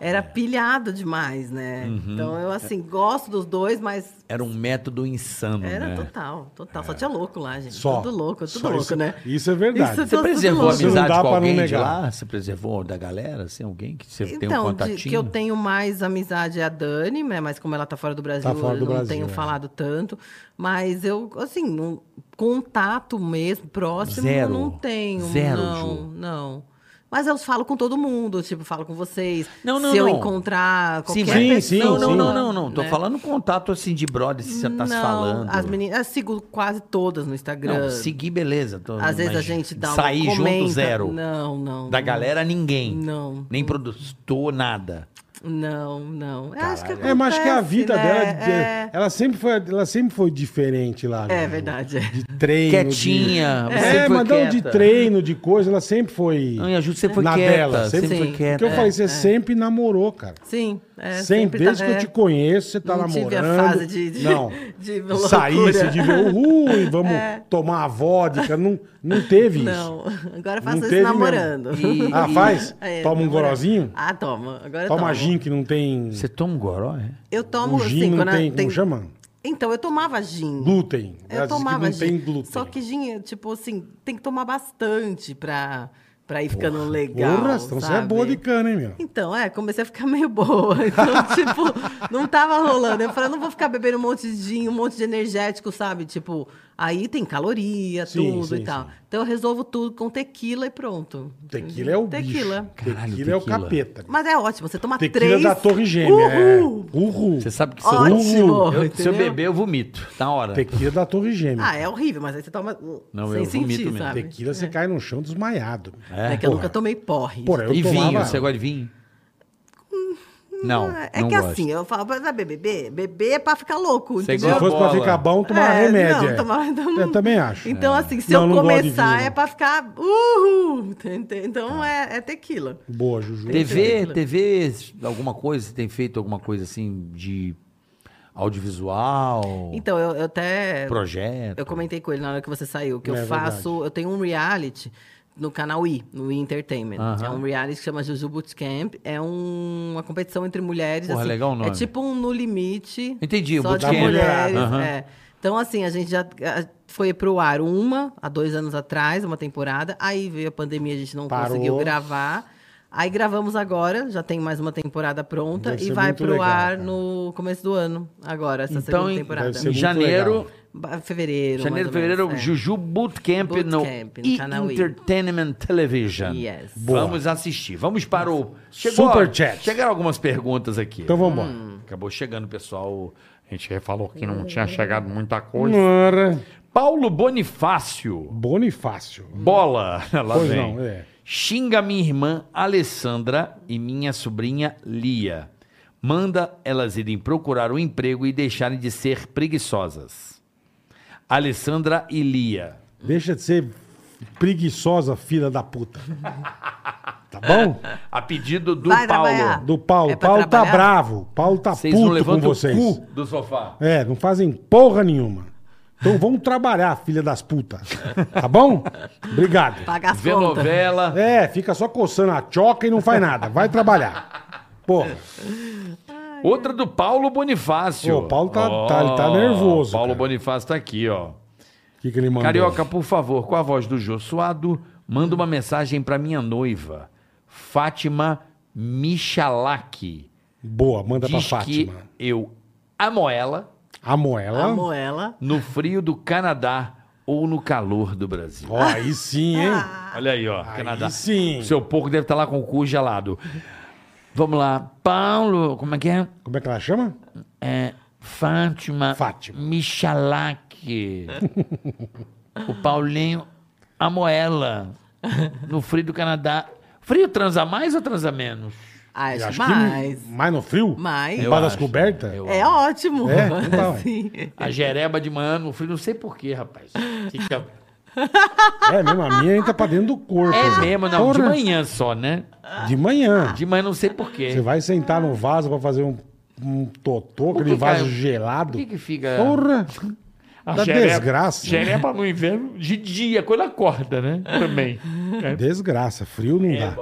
Speaker 1: era pilhado demais, né? Então, eu, assim, gosto dos dois, mas
Speaker 2: Era um método insano,
Speaker 1: era
Speaker 2: né?
Speaker 1: total, total. Só tinha louco lá, gente.
Speaker 3: Só.
Speaker 1: Tudo louco, tudo
Speaker 3: Só
Speaker 1: louco,
Speaker 3: isso-
Speaker 1: né?
Speaker 3: isso é verdade.
Speaker 1: Isso,
Speaker 2: Você
Speaker 1: tudo-
Speaker 2: preservou a
Speaker 1: tudo louco.
Speaker 3: Isso não
Speaker 2: amizade
Speaker 3: dá
Speaker 2: com
Speaker 3: pra não
Speaker 2: alguém de
Speaker 3: negar.
Speaker 2: lá? Você preservou da galera, assim, alguém que você tem um
Speaker 1: Então, de-
Speaker 2: contatinho?
Speaker 1: que eu tenho mais amizade é a Dani, né? Mas como ela tá fora do Brasil,
Speaker 3: Tá fora do
Speaker 1: eu não
Speaker 3: Brasil,
Speaker 1: tenho
Speaker 3: é.
Speaker 1: falado tanto. Mas eu, assim, um contato mesmo, próximo,
Speaker 2: Zero.
Speaker 1: eu não tenho.
Speaker 2: Zero,
Speaker 1: não,
Speaker 2: Ju.
Speaker 1: não. Mas eu falo com todo mundo, tipo, falo com vocês.
Speaker 2: Não, não,
Speaker 1: Se eu
Speaker 2: não.
Speaker 1: encontrar qualquer
Speaker 3: sim,
Speaker 1: pessoa,
Speaker 3: sim,
Speaker 2: não, não,
Speaker 3: sim.
Speaker 2: não, não, não. Tô
Speaker 1: né?
Speaker 2: falando contato assim de brother, se você tá se
Speaker 1: Não,
Speaker 2: falando.
Speaker 1: As meninas, eu sigo quase todas no Instagram.
Speaker 2: Não, seguir, beleza. tô-
Speaker 1: Às vezes a
Speaker 2: mas
Speaker 1: gente dá uma
Speaker 2: Sair junto,
Speaker 1: comenta.
Speaker 2: zero.
Speaker 1: Não, não.
Speaker 2: Da
Speaker 1: não.
Speaker 2: galera, ninguém.
Speaker 1: Não.
Speaker 2: Nem produtor, nada.
Speaker 1: Não, não. Eu Acho que
Speaker 2: Caralho.
Speaker 3: É, mas acho que a
Speaker 1: acontece,
Speaker 3: vida
Speaker 1: né?
Speaker 3: dela,
Speaker 1: É.
Speaker 3: ela, sempre foi, ela sempre foi diferente lá.
Speaker 1: É
Speaker 3: no-
Speaker 1: verdade.
Speaker 3: De treino.
Speaker 2: Quietinha,
Speaker 3: De...
Speaker 2: você sempre
Speaker 3: É,
Speaker 2: foi
Speaker 3: mas não de
Speaker 2: quieta.
Speaker 3: treino, de coisa, ela sempre foi.
Speaker 2: Não, e a Ju sempre foi
Speaker 3: na
Speaker 2: quieta. sempre
Speaker 3: dela.
Speaker 1: sempre-
Speaker 2: foi
Speaker 1: Sim.
Speaker 3: Porque
Speaker 2: quieta.
Speaker 3: eu falei, você sempre namorou, cara.
Speaker 1: Sim, é,
Speaker 3: sempre, desde
Speaker 1: tá-
Speaker 3: que eu
Speaker 1: é.
Speaker 3: te conheço, você tá
Speaker 1: Não
Speaker 3: namorando.
Speaker 1: tive a fase de, de,
Speaker 3: não.
Speaker 1: de loucura. É.
Speaker 3: Sair, uh, se divertir, ui, vamos tomar a vodka. Não, não teve isso.
Speaker 1: Não, agora
Speaker 3: Não
Speaker 1: eu faço
Speaker 3: teve
Speaker 1: isso namorando.
Speaker 2: mesmo. E-
Speaker 3: Ah, faz?
Speaker 1: É,
Speaker 3: Toma um
Speaker 1: namorando.
Speaker 3: gorozinho?
Speaker 1: Ah, toma. Agora eu
Speaker 3: Toma
Speaker 1: tomo.
Speaker 3: gin que não tem.
Speaker 2: Você toma um goró, é?
Speaker 1: Eu tomo,
Speaker 3: O gin
Speaker 1: assim,
Speaker 3: não
Speaker 1: quando
Speaker 3: tem,
Speaker 1: eu
Speaker 3: como chama?
Speaker 1: Então, eu tomava gin.
Speaker 3: Glúten. Ela
Speaker 1: Eu
Speaker 3: disse que
Speaker 1: tomava
Speaker 3: não
Speaker 1: gin.
Speaker 3: tem glúten.
Speaker 1: Só que gin, tipo assim, tem que tomar bastante pra, pra ir ficando legal,
Speaker 3: Porra, então
Speaker 1: sabe?
Speaker 3: você é boa de cana, hein, meu?
Speaker 1: Então, é, comecei a ficar meio boa. Então, tipo, não tava rolando. Eu falei, eu não vou ficar bebendo um monte de gin, um monte de energético, sabe? Tipo, aí tem caloria,
Speaker 3: Sim,
Speaker 1: tudo
Speaker 3: sim,
Speaker 1: e tal.
Speaker 3: sim.
Speaker 1: Então, eu resolvo tudo com tequila e pronto.
Speaker 3: Tequila é o
Speaker 1: Então, Tequila.
Speaker 3: bicho.
Speaker 2: Caralho,
Speaker 3: tequila é o
Speaker 2: tequila.
Speaker 3: capeta.
Speaker 1: Mas é ótimo, você toma
Speaker 3: Tequila
Speaker 1: três...
Speaker 3: da Torre Gêmea. é.
Speaker 1: Uhul!
Speaker 3: Uhul.
Speaker 2: Você sabe que se eu,
Speaker 1: Ótimo,
Speaker 2: eu- se eu
Speaker 1: entendeu?
Speaker 2: beber, eu vomito. tá Na hora.
Speaker 3: Tequila da Torre Gêmea.
Speaker 1: Ah, é horrível, mas aí você toma uh,
Speaker 2: Não,
Speaker 1: sem
Speaker 2: eu vomito
Speaker 1: sentir,
Speaker 2: mesmo.
Speaker 1: sabe?
Speaker 3: Tequila você cai no chão desmaiado.
Speaker 1: É, que eu nunca tomei porre.
Speaker 3: Porra, eu
Speaker 2: e
Speaker 3: tomava...
Speaker 2: vinho, você gosta de vinho? Não,
Speaker 1: Ah, é
Speaker 2: não
Speaker 1: que
Speaker 2: gosto.
Speaker 1: assim, eu falo, vai beber, beber, beber é pra ficar louco,
Speaker 2: Você
Speaker 3: Se
Speaker 1: entendeu?
Speaker 2: gosta
Speaker 3: fosse pra
Speaker 2: Bola.
Speaker 3: ficar bom, tomar
Speaker 1: É,
Speaker 3: remédio.
Speaker 1: não,
Speaker 3: é.
Speaker 1: tomar- não-
Speaker 3: Eu também acho. né?
Speaker 1: Então, assim, se
Speaker 3: É. Não,
Speaker 1: eu
Speaker 3: não gosto de
Speaker 1: começar
Speaker 3: vinho. Tá.
Speaker 1: é pra ficar. Uhul! Entende? Então é, é tequila.
Speaker 3: Boa,
Speaker 1: é
Speaker 3: Juju.
Speaker 2: TV, TV, alguma coisa, você tem feito alguma coisa assim de audiovisual,
Speaker 1: Então, eu, eu até.
Speaker 2: projeto?
Speaker 1: Eu comentei com ele na hora que você saiu, que
Speaker 3: É
Speaker 1: eu faço. Eu tenho um reality no canal I, no I Entertainment.
Speaker 2: Aham.
Speaker 1: É um reality que chama Juju Bootcamp. É um- uma competição entre mulheres.
Speaker 2: Porra,
Speaker 1: assim,
Speaker 2: legal o
Speaker 1: É
Speaker 2: nome.
Speaker 1: tipo um No Limite.
Speaker 2: Entendi, o
Speaker 1: só de
Speaker 2: bootcamp.
Speaker 1: mulheres.
Speaker 2: Aham.
Speaker 1: é. Então, assim, a gente já ah, foi pro ar uma, há dois anos atrás, uma temporada. Aí veio a pandemia, a gente não
Speaker 3: Parou.
Speaker 1: conseguiu gravar. Aí gravamos agora, já tem mais uma temporada pronta
Speaker 3: Deve
Speaker 1: e
Speaker 3: ser
Speaker 1: vai
Speaker 3: muito
Speaker 1: pro
Speaker 3: legal,
Speaker 1: ar
Speaker 3: cara.
Speaker 1: no começo do ano, agora, essa
Speaker 2: Então,
Speaker 1: segunda
Speaker 2: em-
Speaker 1: temporada.
Speaker 3: deve ser
Speaker 2: Em
Speaker 3: muito
Speaker 2: janeiro,
Speaker 3: legal.
Speaker 1: Ba-
Speaker 2: janeiro,
Speaker 1: Fevereiro. mais ou menos,
Speaker 2: fevereiro,
Speaker 1: é.
Speaker 2: Juju Bootcamp,
Speaker 1: Bootcamp,
Speaker 2: no,
Speaker 1: no canal E!
Speaker 2: Entertainment Television.
Speaker 1: Yes.
Speaker 2: Boa. Vamos assistir. Vamos para o
Speaker 3: Super Chat.
Speaker 2: Chegaram algumas perguntas aqui.
Speaker 3: Então vamos embora.
Speaker 1: Hum.
Speaker 2: Acabou chegando, pessoal.
Speaker 4: A gente falou que não tinha chegado muita coisa.
Speaker 3: Ora,
Speaker 2: Paulo Bonifácio.
Speaker 3: Bonifácio.
Speaker 2: Bola. Lá
Speaker 3: Pois
Speaker 2: vem.
Speaker 3: não, é.
Speaker 2: Xinga minha irmã Alessandra e minha sobrinha Lia. Manda elas irem procurar um emprego e deixarem de ser preguiçosas. Alessandra e Lia.
Speaker 3: Deixa de ser preguiçosa, filha da puta. Tá bom?
Speaker 2: A pedido do
Speaker 1: Vai
Speaker 2: Paulo.
Speaker 1: trabalhar.
Speaker 3: Do Paulo.
Speaker 1: É pra
Speaker 3: Paulo tá
Speaker 1: trabalhar?
Speaker 3: bravo. Paulo tá
Speaker 2: Vocês não
Speaker 3: puto com
Speaker 2: levantam
Speaker 3: vocês.
Speaker 2: o cu do sofá.
Speaker 3: É, não fazem porra nenhuma. Então vamos trabalhar, filha das putas. Tá bom? Obrigado.
Speaker 1: Pagar as
Speaker 2: Vê
Speaker 1: contas.
Speaker 2: novela.
Speaker 3: É, fica só coçando a choca e não faz nada. Vai trabalhar. Porra.
Speaker 2: Outra do Paulo Bonifácio.
Speaker 3: Ô, o Paulo tá- tá- ele tá nervoso,
Speaker 2: Paulo
Speaker 3: cara.
Speaker 2: Bonifácio tá aqui, ó.
Speaker 3: O que, que ele mandou?
Speaker 2: Carioca, por favor, com a voz do Jô Suado, manda uma mensagem pra minha noiva, Fátima Michalaki.
Speaker 3: Boa, manda
Speaker 2: Diz
Speaker 3: pra
Speaker 2: que
Speaker 3: Fátima.
Speaker 2: eu amo ela
Speaker 3: A moela.
Speaker 1: Amo ela.
Speaker 2: no frio do Canadá ou no calor do Brasil.
Speaker 3: Ó, aí sim, hein?
Speaker 1: Ah.
Speaker 2: Olha aí, ó, Canadá.
Speaker 3: sim.
Speaker 2: Seu porco deve estar lá com o cu gelado. Vamos lá. Paulo, como é que é?
Speaker 3: Como é que ela chama?
Speaker 2: É, Fátima,
Speaker 3: Fátima.
Speaker 2: Michalak. o Paulinho Amoela. No frio do Canadá. Frio transa mais ou transa menos?
Speaker 1: Acho,
Speaker 3: Acho que
Speaker 1: mais.
Speaker 3: mais no frio?
Speaker 1: Mais.
Speaker 3: Embaixo das
Speaker 2: acho.
Speaker 3: cobertas?
Speaker 2: Eu
Speaker 1: É
Speaker 2: acho.
Speaker 1: ótimo.
Speaker 3: É? Então, é.
Speaker 1: Assim.
Speaker 2: A jereba de manhã no frio, não sei porquê, rapaz. Fica-
Speaker 3: É mesmo, a minha entra pra dentro do corpo.
Speaker 2: É
Speaker 3: velho.
Speaker 2: mesmo, não. De
Speaker 3: Porra,
Speaker 2: manhã só, né?
Speaker 3: De manhã.
Speaker 2: De manhã não sei
Speaker 3: Você
Speaker 2: porquê.
Speaker 3: vai sentar no vaso pra fazer um, um totô,
Speaker 2: Por que,
Speaker 3: aquele vaso
Speaker 2: cara?
Speaker 3: gelado.
Speaker 2: Por que, que fica.
Speaker 3: Porra! Da desgraça.
Speaker 4: Jereba no inverno de dia, quando acorda, né? Também. É,
Speaker 3: Desgraça. Frio não dá.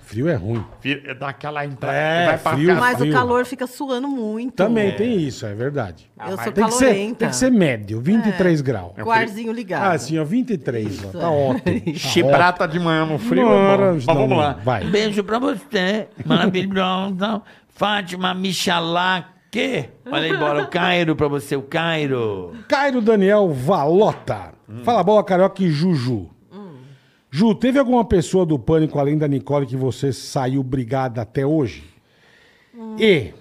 Speaker 3: Frio é ruim.
Speaker 4: vira- dá aquela entrada.
Speaker 3: É,
Speaker 4: vai pra
Speaker 3: frio.
Speaker 4: casa.
Speaker 1: Mas
Speaker 3: frio.
Speaker 1: o calor fica suando muito.
Speaker 3: Também tem isso, é verdade.
Speaker 1: Eu sou
Speaker 3: Tem que, ser,
Speaker 1: calorenta.
Speaker 3: tem que ser médio, 23 graus.
Speaker 1: Com o arzinho ligado.
Speaker 3: Ah, assim, ó, 23, ó,
Speaker 1: Isso,
Speaker 3: tá
Speaker 1: é.
Speaker 3: ótimo. Tá
Speaker 4: Chibrata de manhã no
Speaker 3: ótimo.
Speaker 4: frio. é bom.
Speaker 3: Bora,
Speaker 4: Mas
Speaker 3: não,
Speaker 4: vamos lá.
Speaker 3: Vai.
Speaker 2: Beijo pra você, maravilhosa. Fátima Michalak. Olha aí, bora. O Cairo pra você, o Cairo.
Speaker 3: Cairo Daniel Valota. Fala bola, Carioca e Juju. Ju, teve alguma pessoa do pânico além da Nicole que você saiu brigada até hoje? E.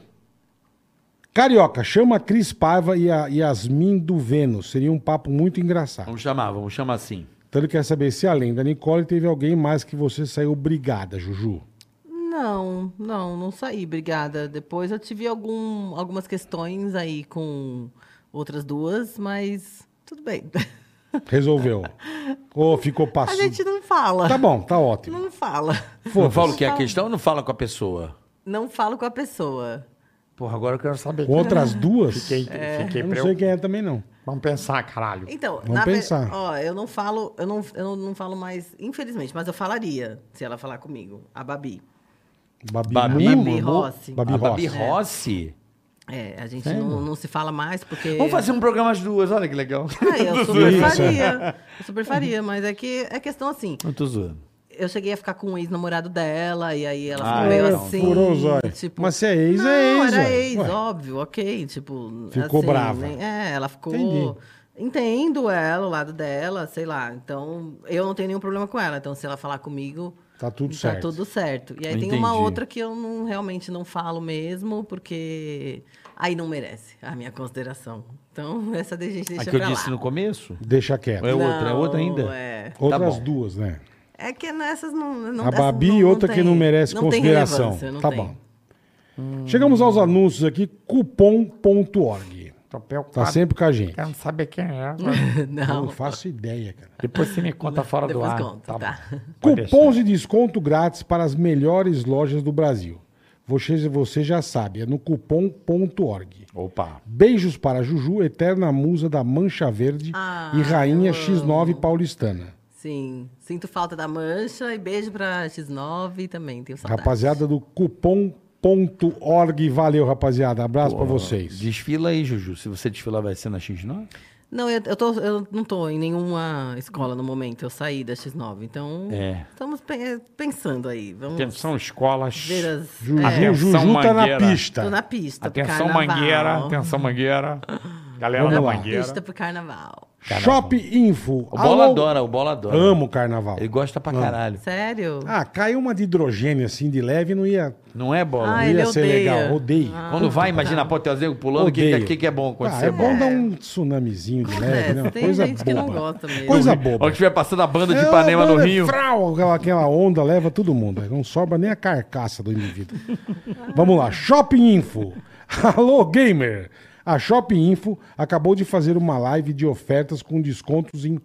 Speaker 3: Carioca, chama a Cris Paiva e a Yasmin do Vênus. Seria um papo muito engraçado.
Speaker 2: Vamos chamar, vamos chamar assim.
Speaker 3: Então ele quer saber se além da Nicole teve alguém mais que você saiu brigada, Juju.
Speaker 1: Não, não, não saí, obrigada. Depois eu tive algum, algumas questões aí com outras duas, mas tudo bem.
Speaker 3: Resolveu. Ou ficou
Speaker 1: A
Speaker 3: passando.
Speaker 1: gente não fala.
Speaker 3: Tá bom, tá ótimo.
Speaker 1: Não fala.
Speaker 2: Não fala o
Speaker 3: Foda-se.
Speaker 2: que é a questão ou não fala com a pessoa?
Speaker 1: Não falo com a pessoa.
Speaker 2: Porra, agora eu quero saber.
Speaker 3: Com outras duas?
Speaker 4: é. Fiquei, fiquei
Speaker 3: Eu não sei
Speaker 4: preocupado.
Speaker 3: quem é também, não.
Speaker 4: Vamos pensar, caralho.
Speaker 1: Então,
Speaker 3: Vamos
Speaker 1: na ver-
Speaker 3: pensar.
Speaker 1: ó, eu não falo, eu não, eu não, não falo mais, infelizmente, mas eu falaria se ela falar comigo, a Babi.
Speaker 3: Babi,
Speaker 2: Babi?
Speaker 3: Mu-
Speaker 1: Babi
Speaker 3: Mu-
Speaker 1: Rossi.
Speaker 3: Ah, Babi
Speaker 2: A Babi
Speaker 3: Rossi.
Speaker 2: Rossi?
Speaker 1: É, a gente não, não se fala mais porque
Speaker 2: Vamos fazer um programa às duas, olha que legal.
Speaker 1: É.
Speaker 3: um
Speaker 1: Ah, eu super
Speaker 3: Isso.
Speaker 1: faria. Eu super faria, mas é que é questão assim,
Speaker 2: Não tô zoando.
Speaker 1: Eu cheguei a ficar com um ex-namorado dela, e aí ela
Speaker 2: Ah,
Speaker 1: ficou meio
Speaker 2: é,
Speaker 1: assim.
Speaker 3: furou os olhos.
Speaker 1: tipo,
Speaker 3: Mas se é ex,
Speaker 1: não,
Speaker 3: é ex,
Speaker 1: Era
Speaker 3: ué.
Speaker 1: ex,
Speaker 3: Ué.
Speaker 1: óbvio, ok. Tipo,
Speaker 3: Ficou
Speaker 1: assim,
Speaker 3: brava.
Speaker 1: nem- É, ela ficou.
Speaker 3: Entendi.
Speaker 1: Entendo ela, o lado dela, sei lá. Então, eu não tenho nenhum problema com ela. Então, se ela falar comigo.
Speaker 3: Tá tudo
Speaker 1: tá
Speaker 3: certo.
Speaker 1: tudo certo. E aí tem
Speaker 2: Entendi.
Speaker 1: uma outra que eu não, realmente não falo mesmo, porque aí não merece a minha consideração. Então, essa daí a gente
Speaker 2: A
Speaker 1: deixa
Speaker 2: que eu
Speaker 1: pra
Speaker 2: disse
Speaker 1: lá.
Speaker 2: no começo?
Speaker 3: Deixa quieto.
Speaker 2: Ou é outra? É
Speaker 1: Não,
Speaker 2: outra ainda?
Speaker 1: é.
Speaker 2: Tá
Speaker 3: Outras
Speaker 2: bom.
Speaker 3: duas, né?
Speaker 1: É que nessas não. não
Speaker 3: a
Speaker 1: dessas
Speaker 3: Babi e
Speaker 1: não-
Speaker 3: outra que
Speaker 1: tem-
Speaker 3: não merece
Speaker 1: tem
Speaker 3: consideração.
Speaker 1: relevância, não
Speaker 3: tá
Speaker 1: tem. Hum.
Speaker 3: bom. Chegamos aos anúncios aqui, cupom.org.
Speaker 4: Tô preocupado.
Speaker 3: Tá sempre com a gente.
Speaker 4: Quero saber quem é.
Speaker 3: Eu não
Speaker 1: não.
Speaker 3: faço ideia, cara.
Speaker 4: Depois você me conta fora do
Speaker 1: Depois
Speaker 4: ar.
Speaker 1: conta,
Speaker 4: Tá
Speaker 1: tá.
Speaker 4: bom.
Speaker 3: Cupons de desconto grátis para as melhores lojas do Brasil. Você, você já sabe, é no cupom.org.
Speaker 2: Opa.
Speaker 3: Beijos para Juju, eterna musa da Mancha Verde
Speaker 1: Ah,
Speaker 3: e rainha
Speaker 1: eu
Speaker 3: X9 paulistana.
Speaker 1: Sim. Sinto falta da mancha e beijo pra X9 também. Tenho saudade.
Speaker 3: Rapaziada do cupom.org. Valeu, rapaziada. Abraço pra vocês.
Speaker 2: Desfila aí, Juju. Se você desfilar, vai ser na X9?
Speaker 1: Não, eu, eu, tô, eu não tô em nenhuma escola no momento. Eu saí da X9. Então,
Speaker 2: É.
Speaker 1: estamos pe- pensando aí. Vamos
Speaker 4: Atenção, escolas.
Speaker 1: ver as...
Speaker 3: Juju,
Speaker 1: é,
Speaker 4: Atenção,
Speaker 3: Juju tá na
Speaker 4: Mangueira.
Speaker 3: pista.
Speaker 1: tô na pista pro
Speaker 4: Atenção,
Speaker 1: carnaval.
Speaker 4: Mangueira. Atenção, Mangueira. Galera
Speaker 3: Vamos
Speaker 4: da
Speaker 3: lá.
Speaker 4: Mangueira.
Speaker 1: Pista pro carnaval.
Speaker 3: Shop Info.
Speaker 2: O Bola
Speaker 3: Alô,
Speaker 2: adora, o Bola adora.
Speaker 3: Amo carnaval.
Speaker 2: Ele gosta pra caralho.
Speaker 1: Sério?
Speaker 3: Ah, caiu uma de hidrogênio assim de leve não ia,
Speaker 2: Não é Bola?
Speaker 3: não
Speaker 1: Ah,
Speaker 3: ia
Speaker 1: ele
Speaker 3: ser
Speaker 1: odeia.
Speaker 3: legal. Odeio.
Speaker 1: Ah.
Speaker 2: Quando vai, imagina a Poteuzego pulando, o que,
Speaker 3: Odeio.
Speaker 2: que, que é bom
Speaker 3: Ah,
Speaker 2: acontecer?
Speaker 3: é bom dar um tsunamizinho de leve,
Speaker 1: É,
Speaker 3: né? Uma
Speaker 1: tem
Speaker 3: coisa
Speaker 1: gente
Speaker 3: boba.
Speaker 1: que não gosta mesmo.
Speaker 3: Coisa
Speaker 2: Quando
Speaker 3: boba.
Speaker 2: estiver passando a banda de
Speaker 3: É,
Speaker 2: Ipanema no
Speaker 3: mano, é
Speaker 2: Rio.
Speaker 3: frau, aquela- aquela onda leva todo mundo. né? Não sobra nem a carcaça do indivíduo. Vamos lá, Shopping Info. Alô, gamer! A Shopping Info acabou de fazer uma live de ofertas com descontos em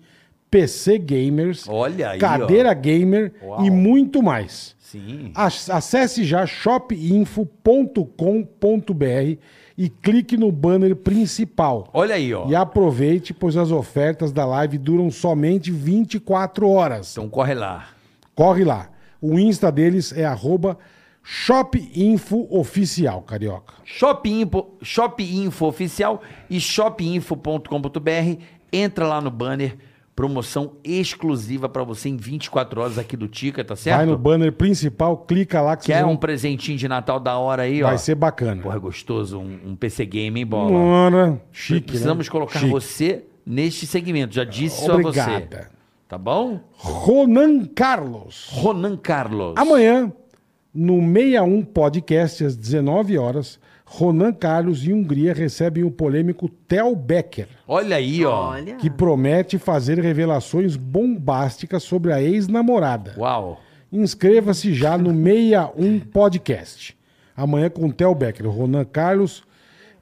Speaker 3: PC gamers,
Speaker 2: Olha aí, ó.
Speaker 3: cadeira gamer
Speaker 2: Uau.
Speaker 3: e muito mais.
Speaker 2: Sim.
Speaker 3: Ac- Acesse já shopinfo.com.br e clique no banner principal.
Speaker 2: Olha aí, ó.
Speaker 3: E aproveite, pois as ofertas da live duram somente 24 horas.
Speaker 2: Então corre lá.
Speaker 3: Corre lá. O Insta deles é arroba shopinfooficial, carioca.
Speaker 2: Shop Info, Shop Info Oficial e shopinfo.com.br. Entra lá no banner. Promoção exclusiva pra você em 24 horas aqui do Tica, tá certo?
Speaker 3: Vai no banner principal, clica lá que
Speaker 2: Quer
Speaker 3: vocês
Speaker 2: um
Speaker 3: vão-
Speaker 2: presentinho de Natal da hora aí, ó?
Speaker 3: vai ser bacana.
Speaker 2: Porra, é gostoso, um, um PC Game, hein, bola?
Speaker 3: Bora. Chique,
Speaker 2: Precisamos
Speaker 3: né?
Speaker 2: colocar
Speaker 3: Chique.
Speaker 2: você neste segmento. Já disse a você.
Speaker 3: Obrigada.
Speaker 2: Tá bom?
Speaker 3: Ronan Carlos.
Speaker 2: Ronan Carlos.
Speaker 3: Amanhã, no 61 Podcast, às 19 horas, Ronan Carlos e Hungria recebem o polêmico Theo Becker,
Speaker 2: Olha aí, ó.
Speaker 1: Olha.
Speaker 3: que promete fazer revelações bombásticas sobre a ex-namorada.
Speaker 2: Uau.
Speaker 3: Inscreva-se já no 61 Podcast. Amanhã com o Theo Becker. Ronan Carlos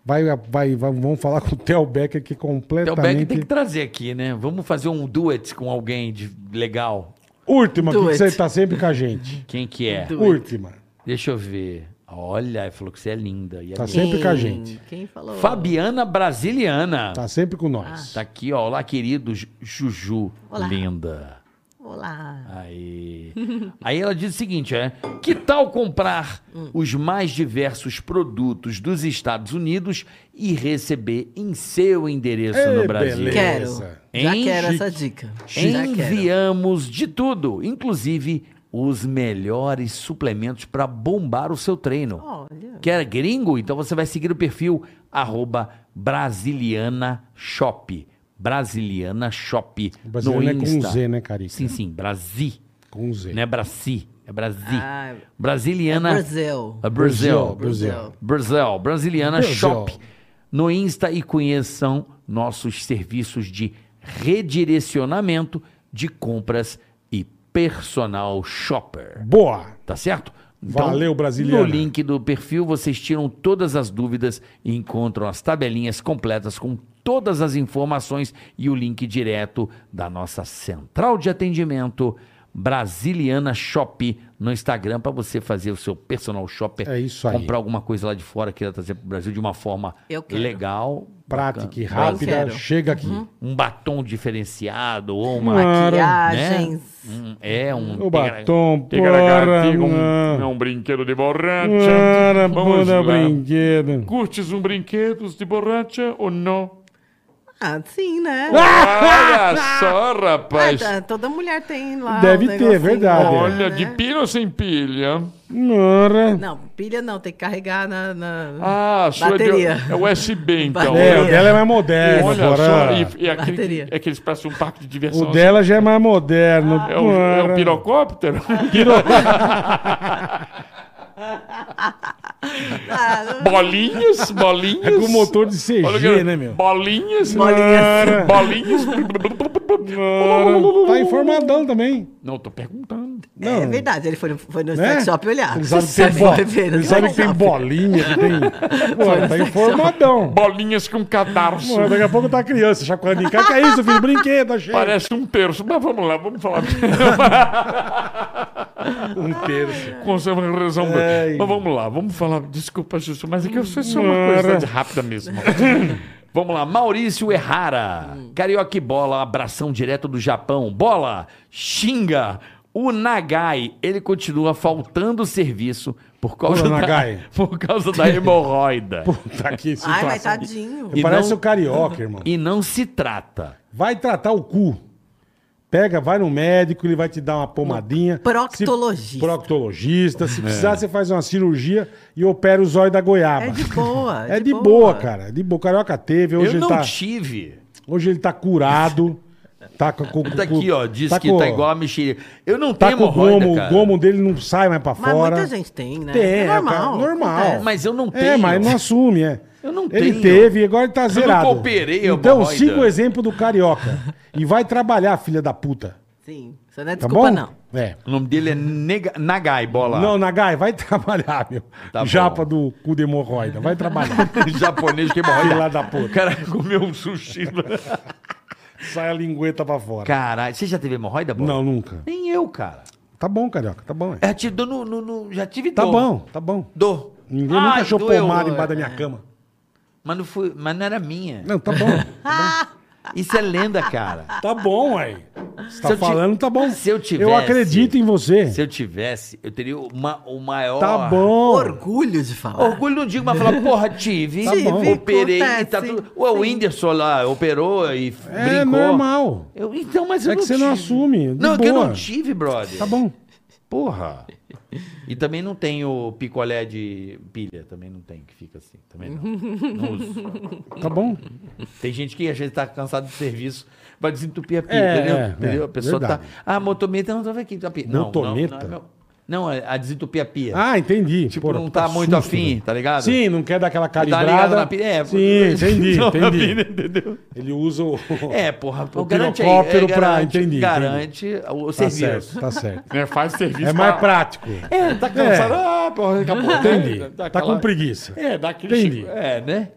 Speaker 3: vai, vai, vai- vamos falar com o Theo Becker, que é
Speaker 2: Então o Beck
Speaker 3: completamente...
Speaker 2: tem que trazer aqui, né? Vamos fazer um duet com alguém de legal.
Speaker 3: Última, que
Speaker 1: Do it.
Speaker 3: você está sempre com a gente.
Speaker 2: Quem que é?
Speaker 1: Do- it.
Speaker 3: Última.
Speaker 2: Deixa eu ver. Olha, ele falou que você é linda. E é
Speaker 3: Tá
Speaker 2: mesmo.
Speaker 3: sempre com a
Speaker 1: Quem?
Speaker 3: gente.
Speaker 1: Quem falou?
Speaker 2: Fabiana Brasiliana. Tá.
Speaker 3: Tá sempre com nós.
Speaker 4: Ah.
Speaker 2: aqui, ó. Olá, querido Ju- Juju.
Speaker 1: Olá.
Speaker 2: Linda.
Speaker 1: Olá.
Speaker 2: Aí. Aí ela diz o seguinte, é. Que tal comprar os mais diversos produtos dos Estados Unidos e receber em seu endereço
Speaker 3: Ei,
Speaker 2: no Brasil?
Speaker 3: beleza.
Speaker 1: Quero. Já
Speaker 2: Hein,
Speaker 1: quero
Speaker 2: Chique?
Speaker 1: essa dica. Já quero.
Speaker 2: Enviamos de tudo, inclusive os melhores suplementos para bombar o seu treino.
Speaker 1: Olha.
Speaker 2: Quer gringo? Então você vai seguir o perfil arroba Brasiliana Shop. Brasiliana Shop no
Speaker 3: Brasiliana é com
Speaker 2: Insta.
Speaker 3: Z, né, Carica?
Speaker 2: Sim, sim, Brasi.
Speaker 3: Com Z.
Speaker 4: Né?
Speaker 2: Não é Braci, é Brasi.
Speaker 1: Ah,
Speaker 2: Brasiliana...
Speaker 1: Brasil.
Speaker 2: É Brasil.
Speaker 3: Brasil.
Speaker 2: Brasil, Brasiliana
Speaker 3: Brasil.
Speaker 2: Shop. No Insta e conheçam nossos serviços de redirecionamento de compras e personal shopper.
Speaker 3: Boa.
Speaker 2: Tá certo?
Speaker 3: Valeu, Brasiliana.
Speaker 2: No link do perfil vocês tiram todas as dúvidas e encontram as tabelinhas completas com todas as informações e o link direto da nossa central de atendimento Brasiliana Shop no Instagram para você fazer o seu personal shopper,
Speaker 3: É isso aí.
Speaker 2: comprar alguma coisa lá de fora queira trazer para o Brasil de uma forma
Speaker 1: Eu quero.
Speaker 2: legal,
Speaker 3: Prática e
Speaker 2: bacana.
Speaker 3: rápida,
Speaker 1: quero.
Speaker 3: chega aqui.
Speaker 4: Uhum.
Speaker 2: um batom diferenciado ou uma
Speaker 3: Claro.
Speaker 1: Maquiagens.
Speaker 2: Um- é um
Speaker 3: O batom,
Speaker 4: Tem cara
Speaker 3: porra,
Speaker 4: antiga, um, é
Speaker 3: mano.
Speaker 4: um brinquedo de borracha.
Speaker 3: Cara,
Speaker 4: Vamos
Speaker 3: puta
Speaker 4: lá.
Speaker 3: brinquedo.
Speaker 4: Curtes um brinquedos de borracha ou não?
Speaker 1: Ah, sim, né?
Speaker 4: Olha
Speaker 1: Ah,
Speaker 4: só, rapaz.
Speaker 1: tá, toda mulher tem lá. um
Speaker 3: Deve ter,
Speaker 1: negocinho
Speaker 3: verdade.
Speaker 1: lá,
Speaker 4: Olha,
Speaker 1: né?
Speaker 4: de pilha ou sem pilha?
Speaker 3: Nora.
Speaker 1: Não, pilha não, tem que carregar na. na-
Speaker 4: Ah, a sua é, de,
Speaker 1: Bateria.
Speaker 4: é USB, então.
Speaker 1: Bateria.
Speaker 3: É, o dela é mais moderno,
Speaker 4: Olha
Speaker 3: agora.
Speaker 4: só, e, e aquele,
Speaker 1: Bateria.
Speaker 4: é aquele parece um parque de
Speaker 3: O
Speaker 4: diversão.
Speaker 3: dela já é mais moderno.
Speaker 4: É o, é
Speaker 3: porra.
Speaker 4: o pirocóptero?
Speaker 1: Ah, não-
Speaker 4: bolinhas,
Speaker 3: É
Speaker 4: bolinhas.
Speaker 3: com motor de CG,
Speaker 4: Olha que-
Speaker 3: né, meu?
Speaker 4: Bolinhas,
Speaker 3: Nora.
Speaker 4: bolinhas.
Speaker 3: Nora. Tá informadão também.
Speaker 4: Não, tô perguntando.
Speaker 1: É verdade, ele foi no, foi no
Speaker 3: Né?
Speaker 1: sex shop olhar.
Speaker 3: Ele sabe que tem,
Speaker 1: Foi
Speaker 3: bo...
Speaker 1: ver né? no
Speaker 3: Ele
Speaker 1: sex
Speaker 3: sabe que tem
Speaker 1: shop.
Speaker 3: bolinha, que tem... Pô, tá informadão.
Speaker 4: Bolinhas com cadarço.
Speaker 3: Pô, daqui a pouco tá a criança chacoalhando em casa. Que é isso, filho? Brinquedo, achei.
Speaker 4: Parece um terço, mas vamos lá, vamos falar.
Speaker 3: um terço.
Speaker 4: Conserva a razão.
Speaker 3: Ai.
Speaker 4: Mas vamos lá, vamos falar. Desculpa, Justo, mas é que eu sei se é uma coisa de rápida mesmo.
Speaker 2: Vamos lá, Maurício Errara. Carioca e Bola, abração direto do Japão. Bola, xinga
Speaker 4: O Nagai, ele continua faltando serviço por causa,
Speaker 3: Olha o
Speaker 4: da,
Speaker 3: Nagai.
Speaker 4: por causa da hemorroida.
Speaker 3: Puta que situação.
Speaker 1: Ai, mas tá tadinho.
Speaker 4: E
Speaker 3: Parece
Speaker 4: não-
Speaker 3: o carioca, irmão.
Speaker 4: E não se trata.
Speaker 3: Vai tratar o cu. Pega, vai no médico, ele vai te dar uma pomadinha.
Speaker 1: Um proctologista.
Speaker 3: Se, proctologista.
Speaker 2: É.
Speaker 3: Se precisar, você faz uma cirurgia e opera o zóio da goiaba.
Speaker 1: É de boa.
Speaker 3: É de boa, cara. É De boa. O carioca teve, hoje,
Speaker 2: Eu
Speaker 3: ele
Speaker 2: não
Speaker 3: tá,
Speaker 2: tive.
Speaker 3: hoje ele tá curado. Tá com, com,
Speaker 2: Tá aqui, ó. Diz que
Speaker 3: com-
Speaker 2: tá igual a mexerica. Eu não
Speaker 3: Tá
Speaker 2: tenho
Speaker 3: com o
Speaker 2: hemorroida,
Speaker 3: gomo,
Speaker 2: cara.
Speaker 3: o gomo dele não sai mais pra
Speaker 1: Mas
Speaker 3: fora.
Speaker 1: muita gente tem, né?
Speaker 3: Tem,
Speaker 1: é normal.
Speaker 3: normal. normal.
Speaker 1: acontece.
Speaker 2: Mas eu não tenho.
Speaker 3: É, mas não assume, é.
Speaker 2: Eu não
Speaker 3: Ele
Speaker 2: tenho.
Speaker 3: teve, agora ele tá zerado.
Speaker 2: nunca operei a
Speaker 3: Então,
Speaker 2: hemorroida.
Speaker 3: siga o exemplo do carioca. e vai trabalhar, filha da puta.
Speaker 1: Sim. Isso não é
Speaker 3: Tá
Speaker 1: desculpa,
Speaker 3: bom?
Speaker 1: não.
Speaker 3: É.
Speaker 2: O nome dele é Nega- Nagai, bola.
Speaker 3: Não, Nagai, vai trabalhar, meu.
Speaker 2: Tá bom.
Speaker 3: Japa do cu de hemorroida. Vai trabalhar.
Speaker 2: Japonês que
Speaker 3: Filha
Speaker 2: morre.
Speaker 3: da puta.
Speaker 2: O cara comeu um sushi.
Speaker 3: Sai a lingueta pra fora.
Speaker 2: Caralho, você já teve hemorroida, bola?
Speaker 3: Não, nunca.
Speaker 2: Nem eu, cara.
Speaker 3: Tá bom, carioca, tá bom. é.
Speaker 2: Já tive, dor no, no- no- já tive
Speaker 3: Tá
Speaker 2: dor.
Speaker 3: bom, tá bom.
Speaker 2: Dor.
Speaker 3: Ninguém
Speaker 2: Ai,
Speaker 3: nunca achou
Speaker 2: doeu. É.
Speaker 3: pomada embaixo da minha cama.
Speaker 2: Mas não, foi, mas não era minha.
Speaker 3: Não, tá bom.
Speaker 2: Isso é lenda, cara.
Speaker 3: Tá bom, aí. Você tá
Speaker 2: eu ti-
Speaker 3: falando, tá bom.
Speaker 2: Se eu
Speaker 3: Eu
Speaker 2: tivesse-
Speaker 3: acredito em você.
Speaker 2: Se eu tivesse, eu teria uma- o maior...
Speaker 3: É. Tá bom.
Speaker 1: Orgulho de falar.
Speaker 2: Orgulho não digo, mas falar, porra, tive,
Speaker 1: Tá bom.
Speaker 2: operei e tá
Speaker 1: Acontece,
Speaker 2: tudo. Ué, o
Speaker 1: sim.
Speaker 2: Whindersson lá operou e f-
Speaker 3: É
Speaker 2: brincou.
Speaker 3: normal.
Speaker 2: Eu, então, mas eu
Speaker 3: É que você não
Speaker 2: tive.
Speaker 3: assume, de
Speaker 2: não, é que eu
Speaker 3: boa.
Speaker 2: não tive, brother.
Speaker 3: Tá bom.
Speaker 2: Porra. E também não tenho picolé de pilha, também não tem, que fica assim. Também não. não uso.
Speaker 3: Tá bom.
Speaker 2: Tem gente que às vezes tá cansado de serviço, vai desentupir a pilha,
Speaker 3: É,
Speaker 2: entendeu?
Speaker 3: é,
Speaker 2: Entendeu?
Speaker 3: é,
Speaker 2: a pessoa
Speaker 3: verdade.
Speaker 2: tá. Ah, motometa não tava aqui. Tá, pilha. Não,
Speaker 3: Motometa?
Speaker 2: Não, não, é meu- não, é a desentupir a pia.
Speaker 3: Ah, entendi.
Speaker 2: tipo,
Speaker 3: Porra,
Speaker 2: não
Speaker 3: puta
Speaker 2: tá muito
Speaker 3: susto,
Speaker 2: afim,
Speaker 3: velho.
Speaker 2: tá ligado? tá
Speaker 3: Sim, não quer dar aquela
Speaker 2: ligado
Speaker 3: calibrada.
Speaker 2: na pilha, é,
Speaker 3: Sim, entendi,
Speaker 2: não, na
Speaker 3: entendi.
Speaker 2: pilha, entendeu?
Speaker 3: Ele usa o...
Speaker 2: É, porra,
Speaker 3: O
Speaker 2: o garante aí.
Speaker 3: pirocóptero
Speaker 2: é,
Speaker 3: pra-
Speaker 2: garante,
Speaker 3: entendi, entendi.
Speaker 2: Garante o
Speaker 3: Tá
Speaker 2: serviço.
Speaker 3: certo, tá certo.
Speaker 4: Né? Faz serviço.
Speaker 3: É mais prático.
Speaker 2: É, tá cansado.
Speaker 3: É.
Speaker 2: Ah, porra, acabou.
Speaker 3: Entendi.
Speaker 2: Dá
Speaker 3: Tá
Speaker 2: aquela-
Speaker 3: com preguiça.
Speaker 4: É, dá aquele
Speaker 3: Entendi.
Speaker 4: chico-
Speaker 2: É, né?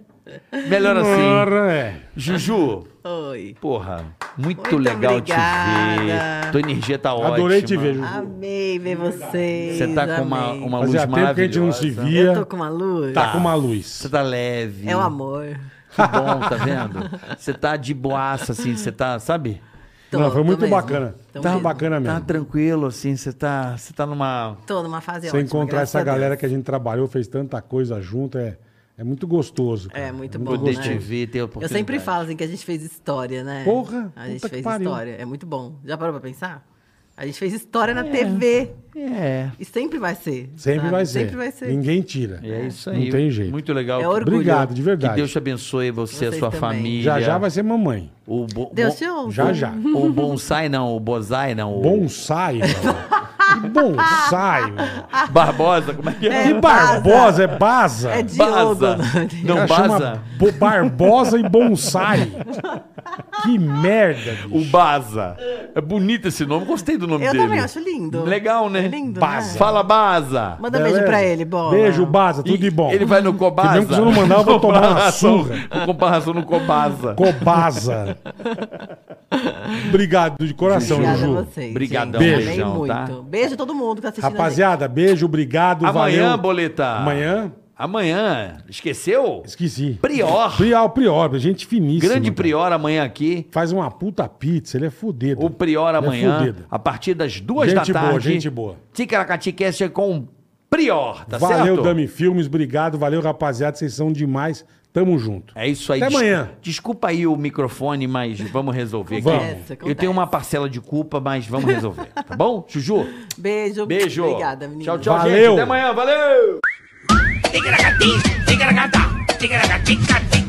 Speaker 2: Melhor assim.
Speaker 3: Ora, é.
Speaker 2: Juju,
Speaker 1: Oi.
Speaker 2: porra, muito,
Speaker 1: Muito
Speaker 2: legal te ver.
Speaker 1: obrigada.
Speaker 2: Tua energia tá ótima.
Speaker 3: Adorei te ver, Juju.
Speaker 1: Amei ver
Speaker 3: é
Speaker 1: vocês.
Speaker 2: Você tá com uma,
Speaker 1: amei.
Speaker 2: uma luz
Speaker 3: Fazia tempo que a gente não
Speaker 2: maravilhosa.
Speaker 3: se
Speaker 1: Eu
Speaker 3: via.
Speaker 1: tô com uma luz.
Speaker 3: Tá com uma
Speaker 2: Você
Speaker 3: luz.
Speaker 2: tá leve.
Speaker 1: É o amor.
Speaker 2: Que bom, tá vendo? Você tá de boaça, assim, você tá, sabe?
Speaker 1: Tô,
Speaker 3: Não, foi
Speaker 1: tô
Speaker 3: muito
Speaker 1: mesmo.
Speaker 3: bacana.
Speaker 1: Tô
Speaker 3: Tava
Speaker 1: mesmo.
Speaker 3: bacana
Speaker 2: Tá
Speaker 3: mesmo.
Speaker 2: tranquilo, assim, você tá, você tá numa...
Speaker 1: Tô numa fase
Speaker 3: Você
Speaker 1: ótima.
Speaker 3: encontrar
Speaker 1: é graças
Speaker 3: essa
Speaker 1: a Deus.
Speaker 3: galera que a gente trabalhou, fez tanta coisa junto, é, é muito gostoso. cara.
Speaker 1: É, muito bom,
Speaker 2: Poder
Speaker 1: né?
Speaker 2: te ver, ter
Speaker 1: Eu
Speaker 2: oportunidade.
Speaker 1: sempre falo assim que a gente fez história, né?
Speaker 3: Porra,
Speaker 1: A gente
Speaker 3: puta que
Speaker 1: fez
Speaker 3: pariu.
Speaker 1: história. É muito bom. Já parou pra pensar? A gente fez história na TV.
Speaker 2: É,
Speaker 1: E sempre vai ser.
Speaker 3: Sempre
Speaker 1: sabe?
Speaker 3: vai ser.
Speaker 1: Sempre vai ser.
Speaker 3: Ninguém tira.
Speaker 2: é isso aí.
Speaker 3: Não tem jeito.
Speaker 2: Muito legal.
Speaker 1: É
Speaker 2: que-
Speaker 1: orgulho.
Speaker 3: Obrigado, de
Speaker 2: Que
Speaker 3: verdade.
Speaker 2: Deus te abençoe, você,
Speaker 1: Vocês
Speaker 2: sua
Speaker 1: também.
Speaker 2: família.
Speaker 3: Já já vai ser mamãe.
Speaker 2: O bo...
Speaker 1: Deus
Speaker 2: bo-
Speaker 1: te ouça.
Speaker 3: Já já.
Speaker 2: O bonsai não, o bozai não. O
Speaker 3: Bonsai, mano. Que bonsai, mano.
Speaker 2: Barbosa, como é que é?
Speaker 1: É,
Speaker 3: Que Barbosa, é Baza.
Speaker 1: É Diogo.
Speaker 2: Baza. Não,
Speaker 3: Cara, chama
Speaker 2: Baza.
Speaker 3: Bo- Barbosa e Bonsai. que merda, bicho.
Speaker 2: O Baza. É bonito esse nome, gostei do nome
Speaker 1: Eu
Speaker 2: dele.
Speaker 1: também acho lindo.
Speaker 2: Legal, né?
Speaker 1: É lindo,
Speaker 3: Baza.
Speaker 1: né?
Speaker 2: Fala, Baza.
Speaker 1: Manda um beijo
Speaker 3: Beleza?
Speaker 1: pra ele, bola.
Speaker 3: Beijo, Baza, tudo de bom.
Speaker 2: Ele vai no Cobasa.
Speaker 3: Que mesmo que você não um- mandar, eu vou tomar uma
Speaker 2: Comparação-
Speaker 3: surra.
Speaker 2: Comparação no Cobasa.
Speaker 3: Cobaza. Obrigado de coração,
Speaker 1: Obrigada
Speaker 3: Juju.
Speaker 1: a vocês.
Speaker 2: Obrigadão,
Speaker 1: gente.
Speaker 3: Beijo.
Speaker 2: beijão,
Speaker 1: Amei
Speaker 2: tá?
Speaker 1: muito. Beijo a todo mundo que tá assistindo. a gente.
Speaker 3: Rapaziada, beijo, obrigado,
Speaker 2: Amanhã,
Speaker 3: valeu.
Speaker 2: boleta.
Speaker 3: Amanhã,
Speaker 2: Amanhã. Esqueceu?
Speaker 3: esqueci.
Speaker 2: Prior.
Speaker 3: Prior, Prior, gente finíssima.
Speaker 2: Grande
Speaker 3: cara.
Speaker 2: Prior amanhã aqui.
Speaker 3: Faz uma puta pizza, ele é fudido.
Speaker 2: O Prior
Speaker 3: Ele é
Speaker 2: amanhã,
Speaker 3: fudido.
Speaker 2: a partir das duas
Speaker 3: Gente
Speaker 2: da
Speaker 3: boa,
Speaker 2: tarde.
Speaker 3: gente boa.
Speaker 2: Ticaracatiquest com Prior, tá certo?
Speaker 3: valeu, Dami Filmes, obrigado, valeu, rapaziada, vocês são demais. Tamo junto.
Speaker 2: É isso aí.
Speaker 3: Até
Speaker 2: Des-
Speaker 3: amanhã.
Speaker 2: Desculpa aí o microfone, mas vamos resolver aqui.
Speaker 3: Vamos.
Speaker 1: Acontece,
Speaker 2: Eu
Speaker 1: acontece.
Speaker 2: tenho uma parcela de culpa, mas vamos resolver, tá bom? Juju,
Speaker 1: Beijo.
Speaker 2: beijo.
Speaker 1: Obrigada, menina.
Speaker 2: Tchau, tchau,
Speaker 3: Valeu.
Speaker 2: gente. Até amanhã, valeu!
Speaker 6: Tigra-gatim, tigra-gata, tigra-gatica, tica